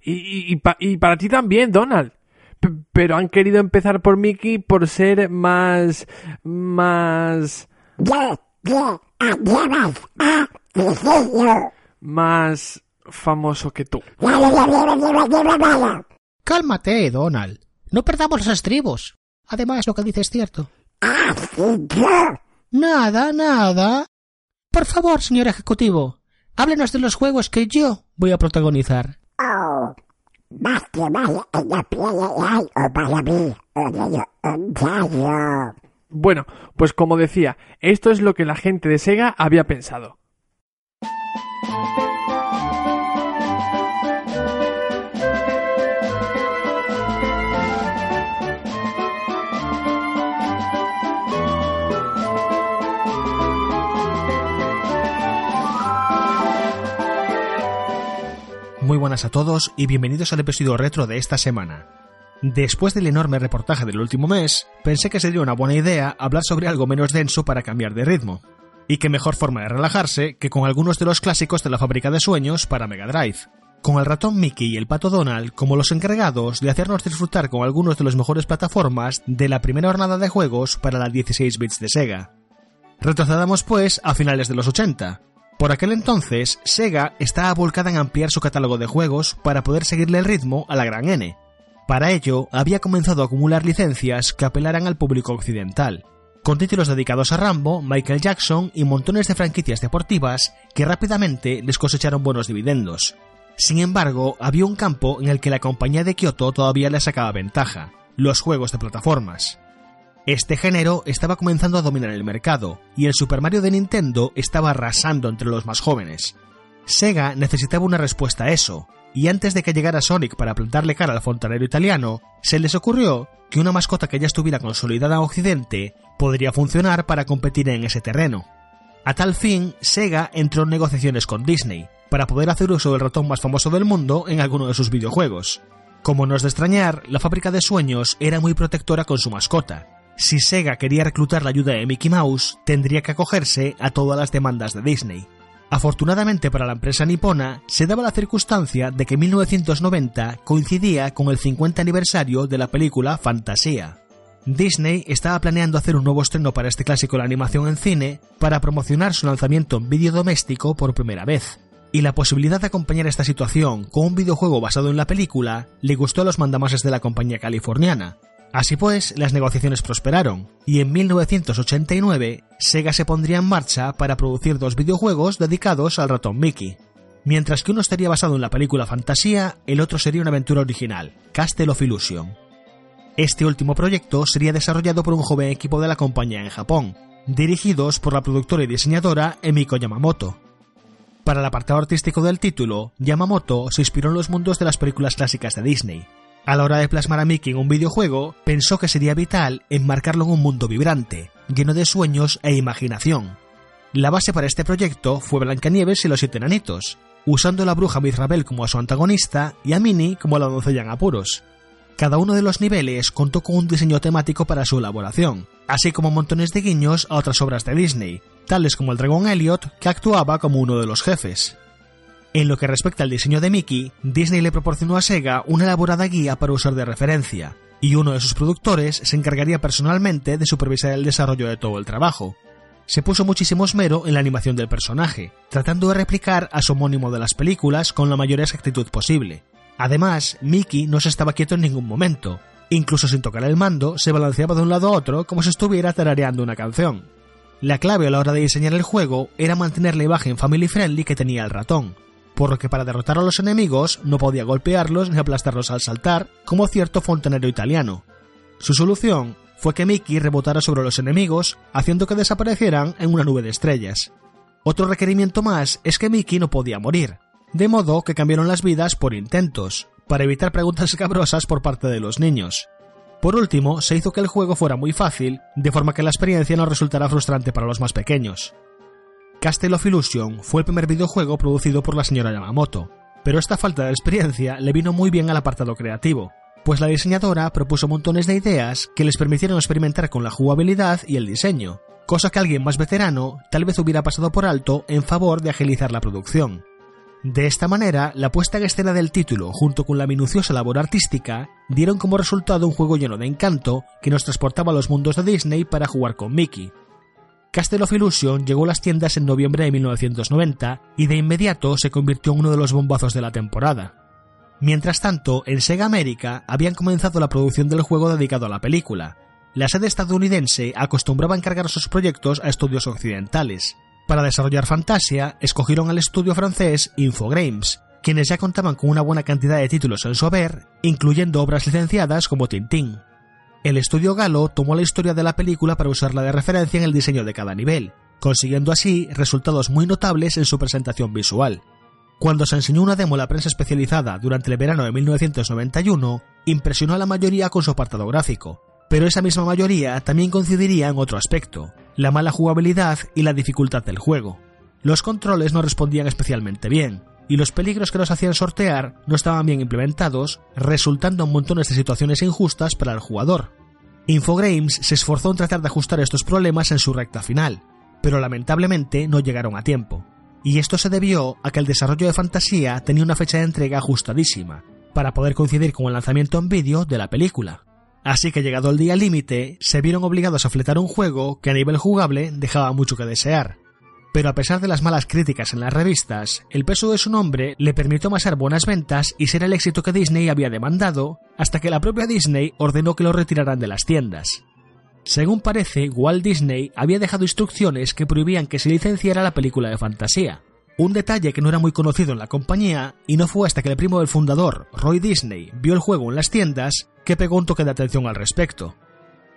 [SPEAKER 5] Y, y- y pa- y para ti también, Donald. P- pero han querido empezar por Mickey por ser más. más. más famoso que tú.
[SPEAKER 7] Cálmate, Donald. No perdamos los estribos. Además, lo que dice es cierto. Nada, nada. Por favor, señor ejecutivo, háblenos de los juegos que yo voy a protagonizar.
[SPEAKER 5] Bueno, pues como decía, esto es lo que la gente de Sega había pensado.
[SPEAKER 7] Muy buenas a todos y bienvenidos al episodio retro de esta semana. Después del enorme reportaje del último mes, pensé que sería una buena idea hablar sobre algo menos denso para cambiar de ritmo. Y qué mejor forma de relajarse que con algunos de los clásicos de la fábrica de sueños para Mega Drive. Con el ratón Mickey y el pato Donald como los encargados de hacernos disfrutar con algunos de los mejores plataformas de la primera jornada de juegos para las 16 bits de Sega. Retrocedamos pues a finales de los 80. Por aquel entonces, Sega estaba volcada en ampliar su catálogo de juegos para poder seguirle el ritmo a la gran N. Para ello, había comenzado a acumular licencias que apelaran al público occidental, con títulos dedicados a Rambo, Michael Jackson y montones de franquicias deportivas que rápidamente les cosecharon buenos dividendos. Sin embargo, había un campo en el que la compañía de Kyoto todavía le sacaba ventaja, los juegos de plataformas. Este género estaba comenzando a dominar el mercado, y el Super Mario de Nintendo estaba arrasando entre los más jóvenes. Sega necesitaba una respuesta a eso, y antes de que llegara Sonic para plantarle cara al fontanero italiano, se les ocurrió que una mascota que ya estuviera consolidada en Occidente podría funcionar para competir en ese terreno. A tal fin, Sega entró en negociaciones con Disney, para poder hacer uso del ratón más famoso del mundo en alguno de sus videojuegos. Como no es de extrañar, la fábrica de sueños era muy protectora con su mascota. Si Sega quería reclutar la ayuda de Mickey Mouse, tendría que acogerse a todas las demandas de Disney. Afortunadamente para la empresa nipona, se daba la circunstancia de que 1990 coincidía con el 50 aniversario de la película Fantasía. Disney estaba planeando hacer un nuevo estreno para este clásico de la animación en cine para promocionar su lanzamiento en vídeo doméstico por primera vez. y la posibilidad de acompañar esta situación con un videojuego basado en la película le gustó a los mandamases de la compañía californiana. Así pues, las negociaciones prosperaron, y en 1989 Sega se pondría en marcha para producir dos videojuegos dedicados al ratón Mickey. Mientras que uno estaría basado en la película Fantasía, el otro sería una aventura original, Castle of Illusion. Este último proyecto sería desarrollado por un joven equipo de la compañía en Japón, dirigidos por la productora y diseñadora Emiko Yamamoto. Para el apartado artístico del título, Yamamoto se inspiró en los mundos de las películas clásicas de Disney. A la hora de plasmar a Mickey en un videojuego, pensó que sería vital enmarcarlo en un mundo vibrante, lleno de sueños e imaginación. La base para este proyecto fue Blancanieves y los siete enanitos, usando a la bruja Mirabel como a su antagonista y a Minnie como a la doncella en apuros. Cada uno de los niveles contó con un diseño temático para su elaboración, así como montones de guiños a otras obras de Disney, tales como el dragón Elliot, que actuaba como uno de los jefes. En lo que respecta al diseño de Mickey, Disney le proporcionó a Sega una elaborada guía para usar de referencia, y uno de sus productores se encargaría personalmente de supervisar el desarrollo de todo el trabajo. Se puso muchísimo esmero en la animación del personaje, tratando de replicar a su homónimo de las películas con la mayor exactitud posible. Además, Mickey no se estaba quieto en ningún momento, incluso sin tocar el mando, se balanceaba de un lado a otro como si estuviera tarareando una canción. La clave a la hora de diseñar el juego era mantener la imagen family friendly que tenía el ratón, por lo que para derrotar a los enemigos no podía golpearlos ni aplastarlos al saltar, como cierto fontanero italiano. Su solución fue que Mickey rebotara sobre los enemigos, haciendo que desaparecieran en una nube de estrellas. Otro requerimiento más es que Mickey no podía morir, de modo que cambiaron las vidas por intentos, para evitar preguntas cabrosas por parte de los niños. Por último, se hizo que el juego fuera muy fácil, de forma que la experiencia no resultara frustrante para los más pequeños. Castle of Illusion fue el primer videojuego producido por la señora Yamamoto, pero esta falta de experiencia le vino muy bien al apartado creativo, pues la diseñadora propuso montones de ideas que les permitieron experimentar con la jugabilidad y el diseño, cosa que alguien más veterano tal vez hubiera pasado por alto en favor de agilizar la producción. De esta manera, la puesta en escena del título, junto con la minuciosa labor artística, dieron como resultado un juego lleno de encanto que nos transportaba a los mundos de Disney para jugar con Mickey. Castle of Illusion llegó a las tiendas en noviembre de 1990 y de inmediato se convirtió en uno de los bombazos de la temporada. Mientras tanto, en Sega América habían comenzado la producción del juego dedicado a la película. La sede estadounidense acostumbraba a encargar sus proyectos a estudios occidentales, para desarrollar Fantasia, escogieron al estudio francés Infogrames, quienes ya contaban con una buena cantidad de títulos en su haber, incluyendo obras licenciadas como Tintín. El estudio galo tomó la historia de la película para usarla de referencia en el diseño de cada nivel, consiguiendo así resultados muy notables en su presentación visual. Cuando se enseñó una demo a la prensa especializada durante el verano de 1991, impresionó a la mayoría con su apartado gráfico, pero esa misma mayoría también coincidiría en otro aspecto, la mala jugabilidad y la dificultad del juego. Los controles no respondían especialmente bien, y los peligros que los hacían sortear no estaban bien implementados, resultando en montones de situaciones injustas para el jugador. Infogrames se esforzó en tratar de ajustar estos problemas en su recta final, pero lamentablemente no llegaron a tiempo. Y esto se debió a que el desarrollo de Fantasía tenía una fecha de entrega ajustadísima, para poder coincidir con el lanzamiento en vídeo de la película. Así que llegado el día límite, se vieron obligados a fletar un juego que a nivel jugable dejaba mucho que desear. Pero a pesar de las malas críticas en las revistas, el peso de su nombre le permitió amasar buenas ventas y ser el éxito que Disney había demandado, hasta que la propia Disney ordenó que lo retiraran de las tiendas. Según parece, Walt Disney había dejado instrucciones que prohibían que se licenciara la película de fantasía, un detalle que no era muy conocido en la compañía y no fue hasta que el primo del fundador, Roy Disney, vio el juego en las tiendas que pegó un toque de atención al respecto.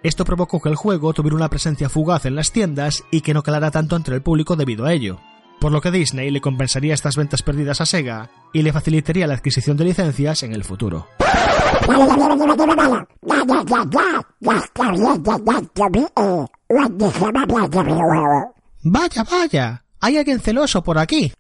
[SPEAKER 7] Esto provocó que el juego tuviera una presencia fugaz en las tiendas y que no calara tanto entre el público debido a ello, por lo que Disney le compensaría estas ventas perdidas a Sega y le facilitaría la adquisición de licencias en el futuro. Vaya, vaya, hay alguien celoso por aquí.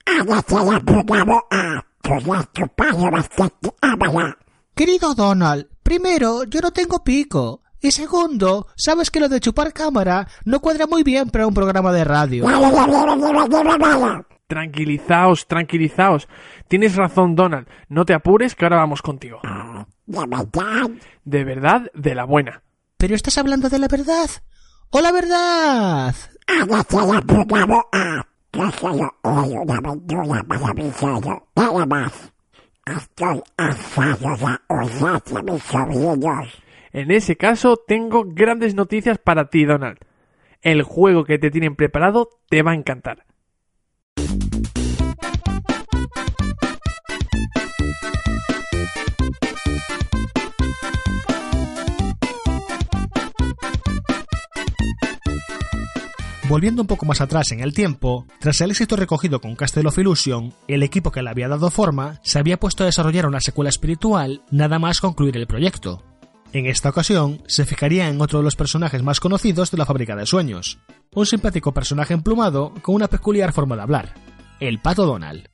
[SPEAKER 7] Querido Donald, primero, yo no tengo pico. Y segundo, sabes que lo de chupar cámara no cuadra muy bien para un programa de radio.
[SPEAKER 5] Tranquilizaos, tranquilizaos. Tienes razón, Donald. No te apures, que ahora vamos contigo. De verdad, de la buena.
[SPEAKER 7] Pero estás ¡Oh, hablando de la verdad. ¡Hola, verdad!
[SPEAKER 5] En ese caso, tengo grandes noticias para ti, Donald. El juego que te tienen preparado te va a encantar.
[SPEAKER 7] Volviendo un poco más atrás en el tiempo, tras el éxito recogido con Castle of Illusion, el equipo que le había dado forma se había puesto a desarrollar una secuela espiritual nada más concluir el proyecto. En esta ocasión, se fijaría en otro de los personajes más conocidos de la fábrica de sueños, un simpático personaje emplumado con una peculiar forma de hablar, el Pato Donald.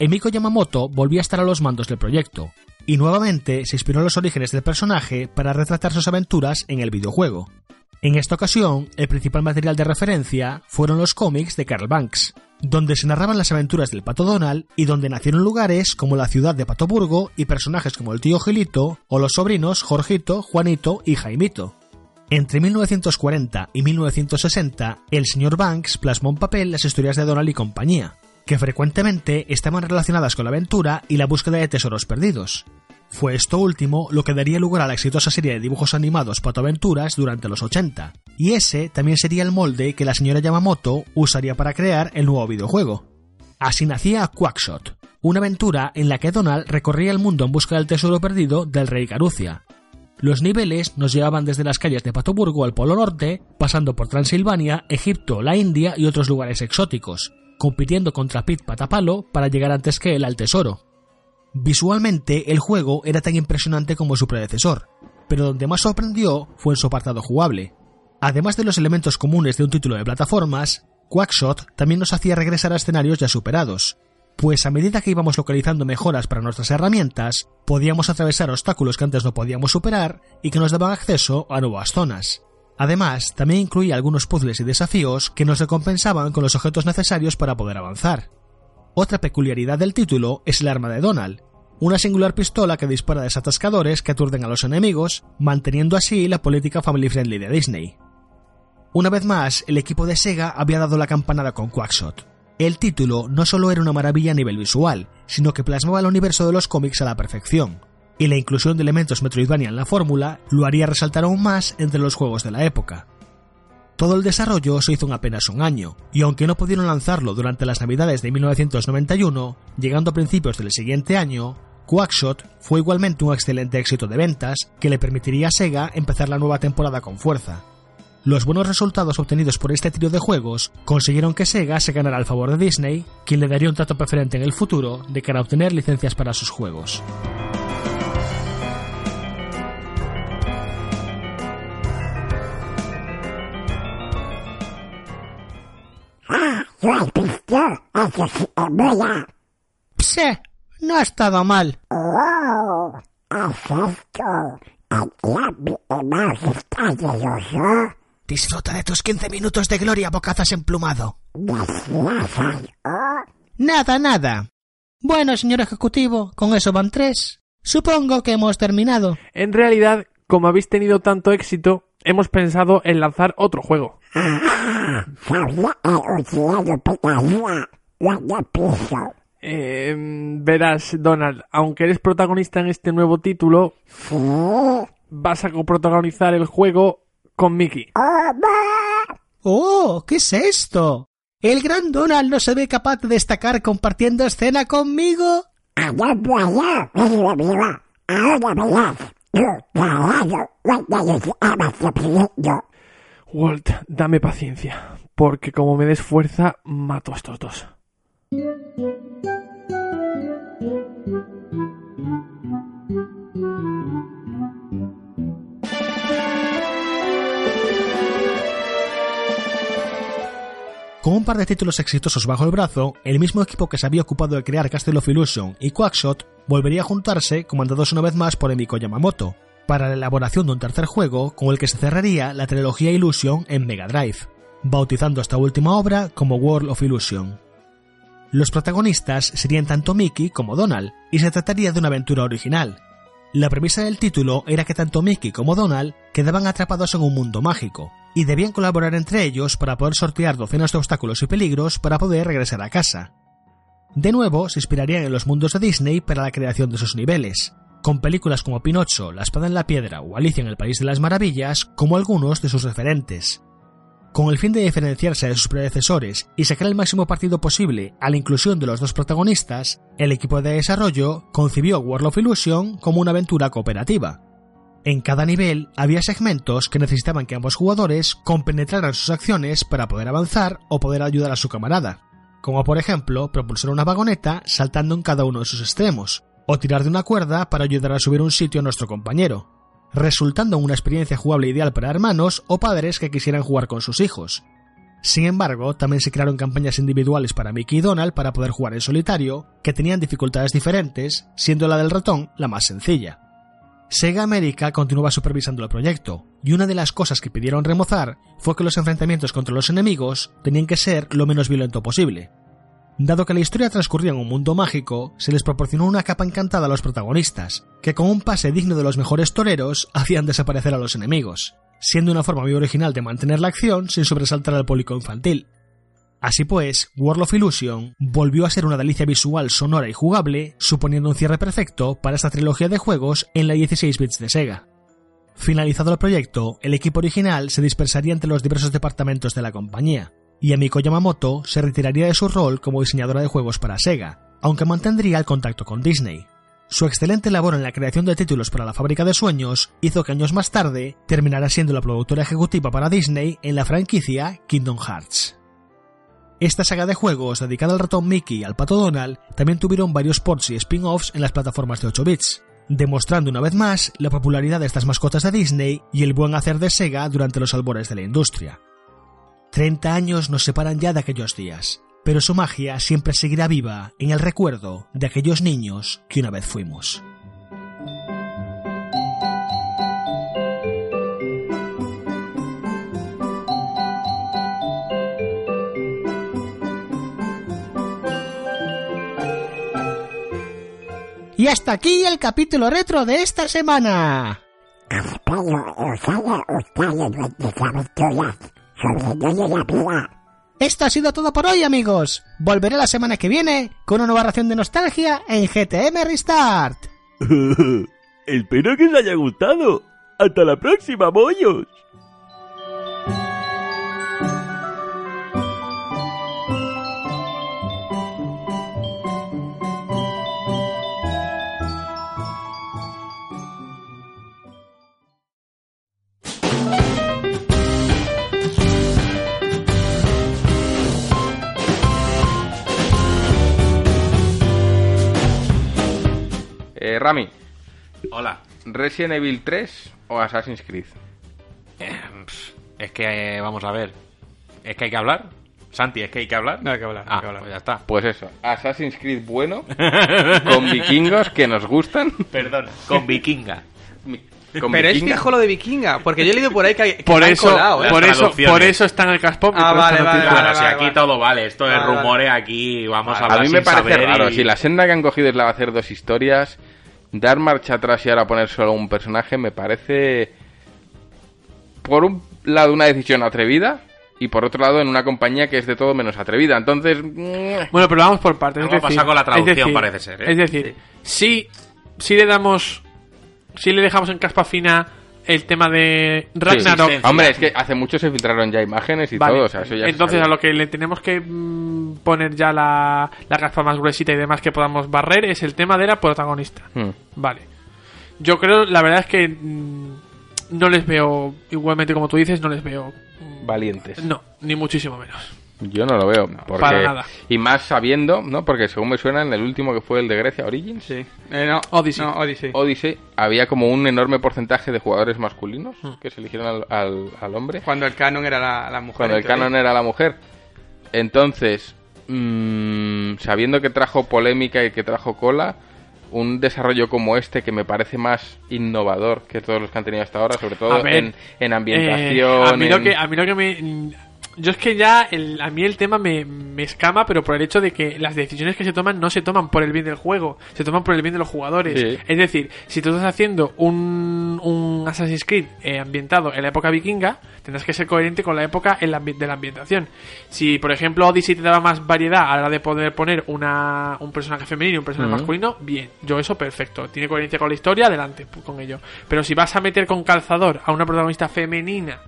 [SPEAKER 7] Emiko Yamamoto volvió a estar a los mandos del proyecto, y nuevamente se inspiró en los orígenes del personaje para retratar sus aventuras en el videojuego. En esta ocasión, el principal material de referencia fueron los cómics de Carl Banks, donde se narraban las aventuras del Pato Donald y donde nacieron lugares como la ciudad de Patoburgo y personajes como el tío Gilito o los sobrinos Jorgito, Juanito y Jaimito. Entre 1940 y 1960, el señor Banks plasmó en papel las historias de Donald y compañía, que frecuentemente estaban relacionadas con la aventura y la búsqueda de tesoros perdidos. Fue esto último lo que daría lugar a la exitosa serie de dibujos animados Pato Aventuras durante los 80, y ese también sería el molde que la señora Yamamoto usaría para crear el nuevo videojuego. Así nacía Quackshot, una aventura en la que Donald recorría el mundo en busca del tesoro perdido del rey Carucia. Los niveles nos llevaban desde las calles de Patoburgo al Polo Norte, pasando por Transilvania, Egipto, la India y otros lugares exóticos, compitiendo contra Pit Patapalo para llegar antes que él al tesoro. Visualmente, el juego era tan impresionante como su predecesor, pero donde más sorprendió fue en su apartado jugable. Además de los elementos comunes de un título de plataformas, Quackshot también nos hacía regresar a escenarios ya superados, pues a medida que íbamos localizando mejoras para nuestras herramientas, podíamos atravesar obstáculos que antes no podíamos superar y que nos daban acceso a nuevas zonas. Además, también incluía algunos puzzles y desafíos que nos recompensaban con los objetos necesarios para poder avanzar. Otra peculiaridad del título es el arma de Donald, una singular pistola que dispara desatascadores que aturden a los enemigos, manteniendo así la política family friendly de Disney. Una vez más, el equipo de Sega había dado la campanada con Quackshot. El título no solo era una maravilla a nivel visual, sino que plasmaba el universo de los cómics a la perfección, y la inclusión de elementos Metroidvania en la fórmula lo haría resaltar aún más entre los juegos de la época. Todo el desarrollo se hizo en apenas un año, y aunque no pudieron lanzarlo durante las navidades de 1991, llegando a principios del siguiente año, Quackshot fue igualmente un excelente éxito de ventas que le permitiría a Sega empezar la nueva temporada con fuerza. Los buenos resultados obtenidos por este trío de juegos consiguieron que Sega se ganara el favor de Disney, quien le daría un trato preferente en el futuro de cara a obtener licencias para sus juegos. Pse, no ha estado mal. Disfruta de tus 15 minutos de gloria, bocazas emplumado. Nada, nada. Bueno, señor ejecutivo, con eso van tres. Supongo que hemos terminado.
[SPEAKER 5] En realidad, como habéis tenido tanto éxito, hemos pensado en lanzar otro juego. Eh, verás, Donald, aunque eres protagonista en este nuevo título, vas a coprotagonizar el juego con Mickey.
[SPEAKER 7] ¡Oh! ¿Qué es esto? ¿El gran Donald no se ve capaz de destacar compartiendo escena conmigo?
[SPEAKER 5] Walt, dame paciencia, porque como me des fuerza, mato a estos dos.
[SPEAKER 7] Con un par de títulos exitosos bajo el brazo, el mismo equipo que se había ocupado de crear Castle of Illusion y Quackshot volvería a juntarse, comandados una vez más por Emiko Yamamoto, para la elaboración de un tercer juego con el que se cerraría la trilogía Illusion en Mega Drive, bautizando esta última obra como World of Illusion. Los protagonistas serían tanto Mickey como Donald, y se trataría de una aventura original. La premisa del título era que tanto Mickey como Donald quedaban atrapados en un mundo mágico, y debían colaborar entre ellos para poder sortear docenas de obstáculos y peligros para poder regresar a casa. De nuevo, se inspirarían en los mundos de Disney para la creación de sus niveles, con películas como Pinocho, La Espada en la Piedra o Alicia en el País de las Maravillas como algunos de sus referentes. Con el fin de diferenciarse de sus predecesores y sacar el máximo partido posible a la inclusión de los dos protagonistas, el equipo de desarrollo concibió World of Illusion como una aventura cooperativa. En cada nivel había segmentos que necesitaban que ambos jugadores compenetraran sus acciones para poder avanzar o poder ayudar a su camarada, como por ejemplo propulsar una vagoneta saltando en cada uno de sus extremos, o tirar de una cuerda para ayudar a subir un sitio a nuestro compañero, resultando en una experiencia jugable ideal para hermanos o padres que quisieran jugar con sus hijos. Sin embargo, también se crearon campañas individuales para Mickey y Donald para poder jugar en solitario, que tenían dificultades diferentes, siendo la del ratón la más sencilla. Sega América continuaba supervisando el proyecto, y una de las cosas que pidieron remozar fue que los enfrentamientos contra los enemigos tenían que ser lo menos violento posible. Dado que la historia transcurría en un mundo mágico, se les proporcionó una capa encantada a los protagonistas, que con un pase digno de los mejores toreros hacían desaparecer a los enemigos, siendo una forma muy original de mantener la acción sin sobresaltar al público infantil. Así pues, World of Illusion volvió a ser una delicia visual, sonora y jugable, suponiendo un cierre perfecto para esta trilogía de juegos en la 16 bits de Sega. Finalizado el proyecto, el equipo original se dispersaría entre los diversos departamentos de la compañía, y Emiko Yamamoto se retiraría de su rol como diseñadora de juegos para Sega, aunque mantendría el contacto con Disney. Su excelente labor en la creación de títulos para la fábrica de sueños hizo que años más tarde terminara siendo la productora ejecutiva para Disney en la franquicia Kingdom Hearts. Esta saga de juegos dedicada al ratón Mickey y al pato Donald también tuvieron varios ports y spin-offs en las plataformas de 8 bits, demostrando una vez más la popularidad de estas mascotas de Disney y el buen hacer de Sega durante los albores de la industria. 30 años nos separan ya de aquellos días, pero su magia siempre seguirá viva en el recuerdo de aquellos niños que una vez fuimos. Y hasta aquí el capítulo retro de esta semana.
[SPEAKER 8] Espero os haya gustado nuestras aventuras sobre Niño la Vida.
[SPEAKER 7] Esto ha sido todo por hoy, amigos. Volveré la semana que viene con una nueva ración de nostalgia en GTM Restart.
[SPEAKER 6] Espero que os haya gustado. Hasta la próxima, bollos.
[SPEAKER 2] Eh, Rami,
[SPEAKER 3] Hola.
[SPEAKER 2] ¿Resident Evil 3 o Assassin's Creed?
[SPEAKER 3] Eh, pf, es que, eh, vamos a ver. ¿Es que hay que hablar? Santi, ¿es que hay que hablar?
[SPEAKER 4] No hay que hablar, no hay
[SPEAKER 3] Ah,
[SPEAKER 4] que hablar.
[SPEAKER 3] pues ya está.
[SPEAKER 2] Pues eso, Assassin's Creed bueno, con vikingos que nos gustan.
[SPEAKER 3] Perdón, con vikinga.
[SPEAKER 2] Con
[SPEAKER 4] Pero es
[SPEAKER 2] vikinga-
[SPEAKER 4] fijo lo de vikinga, porque yo he leído por ahí que, que
[SPEAKER 5] Por
[SPEAKER 4] se han
[SPEAKER 5] eso,
[SPEAKER 4] colado, ¿eh?
[SPEAKER 5] por
[SPEAKER 3] Las
[SPEAKER 5] eso,
[SPEAKER 3] traducciones.
[SPEAKER 5] por eso está en el Caspop. y
[SPEAKER 4] Ah,
[SPEAKER 5] por
[SPEAKER 4] vale,
[SPEAKER 5] eso no
[SPEAKER 4] vale,
[SPEAKER 5] tiene-
[SPEAKER 4] vale.
[SPEAKER 3] Claro, si aquí todo vale, esto es
[SPEAKER 4] Vale, vale.
[SPEAKER 3] rumore aquí, vamos a
[SPEAKER 2] A
[SPEAKER 3] hablar
[SPEAKER 2] mí me
[SPEAKER 3] sin
[SPEAKER 2] parece
[SPEAKER 3] saber
[SPEAKER 2] raro.
[SPEAKER 3] y-
[SPEAKER 2] Si la senda que han cogido es la de hacer dos historias, dar marcha atrás y ahora poner solo un personaje me parece. Por un lado, una decisión atrevida. Y por otro lado, en una compañía que es de todo menos atrevida. Entonces. mm,
[SPEAKER 5] Bueno, pero vamos por partes.
[SPEAKER 3] Algo
[SPEAKER 5] es
[SPEAKER 3] ha
[SPEAKER 5] decir-
[SPEAKER 3] pasado con la traducción,
[SPEAKER 5] es decir-
[SPEAKER 3] parece ser, ¿eh?
[SPEAKER 5] Es decir, si, si le damos. Si le dejamos en caspa fina el tema de Ragnarok.
[SPEAKER 3] Sí, sí, sí.
[SPEAKER 2] Hombre, es que hace mucho se filtraron ya imágenes y
[SPEAKER 5] Vale.
[SPEAKER 2] todo. o sea, eso ya se
[SPEAKER 5] Entonces, a
[SPEAKER 2] sabía.
[SPEAKER 5] lo que le tenemos que mm, poner ya la, la caspa más gruesita y demás que podamos barrer es el tema de la protagonista.
[SPEAKER 2] Mm.
[SPEAKER 5] Vale. Yo creo, la verdad es que mm, no les veo, igualmente como tú dices, no les veo. mm,
[SPEAKER 2] Valientes.
[SPEAKER 5] No, ni muchísimo menos.
[SPEAKER 2] Yo no lo veo. porque-
[SPEAKER 5] para nada.
[SPEAKER 2] Y más sabiendo, ¿no? Porque según me suena, en el último que fue el de Grecia, Origins,
[SPEAKER 4] Sí. Eh, no,
[SPEAKER 5] Odyssey.
[SPEAKER 4] No, Odyssey.
[SPEAKER 2] Odyssey, había como un enorme porcentaje de jugadores masculinos
[SPEAKER 5] Hmm.
[SPEAKER 2] que se eligieron al- al- al hombre.
[SPEAKER 4] Cuando el canon era la, la mujer. este, ¿eh?
[SPEAKER 2] cuando el
[SPEAKER 4] entonces.
[SPEAKER 2] canon era la mujer. Entonces, mm, sabiendo que trajo polémica y que trajo cola, un desarrollo como este que me parece más innovador que todos los que han tenido hasta ahora, sobre todo
[SPEAKER 5] A ver,
[SPEAKER 2] en, en ambientación.
[SPEAKER 5] Eh, a, mí lo
[SPEAKER 2] en-
[SPEAKER 5] que, a mí lo que me. mm, Yo es que ya el- a mí el tema me, me escama, pero por el hecho de que las decisiones que se toman no se toman por el bien del juego, se toman por el bien de los jugadores.
[SPEAKER 2] Sí.
[SPEAKER 5] Es decir, si tú estás haciendo un, un Assassin's Creed eh, ambientado en la época vikinga, tendrás que ser coherente con la época en la ambi- de la ambientación. Si, por ejemplo, Odyssey te daba más variedad a la hora de poder poner una, un personaje femenino y un personaje
[SPEAKER 2] Ujú.
[SPEAKER 5] masculino, bien, yo eso perfecto. Tiene coherencia con la historia, adelante pu- con ello. Pero si vas a meter con calzador a una protagonista femenina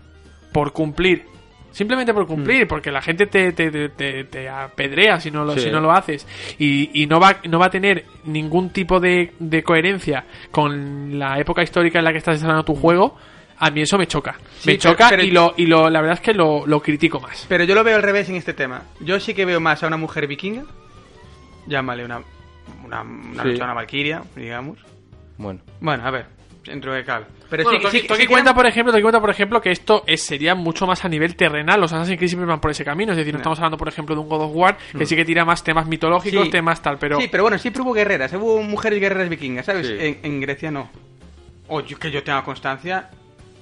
[SPEAKER 5] por cumplir. Simplemente por cumplir,
[SPEAKER 4] Mm.
[SPEAKER 5] porque la gente te, te, te- te- te apedrea si no lo,
[SPEAKER 2] Sí.
[SPEAKER 5] si no lo haces. Y, y no, va, no va a tener ningún tipo de, de coherencia con la época histórica en la que estás desarrollando tu juego. A mí eso me choca.
[SPEAKER 4] Mm. Sí,
[SPEAKER 5] me
[SPEAKER 4] pero-
[SPEAKER 5] choca
[SPEAKER 4] pero-
[SPEAKER 5] y, lo, y lo, la verdad es que lo, lo critico más.
[SPEAKER 4] Pero yo lo veo al revés en este tema. Yo sí que veo más a una mujer vikinga. Llámale una. Una, una,
[SPEAKER 2] Sí.
[SPEAKER 4] una valquiria, digamos.
[SPEAKER 2] Bueno.
[SPEAKER 4] Bueno, a ver, dentro de cal. Pero
[SPEAKER 5] Bueno, tú
[SPEAKER 4] sí, que-
[SPEAKER 5] aquí-
[SPEAKER 4] sí,
[SPEAKER 5] tú
[SPEAKER 4] sí
[SPEAKER 5] aquí
[SPEAKER 4] que-
[SPEAKER 5] cuenta, por ejemplo, tú aquí cuenta, por ejemplo, que esto es, sería mucho más a nivel terrenal. Los Assassin's Creed siempre van por ese camino. Es decir, no
[SPEAKER 4] Ya.
[SPEAKER 5] estamos hablando, por ejemplo, de un God of War, que sí que tira más temas mitológicos,
[SPEAKER 4] Mm. Sí.
[SPEAKER 5] temas tal, pero...
[SPEAKER 4] Sí, pero bueno, siempre hubo guerreras, hubo mujeres guerreras vikingas, ¿sabes?
[SPEAKER 2] Sí.
[SPEAKER 4] En, en Grecia no. O yo- que yo tenga constancia.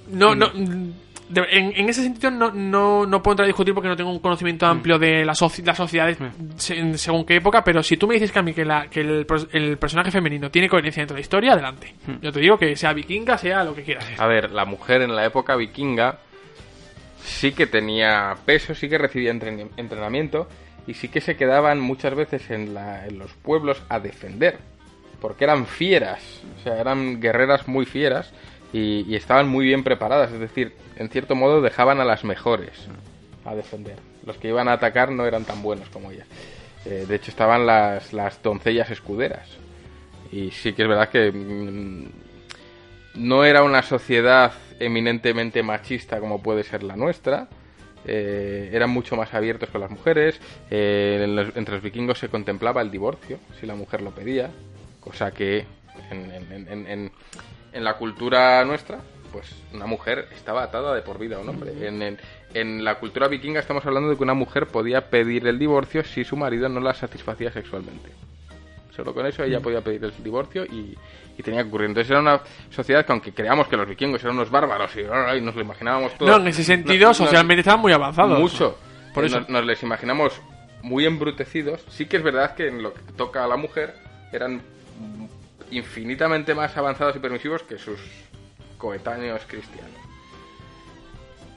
[SPEAKER 5] No, no. mm, de- en, en ese sentido no, no, no puedo entrar a discutir porque no tengo un conocimiento
[SPEAKER 2] Mm.
[SPEAKER 5] amplio de las, soci- las sociedades se- en- según qué época, pero si tú me dices que a mí que, la- que el, pros- el personaje femenino tiene coherencia dentro de la historia, adelante.
[SPEAKER 2] Mm.
[SPEAKER 5] Yo te digo que sea vikinga, sea lo que quieras.
[SPEAKER 2] A ver, la mujer en la época vikinga sí que tenía peso, sí que recibía entren- entrenamiento y sí que se quedaban muchas veces en, la- en los pueblos a defender. Porque eran fieras, o sea, eran guerreras muy fieras y, y estaban muy bien preparadas. Es decir, en cierto modo dejaban a las mejores a defender. Los que iban a atacar no eran tan buenos como ellas. Eh, de hecho, estaban las, las doncellas escuderas. Y sí que es verdad que mm, no era una sociedad eminentemente machista como puede ser la nuestra. Eh, eran mucho más abiertos con las mujeres. Eh, en los- entre los vikingos se contemplaba el divorcio, si la mujer lo pedía. Cosa que en, en- en- en- en- en la cultura nuestra, pues una mujer estaba atada de por vida a un hombre. En, en- en la cultura vikinga estamos hablando de que una mujer podía pedir el divorcio si su marido no la satisfacía sexualmente. Solo con eso
[SPEAKER 5] Mm.
[SPEAKER 2] ella podía pedir el divorcio y, y tenía que ocurrir. Entonces era una sociedad que aunque creamos que los vikingos eran unos bárbaros y, y nos lo imaginábamos todo.
[SPEAKER 5] No, en ese sentido,
[SPEAKER 2] Pues, no- no-
[SPEAKER 5] socialmente estaban muy avanzados.
[SPEAKER 2] mucho.
[SPEAKER 5] Por
[SPEAKER 2] Eh,
[SPEAKER 5] eso.
[SPEAKER 2] Nos, nos les imaginamos muy embrutecidos. Sí que es verdad que en lo que toca a la mujer eran infinitamente más avanzados y permisivos que sus coetáneos cristianos.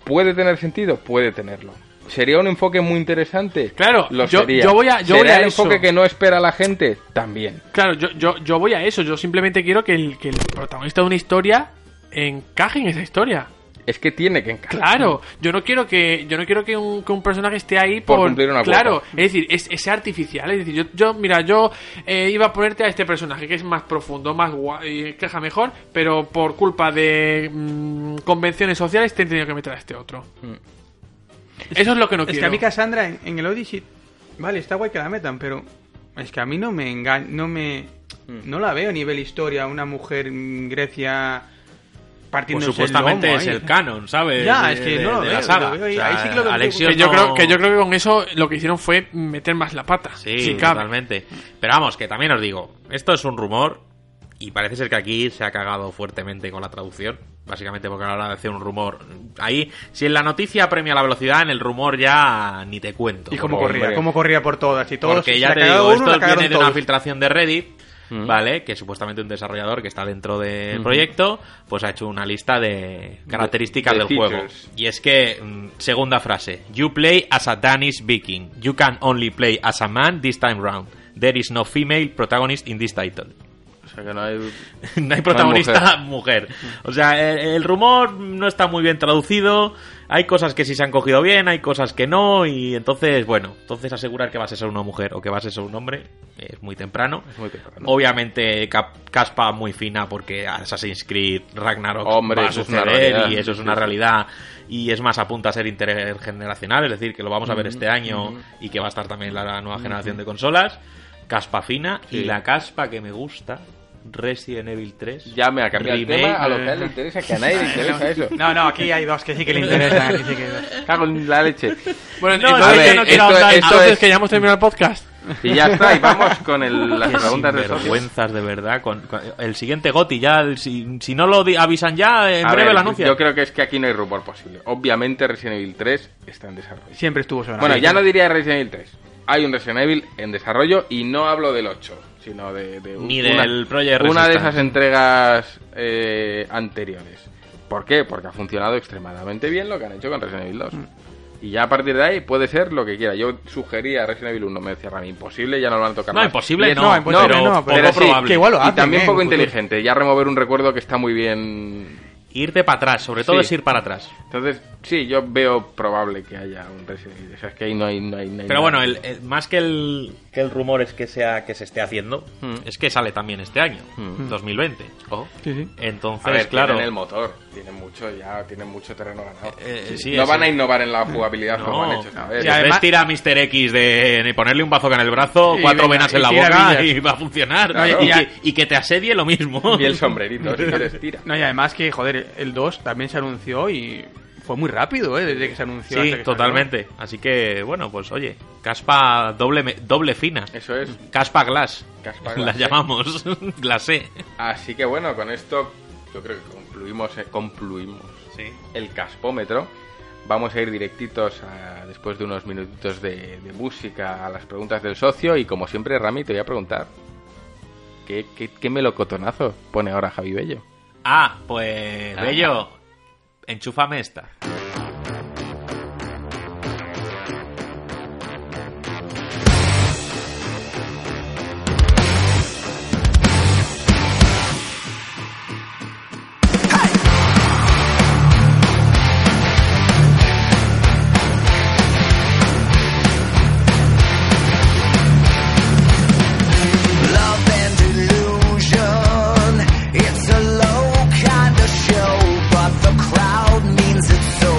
[SPEAKER 2] ¿Puede tener sentido? Puede tenerlo. ¿Sería un enfoque muy interesante?
[SPEAKER 5] Claro,
[SPEAKER 2] lo
[SPEAKER 5] yo-
[SPEAKER 2] sería.
[SPEAKER 5] yo voy a- yo
[SPEAKER 2] ¿Será
[SPEAKER 5] voy a
[SPEAKER 2] el
[SPEAKER 5] eso.
[SPEAKER 2] enfoque que no espera la gente? También.
[SPEAKER 5] Claro, yo, yo, yo voy a eso. Yo simplemente quiero que el, que el protagonista de una historia encaje en esa historia.
[SPEAKER 2] Es que tiene que encajar.
[SPEAKER 5] Claro, yo no quiero que yo no quiero que un, que un personaje esté ahí por,
[SPEAKER 2] Mm. Por cumplir una cuota.
[SPEAKER 5] claro, es decir, es, es artificial, es decir, yo, yo mira, yo eh, iba a ponerte a este personaje que es más profundo, más guay, caja mejor, pero por culpa de mm, convenciones sociales te he tenido que meter a este otro.
[SPEAKER 2] Mm.
[SPEAKER 5] Eso es lo que no
[SPEAKER 4] Es que
[SPEAKER 5] quiero.
[SPEAKER 4] a mí Cassandra en, en el Odyssey. Vale, está guay que la metan, pero. Es que a mí no me engaña. No me.
[SPEAKER 3] Mm.
[SPEAKER 4] No la veo a nivel historia, una mujer en Grecia.
[SPEAKER 3] Pues
[SPEAKER 4] Partiendo
[SPEAKER 3] supuestamente es
[SPEAKER 5] ¿eh?
[SPEAKER 3] el canon, ¿sabes?
[SPEAKER 4] Ya,
[SPEAKER 3] De-
[SPEAKER 4] es que
[SPEAKER 3] de-
[SPEAKER 4] no lo
[SPEAKER 3] de
[SPEAKER 4] veo,
[SPEAKER 3] la saga.
[SPEAKER 4] lo veo ahí.
[SPEAKER 3] O sea,
[SPEAKER 4] Ahí sí que lo veo
[SPEAKER 3] Alexios
[SPEAKER 5] que yo
[SPEAKER 3] no-
[SPEAKER 5] creo que yo creo que con eso lo que hicieron fue meter más la pata.
[SPEAKER 3] Sí,
[SPEAKER 5] si cabe.
[SPEAKER 3] totalmente. Pero vamos, que también os digo, esto es un rumor y parece ser que aquí se ha cagado fuertemente con la traducción. Básicamente porque a la hora de hacer un rumor, ahí, si en la noticia premia la velocidad, en el rumor ya ni te cuento.
[SPEAKER 4] Y cómo
[SPEAKER 2] Hombre.
[SPEAKER 4] corría, cómo corría por todas y todos.
[SPEAKER 3] Porque
[SPEAKER 4] si
[SPEAKER 3] ya
[SPEAKER 4] la
[SPEAKER 3] te
[SPEAKER 4] cagaba
[SPEAKER 3] digo,
[SPEAKER 4] uno, la
[SPEAKER 3] esto
[SPEAKER 4] cagaron
[SPEAKER 3] viene de una
[SPEAKER 4] todos. Mm.
[SPEAKER 3] filtración de Reddit, ¿vale? Que supuestamente un desarrollador que está dentro del proyecto, pues ha hecho una lista de características
[SPEAKER 2] de
[SPEAKER 3] del juego.
[SPEAKER 2] features.
[SPEAKER 3] Y es que, mm, segunda frase, You play as a Danish viking. You can only play as a man this time round. There is no female protagonist in this title.
[SPEAKER 2] O sea que no hay...
[SPEAKER 3] no hay protagonista mujer. O sea, el, el rumor no está muy bien traducido. Hay cosas que sí se han cogido bien, hay cosas que no. Y entonces, bueno, entonces asegurar que vas a ser una mujer o que vas a ser un hombre es muy temprano.
[SPEAKER 2] Es muy temprano.
[SPEAKER 3] Obviamente, cap- caspa muy fina porque Assassin's Creed, Ragnarok,
[SPEAKER 2] Hombre,
[SPEAKER 3] va a
[SPEAKER 2] eso es una
[SPEAKER 3] suceder
[SPEAKER 2] realidad.
[SPEAKER 3] y eso es una
[SPEAKER 2] Sí, sí.
[SPEAKER 3] realidad. Y es más, apunta a ser intergeneracional, es decir, que lo vamos a ver este año y que va a estar también la nueva generación de consolas. Caspa fina y
[SPEAKER 2] Sí.
[SPEAKER 3] la caspa que me gusta, Resident Evil 3.
[SPEAKER 2] Ya me ha cambiado el
[SPEAKER 3] remake.
[SPEAKER 2] tema a lo que a él le interesa, que a nadie le interesa eso.
[SPEAKER 4] No, no, aquí hay dos que sí que le interesan. aquí sí que hay dos.
[SPEAKER 2] Cago en la leche.
[SPEAKER 5] Bueno,
[SPEAKER 3] No,
[SPEAKER 5] entonces
[SPEAKER 3] a ver,
[SPEAKER 5] que no quiero
[SPEAKER 2] esto-
[SPEAKER 5] ahondar,
[SPEAKER 2] esto
[SPEAKER 5] entonces
[SPEAKER 2] es-
[SPEAKER 5] que ya hemos terminado el podcast.
[SPEAKER 2] Y ya está, y vamos con el- las
[SPEAKER 3] Qué
[SPEAKER 2] preguntas de socios.
[SPEAKER 3] sinvergüenzas, de verdad. Con, con- el siguiente Goti, ya. el- si, si no lo di- avisan ya, en
[SPEAKER 2] A
[SPEAKER 3] breve
[SPEAKER 2] ver,
[SPEAKER 3] lo anuncian.
[SPEAKER 2] Yo creo que es que aquí no hay rumor posible. Obviamente Resident Evil 3 está en desarrollo.
[SPEAKER 4] Siempre estuvo sobre la
[SPEAKER 2] Bueno,
[SPEAKER 4] mesa.
[SPEAKER 2] ya no diría Resident Evil 3. Hay un Resident Evil en desarrollo y no hablo del 8, sino de, de un-
[SPEAKER 3] Ni del Project
[SPEAKER 2] una de
[SPEAKER 3] Resistance.
[SPEAKER 2] esas entregas eh, anteriores. ¿Por qué? Porque ha funcionado extremadamente bien lo que han hecho con Resident Evil 2. Y ya a partir de ahí puede ser lo que quiera. Yo sugería Resident Evil 1, me decía Rami, imposible, ya no lo van a tocar
[SPEAKER 3] No,
[SPEAKER 2] más.
[SPEAKER 3] imposible
[SPEAKER 2] Y es-
[SPEAKER 3] no,
[SPEAKER 4] no, imposible
[SPEAKER 3] Pues pero
[SPEAKER 4] no,
[SPEAKER 3] poco
[SPEAKER 4] pero
[SPEAKER 2] sí,
[SPEAKER 3] probable.
[SPEAKER 4] que igual lo
[SPEAKER 2] Y
[SPEAKER 4] hacen,
[SPEAKER 2] también
[SPEAKER 4] eh,
[SPEAKER 2] poco
[SPEAKER 4] en el futuro.
[SPEAKER 2] inteligente, ya remover un recuerdo que está muy bien
[SPEAKER 3] Irte para atrás, sobre todo
[SPEAKER 2] Sí.
[SPEAKER 3] es ir para atrás.
[SPEAKER 2] Entonces, sí, yo veo probable que haya un Resident Evil. O sea, es que ahí no hay, no hay, no hay
[SPEAKER 3] Pero bueno,
[SPEAKER 2] nada.
[SPEAKER 3] el, el- más que el, que el rumor es que sea que se esté haciendo,
[SPEAKER 2] Hmm.
[SPEAKER 3] es que sale también este año, 2020.
[SPEAKER 4] Sí, sí.
[SPEAKER 3] Entonces,
[SPEAKER 2] A ver,
[SPEAKER 3] claro.
[SPEAKER 2] tienen el motor. Tienen mucho, ya, tienen mucho terreno ganado.
[SPEAKER 3] Eh, eh, sí,
[SPEAKER 2] no
[SPEAKER 3] es
[SPEAKER 2] van
[SPEAKER 3] el-
[SPEAKER 2] a innovar en la jugabilidad como
[SPEAKER 3] No,
[SPEAKER 2] han hecho esta vez.
[SPEAKER 3] si
[SPEAKER 4] Ya, además-
[SPEAKER 3] ves tira a Mr. X de de ponerle un bazooka en el brazo,
[SPEAKER 4] Y
[SPEAKER 3] cuatro
[SPEAKER 4] venga,
[SPEAKER 3] venas
[SPEAKER 4] y
[SPEAKER 3] en la
[SPEAKER 4] tira
[SPEAKER 3] boca
[SPEAKER 4] millas.
[SPEAKER 3] y va a funcionar.
[SPEAKER 4] No, y-
[SPEAKER 3] y,
[SPEAKER 4] y ya-
[SPEAKER 3] que, y que te asedie lo mismo.
[SPEAKER 2] Y el sombrerito, si quieres, tira.
[SPEAKER 4] No, y además que, joder, el 2 también se anunció y fue muy rápido, ¿eh? Desde que se anunció. hasta
[SPEAKER 3] Sí,
[SPEAKER 4] que salió.
[SPEAKER 3] totalmente. Así que, bueno, pues oye, caspa doble, me- doble fina.
[SPEAKER 2] Eso es.
[SPEAKER 3] Caspa glass.
[SPEAKER 2] Caspa
[SPEAKER 3] La
[SPEAKER 2] glass, ¿eh?
[SPEAKER 3] llamamos glacé.
[SPEAKER 2] Así que bueno, con esto yo creo que concluimos, eh, concluimos el caspómetro. Vamos a ir directitos a- después de unos minutitos de, de música a las preguntas del socio y como siempre, Rami, te voy a preguntar. ¿Qué, qué, qué melocotonazo pone ahora Javi Bello?
[SPEAKER 3] Ah, pues,
[SPEAKER 2] Ah.
[SPEAKER 3] bello, enchúfame esta.
[SPEAKER 9] Love and delusion. It's a low kind of show, but the crowd means it so.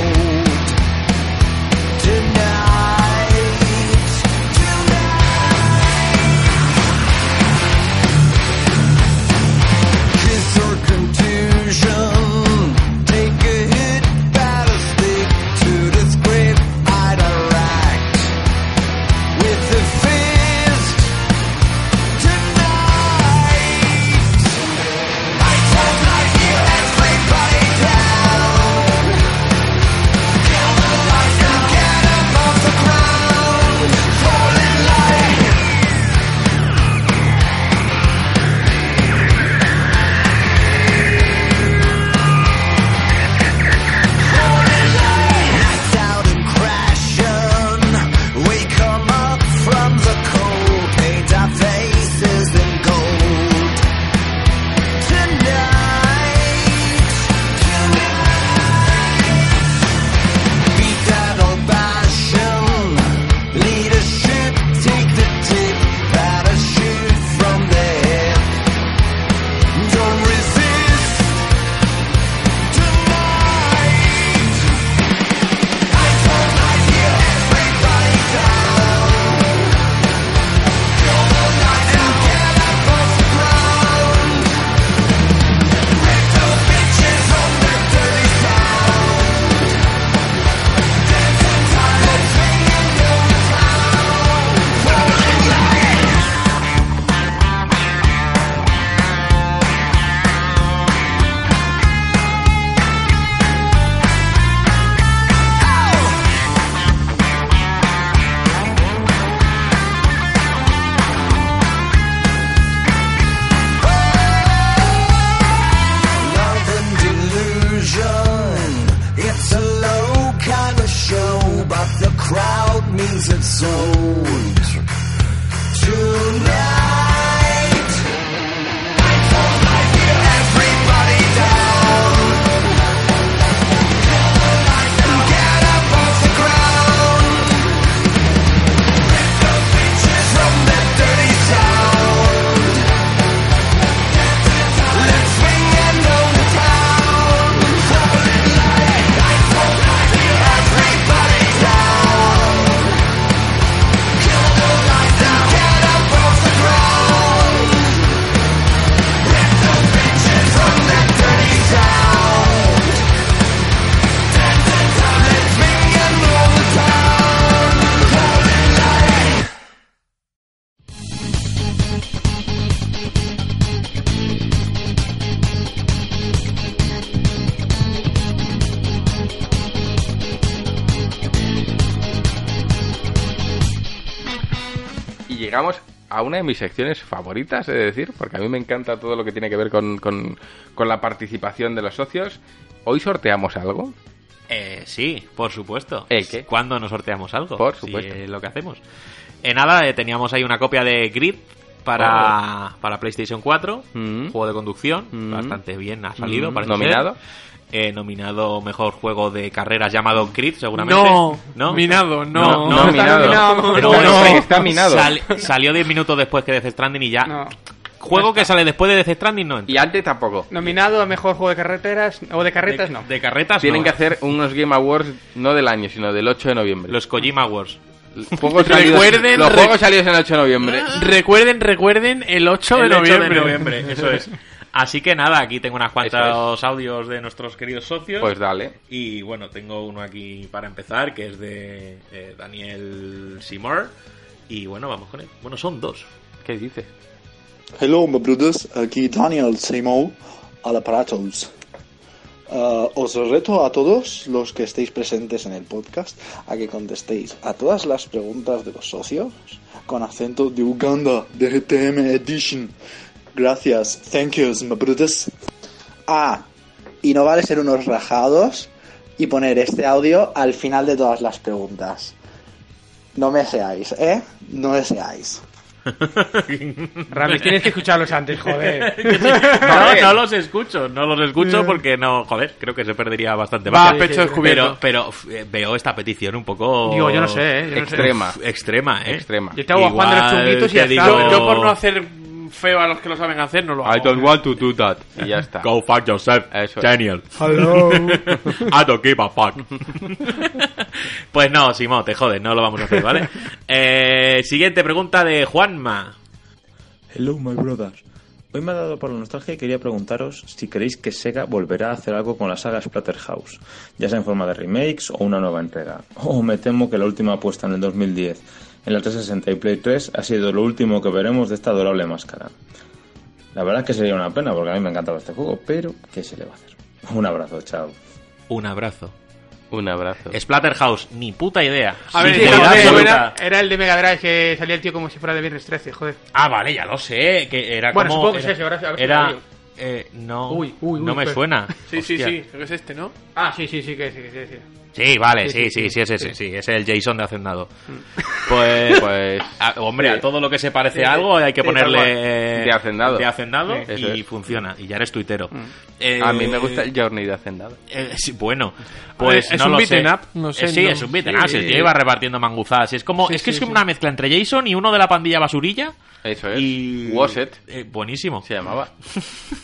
[SPEAKER 2] llegamos a una de mis secciones favoritas, he de decir, porque a mí me encanta todo lo que tiene que ver con, con- con la participación de los socios. Hoy sorteamos algo.
[SPEAKER 3] Eh, sí, por supuesto.
[SPEAKER 2] ¿Eh, qué?
[SPEAKER 3] Cuando nos sorteamos algo.
[SPEAKER 2] Por
[SPEAKER 3] Sí,
[SPEAKER 2] supuesto.
[SPEAKER 3] es lo que hacemos. En nada, eh, teníamos ahí una copia de Grip para, para PlayStation 4.
[SPEAKER 2] Mm.
[SPEAKER 3] Juego de conducción.
[SPEAKER 2] Mm.
[SPEAKER 3] Bastante bien ha salido.
[SPEAKER 2] Mm.
[SPEAKER 3] parece
[SPEAKER 2] Nominado.
[SPEAKER 3] ser. Eh, nominado mejor juego de carreras llamado Grip, seguramente.
[SPEAKER 5] No, minado,
[SPEAKER 3] No,
[SPEAKER 5] no.
[SPEAKER 3] no,
[SPEAKER 5] Está
[SPEAKER 2] minado.
[SPEAKER 5] no,
[SPEAKER 2] Está-
[SPEAKER 5] no.
[SPEAKER 2] está minado.
[SPEAKER 3] Sal- salió 10 minutos después que Death Stranding y ya.
[SPEAKER 4] No.
[SPEAKER 3] Juego que sale después de Death Stranding no entra.
[SPEAKER 2] Y antes tampoco.
[SPEAKER 4] Nominado a mejor juego de carreteras o de carretas,
[SPEAKER 3] de,
[SPEAKER 4] no.
[SPEAKER 3] de carretas
[SPEAKER 2] Tienen
[SPEAKER 3] Ah, no.
[SPEAKER 2] que hacer unos Game Awards, no del año, sino del 8 de noviembre.
[SPEAKER 3] los Kojima Awards.
[SPEAKER 2] juegos salidos,
[SPEAKER 5] Recuerden-
[SPEAKER 2] los juegos salidos en el 8 de noviembre.
[SPEAKER 5] Recuerden, recuerden el 8 de
[SPEAKER 3] El ocho
[SPEAKER 5] noviembre.
[SPEAKER 3] noviembre, eso es. Así que nada, aquí tengo unas
[SPEAKER 2] Eso
[SPEAKER 3] cuantos audios de nuestros queridos socios.
[SPEAKER 2] Pues dale.
[SPEAKER 3] y bueno, tengo uno aquí para empezar, que es de eh, Daniel Seymour. Y bueno, vamos con él. Bueno, son dos.
[SPEAKER 2] ¿Qué dices?
[SPEAKER 9] Hello, my brothers. Aquí Daniel Seymour, al aparatos. Ah, os reto a todos los que estéis presentes en el podcast a que contestéis a todas las preguntas de los socios con acento de Uganda, de GTM Edition. Gracias, thank yous, my brothers. Ah, y no vale ser unos rajados y poner este audio al final de todas las preguntas. No me seáis, ¿eh? No me seáis.
[SPEAKER 4] Ramis, tienes que escucharlos antes, joder.
[SPEAKER 3] No, no los escucho, no los escucho porque no, joder, creo que se perdería bastante. más.
[SPEAKER 5] Va, pecho
[SPEAKER 3] Pero,
[SPEAKER 5] descubierto.
[SPEAKER 3] pero f- eh, veo esta petición un poco...
[SPEAKER 4] Digo, yo no sé, ¿eh? Yo no sé.
[SPEAKER 2] Extrema.
[SPEAKER 3] Extrema, ¿eh?
[SPEAKER 2] Extrema.
[SPEAKER 4] Yo estaba jugando a los
[SPEAKER 3] Igual
[SPEAKER 4] chunguitos y
[SPEAKER 3] te
[SPEAKER 4] ya está.
[SPEAKER 3] digo-
[SPEAKER 5] Yo, yo por no hacer feo a los que lo saben hacer, no lo hago.
[SPEAKER 2] I don't want to do that. Y ya está.
[SPEAKER 3] Go fuck yourself,
[SPEAKER 2] Eso es.
[SPEAKER 3] Daniel.
[SPEAKER 4] Hello.
[SPEAKER 3] I don't give a fuck. pues no, Simón, te jodes, no lo vamos a hacer, ¿vale? Eh, siguiente pregunta de Juanma.
[SPEAKER 10] Hello, my brothers. Hoy me ha dado por la nostalgia y quería preguntaros si creéis que Sega volverá a hacer algo con la saga Splatterhouse, ya sea en forma de remakes o una nueva entrega. O me temo que la última apuesta en el 2010 en la 360 y Play 3 ha sido lo último que veremos de esta adorable máscara. La verdad es que sería una pena porque a mí me encantaba este juego, pero ¿qué se le va a hacer? Un abrazo, chao.
[SPEAKER 3] Un abrazo.
[SPEAKER 2] Un abrazo.
[SPEAKER 3] Splatterhouse, ni puta idea.
[SPEAKER 5] A ver,
[SPEAKER 3] Sin
[SPEAKER 5] sí,
[SPEAKER 3] idea
[SPEAKER 5] joder,
[SPEAKER 4] era,
[SPEAKER 3] absoluta.
[SPEAKER 5] joder.
[SPEAKER 4] era el de Mega Drive que salía el tío como si fuera de Viernes 13, joder.
[SPEAKER 3] Ah, vale, ya lo sé. Que era
[SPEAKER 4] Bueno,
[SPEAKER 3] como.
[SPEAKER 4] supongo que
[SPEAKER 3] era,
[SPEAKER 4] es ese, ahora- a ver si
[SPEAKER 3] era-
[SPEAKER 4] lo digo.
[SPEAKER 3] eh, no.
[SPEAKER 4] Uy, uy, uy,
[SPEAKER 3] no me
[SPEAKER 4] espera.
[SPEAKER 3] suena.
[SPEAKER 5] Sí, sí,
[SPEAKER 3] Hostia.
[SPEAKER 5] sí, creo que es este, ¿no?
[SPEAKER 4] Ah, sí, sí, sí, que sí, que sí. que sí.
[SPEAKER 3] Sí, vale, sí, sí,
[SPEAKER 4] Sí,
[SPEAKER 3] sí,
[SPEAKER 4] sí,
[SPEAKER 3] es ese, sí, es el Jason de Hacendado. Pues,
[SPEAKER 2] Pues.
[SPEAKER 3] a- hombre,
[SPEAKER 2] Sí.
[SPEAKER 3] a todo lo que se parece
[SPEAKER 4] Sí,
[SPEAKER 3] a algo hay que
[SPEAKER 4] sí, tal
[SPEAKER 3] ponerle
[SPEAKER 2] De Hacendado.
[SPEAKER 3] de Hacendado
[SPEAKER 2] Sí, eso
[SPEAKER 3] y
[SPEAKER 2] es.
[SPEAKER 3] funciona. Y ya eres tuitero.
[SPEAKER 2] A mí me
[SPEAKER 3] Eh,
[SPEAKER 2] gusta el Journey de Hacendado.
[SPEAKER 3] Eh, sí, bueno, pues
[SPEAKER 5] ver, es
[SPEAKER 3] no
[SPEAKER 5] un
[SPEAKER 3] lo
[SPEAKER 5] beat
[SPEAKER 3] sé.
[SPEAKER 5] em up, no sé,
[SPEAKER 3] Eh, sí,
[SPEAKER 5] no-
[SPEAKER 3] es un beat em
[SPEAKER 5] sí.
[SPEAKER 3] up, si el tío iba repartiendo manguzadas. Es como,
[SPEAKER 5] Sí,
[SPEAKER 3] es que
[SPEAKER 5] sí,
[SPEAKER 3] es como
[SPEAKER 5] sí.
[SPEAKER 3] una mezcla entre Jason y uno de la pandilla basurilla.
[SPEAKER 2] Eso es.
[SPEAKER 3] Y...
[SPEAKER 2] Waset
[SPEAKER 3] Eh, buenísimo.
[SPEAKER 2] se llamaba.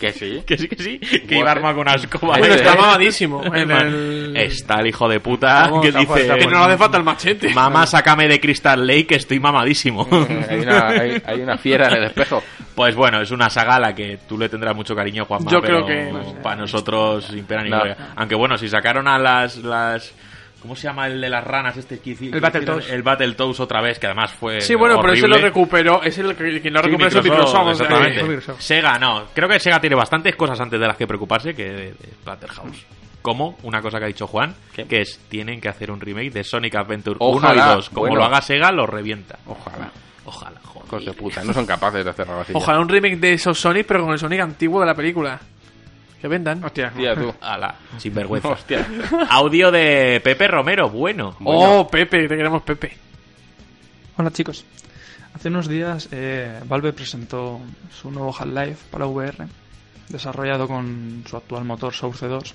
[SPEAKER 2] que sí.
[SPEAKER 3] Que sí, que sí. Que
[SPEAKER 2] Waset.
[SPEAKER 3] iba armado con una escoba.
[SPEAKER 2] Bueno, está
[SPEAKER 5] mamadísimo. En el- Eh,
[SPEAKER 3] Está el hijo de puta
[SPEAKER 5] Vamos,
[SPEAKER 3] que
[SPEAKER 5] está
[SPEAKER 3] dice...
[SPEAKER 5] fuerte, que no le hace falta el machete.
[SPEAKER 3] Mamá, sácame de Crystal Lake, que estoy mamadísimo.
[SPEAKER 5] Mm.
[SPEAKER 2] hay, una, hay, hay una fiera en el espejo.
[SPEAKER 3] Pues bueno, es una saga a la que tú le tendrás mucho cariño, Juanma.
[SPEAKER 5] Yo
[SPEAKER 3] pero
[SPEAKER 5] creo que no sé.
[SPEAKER 3] para nosotros sin pena ni
[SPEAKER 2] No.
[SPEAKER 3] gloria. Aunque bueno, si sacaron a las las ¿Cómo se llama el de las ranas este que hici-
[SPEAKER 4] El Battletoads.
[SPEAKER 3] El Battletoads otra vez, que además fue
[SPEAKER 5] Sí, bueno, pero ese
[SPEAKER 3] horrible.
[SPEAKER 5] lo recuperó. Es el que quien lo
[SPEAKER 3] Sí,
[SPEAKER 5] recuperó es el
[SPEAKER 3] Microsoft,
[SPEAKER 5] Microsoft. o sea,
[SPEAKER 3] exactamente.
[SPEAKER 4] fue Microsoft.
[SPEAKER 3] Sega, no. Creo que Sega tiene bastantes cosas antes de las que preocuparse que de, de Splatterhouse. Como una cosa que ha dicho Juan, que es tienen que hacer un remake de Sonic Adventure 1
[SPEAKER 2] Ojalá,
[SPEAKER 3] y 2. Como
[SPEAKER 2] bueno.
[SPEAKER 3] lo haga Sega, lo revienta.
[SPEAKER 2] Ojalá.
[SPEAKER 3] Ojalá, joder.
[SPEAKER 2] Hijos de puta, no son capaces de hacer algo así.
[SPEAKER 5] Ojalá un remake de esos Sonic, pero con el Sonic antiguo de la película. Que vendan.
[SPEAKER 3] Ah,
[SPEAKER 4] Hostia.
[SPEAKER 2] Hostia, tú.
[SPEAKER 3] Ala, sin vergüenza.
[SPEAKER 2] Hostia.
[SPEAKER 3] Audio de Pepe Romero, bueno.
[SPEAKER 5] Oh, Pepe, te queremos Pepe.
[SPEAKER 11] Hola chicos, hace unos días eh, Valve presentó su nuevo Half-Life para VR, desarrollado con su actual motor Source 2.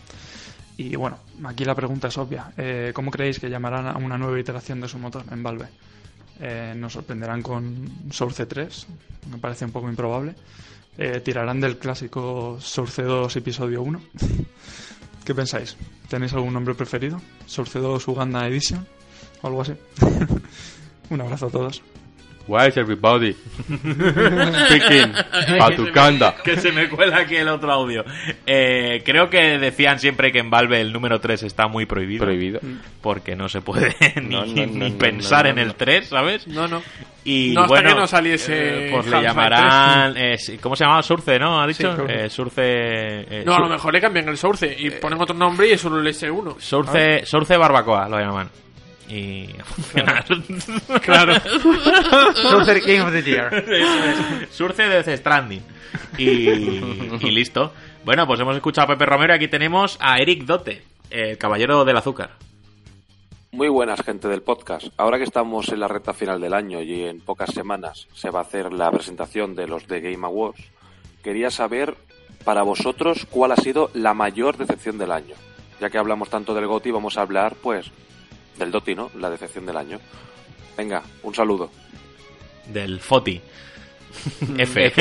[SPEAKER 11] Y bueno, aquí la pregunta es obvia. Eh, ¿Cómo creéis que llamarán a una nueva iteración de su motor en Valve? Eh, ¿Nos sorprenderán con Source 3? Me parece un poco improbable. Eh, ¿Tirarán del clásico Source 2 episodio 1? ¿Qué pensáis? ¿Tenéis algún nombre preferido? ¿Source 2 Uganda Edition? ¿O algo así? Un abrazo a todos.
[SPEAKER 2] Why is everybody speaking about Uganda?
[SPEAKER 3] Que se me cuela aquí el otro audio. Eh, creo que decían siempre que en Valve el número 3 está muy prohibido.
[SPEAKER 2] Prohibido.
[SPEAKER 3] Mm. Porque no se puede ni,
[SPEAKER 2] No, no,
[SPEAKER 3] ni
[SPEAKER 2] no, no,
[SPEAKER 3] pensar
[SPEAKER 2] no,
[SPEAKER 3] en el
[SPEAKER 2] no.
[SPEAKER 3] 3, ¿sabes?
[SPEAKER 5] No, no.
[SPEAKER 3] Y
[SPEAKER 5] No, hasta
[SPEAKER 3] bueno,
[SPEAKER 5] que no saliese
[SPEAKER 3] eh, pues le
[SPEAKER 5] Half-Life
[SPEAKER 3] llamarán. eh, sí, ¿Cómo se llamaba? Surce, ¿no? ¿Ha dicho?
[SPEAKER 11] Sí, Surce.
[SPEAKER 3] Eh, Surce. eh,
[SPEAKER 5] No, a
[SPEAKER 3] Sur-
[SPEAKER 5] lo mejor
[SPEAKER 3] Eh,
[SPEAKER 5] le cambian el source y ponen otro nombre y es solo el S1.
[SPEAKER 3] Surce, Surce Barbacoa lo llaman. y a funcionar.
[SPEAKER 5] Claro.
[SPEAKER 4] Surfer Game of the Year.
[SPEAKER 3] Eso es. Surce de Death Stranding. Y, y listo. Bueno, pues hemos escuchado a Pepe Romero y aquí tenemos a Eric Dote, el caballero del azúcar.
[SPEAKER 12] Muy buenas, gente del podcast. Ahora que estamos en la recta final del año y en pocas semanas se va a hacer la presentación de los The Game Awards, quería saber para vosotros cuál ha sido la mayor decepción del año. Ya que hablamos tanto del GOTI, vamos a hablar, pues, del DOTI, ¿no? La decepción del año. Venga, un saludo.
[SPEAKER 3] Del FOTI. F.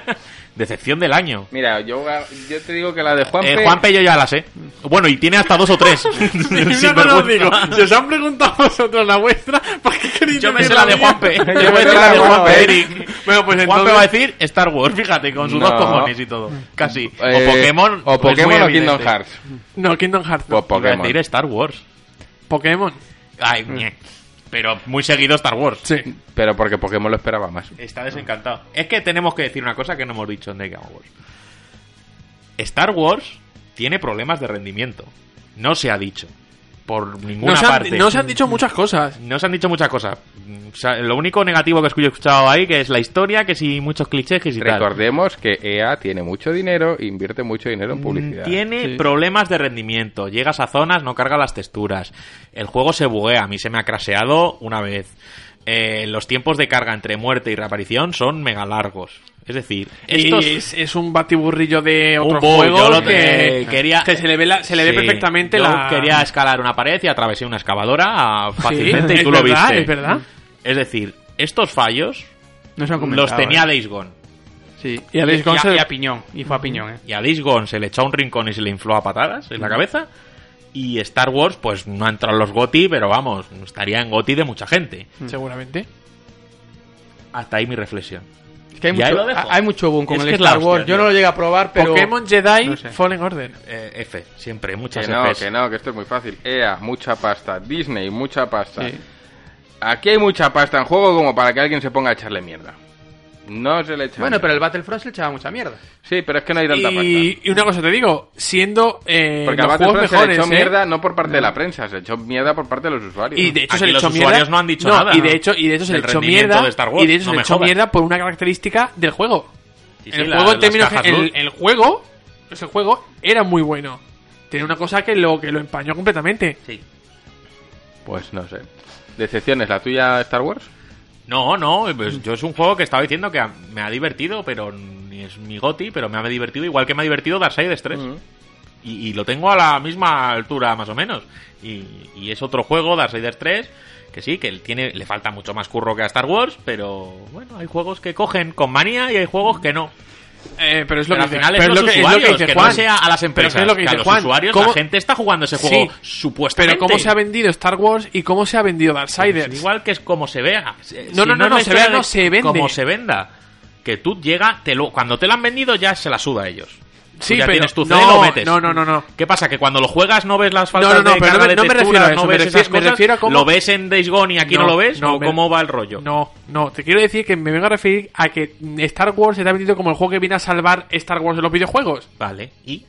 [SPEAKER 3] Decepción del año.
[SPEAKER 2] Mira, yo, yo te digo que la de Juanpe...
[SPEAKER 3] Eh, Juanpe yo ya la sé. Bueno, y tiene hasta dos o tres. Sin
[SPEAKER 5] Yo no
[SPEAKER 3] vergüenza.
[SPEAKER 5] lo digo. Si os han preguntado vosotros la vuestra, ¿para qué queréis
[SPEAKER 3] Yo me
[SPEAKER 5] decir
[SPEAKER 3] sé la de
[SPEAKER 5] mía?
[SPEAKER 3] Juanpe. Yo me sé la de Juanpe, Eric.
[SPEAKER 5] Bueno, pues
[SPEAKER 3] Juanpe
[SPEAKER 5] entonces...
[SPEAKER 3] va a decir Star Wars, fíjate, con sus
[SPEAKER 2] No.
[SPEAKER 3] dos cojones y todo. Casi.
[SPEAKER 2] Eh,
[SPEAKER 3] o Pokémon.
[SPEAKER 2] o
[SPEAKER 3] es muy
[SPEAKER 2] Pokémon o
[SPEAKER 3] evidente.
[SPEAKER 2] Kingdom Hearts.
[SPEAKER 5] No, Kingdom Hearts. no.
[SPEAKER 2] Pues Pokémon.
[SPEAKER 3] Iba a decir Star Wars.
[SPEAKER 5] Pokémon.
[SPEAKER 3] Ay, ñe. Pero muy seguido Star Wars.
[SPEAKER 5] Sí.
[SPEAKER 2] Pero porque Pokémon lo esperaba más.
[SPEAKER 3] Está desencantado. Es que tenemos que decir una cosa que no hemos dicho en The Game Awards. Star Wars tiene problemas de rendimiento. No se ha dicho. Por ninguna
[SPEAKER 5] No se, han,
[SPEAKER 3] parte.
[SPEAKER 5] no se han dicho muchas cosas.
[SPEAKER 3] No se han dicho muchas cosas. Mm, o sea, lo único negativo que he escuchado ahí que es la historia, que si muchos clichés que si tal.
[SPEAKER 2] Recordemos que EA tiene mucho dinero e invierte mucho dinero en publicidad.
[SPEAKER 3] Tiene
[SPEAKER 11] Sí.
[SPEAKER 3] problemas de rendimiento. Llegas a zonas, no carga las texturas. El juego se buguea. A mí se me ha craseado una vez. Eh, los tiempos de carga entre muerte y reaparición son mega largos. Es decir, estos...
[SPEAKER 5] Y es, es un batiburrillo de
[SPEAKER 3] Un
[SPEAKER 5] otro
[SPEAKER 3] bug,
[SPEAKER 5] juego
[SPEAKER 3] yo lo que
[SPEAKER 5] que,
[SPEAKER 3] quería-
[SPEAKER 5] que se le ve, la- se le ve
[SPEAKER 3] Sí,
[SPEAKER 5] perfectamente
[SPEAKER 3] yo
[SPEAKER 5] la...
[SPEAKER 3] quería escalar una pared y atravesé una excavadora ah,
[SPEAKER 5] Sí,
[SPEAKER 3] fácilmente y
[SPEAKER 5] es
[SPEAKER 3] tú lo
[SPEAKER 5] verdad,
[SPEAKER 3] viste.
[SPEAKER 5] Es verdad.
[SPEAKER 3] Es decir, estos fallos
[SPEAKER 4] No se han comentado,
[SPEAKER 3] los tenía
[SPEAKER 4] ¿eh?
[SPEAKER 3] Days Gone.
[SPEAKER 4] Sí.
[SPEAKER 5] Y a Days Gone
[SPEAKER 4] y,
[SPEAKER 5] se-
[SPEAKER 4] y a Piñón. Y fue a Piñón, ¿eh?
[SPEAKER 3] Y a Days Gone se le echó a un rincón y se le infló a patadas en la cabeza. Y Star Wars, pues no ha entrado en los GOTI, pero vamos, estaría en GOTI de mucha gente.
[SPEAKER 5] Mm. Seguramente.
[SPEAKER 3] Hasta ahí mi reflexión.
[SPEAKER 4] Es que hay
[SPEAKER 3] Y ahí
[SPEAKER 4] mucho,
[SPEAKER 3] lo dejo.
[SPEAKER 4] hay mucho boom con
[SPEAKER 3] Es
[SPEAKER 4] el
[SPEAKER 3] que es la
[SPEAKER 4] Star Wars.
[SPEAKER 3] hostia,
[SPEAKER 4] Yo no
[SPEAKER 3] tío.
[SPEAKER 4] lo llegué a probar, pero...
[SPEAKER 5] Pokémon Jedi
[SPEAKER 4] no sé.
[SPEAKER 5] Fallen Order.
[SPEAKER 3] Eh, F, siempre, muchas
[SPEAKER 2] Que no,
[SPEAKER 3] Fs.
[SPEAKER 2] que no, que esto es muy fácil. EA, mucha pasta. Disney, mucha pasta.
[SPEAKER 4] Sí.
[SPEAKER 2] Aquí hay mucha pasta en juego como para que alguien se ponga a echarle mierda. No se le echa
[SPEAKER 4] Bueno,
[SPEAKER 2] mierda.
[SPEAKER 4] pero el Battlefront se le echaba mucha mierda.
[SPEAKER 2] Sí, pero es que no hay tanta
[SPEAKER 5] Y,
[SPEAKER 2] pasta.
[SPEAKER 5] y una cosa te digo, siendo eh,
[SPEAKER 2] Porque a
[SPEAKER 5] los juegos
[SPEAKER 2] Battlefront se le
[SPEAKER 5] mejores,
[SPEAKER 2] echó
[SPEAKER 5] ¿eh?
[SPEAKER 2] mierda no por parte de la prensa, se echó mierda por parte de los usuarios.
[SPEAKER 5] Y de hecho
[SPEAKER 3] Aquí
[SPEAKER 5] se le
[SPEAKER 3] los
[SPEAKER 5] echó
[SPEAKER 3] usuarios
[SPEAKER 5] mierda.
[SPEAKER 3] no han dicho nada.
[SPEAKER 5] Y de hecho, y de hecho se le
[SPEAKER 3] Del
[SPEAKER 5] echó
[SPEAKER 3] rendimiento
[SPEAKER 5] mierda.
[SPEAKER 3] de Star Wars,
[SPEAKER 5] y de hecho
[SPEAKER 3] no
[SPEAKER 5] se
[SPEAKER 3] me
[SPEAKER 5] le echó
[SPEAKER 3] jodas.
[SPEAKER 5] mierda por una característica del juego.
[SPEAKER 3] Sí, sí,
[SPEAKER 5] el
[SPEAKER 3] la-
[SPEAKER 5] juego en
[SPEAKER 3] las
[SPEAKER 5] términos
[SPEAKER 3] cajas
[SPEAKER 5] el,
[SPEAKER 3] luz.
[SPEAKER 5] el juego, ese juego era muy bueno. Tiene una cosa que lo que lo empañó completamente.
[SPEAKER 3] Sí.
[SPEAKER 2] Pues no sé. Decepciones, la tuya Star Wars.
[SPEAKER 3] No, no, pues yo es un juego que estaba diciendo que a- me ha divertido, pero ni es mi goti, pero me ha divertido igual que me ha divertido Darksiders 3. y, y lo tengo a la misma altura más o menos. Y, y es otro juego, Darksiders 3, que sí, que tiene, le falta mucho más curro que a Star Wars, pero bueno, hay juegos que cogen con manía y hay juegos que no.
[SPEAKER 5] Eh, pero es lo
[SPEAKER 3] Pero al
[SPEAKER 5] que dice-
[SPEAKER 3] final es
[SPEAKER 5] pero
[SPEAKER 3] los
[SPEAKER 5] lo que- es lo
[SPEAKER 3] usuarios,
[SPEAKER 5] que
[SPEAKER 3] que,
[SPEAKER 5] dice
[SPEAKER 3] no
[SPEAKER 5] Juan.
[SPEAKER 3] sea a las
[SPEAKER 5] Pero es
[SPEAKER 3] empresas,
[SPEAKER 5] que es lo que
[SPEAKER 3] que a
[SPEAKER 5] dice
[SPEAKER 3] los
[SPEAKER 5] Juan.
[SPEAKER 3] usuarios,
[SPEAKER 5] ¿Cómo-
[SPEAKER 3] la gente está jugando ese juego
[SPEAKER 5] Sí,
[SPEAKER 3] supuestamente.
[SPEAKER 5] Pero cómo se ha vendido Star Wars y cómo se ha vendido Darksiders.
[SPEAKER 3] Pues igual que es como se vea. Eh,
[SPEAKER 5] No, no, no,
[SPEAKER 3] es
[SPEAKER 5] no,
[SPEAKER 3] la
[SPEAKER 5] se vea,
[SPEAKER 3] historia de
[SPEAKER 5] no, se vende.
[SPEAKER 3] Como se venda. Que tú llega, te lo, cuando te lo han vendido ya se la suda a ellos. Tú
[SPEAKER 5] Sí,
[SPEAKER 3] ya
[SPEAKER 5] pero-
[SPEAKER 3] tienes tu CD
[SPEAKER 5] no,
[SPEAKER 3] y lo metes.
[SPEAKER 5] no, no, no, no.
[SPEAKER 3] ¿Qué pasa? Que cuando lo juegas no ves las faltas
[SPEAKER 5] No, no, no,
[SPEAKER 3] de
[SPEAKER 5] pero
[SPEAKER 3] carga
[SPEAKER 5] no me-
[SPEAKER 3] de
[SPEAKER 5] no me refiero
[SPEAKER 3] texturas,
[SPEAKER 5] a eso,
[SPEAKER 3] no
[SPEAKER 5] me
[SPEAKER 3] ves
[SPEAKER 5] refiero-
[SPEAKER 3] esas
[SPEAKER 5] me
[SPEAKER 3] cosas?
[SPEAKER 5] refiero a cómo-
[SPEAKER 3] ¿Lo ves en Days Gone y aquí no,
[SPEAKER 5] No,
[SPEAKER 3] lo ves?
[SPEAKER 5] no,
[SPEAKER 3] ¿O
[SPEAKER 5] me-
[SPEAKER 3] cómo va el rollo?
[SPEAKER 5] No, no, te quiero decir que me vengo a referir a que Star Wars se te ha vendido como el juego que viene a salvar Star Wars de los videojuegos.
[SPEAKER 3] Vale. ¿Y?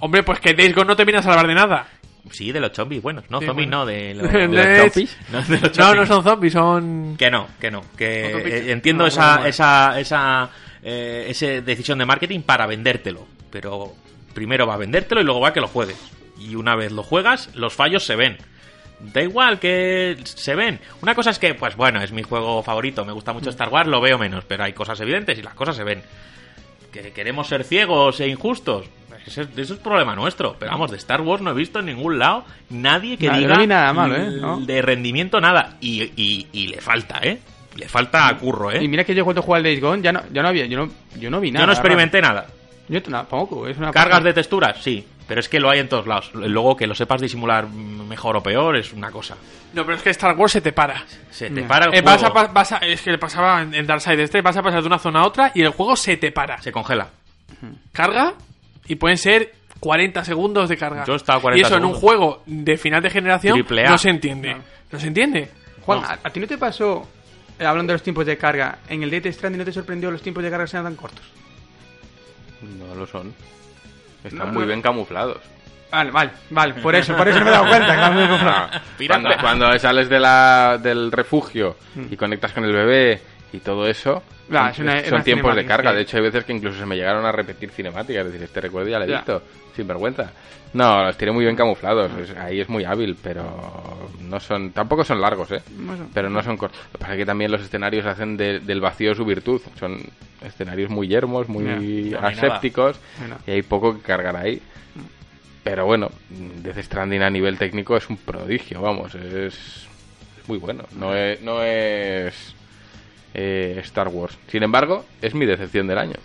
[SPEAKER 5] Hombre, pues que Days Gone no te viene a salvar de nada.
[SPEAKER 3] Sí, de los zombies, bueno. No,
[SPEAKER 5] Sí,
[SPEAKER 3] zombies
[SPEAKER 5] bueno.
[SPEAKER 3] no, de los...
[SPEAKER 5] De los zombies.
[SPEAKER 3] No, de los
[SPEAKER 5] No,
[SPEAKER 3] zombies.
[SPEAKER 5] no son zombies,
[SPEAKER 4] Mm.
[SPEAKER 5] son...
[SPEAKER 3] Que no, que no. Que
[SPEAKER 5] Otro
[SPEAKER 3] eh,
[SPEAKER 5] pitch.
[SPEAKER 3] entiendo
[SPEAKER 5] No,
[SPEAKER 3] esa,
[SPEAKER 5] no, no.
[SPEAKER 3] esa, esa, eh, ese decisión de marketing para vendértelo. Pero primero va a vendértelo y luego va a que lo juegues. Y una vez lo juegas, los fallos se ven. Da igual que se ven. Una cosa es que, pues bueno, es mi juego favorito, me gusta
[SPEAKER 4] Mm.
[SPEAKER 3] mucho Star Wars, lo veo menos, pero hay cosas evidentes y las cosas se ven. Que queremos ser ciegos e injustos. Ese- eso es problema nuestro. Pero vamos, de Star Wars no he visto en ningún lado nadie que
[SPEAKER 4] No, yo
[SPEAKER 3] diga
[SPEAKER 4] no vi nada malo, ¿eh?
[SPEAKER 3] "Mm,
[SPEAKER 4] ¿No?
[SPEAKER 3] de rendimiento nada. Y, y- y le falta, ¿eh? Le falta curro, ¿eh?
[SPEAKER 4] Y mira que yo cuando jugué al Days Gone ya no, ya no había... Yo no, yo no vi nada.
[SPEAKER 3] Yo no experimenté nada.
[SPEAKER 4] raro. Yo tampoco. Es una
[SPEAKER 3] Cargas
[SPEAKER 4] cosa-
[SPEAKER 3] de texturas, sí. Pero es que lo hay en todos lados. Luego que lo sepas disimular mejor o peor es una cosa.
[SPEAKER 5] No, pero es que Star Wars se te para.
[SPEAKER 3] Se te
[SPEAKER 4] No.
[SPEAKER 3] para el
[SPEAKER 5] Eh, vas a
[SPEAKER 3] juego,
[SPEAKER 5] pa- vas a- es que le pasaba en, en Darksiders 3, vas a pasar de una zona a otra y el juego se te para.
[SPEAKER 3] se congela.
[SPEAKER 5] Carga y pueden ser 40 segundos de carga.
[SPEAKER 3] Yo he estado a 40
[SPEAKER 5] y eso en un
[SPEAKER 3] segundos.
[SPEAKER 5] juego de final de generación
[SPEAKER 3] Triple A.
[SPEAKER 5] no se entiende. No, se entiende.
[SPEAKER 4] Juan,
[SPEAKER 3] No.
[SPEAKER 4] ¿a, a ti no te pasó, eh, hablando de los tiempos de carga, en el Date Stranding no te sorprendió los tiempos de carga que sean tan cortos?
[SPEAKER 2] No lo son.
[SPEAKER 4] No,
[SPEAKER 2] Están muy
[SPEAKER 4] no.
[SPEAKER 2] bien camuflados.
[SPEAKER 4] Vale, vale, vale. Por eso, por eso no me he dado cuenta. que me he confundido.
[SPEAKER 2] cuando, cuando sales de la, del refugio y conectas con el bebé y todo eso,
[SPEAKER 4] Ah, Hmm. es una-
[SPEAKER 2] son
[SPEAKER 4] una
[SPEAKER 2] tiempos de
[SPEAKER 4] cinemática,
[SPEAKER 2] carga.
[SPEAKER 4] sí.
[SPEAKER 2] De hecho, hay veces que incluso se me llegaron a repetir cinemáticas. Es decir, este recuerdo ya lo he
[SPEAKER 4] Ya.
[SPEAKER 2] visto, sin vergüenza. No, los tiene muy bien camuflados. es- ahí es muy hábil, pero no son tampoco son largos, ¿eh?
[SPEAKER 4] Bueno.
[SPEAKER 2] Pero no son cortos. Lo que pasa es que también los escenarios hacen de- del vacío su virtud. Son escenarios muy yermos, muy
[SPEAKER 4] Ya. No hay nada.
[SPEAKER 2] asépticos,
[SPEAKER 4] No hay nada.
[SPEAKER 2] y hay poco que cargar ahí. Pero bueno, Death Stranding a nivel técnico es un prodigio, vamos, es es muy bueno. No es, no es eh, Star Wars. Sin embargo, es mi decepción del año.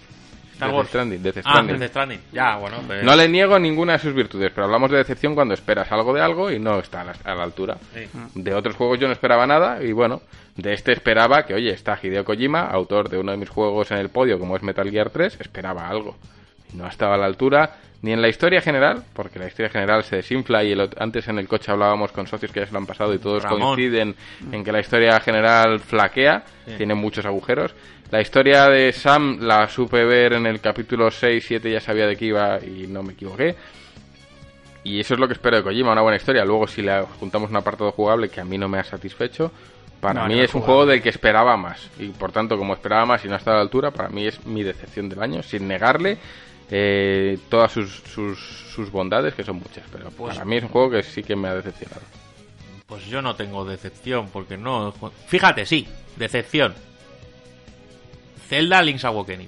[SPEAKER 3] Star
[SPEAKER 2] Death
[SPEAKER 3] Wars.
[SPEAKER 2] Stranding, Death
[SPEAKER 3] Ah,
[SPEAKER 2] Stranding.
[SPEAKER 3] Death Stranding. Ya, bueno, pues-
[SPEAKER 2] No le niego ninguna de sus virtudes, pero hablamos de decepción cuando esperas algo de algo y no está a la, a la altura.
[SPEAKER 3] Sí.
[SPEAKER 2] De otros juegos yo no esperaba nada y bueno, de este esperaba que, oye, está Hideo Kojima, autor de uno de mis juegos en el podio como es Metal Gear 3, esperaba algo. No ha estado a la altura ni en la historia general, porque la historia general se desinfla y el ot- antes en el coche hablábamos con socios que ya se lo han pasado y todos
[SPEAKER 3] Ramón.
[SPEAKER 2] coinciden en que la historia general flaquea,
[SPEAKER 3] Sí.
[SPEAKER 2] tiene muchos agujeros. La historia de Sam la supe ver en el capítulo 6, 7, ya sabía de qué iba y no me equivoqué. Y eso es lo que espero de Kojima, una buena historia. Luego, si le juntamos un apartado jugable que a mí no me ha satisfecho, para
[SPEAKER 3] No,
[SPEAKER 2] mí
[SPEAKER 3] no
[SPEAKER 2] es un
[SPEAKER 3] jugable.
[SPEAKER 2] juego del que esperaba más. Y por tanto, como esperaba más y no ha estado a la altura, para mí es mi decepción del año, sin negarle eh, todas sus, sus, sus bondades, que son muchas. Pero
[SPEAKER 3] Pues-
[SPEAKER 2] para mí es un juego que sí que me ha decepcionado.
[SPEAKER 3] Pues yo no tengo decepción, porque no. Fíjate, sí, decepción. Zelda Link's Awakening.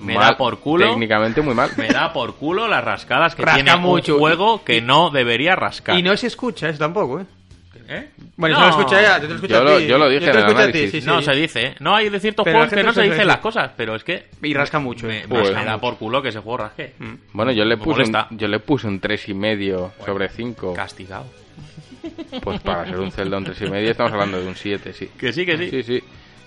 [SPEAKER 3] Me
[SPEAKER 2] Mal,
[SPEAKER 3] da por culo.
[SPEAKER 2] Técnicamente muy mal.
[SPEAKER 3] Me da por culo las rascadas que
[SPEAKER 4] Rasca
[SPEAKER 3] tiene
[SPEAKER 4] mucho.
[SPEAKER 3] un juego que no debería rascar.
[SPEAKER 4] Y no se escucha eso tampoco, ¿eh?
[SPEAKER 3] ¿Eh?
[SPEAKER 4] Bueno, si no lo escucha ella, yo te lo escucho
[SPEAKER 2] Yo
[SPEAKER 4] a
[SPEAKER 2] lo-
[SPEAKER 4] ti.
[SPEAKER 2] yo lo dije
[SPEAKER 4] te
[SPEAKER 2] en el
[SPEAKER 4] escucho a ti,
[SPEAKER 2] análisis.
[SPEAKER 4] sí, sí.
[SPEAKER 3] No se dice, ¿eh? No, hay de ciertos
[SPEAKER 4] Pero la
[SPEAKER 3] juegos que
[SPEAKER 4] gente
[SPEAKER 3] no se
[SPEAKER 4] suele
[SPEAKER 3] dicen
[SPEAKER 4] decir.
[SPEAKER 3] las cosas, pero es que.
[SPEAKER 4] Y rasca mucho, ¿eh? Mm.
[SPEAKER 3] Me,
[SPEAKER 2] Pues-
[SPEAKER 3] me da por culo que ese juego rasque.
[SPEAKER 2] Bueno, yo le
[SPEAKER 3] Me
[SPEAKER 2] puse un,
[SPEAKER 3] molesta.
[SPEAKER 2] yo le puse un 3,5 sobre 5.
[SPEAKER 3] Castigado.
[SPEAKER 2] Pues para ser un Zelda un 3,5 estamos hablando de un 7, sí.
[SPEAKER 3] Que sí, que sí.
[SPEAKER 2] Sí, sí.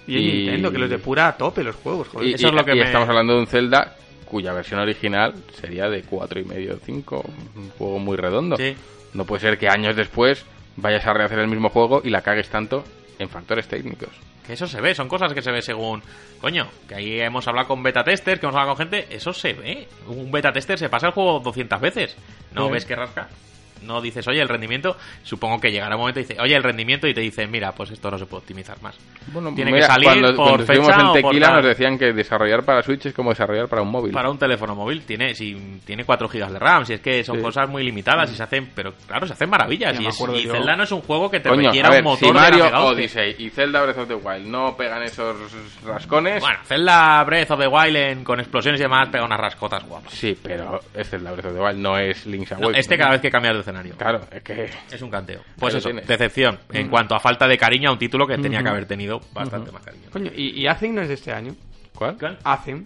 [SPEAKER 4] Y, hay Nintendo, que los depura a tope los juegos, joder.
[SPEAKER 2] Y, y- y este- estamos hablando de un Zelda cuya versión original sería de 4,5 o 5. Un juego muy redondo.
[SPEAKER 3] Sí.
[SPEAKER 2] No puede ser que años después vayas a rehacer el mismo juego y la cagues tanto en factores técnicos.
[SPEAKER 3] Que eso se ve, son cosas que se ve según. Coño, que ahí hemos hablado con beta testers, que hemos hablado con gente, eso se ve. Un beta tester se pasa el juego 200 veces. ¿No
[SPEAKER 4] Sí.
[SPEAKER 3] ves que rasca? No dices, oye, el rendimiento. Supongo que llegará un momento y dice, oye, el rendimiento, y te dicen, mira, pues esto no se puede optimizar más.
[SPEAKER 2] Bueno,
[SPEAKER 3] Tiene
[SPEAKER 2] mira,
[SPEAKER 3] que salir
[SPEAKER 2] cuando,
[SPEAKER 3] por
[SPEAKER 2] cuando estuvimos
[SPEAKER 3] fecha
[SPEAKER 2] en
[SPEAKER 3] o por
[SPEAKER 2] Tequila
[SPEAKER 3] tal.
[SPEAKER 2] nos decían que desarrollar para Switch es como desarrollar para un móvil.
[SPEAKER 3] Para un teléfono móvil tiene si tiene 4 gigas de RAM, si es que son
[SPEAKER 2] Sí.
[SPEAKER 3] cosas muy limitadas y se hacen, pero claro, se hacen maravillas.
[SPEAKER 2] Ya
[SPEAKER 3] y
[SPEAKER 2] me
[SPEAKER 3] es-
[SPEAKER 2] acuerdo
[SPEAKER 3] y
[SPEAKER 2] yo.
[SPEAKER 3] Zelda no es un juego que te
[SPEAKER 2] Coño,
[SPEAKER 3] requiera
[SPEAKER 2] a ver,
[SPEAKER 3] un motor
[SPEAKER 2] si
[SPEAKER 3] de la
[SPEAKER 2] Mario
[SPEAKER 3] mega hostia.
[SPEAKER 2] Odyssey y Zelda Breath of the Wild no pegan esos rascones...
[SPEAKER 3] Bueno, Zelda Breath of the Wild en- con explosiones y demás pega unas rascotas guapas.
[SPEAKER 2] Sí, pero es Zelda Breath of the Wild, no es Link's
[SPEAKER 3] No,
[SPEAKER 2] Awakening.
[SPEAKER 3] este cada vez que cambias de escenario.
[SPEAKER 2] Claro, es que...
[SPEAKER 3] Es un canteo. Pues
[SPEAKER 2] Pero
[SPEAKER 3] eso,
[SPEAKER 2] tiene. Mm.
[SPEAKER 3] decepción. En cuanto a falta de cariño a un título que tenía que
[SPEAKER 4] Ujú.
[SPEAKER 3] haber tenido bastante más cariño.
[SPEAKER 4] Coño, ¿y, y Anthem no es de este año?
[SPEAKER 2] ¿Cuál?
[SPEAKER 4] Anthem.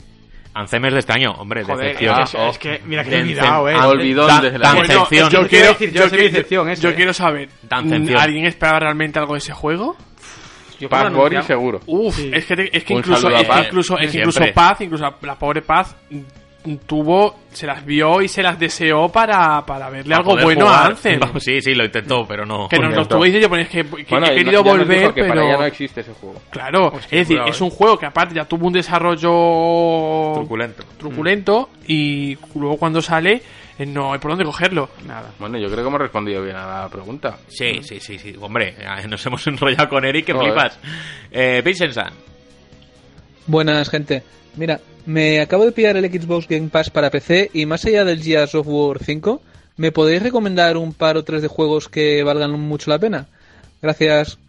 [SPEAKER 3] Anthem es de este año, hombre,
[SPEAKER 4] Joder,
[SPEAKER 3] decepción.
[SPEAKER 4] es,
[SPEAKER 2] Oh.
[SPEAKER 4] es que, mira que lo he
[SPEAKER 3] Dencem-
[SPEAKER 4] olvidado, eh.
[SPEAKER 3] Ah,
[SPEAKER 2] olvidón
[SPEAKER 3] Tan-
[SPEAKER 2] desde la-
[SPEAKER 3] tan
[SPEAKER 2] Bueno,
[SPEAKER 3] decepción.
[SPEAKER 5] Yo
[SPEAKER 4] Yo
[SPEAKER 5] quiero,
[SPEAKER 4] iba a decir- yo
[SPEAKER 5] yo
[SPEAKER 4] sé
[SPEAKER 5] quiero-
[SPEAKER 4] decepción, eso,
[SPEAKER 5] yo
[SPEAKER 4] eh.
[SPEAKER 5] quiero saber,
[SPEAKER 3] Dancepción.
[SPEAKER 5] ¿alguien esperaba realmente algo de ese juego?
[SPEAKER 4] Yo creo que
[SPEAKER 2] Paz
[SPEAKER 4] lo
[SPEAKER 2] Bori
[SPEAKER 4] anunciaron.
[SPEAKER 2] seguro.
[SPEAKER 5] Uf, es que, te- es que
[SPEAKER 2] Un
[SPEAKER 5] incluso,
[SPEAKER 2] saludo a
[SPEAKER 5] es que
[SPEAKER 2] Paz.
[SPEAKER 5] incluso, es que
[SPEAKER 3] Siempre.
[SPEAKER 5] incluso Paz, incluso la, la pobre Paz mm, tuvo, se las vio y se las deseó para, para verle
[SPEAKER 3] Para
[SPEAKER 5] algo
[SPEAKER 3] poder
[SPEAKER 5] bueno
[SPEAKER 3] jugar.
[SPEAKER 5] a Ansem.
[SPEAKER 3] Vamos, Sí, sí, lo intentó, pero no.
[SPEAKER 5] Que nos lo
[SPEAKER 2] Cierto.
[SPEAKER 5] estuvo diciendo, pero es que, que
[SPEAKER 2] Bueno,
[SPEAKER 5] he
[SPEAKER 2] y no-
[SPEAKER 5] querido
[SPEAKER 2] ya nos
[SPEAKER 5] volver,
[SPEAKER 2] dijo que
[SPEAKER 5] pero...
[SPEAKER 2] para ella no existe ese juego.
[SPEAKER 5] Claro, es decir,
[SPEAKER 3] cuidado,
[SPEAKER 5] es
[SPEAKER 3] eh.
[SPEAKER 5] un juego que aparte ya tuvo un desarrollo
[SPEAKER 3] Truculento.
[SPEAKER 5] truculento
[SPEAKER 3] Mm.
[SPEAKER 5] y luego cuando sale eh, no hay por dónde cogerlo.
[SPEAKER 4] Nada.
[SPEAKER 2] Bueno, yo creo que hemos respondido bien a la pregunta.
[SPEAKER 3] Sí, sí, sí, sí. Hombre, eh, nos hemos enrollado con Eric que
[SPEAKER 2] Joder.
[SPEAKER 3] flipas. Eh, Vincent San.
[SPEAKER 13] Buenas, gente. Mira, me acabo de pillar el Xbox Game Pass para PC y más allá del Gears of War 5, ¿me podéis recomendar un par o tres de juegos que valgan mucho la pena? Gracias.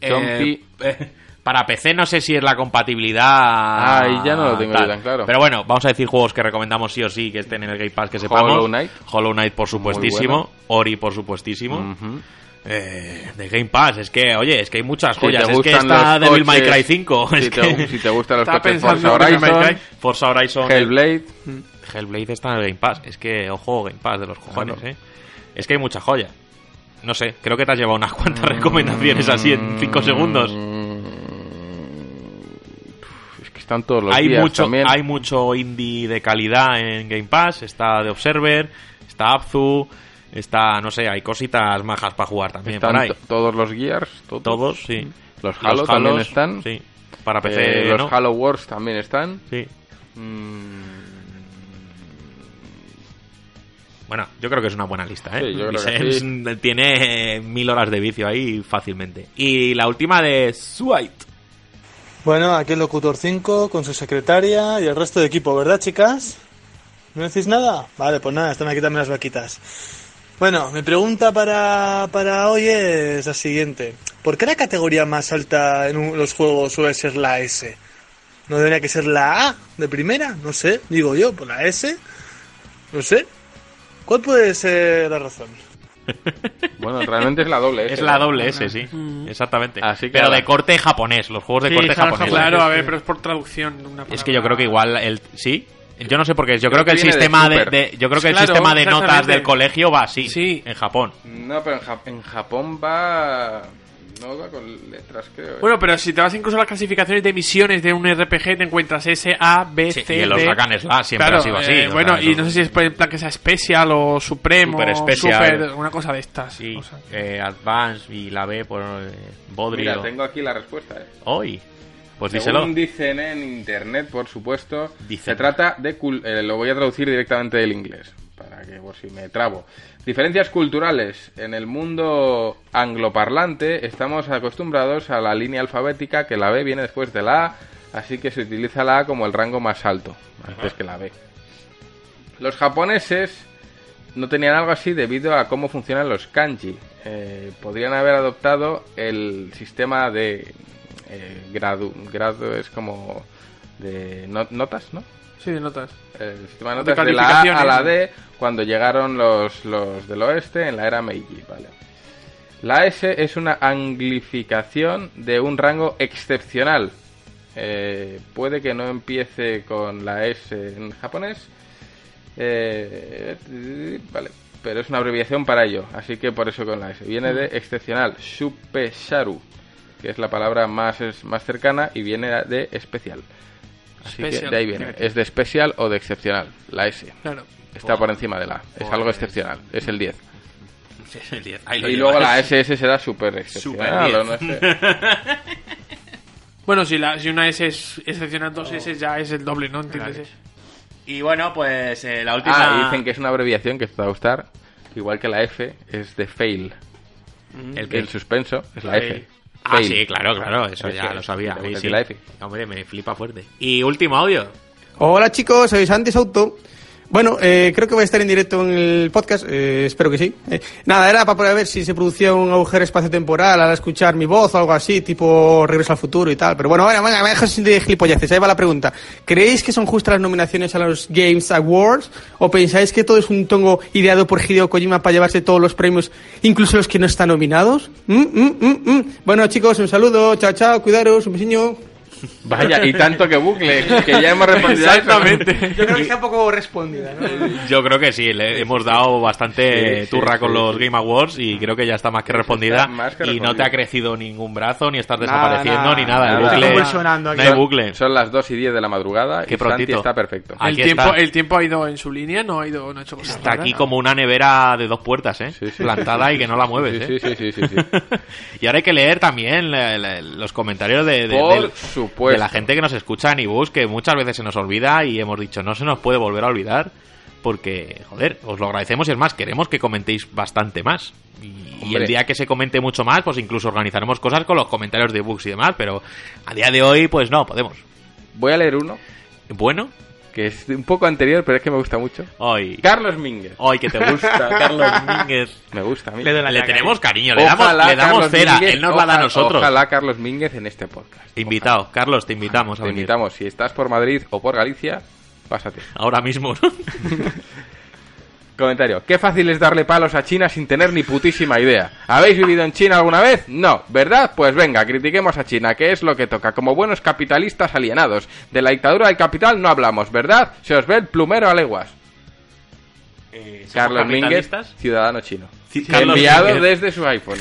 [SPEAKER 3] Eh,
[SPEAKER 2] Chompi.
[SPEAKER 3] eh, para PC no sé si es la compatibilidad. Ah,
[SPEAKER 2] Ay, ya no lo tengo yo tan claro.
[SPEAKER 3] Pero bueno, vamos a decir juegos que recomendamos sí o sí que estén en el Game Pass que sepamos.
[SPEAKER 2] Hollow Knight.
[SPEAKER 3] Hollow Knight, por supuestísimo.
[SPEAKER 2] bueno.
[SPEAKER 3] Ori, por supuestísimo.
[SPEAKER 2] Ujú.
[SPEAKER 3] Eh, de Game Pass, es que, oye, es que hay muchas
[SPEAKER 2] Si
[SPEAKER 3] joyas.
[SPEAKER 2] te
[SPEAKER 3] es que
[SPEAKER 2] gustan
[SPEAKER 3] está
[SPEAKER 2] los
[SPEAKER 3] Devil May
[SPEAKER 2] coches,
[SPEAKER 3] Cry 5.
[SPEAKER 2] Si,
[SPEAKER 3] es
[SPEAKER 2] te,
[SPEAKER 3] que
[SPEAKER 2] si te gustan los
[SPEAKER 5] Estaba
[SPEAKER 2] coches
[SPEAKER 5] pensando
[SPEAKER 2] Forza
[SPEAKER 5] en Devil May
[SPEAKER 2] Horizon,
[SPEAKER 5] Cry.
[SPEAKER 3] Forza Horizon,
[SPEAKER 2] Hellblade...
[SPEAKER 3] Hellblade está en el Game Pass. Es que, ojo, Game Pass de los cojones,
[SPEAKER 2] Claro.
[SPEAKER 3] eh. Es que hay mucha joya. No sé, creo que te has llevado unas cuantas recomendaciones así en 5 segundos.
[SPEAKER 2] Mm, Es que están todos los
[SPEAKER 3] Hay
[SPEAKER 2] días
[SPEAKER 3] mucho,
[SPEAKER 2] también.
[SPEAKER 3] hay mucho indie de calidad en Game Pass. Está The Observer, está Abzu, está, no sé, hay cositas majas para jugar también
[SPEAKER 2] están
[SPEAKER 3] por ahí.
[SPEAKER 2] to- todos los Gears, todos.
[SPEAKER 3] Todos, sí.
[SPEAKER 2] Los Halo también
[SPEAKER 3] Halos,
[SPEAKER 2] están.
[SPEAKER 3] Sí. Para PC,
[SPEAKER 2] Eh, los
[SPEAKER 3] ¿no?
[SPEAKER 2] Halo Wars Mm, también están.
[SPEAKER 3] Sí.
[SPEAKER 2] Mm,
[SPEAKER 3] Bueno, yo creo que es una buena lista, ¿eh?
[SPEAKER 2] Sí, yo creo que
[SPEAKER 3] Vicens
[SPEAKER 2] sí.
[SPEAKER 3] tiene eh, mil horas de vicio ahí fácilmente. Y la última de Suite.
[SPEAKER 14] Bueno, aquí el locutor 5 con su secretaria y el resto de equipo, ¿verdad, chicas? ¿No decís nada? Vale, pues nada, están aquí también las vaquitas. Bueno, mi pregunta para, para hoy es la siguiente. ¿Por qué la categoría más alta en un- los juegos suele ser la S? ¿No debería que ser la A de primera? No sé, digo yo, por la S. No sé. ¿Cuál puede ser la razón?
[SPEAKER 2] Bueno, realmente es la doble ¿eh? S.
[SPEAKER 3] Es la
[SPEAKER 2] ¿no?
[SPEAKER 3] doble S, sí. Mm. Exactamente.
[SPEAKER 2] Así que
[SPEAKER 3] pero
[SPEAKER 2] ahora-
[SPEAKER 3] de corte japonés, los juegos de
[SPEAKER 5] Sí,
[SPEAKER 3] corte
[SPEAKER 5] claro,
[SPEAKER 3] japonés.
[SPEAKER 5] Claro, a ver, pero es por traducción. Una
[SPEAKER 3] Es que yo creo que igual el sí. Yo no sé por qué. Yo creo,
[SPEAKER 2] Creo
[SPEAKER 3] que el
[SPEAKER 2] que viene de
[SPEAKER 3] sistema de,
[SPEAKER 2] Super.
[SPEAKER 3] de- yo creo que el
[SPEAKER 2] Claro,
[SPEAKER 3] sistema de notas
[SPEAKER 2] exactamente.
[SPEAKER 3] del colegio va así. En Japón.
[SPEAKER 2] No, pero en, Jap- en Japón va. No va con letras, creo. ¿eh?
[SPEAKER 5] Bueno, pero si te vas incluso a las clasificaciones de misiones de un RPG, te encuentras S, A, B,
[SPEAKER 3] Sí,
[SPEAKER 5] C.
[SPEAKER 3] y en los
[SPEAKER 5] D.
[SPEAKER 3] Rakan Slash siempre
[SPEAKER 5] Claro,
[SPEAKER 3] ha sido así,
[SPEAKER 5] eh,
[SPEAKER 3] o
[SPEAKER 5] bueno,
[SPEAKER 3] sea,
[SPEAKER 5] y
[SPEAKER 3] eso-
[SPEAKER 5] no sé si es en plan que sea Special o Supremo.
[SPEAKER 3] Super Special.
[SPEAKER 5] Super, una cosa de estas.
[SPEAKER 3] Sí. Eh, Advance y la B por eh, Bodrio.
[SPEAKER 2] Mira, tengo aquí la respuesta, ¿eh?
[SPEAKER 3] Hoy. Pues díselo.
[SPEAKER 2] Según dicen en internet, por supuesto, se trata de... cul- eh, lo voy a traducir directamente del inglés, para que por si me trabo. Diferencias culturales. En el mundo angloparlante estamos acostumbrados a la línea alfabética que la B viene después de la A, así que se utiliza la A como el rango más alto, antes que la B. Los japoneses no tenían algo así debido a cómo funcionan los kanji. Eh, podrían haber adoptado el sistema de eh, grado. Grado es como de no- notas, ¿no?
[SPEAKER 5] Sí, de notas.
[SPEAKER 2] El sistema de
[SPEAKER 5] De
[SPEAKER 2] notas de, la A a la
[SPEAKER 5] calificaciones.
[SPEAKER 2] D cuando llegaron los, los del oeste en la era Meiji, ¿vale? La S es una anglificación de un rango excepcional. Eh, puede que no empiece con la S en japonés, eh, eh, vale, pero es una abreviación para ello, así que por eso con la S. Viene de excepcional, shupesharu, que es la palabra más, es, más cercana y viene de especial. Así que
[SPEAKER 5] Special.
[SPEAKER 2] de ahí viene, es de especial o de excepcional, la S.
[SPEAKER 5] Claro.
[SPEAKER 2] Está por encima de la A, es algo excepcional, es el 10.
[SPEAKER 3] El 10, ahí lo
[SPEAKER 2] Y luego
[SPEAKER 3] llevas.
[SPEAKER 2] la SS será super excepcional,
[SPEAKER 3] Super
[SPEAKER 2] o no
[SPEAKER 3] 10.
[SPEAKER 2] sé.
[SPEAKER 5] Bueno, si, la, si una S es excepcional, dos S ya es el doble, ¿no? ¿Entiendes?
[SPEAKER 3] Y bueno, pues eh, la última.
[SPEAKER 2] Ah, y dicen que es una abreviación que te va a gustar, igual que la F es de fail.
[SPEAKER 3] ¿El
[SPEAKER 2] El,
[SPEAKER 3] qué?
[SPEAKER 2] suspenso es la F.
[SPEAKER 3] Ah,
[SPEAKER 2] Fail.
[SPEAKER 3] sí, claro, claro, eso
[SPEAKER 2] Es
[SPEAKER 3] ya
[SPEAKER 2] que
[SPEAKER 3] lo sabía.
[SPEAKER 2] te
[SPEAKER 3] sí,
[SPEAKER 2] gusta
[SPEAKER 3] sí.
[SPEAKER 2] la F.
[SPEAKER 3] Hombre, me flipa fuerte. Y último audio.
[SPEAKER 15] Hola chicos, soy Santi Souto. Bueno, eh, creo que voy a estar en directo en el podcast, eh, espero que sí. Eh, nada, era para poder ver si se producía un agujero espaciotemporal al escuchar mi voz o algo así, tipo Regreso al Futuro y tal. Pero bueno, bueno, venga, me dejas sin de gilipolleces, ahí va la pregunta. ¿Creéis que son justas las nominaciones a los Games Awards? ¿O pensáis que todo es un tongo ideado por Hideo Kojima para llevarse todos los premios, incluso los que no están nominados? Mm, mm, mm, mm. Bueno chicos, un saludo, chao, chao, cuidaros, un besiño.
[SPEAKER 2] Vaya, y tanto que bucle, que ya hemos respondido. a eso.
[SPEAKER 15] Yo creo que está poco respondida, ¿no?
[SPEAKER 3] Yo creo que sí, le hemos dado bastante
[SPEAKER 2] Sí, sí,
[SPEAKER 3] turra
[SPEAKER 2] sí,
[SPEAKER 3] con
[SPEAKER 2] sí.
[SPEAKER 3] los Game Awards y creo que ya está más que respondida.
[SPEAKER 2] más que
[SPEAKER 3] y no
[SPEAKER 2] respondida.
[SPEAKER 3] te ha crecido ningún brazo, ni estás
[SPEAKER 2] Nada,
[SPEAKER 3] desapareciendo,
[SPEAKER 2] nada,
[SPEAKER 3] ni nada. El
[SPEAKER 2] nada.
[SPEAKER 3] bucle-
[SPEAKER 5] convulsionando aquí.
[SPEAKER 3] no hay bucle.
[SPEAKER 2] Son las 2 y 10 de la madrugada
[SPEAKER 3] Qué
[SPEAKER 2] y Santi
[SPEAKER 3] prontito.
[SPEAKER 2] está perfecto.
[SPEAKER 5] El tiempo, el tiempo ha ido en su línea, no ha ido, no ha hecho cosas
[SPEAKER 3] Está
[SPEAKER 5] raras.
[SPEAKER 3] aquí como una nevera de dos puertas, ¿eh? Plantada y que no la mueves,
[SPEAKER 2] Sí,
[SPEAKER 3] ¿eh?
[SPEAKER 2] sí, sí, sí, sí,
[SPEAKER 3] y ahora hay que leer también la- la- los comentarios de, de-
[SPEAKER 2] Por
[SPEAKER 3] del-
[SPEAKER 2] supuesto.
[SPEAKER 3] de la gente que nos escucha en iBus, que muchas veces se nos olvida y hemos dicho no se nos puede volver a olvidar porque, joder, os lo agradecemos y es más, queremos que comentéis bastante más. Y, y el
[SPEAKER 2] Hombre.
[SPEAKER 3] día que se comente mucho más, pues incluso organizaremos cosas con los comentarios de iBooks y demás, pero a día de hoy, pues no, podemos.
[SPEAKER 2] Voy a leer uno.
[SPEAKER 3] Bueno.
[SPEAKER 2] Que es un poco anterior, pero es que me gusta mucho.
[SPEAKER 3] Hoy.
[SPEAKER 2] Carlos Mínguez.
[SPEAKER 3] Hoy que te gusta, Carlos Mínguez.
[SPEAKER 2] Me gusta, a mí.
[SPEAKER 3] Le doy la Le caca. tenemos cariño, le damos- le damos
[SPEAKER 2] Carlos
[SPEAKER 3] cera, él nos la da a
[SPEAKER 2] ojalá-
[SPEAKER 3] nosotros.
[SPEAKER 2] Ojalá Carlos Mínguez en este podcast.
[SPEAKER 3] Invitado, Carlos, te invitamos.
[SPEAKER 2] Te invitamos. Si estás por Madrid o por Galicia, pásate.
[SPEAKER 3] Ahora mismo, ¿no?
[SPEAKER 2] Comentario. Qué fácil es darle palos a China sin tener ni putísima idea. ¿Habéis vivido en China alguna vez? No, ¿verdad? Pues venga, critiquemos a China, que es lo que toca. Como buenos capitalistas alienados. De la dictadura del capital no hablamos, ¿verdad? Se os ve el plumero a leguas. Carlos Mínguez, ciudadano chino.
[SPEAKER 5] Carlos
[SPEAKER 2] Enviado
[SPEAKER 5] Mínguez.
[SPEAKER 2] desde su iPhone.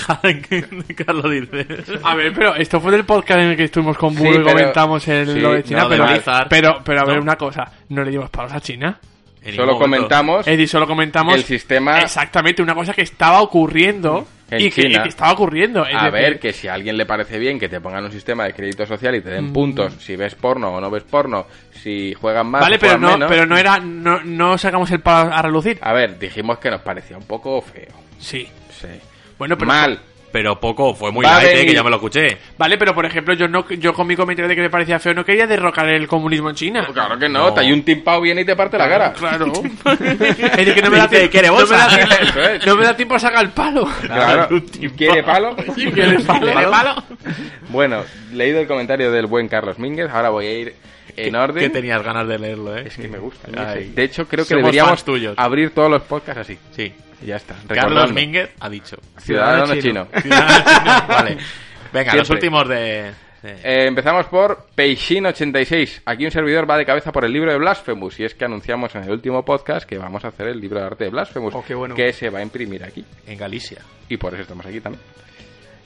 [SPEAKER 3] Carlos dice.
[SPEAKER 5] A ver, pero esto fue del podcast en el que estuvimos con
[SPEAKER 2] Sí,
[SPEAKER 5] Bull y
[SPEAKER 2] pero-
[SPEAKER 5] comentamos el
[SPEAKER 2] sí,
[SPEAKER 5] lo de China,
[SPEAKER 2] no, de
[SPEAKER 5] pero,
[SPEAKER 2] Blizzard.
[SPEAKER 5] pero, pero a ver
[SPEAKER 2] No.
[SPEAKER 5] una cosa, no le dimos palos a China.
[SPEAKER 2] ningún Solo momento. comentamos
[SPEAKER 5] Es decir, solo comentamos
[SPEAKER 2] el sistema-
[SPEAKER 5] Exactamente, una cosa que estaba ocurriendo
[SPEAKER 2] En
[SPEAKER 5] y, que, y
[SPEAKER 2] China.
[SPEAKER 5] que estaba ocurriendo. es
[SPEAKER 2] A
[SPEAKER 5] decir,
[SPEAKER 2] ver, que si a alguien le parece bien que te pongan un sistema de crédito social y te den
[SPEAKER 5] Mm.
[SPEAKER 2] puntos si ves porno o no ves porno, si juegan más
[SPEAKER 5] Vale,
[SPEAKER 2] o
[SPEAKER 5] pero
[SPEAKER 2] juegan
[SPEAKER 5] no,
[SPEAKER 2] menos.
[SPEAKER 5] pero no era. No, no sacamos el palo a relucir.
[SPEAKER 2] A ver, dijimos que nos parecía un poco feo.
[SPEAKER 5] Sí.
[SPEAKER 2] Sí.
[SPEAKER 5] Bueno, pero.
[SPEAKER 2] Mal.
[SPEAKER 3] Pero poco, fue muy
[SPEAKER 2] Va a
[SPEAKER 3] light, eh,
[SPEAKER 2] venir.
[SPEAKER 3] que ya me lo escuché.
[SPEAKER 5] Vale, pero por ejemplo, yo no yo con mi comentario de que me parecía feo no quería derrocar el comunismo en China.
[SPEAKER 2] Pues Claro que No, te hay un timpao viene y te parte la cara.
[SPEAKER 5] Claro, claro. Es decir, que no me da
[SPEAKER 2] Dice,
[SPEAKER 5] tiempo.
[SPEAKER 2] "Quiere
[SPEAKER 5] no me da
[SPEAKER 2] bolsa".
[SPEAKER 5] tiempo-
[SPEAKER 2] Eso es.
[SPEAKER 5] no me da tiempo a sacar el palo.
[SPEAKER 2] Claro. ¿Quiere palo?
[SPEAKER 5] ¿Quiere palo? ¿Quiere palo?
[SPEAKER 2] Bueno, leído el comentario del buen Carlos Mínguez, ahora voy a ir en orden.
[SPEAKER 3] Que tenías ganas de leerlo, eh.
[SPEAKER 2] Es que me gusta.
[SPEAKER 3] Ay.
[SPEAKER 2] De hecho, creo que
[SPEAKER 3] Somos
[SPEAKER 2] deberíamos
[SPEAKER 3] fans tuyos.
[SPEAKER 2] abrir todos los podcasts así.
[SPEAKER 3] Sí.
[SPEAKER 2] Y ya está.
[SPEAKER 3] Carlos
[SPEAKER 2] Recordadlo.
[SPEAKER 3] Mínguez ha dicho.
[SPEAKER 2] Ciudadano, chino.
[SPEAKER 3] Ciudadano chino. Vale. Venga, los
[SPEAKER 2] Siempre.
[SPEAKER 3] últimos de.
[SPEAKER 2] Eh, empezamos por Peixin86. Aquí un servidor va de cabeza por el libro de Blasphemous. Y es que anunciamos en el último podcast que vamos a hacer el libro de arte de Blasphemous. Que se va a imprimir aquí.
[SPEAKER 3] En Galicia.
[SPEAKER 2] Y por eso estamos aquí también.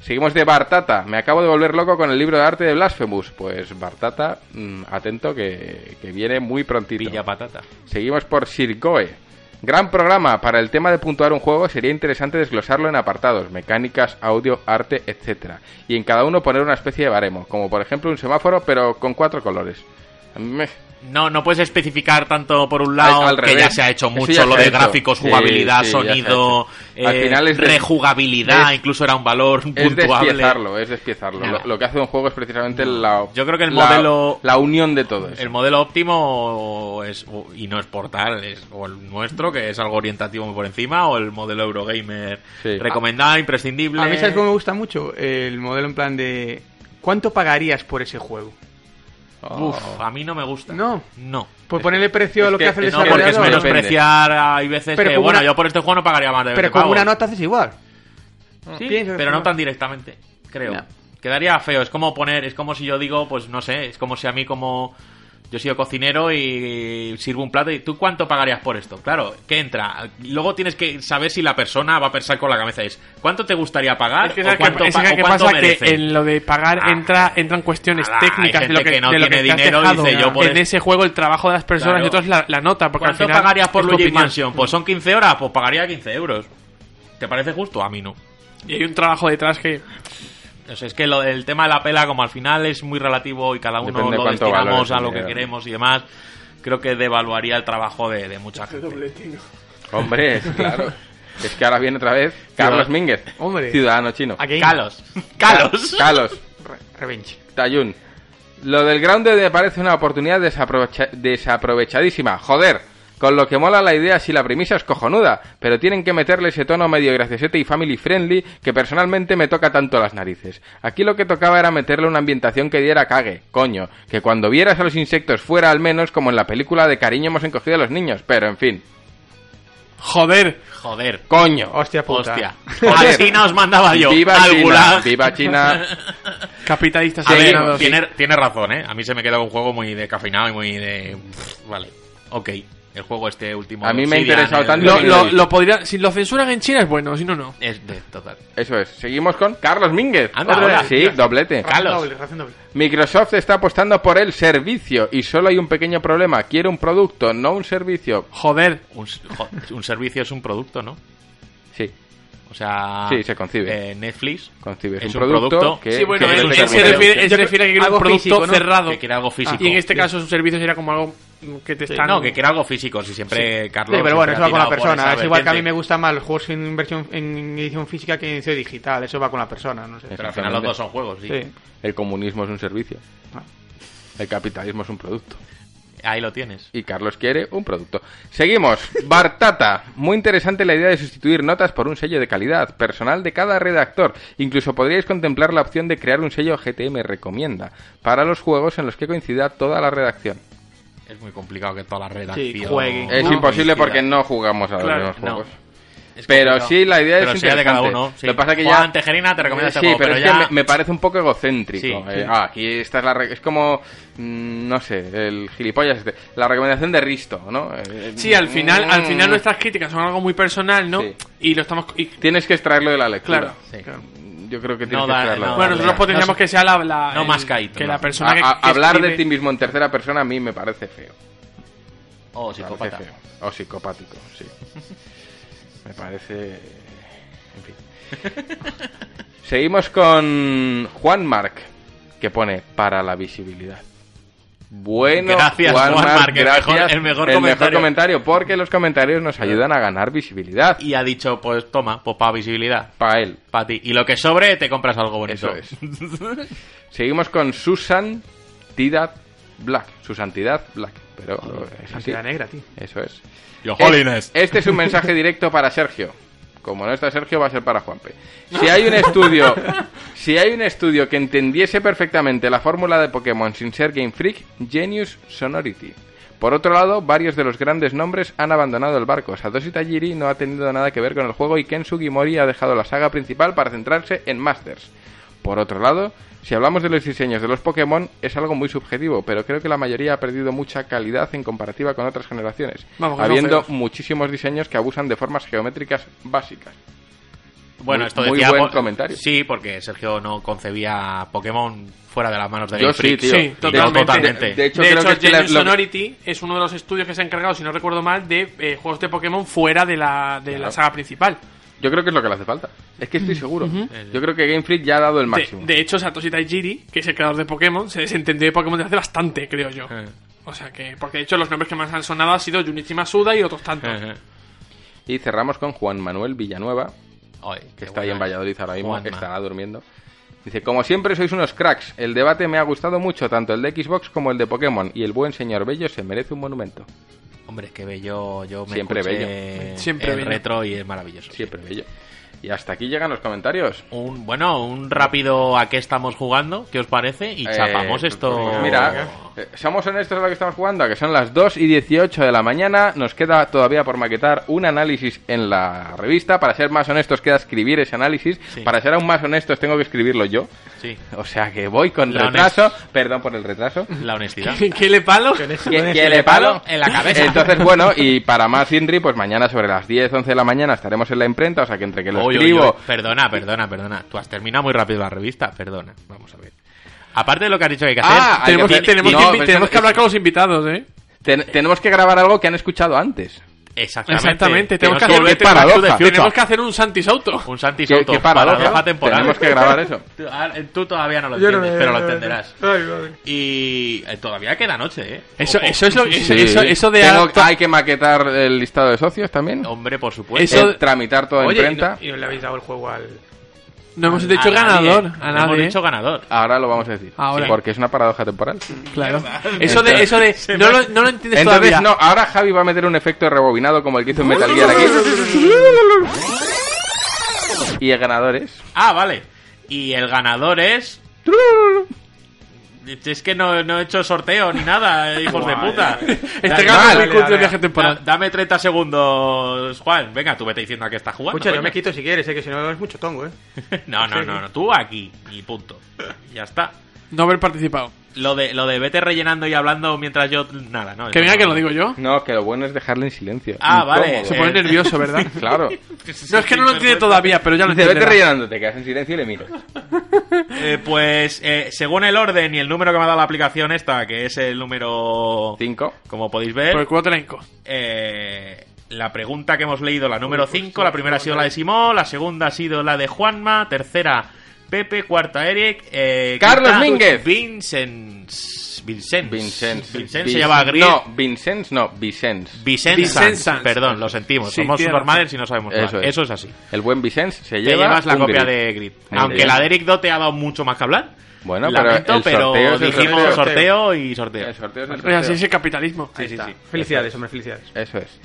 [SPEAKER 2] Seguimos de Bartata. Me acabo de volver loco con el libro de arte de Blasphemous. Pues Bartata, mm, atento que, que viene muy prontito. Pilla
[SPEAKER 3] patata.
[SPEAKER 2] Seguimos por Sirgoe. Gran programa. Para el tema de puntuar un juego sería interesante desglosarlo en apartados, mecánicas, audio, arte, etcétera, Y en cada uno poner una especie de baremo, como por ejemplo un semáforo pero con cuatro colores. Meh.
[SPEAKER 3] No, no puedes especificar tanto por un lado
[SPEAKER 2] Al- al
[SPEAKER 3] que
[SPEAKER 2] revés.
[SPEAKER 3] ya se ha hecho
[SPEAKER 2] Eso
[SPEAKER 3] mucho
[SPEAKER 2] ya
[SPEAKER 3] lo
[SPEAKER 2] se ha
[SPEAKER 3] de
[SPEAKER 2] hecho.
[SPEAKER 3] gráficos,
[SPEAKER 2] Sí,
[SPEAKER 3] jugabilidad,
[SPEAKER 2] sí, ya se ha
[SPEAKER 3] sonido,
[SPEAKER 2] hecho. Al
[SPEAKER 3] eh,
[SPEAKER 2] final es de-
[SPEAKER 3] rejugabilidad,
[SPEAKER 2] es-
[SPEAKER 3] incluso era un valor
[SPEAKER 2] Es
[SPEAKER 3] puntuable.
[SPEAKER 2] despiezarlo, es despiezarlo.
[SPEAKER 3] Nada.
[SPEAKER 2] Lo, lo que hace un juego es precisamente la...
[SPEAKER 3] Yo creo que el
[SPEAKER 2] la-
[SPEAKER 3] modelo-
[SPEAKER 2] La unión de todo eso.
[SPEAKER 3] El modelo óptimo es o- y no es portal, es o el nuestro que es algo orientativo muy por encima o el modelo Eurogamer recomendado, imprescindible.
[SPEAKER 4] A mí, ¿sabes cómo me gusta mucho? El modelo en plan de. ¿Cuánto pagarías por ese juego?
[SPEAKER 2] Oh,
[SPEAKER 3] Uf, a mí no me gusta.
[SPEAKER 4] No.
[SPEAKER 3] No.
[SPEAKER 4] Pues ponerle precio a lo que, hace el
[SPEAKER 3] No, porque es
[SPEAKER 4] desarrollador.
[SPEAKER 3] menospreciar. Hay veces
[SPEAKER 4] Pero
[SPEAKER 3] que,
[SPEAKER 4] con
[SPEAKER 3] bueno,
[SPEAKER 4] una-
[SPEAKER 3] yo por este juego no pagaría más de
[SPEAKER 4] Pero
[SPEAKER 3] 20
[SPEAKER 4] con una
[SPEAKER 3] pavos.
[SPEAKER 4] nota haces igual.
[SPEAKER 5] Ah.
[SPEAKER 3] Sí,
[SPEAKER 4] Pienso que
[SPEAKER 3] pero no
[SPEAKER 4] forma-
[SPEAKER 3] tan directamente, creo.
[SPEAKER 4] Ya.
[SPEAKER 3] Quedaría feo, es como poner, es como si yo digo, pues no sé, es como si a mí como yo he sido cocinero y sirvo un plato y tú cuánto pagarías por esto. Claro, ¿qué entra? Luego tienes que saber si la persona va a pensar con la cabeza es ¿cuánto te gustaría pagar?
[SPEAKER 5] Es que
[SPEAKER 3] o
[SPEAKER 5] ¿sabes qué-
[SPEAKER 3] cuánto,
[SPEAKER 5] es
[SPEAKER 3] pa-
[SPEAKER 5] que
[SPEAKER 3] o
[SPEAKER 5] qué
[SPEAKER 3] cuánto
[SPEAKER 5] pasa
[SPEAKER 3] merece?
[SPEAKER 5] que en lo de pagar entra entran cuestiones
[SPEAKER 3] Ala, hay
[SPEAKER 5] técnicas de
[SPEAKER 3] gente
[SPEAKER 5] lo que,
[SPEAKER 3] que no
[SPEAKER 5] de lo
[SPEAKER 3] tiene
[SPEAKER 5] te has
[SPEAKER 3] dinero y
[SPEAKER 5] dejado.
[SPEAKER 3] dice, yo por
[SPEAKER 5] en
[SPEAKER 3] este-
[SPEAKER 5] ese juego el trabajo de las personas
[SPEAKER 3] Claro.
[SPEAKER 5] y otro es la, la nota porque
[SPEAKER 3] ¿Cuánto
[SPEAKER 5] al final
[SPEAKER 3] pagarías por
[SPEAKER 5] es tu
[SPEAKER 3] Luigi
[SPEAKER 5] opinión.
[SPEAKER 3] Mansion? Pues son 15 horas, pues pagaría 15 euros. ¿Te parece justo? A mí no.
[SPEAKER 5] Y hay un trabajo detrás que
[SPEAKER 3] O sea, es que lo- el tema de la pela, como al final es muy relativo y cada uno
[SPEAKER 2] Depende
[SPEAKER 3] lo
[SPEAKER 2] cuánto
[SPEAKER 3] destinamos
[SPEAKER 2] valores
[SPEAKER 3] a lo
[SPEAKER 2] le
[SPEAKER 3] que
[SPEAKER 2] das.
[SPEAKER 3] queremos y demás, creo que devaluaría el trabajo de, de mucha gente.
[SPEAKER 2] Hombre, claro. Es que ahora viene otra vez Carlos
[SPEAKER 3] Ciudad-
[SPEAKER 2] Mínguez.
[SPEAKER 3] Hombre.
[SPEAKER 2] Ciudadano chino.
[SPEAKER 3] Calos. Calos.
[SPEAKER 2] Calos.
[SPEAKER 4] Revenge.
[SPEAKER 2] Tayun. Lo del Grounded me parece una oportunidad desaprovecha- desaprovechadísima. Joder. Con lo que mola la idea si la premisa es cojonuda, pero tienen que meterle ese tono medio graciosete y family friendly que personalmente me toca tanto las narices. Aquí lo que tocaba era meterle una ambientación que diera cague, coño, que cuando vieras a los insectos fuera al menos como en la película de cariño hemos encogido a los niños, pero en fin.
[SPEAKER 5] Joder.
[SPEAKER 3] Joder.
[SPEAKER 2] Coño.
[SPEAKER 4] Hostia
[SPEAKER 3] puta. Hostia. A China os mandaba yo.
[SPEAKER 2] Viva
[SPEAKER 3] Al
[SPEAKER 2] China,
[SPEAKER 3] gulag.
[SPEAKER 2] viva China.
[SPEAKER 5] capitalistas
[SPEAKER 3] A ver,
[SPEAKER 5] alienados.
[SPEAKER 3] tiene, tiene razón, ¿eh? A mí se me queda un juego muy decafinado y muy de... pff, Vale, ok. El juego este último...
[SPEAKER 2] A mí me ha
[SPEAKER 3] Obsidian,
[SPEAKER 2] interesado
[SPEAKER 3] el-
[SPEAKER 2] tanto
[SPEAKER 5] lo, lo- lo podría- si lo censuran en China es bueno, si no no.
[SPEAKER 3] Es de total.
[SPEAKER 2] Eso es. Seguimos con Carlos Mínguez.
[SPEAKER 3] Anda,
[SPEAKER 2] Otra
[SPEAKER 3] hola.
[SPEAKER 2] vez. Sí, doblete.
[SPEAKER 4] Doble, razón doble.
[SPEAKER 2] Microsoft está apostando por el servicio y solo hay un pequeño problema. Quiero un producto, no un servicio.
[SPEAKER 5] Joder.
[SPEAKER 3] Un, s- jo- un servicio es un producto, ¿no?
[SPEAKER 2] Sí.
[SPEAKER 3] O sea...
[SPEAKER 2] Sí, se concibe.
[SPEAKER 3] eh, Netflix...
[SPEAKER 2] Concibes
[SPEAKER 3] es
[SPEAKER 2] un producto que-
[SPEAKER 5] Sí, bueno,
[SPEAKER 2] que
[SPEAKER 5] él,
[SPEAKER 2] es
[SPEAKER 5] él se
[SPEAKER 2] servicio.
[SPEAKER 5] refiere, él se
[SPEAKER 2] Yo-
[SPEAKER 5] refiere a que quiere
[SPEAKER 2] algo
[SPEAKER 5] un producto
[SPEAKER 2] físico, ¿no?
[SPEAKER 5] cerrado.
[SPEAKER 3] Que quiere
[SPEAKER 4] Ah,
[SPEAKER 3] algo físico.
[SPEAKER 5] Y en este caso su servicio sería como algo que te
[SPEAKER 3] Sí,
[SPEAKER 5] están...
[SPEAKER 3] no, que quiere algo físico, si siempre
[SPEAKER 4] Sí.
[SPEAKER 3] Carlos...
[SPEAKER 4] Sí, pero bueno, eso
[SPEAKER 3] siempre
[SPEAKER 4] va con la
[SPEAKER 3] ha tirado por
[SPEAKER 4] persona.
[SPEAKER 3] esa
[SPEAKER 4] Es igual que a mí
[SPEAKER 3] vertiente.
[SPEAKER 4] me gustan más los juegos en versión en edición física que en edición digital. Eso va con la persona, no sé.
[SPEAKER 3] Pero al final los dos son juegos, sí.
[SPEAKER 4] Sí.
[SPEAKER 2] El comunismo es un servicio. El capitalismo es un producto.
[SPEAKER 3] Ahí lo tienes.
[SPEAKER 2] Y Carlos quiere un producto. Seguimos. Bartata. Muy interesante la idea de sustituir notas por un sello de calidad personal de cada redactor. Incluso podríais contemplar la opción de crear un sello GTM recomienda para los juegos en los que coincida toda la redacción.
[SPEAKER 3] Es muy complicado que toda la redacción...
[SPEAKER 4] Sí, jueguen.
[SPEAKER 2] Es
[SPEAKER 3] No,
[SPEAKER 2] imposible
[SPEAKER 3] coincida.
[SPEAKER 2] porque no jugamos a los
[SPEAKER 3] Claro,
[SPEAKER 2] mismos
[SPEAKER 3] no.
[SPEAKER 2] juegos.
[SPEAKER 3] Es
[SPEAKER 2] Pero
[SPEAKER 3] complicado.
[SPEAKER 2] sí, la idea
[SPEAKER 3] Pero
[SPEAKER 2] es
[SPEAKER 3] sí, ya de cada
[SPEAKER 2] interesante.
[SPEAKER 3] uno, sí.
[SPEAKER 2] Lo que pasa es que ya...
[SPEAKER 3] Juan Tejerina te recomienda este
[SPEAKER 2] Sí,
[SPEAKER 3] juego,
[SPEAKER 2] pero,
[SPEAKER 3] pero
[SPEAKER 2] es que
[SPEAKER 3] ya-
[SPEAKER 2] me, me parece un poco egocéntrico.
[SPEAKER 3] Sí,
[SPEAKER 2] Eh,
[SPEAKER 3] sí.
[SPEAKER 2] ah, aquí esta es la... re- Es como... mm, No sé, el gilipollas este. La recomendación de Risto, ¿no? Eh,
[SPEAKER 5] Sí, al final, al final
[SPEAKER 2] mm,
[SPEAKER 5] nuestras críticas son algo muy personal, ¿no? Y lo estamos... y-
[SPEAKER 2] Tienes que extraerlo de la lectura.
[SPEAKER 5] Claro.
[SPEAKER 2] Yo creo que
[SPEAKER 3] No
[SPEAKER 2] tienes que
[SPEAKER 3] da-
[SPEAKER 2] extraerlo. de la
[SPEAKER 3] no
[SPEAKER 5] bueno,
[SPEAKER 2] lectura.
[SPEAKER 5] nosotros potenciamos que sea la... la-
[SPEAKER 3] No
[SPEAKER 5] el-
[SPEAKER 3] más caído,
[SPEAKER 5] Que
[SPEAKER 3] no.
[SPEAKER 5] la persona que,
[SPEAKER 2] A- a-
[SPEAKER 5] que
[SPEAKER 2] hablar
[SPEAKER 5] escribe-
[SPEAKER 2] de ti mismo en tercera persona a mí me parece feo.
[SPEAKER 3] Oh,
[SPEAKER 2] Me parece
[SPEAKER 3] psicópata.
[SPEAKER 2] feo. O psicopático, sí. me parece
[SPEAKER 3] en fin.
[SPEAKER 2] Seguimos con Juan Marc, que pone para la visibilidad. Bueno,
[SPEAKER 3] Gracias, Juanmarc, el
[SPEAKER 2] gracias.
[SPEAKER 3] mejor- el mejor comentario.
[SPEAKER 2] comentario, porque los comentarios nos ayudan a ganar visibilidad.
[SPEAKER 3] Y ha dicho, pues toma, pues para visibilidad.
[SPEAKER 2] Para él.
[SPEAKER 3] Para ti. Y lo que sobre, te compras algo bonito.
[SPEAKER 2] Eso es. Seguimos con Susan Tidad Black. Su santidad Black. Pero es así.
[SPEAKER 3] ¿eh?
[SPEAKER 11] santidad negra, tío.
[SPEAKER 2] Eso es.
[SPEAKER 3] Yo,
[SPEAKER 2] Es-
[SPEAKER 3] jolines.
[SPEAKER 2] Este es un mensaje directo para Sergio. Como no está Sergio, va a ser para Juanpe. Si hay un estudio, si hay un estudio que entendiese perfectamente la fórmula de Pokémon sin ser Game Freak, Genius Sonority. Por otro lado, varios de los grandes nombres han abandonado el barco. Satoshi Tajiri no ha tenido nada que ver con el juego y Ken Sugimori ha dejado la saga principal para centrarse en Masters. Por otro lado, si hablamos de los diseños de los Pokémon, es algo muy subjetivo, pero creo que la mayoría ha perdido mucha calidad en comparativa con otras generaciones,
[SPEAKER 3] Vamos, que son
[SPEAKER 2] habiendo
[SPEAKER 3] feos.
[SPEAKER 2] muchísimos diseños que abusan de formas geométricas básicas.
[SPEAKER 3] Bueno,
[SPEAKER 2] Muy-
[SPEAKER 3] esto
[SPEAKER 2] muy
[SPEAKER 3] decía.
[SPEAKER 2] buen
[SPEAKER 3] por-
[SPEAKER 2] comentario.
[SPEAKER 3] Sí, porque Sergio no concebía Pokémon fuera de las manos de
[SPEAKER 2] Yo
[SPEAKER 3] Game
[SPEAKER 2] sí,
[SPEAKER 3] Freak.
[SPEAKER 2] tío. Sí,
[SPEAKER 3] Digo,
[SPEAKER 2] totalmente.
[SPEAKER 3] totalmente.
[SPEAKER 2] De hecho,
[SPEAKER 5] de
[SPEAKER 2] creo
[SPEAKER 5] hecho,
[SPEAKER 2] que es que la-
[SPEAKER 5] Genius
[SPEAKER 2] lo que-
[SPEAKER 5] Sonority es uno de los estudios que se ha encargado, si no recuerdo mal, de eh, juegos de Pokémon fuera de la, de la
[SPEAKER 2] Claro.
[SPEAKER 5] saga principal.
[SPEAKER 2] Yo creo que es lo que le hace falta. Es que estoy seguro.
[SPEAKER 5] Mm, Ujú.
[SPEAKER 2] Yo creo que Game Freak ya ha dado el
[SPEAKER 5] De,
[SPEAKER 2] máximo.
[SPEAKER 5] de hecho, Satoshi Tajiri, que es el creador de Pokémon, se desentendió de Pokémon desde hace bastante, creo yo.
[SPEAKER 2] Eh.
[SPEAKER 5] O sea que, porque de hecho los nombres que más han sonado han sido Junichi Masuda y otros tantos.
[SPEAKER 2] Eh. Y cerramos con Juan Manuel Villanueva, que está ahí en Valladolid ahora mismo,
[SPEAKER 3] Juanma.
[SPEAKER 2] estará durmiendo. Dice, como siempre sois unos cracks, el debate me ha gustado mucho, tanto el de Xbox como el de Pokémon, y el buen señor Bello se merece un monumento.
[SPEAKER 3] Hombre, que bello. Yo me
[SPEAKER 2] Siempre
[SPEAKER 3] escuché
[SPEAKER 2] bello.
[SPEAKER 3] el retro y es maravilloso.
[SPEAKER 2] Siempre bello. Y hasta aquí llegan los comentarios.
[SPEAKER 3] Un, bueno, un rápido a qué estamos jugando, ¿qué os parece? Y
[SPEAKER 2] Eh,
[SPEAKER 3] chapamos esto.
[SPEAKER 2] Mira, eh, somos honestos a lo que estamos jugando, a que son las 2 y 18 de la mañana. Nos queda todavía por maquetar un análisis en la revista. Para ser más honestos, queda escribir ese análisis.
[SPEAKER 3] Sí.
[SPEAKER 2] Para ser aún más honestos, tengo que escribirlo yo.
[SPEAKER 3] Sí.
[SPEAKER 2] O sea que voy con
[SPEAKER 3] La honest-
[SPEAKER 2] retraso. Perdón por el retraso.
[SPEAKER 3] La honestidad.
[SPEAKER 5] ¿Qué le palo?
[SPEAKER 2] ¿Qué, qué le palo?
[SPEAKER 3] En la cabeza.
[SPEAKER 2] Entonces, bueno, y para más Inri, pues mañana sobre las 10, 11 de la mañana estaremos en la imprenta. O sea que entre que lo
[SPEAKER 3] Oye, oye,
[SPEAKER 2] escribo.
[SPEAKER 3] oye, Perdona, perdona, perdona. Tú has terminado muy rápido la revista, perdona. Vamos a ver. Aparte de lo que has dicho que hay que hacer,
[SPEAKER 2] Ah, hay
[SPEAKER 5] tenemos,
[SPEAKER 2] que-
[SPEAKER 5] tenemos
[SPEAKER 2] no,
[SPEAKER 5] que,
[SPEAKER 2] pero
[SPEAKER 5] invi- tenemos
[SPEAKER 2] eso-
[SPEAKER 5] que hablar con los invitados, ¿eh?
[SPEAKER 2] ten- tenemos que grabar algo que han escuchado antes.
[SPEAKER 3] Exactamente.
[SPEAKER 5] Exactamente, tenemos que,
[SPEAKER 2] Qué
[SPEAKER 5] hacer,
[SPEAKER 2] paradoja.
[SPEAKER 5] tenemos, tenemos que hacer un Santi Souto.
[SPEAKER 3] Un Santi
[SPEAKER 2] Qué- Souto, qué paradoja. paradoja temporal. Tenemos que grabar eso.
[SPEAKER 3] Tú, ah, tú todavía no lo
[SPEAKER 5] Yo
[SPEAKER 3] entiendes,
[SPEAKER 5] no me-
[SPEAKER 3] pero lo
[SPEAKER 5] no me-
[SPEAKER 3] entenderás. Y eh, todavía queda noche, ¿eh?
[SPEAKER 5] Eso-
[SPEAKER 3] Ojo.
[SPEAKER 5] eso es lo- eso-
[SPEAKER 2] Sí.
[SPEAKER 5] de
[SPEAKER 2] Tengo-
[SPEAKER 5] alto-
[SPEAKER 2] Hay que maquetar el listado de socios también.
[SPEAKER 3] Hombre, por supuesto.
[SPEAKER 2] Eso... tramitar toda
[SPEAKER 4] Oye,
[SPEAKER 2] imprenta.
[SPEAKER 4] Y no, y no le habéis dado el juego al.
[SPEAKER 5] No hemos
[SPEAKER 4] A-
[SPEAKER 5] dicho
[SPEAKER 4] a nadie.
[SPEAKER 5] ganador,
[SPEAKER 4] No
[SPEAKER 5] a
[SPEAKER 4] hemos
[SPEAKER 5] nadie.
[SPEAKER 4] dicho
[SPEAKER 3] ganador.
[SPEAKER 2] Ahora lo vamos a decir.
[SPEAKER 5] Ahora.
[SPEAKER 2] Sí, Porque es una paradoja temporal.
[SPEAKER 5] Claro. Eso de, eso de, no lo, no lo entiendes
[SPEAKER 2] Entonces,
[SPEAKER 5] todavía.
[SPEAKER 2] no, ahora Javi va a meter un efecto rebobinado como el que hizo en Metal Gear aquí. y el ganador es.
[SPEAKER 3] Ah, vale. Y el ganador es. Es que no, no he hecho sorteo ni nada, eh, hijos de puta.
[SPEAKER 5] Este cabrón es muy culto de viaje temporal.
[SPEAKER 3] Da- Dame 30 segundos, Juan. Venga, tú vete diciendo a qué estás jugando.
[SPEAKER 4] Escucha, yo
[SPEAKER 3] coño.
[SPEAKER 4] me quito si quieres, eh, que si no es mucho tongo, eh.
[SPEAKER 3] No, no, no, no, tú aquí y punto. Ya está.
[SPEAKER 5] No haber participado.
[SPEAKER 3] Lo de, lo de vete rellenando y hablando mientras yo. Nada, no. eso
[SPEAKER 5] Que venga,
[SPEAKER 3] no.
[SPEAKER 5] que lo digo yo.
[SPEAKER 2] No, que lo bueno es dejarle en silencio.
[SPEAKER 3] Ah, vale.
[SPEAKER 2] Incómodo.
[SPEAKER 5] Se pone nervioso, ¿verdad?
[SPEAKER 2] Claro.
[SPEAKER 5] No, es que no lo entiende todavía, pero ya lo
[SPEAKER 2] Dice, vete
[SPEAKER 5] entenderá.
[SPEAKER 2] rellenando, te quedas en silencio y le miras.
[SPEAKER 3] Eh, pues eh, según el orden y el número que me ha dado la aplicación esta, que es el número
[SPEAKER 2] 5,
[SPEAKER 3] como podéis ver,
[SPEAKER 5] Por el culo te la hinco.
[SPEAKER 3] eh, la pregunta que hemos leído, la número
[SPEAKER 2] pues,
[SPEAKER 3] 5, la primera ha sido la de Simón, la segunda ha sido la de Juanma, tercera Pepe, cuarta Eric, eh,
[SPEAKER 2] Carlos
[SPEAKER 3] quinta,
[SPEAKER 2] Mínguez.
[SPEAKER 3] Vincenz. Vincenz.
[SPEAKER 2] Vincenz.
[SPEAKER 3] Vincenz se
[SPEAKER 2] Vic-
[SPEAKER 3] llama Gris.
[SPEAKER 2] No, Vincenz no, Vicenz.
[SPEAKER 3] Vicenz Sanz, Perdón, lo sentimos.
[SPEAKER 2] Sí,
[SPEAKER 3] Somos
[SPEAKER 2] tienes
[SPEAKER 3] normales
[SPEAKER 2] razón.
[SPEAKER 3] y no sabemos nada.
[SPEAKER 2] Eso
[SPEAKER 3] Eso
[SPEAKER 2] es.
[SPEAKER 3] es, así.
[SPEAKER 2] El buen Vicenz se
[SPEAKER 3] Te
[SPEAKER 2] lleva
[SPEAKER 3] llevas la
[SPEAKER 2] un
[SPEAKER 3] copia
[SPEAKER 2] Grid.
[SPEAKER 3] de Grid.
[SPEAKER 2] Muy
[SPEAKER 3] Aunque
[SPEAKER 2] bien.
[SPEAKER 3] la de Eric Dote ha dado mucho más que hablar.
[SPEAKER 2] Bueno,
[SPEAKER 3] Lamento,
[SPEAKER 2] pero el sorteo
[SPEAKER 3] pero
[SPEAKER 2] es el
[SPEAKER 3] dijimos
[SPEAKER 2] sorteo.
[SPEAKER 3] sorteo. y sorteo.
[SPEAKER 2] El sorteo es el
[SPEAKER 5] Oye, Pues así
[SPEAKER 2] sorteo.
[SPEAKER 5] es el capitalismo.
[SPEAKER 3] Sí, sí, sí.
[SPEAKER 4] Felicidades, hombre, felicidades.
[SPEAKER 2] Eso es.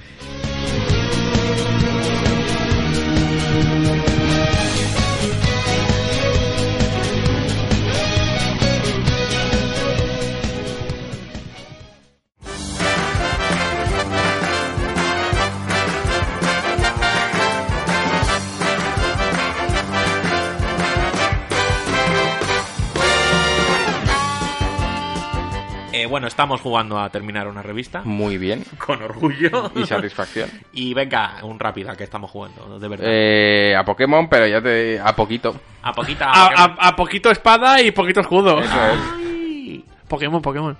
[SPEAKER 3] Eh, bueno, estamos jugando a terminar una revista.
[SPEAKER 2] Muy bien.
[SPEAKER 3] Con orgullo.
[SPEAKER 2] Y satisfacción.
[SPEAKER 3] Y venga, un rápido que estamos jugando, de verdad.
[SPEAKER 2] Eh, a Pokémon, pero ya te. a poquito.
[SPEAKER 3] a poquita.
[SPEAKER 5] A, a- a poquito espada y poquito escudo.
[SPEAKER 3] Ay.
[SPEAKER 5] Pokémon, Pokémon.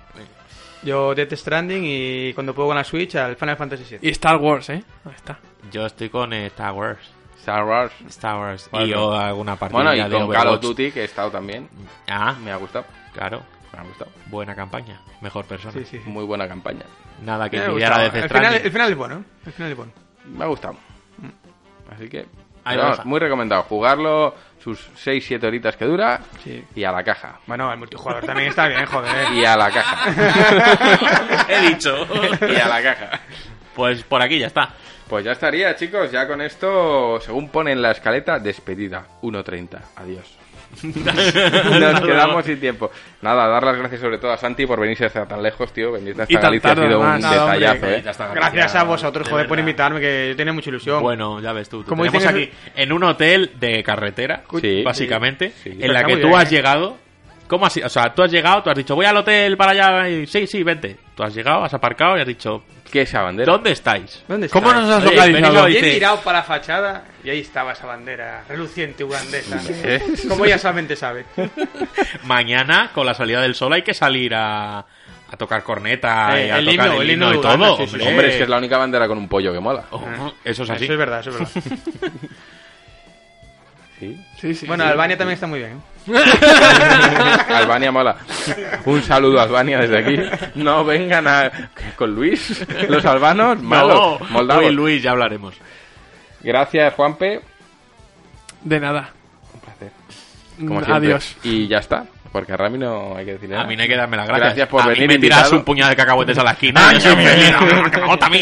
[SPEAKER 4] Yo Death Stranding y cuando puedo con la Switch al Final Fantasy VII.
[SPEAKER 5] Y Star Wars, ¿eh? Ahí está.
[SPEAKER 3] Yo estoy con eh, Star Wars.
[SPEAKER 2] Star Wars.
[SPEAKER 3] Star Wars. Y yo alguna partida
[SPEAKER 2] Bueno, y
[SPEAKER 3] de
[SPEAKER 2] con Call of
[SPEAKER 3] Overwatch.
[SPEAKER 2] Duty, que he estado también.
[SPEAKER 3] Ah.
[SPEAKER 2] Me ha gustado.
[SPEAKER 3] Claro.
[SPEAKER 2] Me ha gustado.
[SPEAKER 3] Buena campaña. Mejor persona.
[SPEAKER 2] Sí, sí. Muy buena campaña.
[SPEAKER 3] Nada que
[SPEAKER 2] Me ha
[SPEAKER 3] envidiar a
[SPEAKER 2] gustado.
[SPEAKER 3] Death
[SPEAKER 2] El
[SPEAKER 3] Stranding.
[SPEAKER 15] El final es bueno, ¿eh? El final es bueno.
[SPEAKER 2] Me ha gustado. Mm. Así que.
[SPEAKER 15] Ahí
[SPEAKER 2] pero
[SPEAKER 15] lo
[SPEAKER 2] vamos,
[SPEAKER 15] deja.
[SPEAKER 2] muy recomendado. Jugarlo sus 6-7 horitas que dura.
[SPEAKER 15] Sí.
[SPEAKER 2] Y a la caja.
[SPEAKER 15] Bueno, el multijugador también está bien, joder.
[SPEAKER 2] Y a la caja.
[SPEAKER 3] He dicho.
[SPEAKER 2] y a la caja.
[SPEAKER 3] Pues por aquí ya está.
[SPEAKER 2] Pues ya estaría, chicos. Ya con esto, según pone en la escaleta, despedida. 1.30. Adiós. Nos quedamos sin tiempo. Nada, dar las gracias sobre todo a Santi por venirse hasta tan lejos, tío. Venirte hasta
[SPEAKER 15] Y tan
[SPEAKER 2] Galicia
[SPEAKER 15] tarde,
[SPEAKER 2] ha sido un
[SPEAKER 15] además. Nada, hombre,
[SPEAKER 2] detallazo,
[SPEAKER 15] que-
[SPEAKER 2] eh.
[SPEAKER 15] Gracias a vosotros,
[SPEAKER 3] de
[SPEAKER 15] joder, por
[SPEAKER 3] verdad.
[SPEAKER 15] invitarme, que yo tenía mucha ilusión.
[SPEAKER 3] Bueno, ya ves tú. te
[SPEAKER 15] Como
[SPEAKER 3] tenemos
[SPEAKER 15] dicen
[SPEAKER 3] aquí en un hotel de carretera,
[SPEAKER 2] Sí.
[SPEAKER 3] básicamente,
[SPEAKER 2] Sí.
[SPEAKER 3] en
[SPEAKER 2] Pero
[SPEAKER 3] la
[SPEAKER 2] está
[SPEAKER 3] que
[SPEAKER 2] muy
[SPEAKER 3] tú
[SPEAKER 2] bien,
[SPEAKER 3] has
[SPEAKER 2] ¿eh?
[SPEAKER 3] llegado. ¿Cómo has, o sea, tú has llegado, tú has dicho, voy al hotel para allá. Y, sí, sí, vente. Tú has llegado, has aparcado y has dicho,
[SPEAKER 2] ¿qué es esa bandera?
[SPEAKER 3] ¿Dónde estáis?
[SPEAKER 15] ¿Dónde
[SPEAKER 3] ¿Cómo
[SPEAKER 15] estáis?
[SPEAKER 3] nos has
[SPEAKER 15] Oye,
[SPEAKER 3] localizado?
[SPEAKER 15] venid, He
[SPEAKER 3] Dice,
[SPEAKER 15] mirado para la fachada y ahí estaba esa bandera reluciente ugandesa.
[SPEAKER 3] ¿Ves?
[SPEAKER 15] como ella solamente sabe.
[SPEAKER 3] mañana, con la salida del sol, hay que salir a, a tocar corneta
[SPEAKER 15] Eh,
[SPEAKER 3] y a
[SPEAKER 15] el
[SPEAKER 3] tocar
[SPEAKER 15] himno,
[SPEAKER 3] el
[SPEAKER 15] el
[SPEAKER 3] himno
[SPEAKER 15] himno
[SPEAKER 3] y
[SPEAKER 15] de Uganda,
[SPEAKER 3] todo.
[SPEAKER 15] sí, sí,
[SPEAKER 3] hombre.
[SPEAKER 15] sí.
[SPEAKER 2] Hombre, es que es la única bandera con un pollo que mola.
[SPEAKER 3] Oh, eso es así.
[SPEAKER 15] Eso es verdad, eso es verdad.
[SPEAKER 2] Sí.
[SPEAKER 15] bueno, Albania también está muy bien. ¿eh?
[SPEAKER 2] Albania mola. Un saludo a Albania desde aquí. No vengan a... con Luis. Los albanos, malos.
[SPEAKER 3] No,
[SPEAKER 2] moldavos.
[SPEAKER 3] hoy Luis, ya hablaremos.
[SPEAKER 2] Gracias, Juanpe.
[SPEAKER 5] De nada. Mm,
[SPEAKER 2] Como siempre.
[SPEAKER 5] Adiós.
[SPEAKER 2] Y ya está. Porque a Rami no hay que decirle nada.
[SPEAKER 3] A mí no hay que darme las gracias.
[SPEAKER 2] Gracias por
[SPEAKER 3] a
[SPEAKER 2] venir.
[SPEAKER 3] Mí me tiras
[SPEAKER 2] invitado.
[SPEAKER 3] un puñado de cacahuetes a la esquina. y yo soy feliz. ¡Ah, cacabota a mí!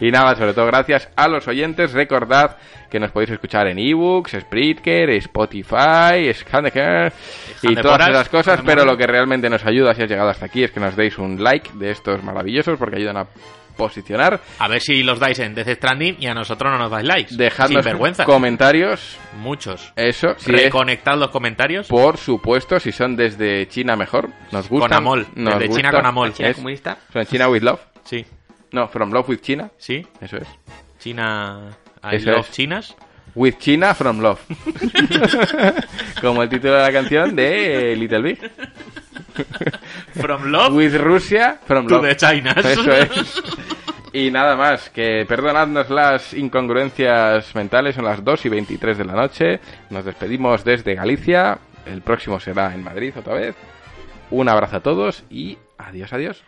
[SPEAKER 2] Y nada, sobre todo gracias a los oyentes. Recordad que nos podéis escuchar en ebooks, Spreaker, Spotify, Scandeker y
[SPEAKER 3] Scandeporas,
[SPEAKER 2] todas esas cosas.
[SPEAKER 3] Scandemoras.
[SPEAKER 2] Pero lo que realmente nos ayuda, si has llegado hasta aquí, es que nos deis un like de estos maravillosos porque ayudan a posicionar.
[SPEAKER 3] A ver si los dais en Death Stranding y a nosotros no nos dais likes.
[SPEAKER 2] Dejadnos Eh,
[SPEAKER 3] Sin vergüenza.
[SPEAKER 2] comentarios.
[SPEAKER 3] Muchos.
[SPEAKER 2] Eso, si es-
[SPEAKER 3] Reconectad los comentarios.
[SPEAKER 2] por supuesto, si son desde China mejor, nos gusta.
[SPEAKER 3] Con amor, desde China con amor. China comunista.
[SPEAKER 2] Son China with love.
[SPEAKER 3] Sí.
[SPEAKER 2] No, from love with China.
[SPEAKER 3] Sí.
[SPEAKER 2] Eso es.
[SPEAKER 3] China. I
[SPEAKER 2] Eso
[SPEAKER 3] love
[SPEAKER 2] es.
[SPEAKER 3] chinas.
[SPEAKER 2] With China from Love. Como el título de la canción de eh, Little Big.
[SPEAKER 3] From Love.
[SPEAKER 2] With Russia from
[SPEAKER 3] to
[SPEAKER 2] Love.
[SPEAKER 3] the Chinas.
[SPEAKER 2] Eso es. Y nada más, que perdonadnos las incongruencias mentales, son las 2 y 23 de la noche. Nos despedimos desde Galicia. El próximo será en Madrid otra vez. Un abrazo a todos y adiós, adiós.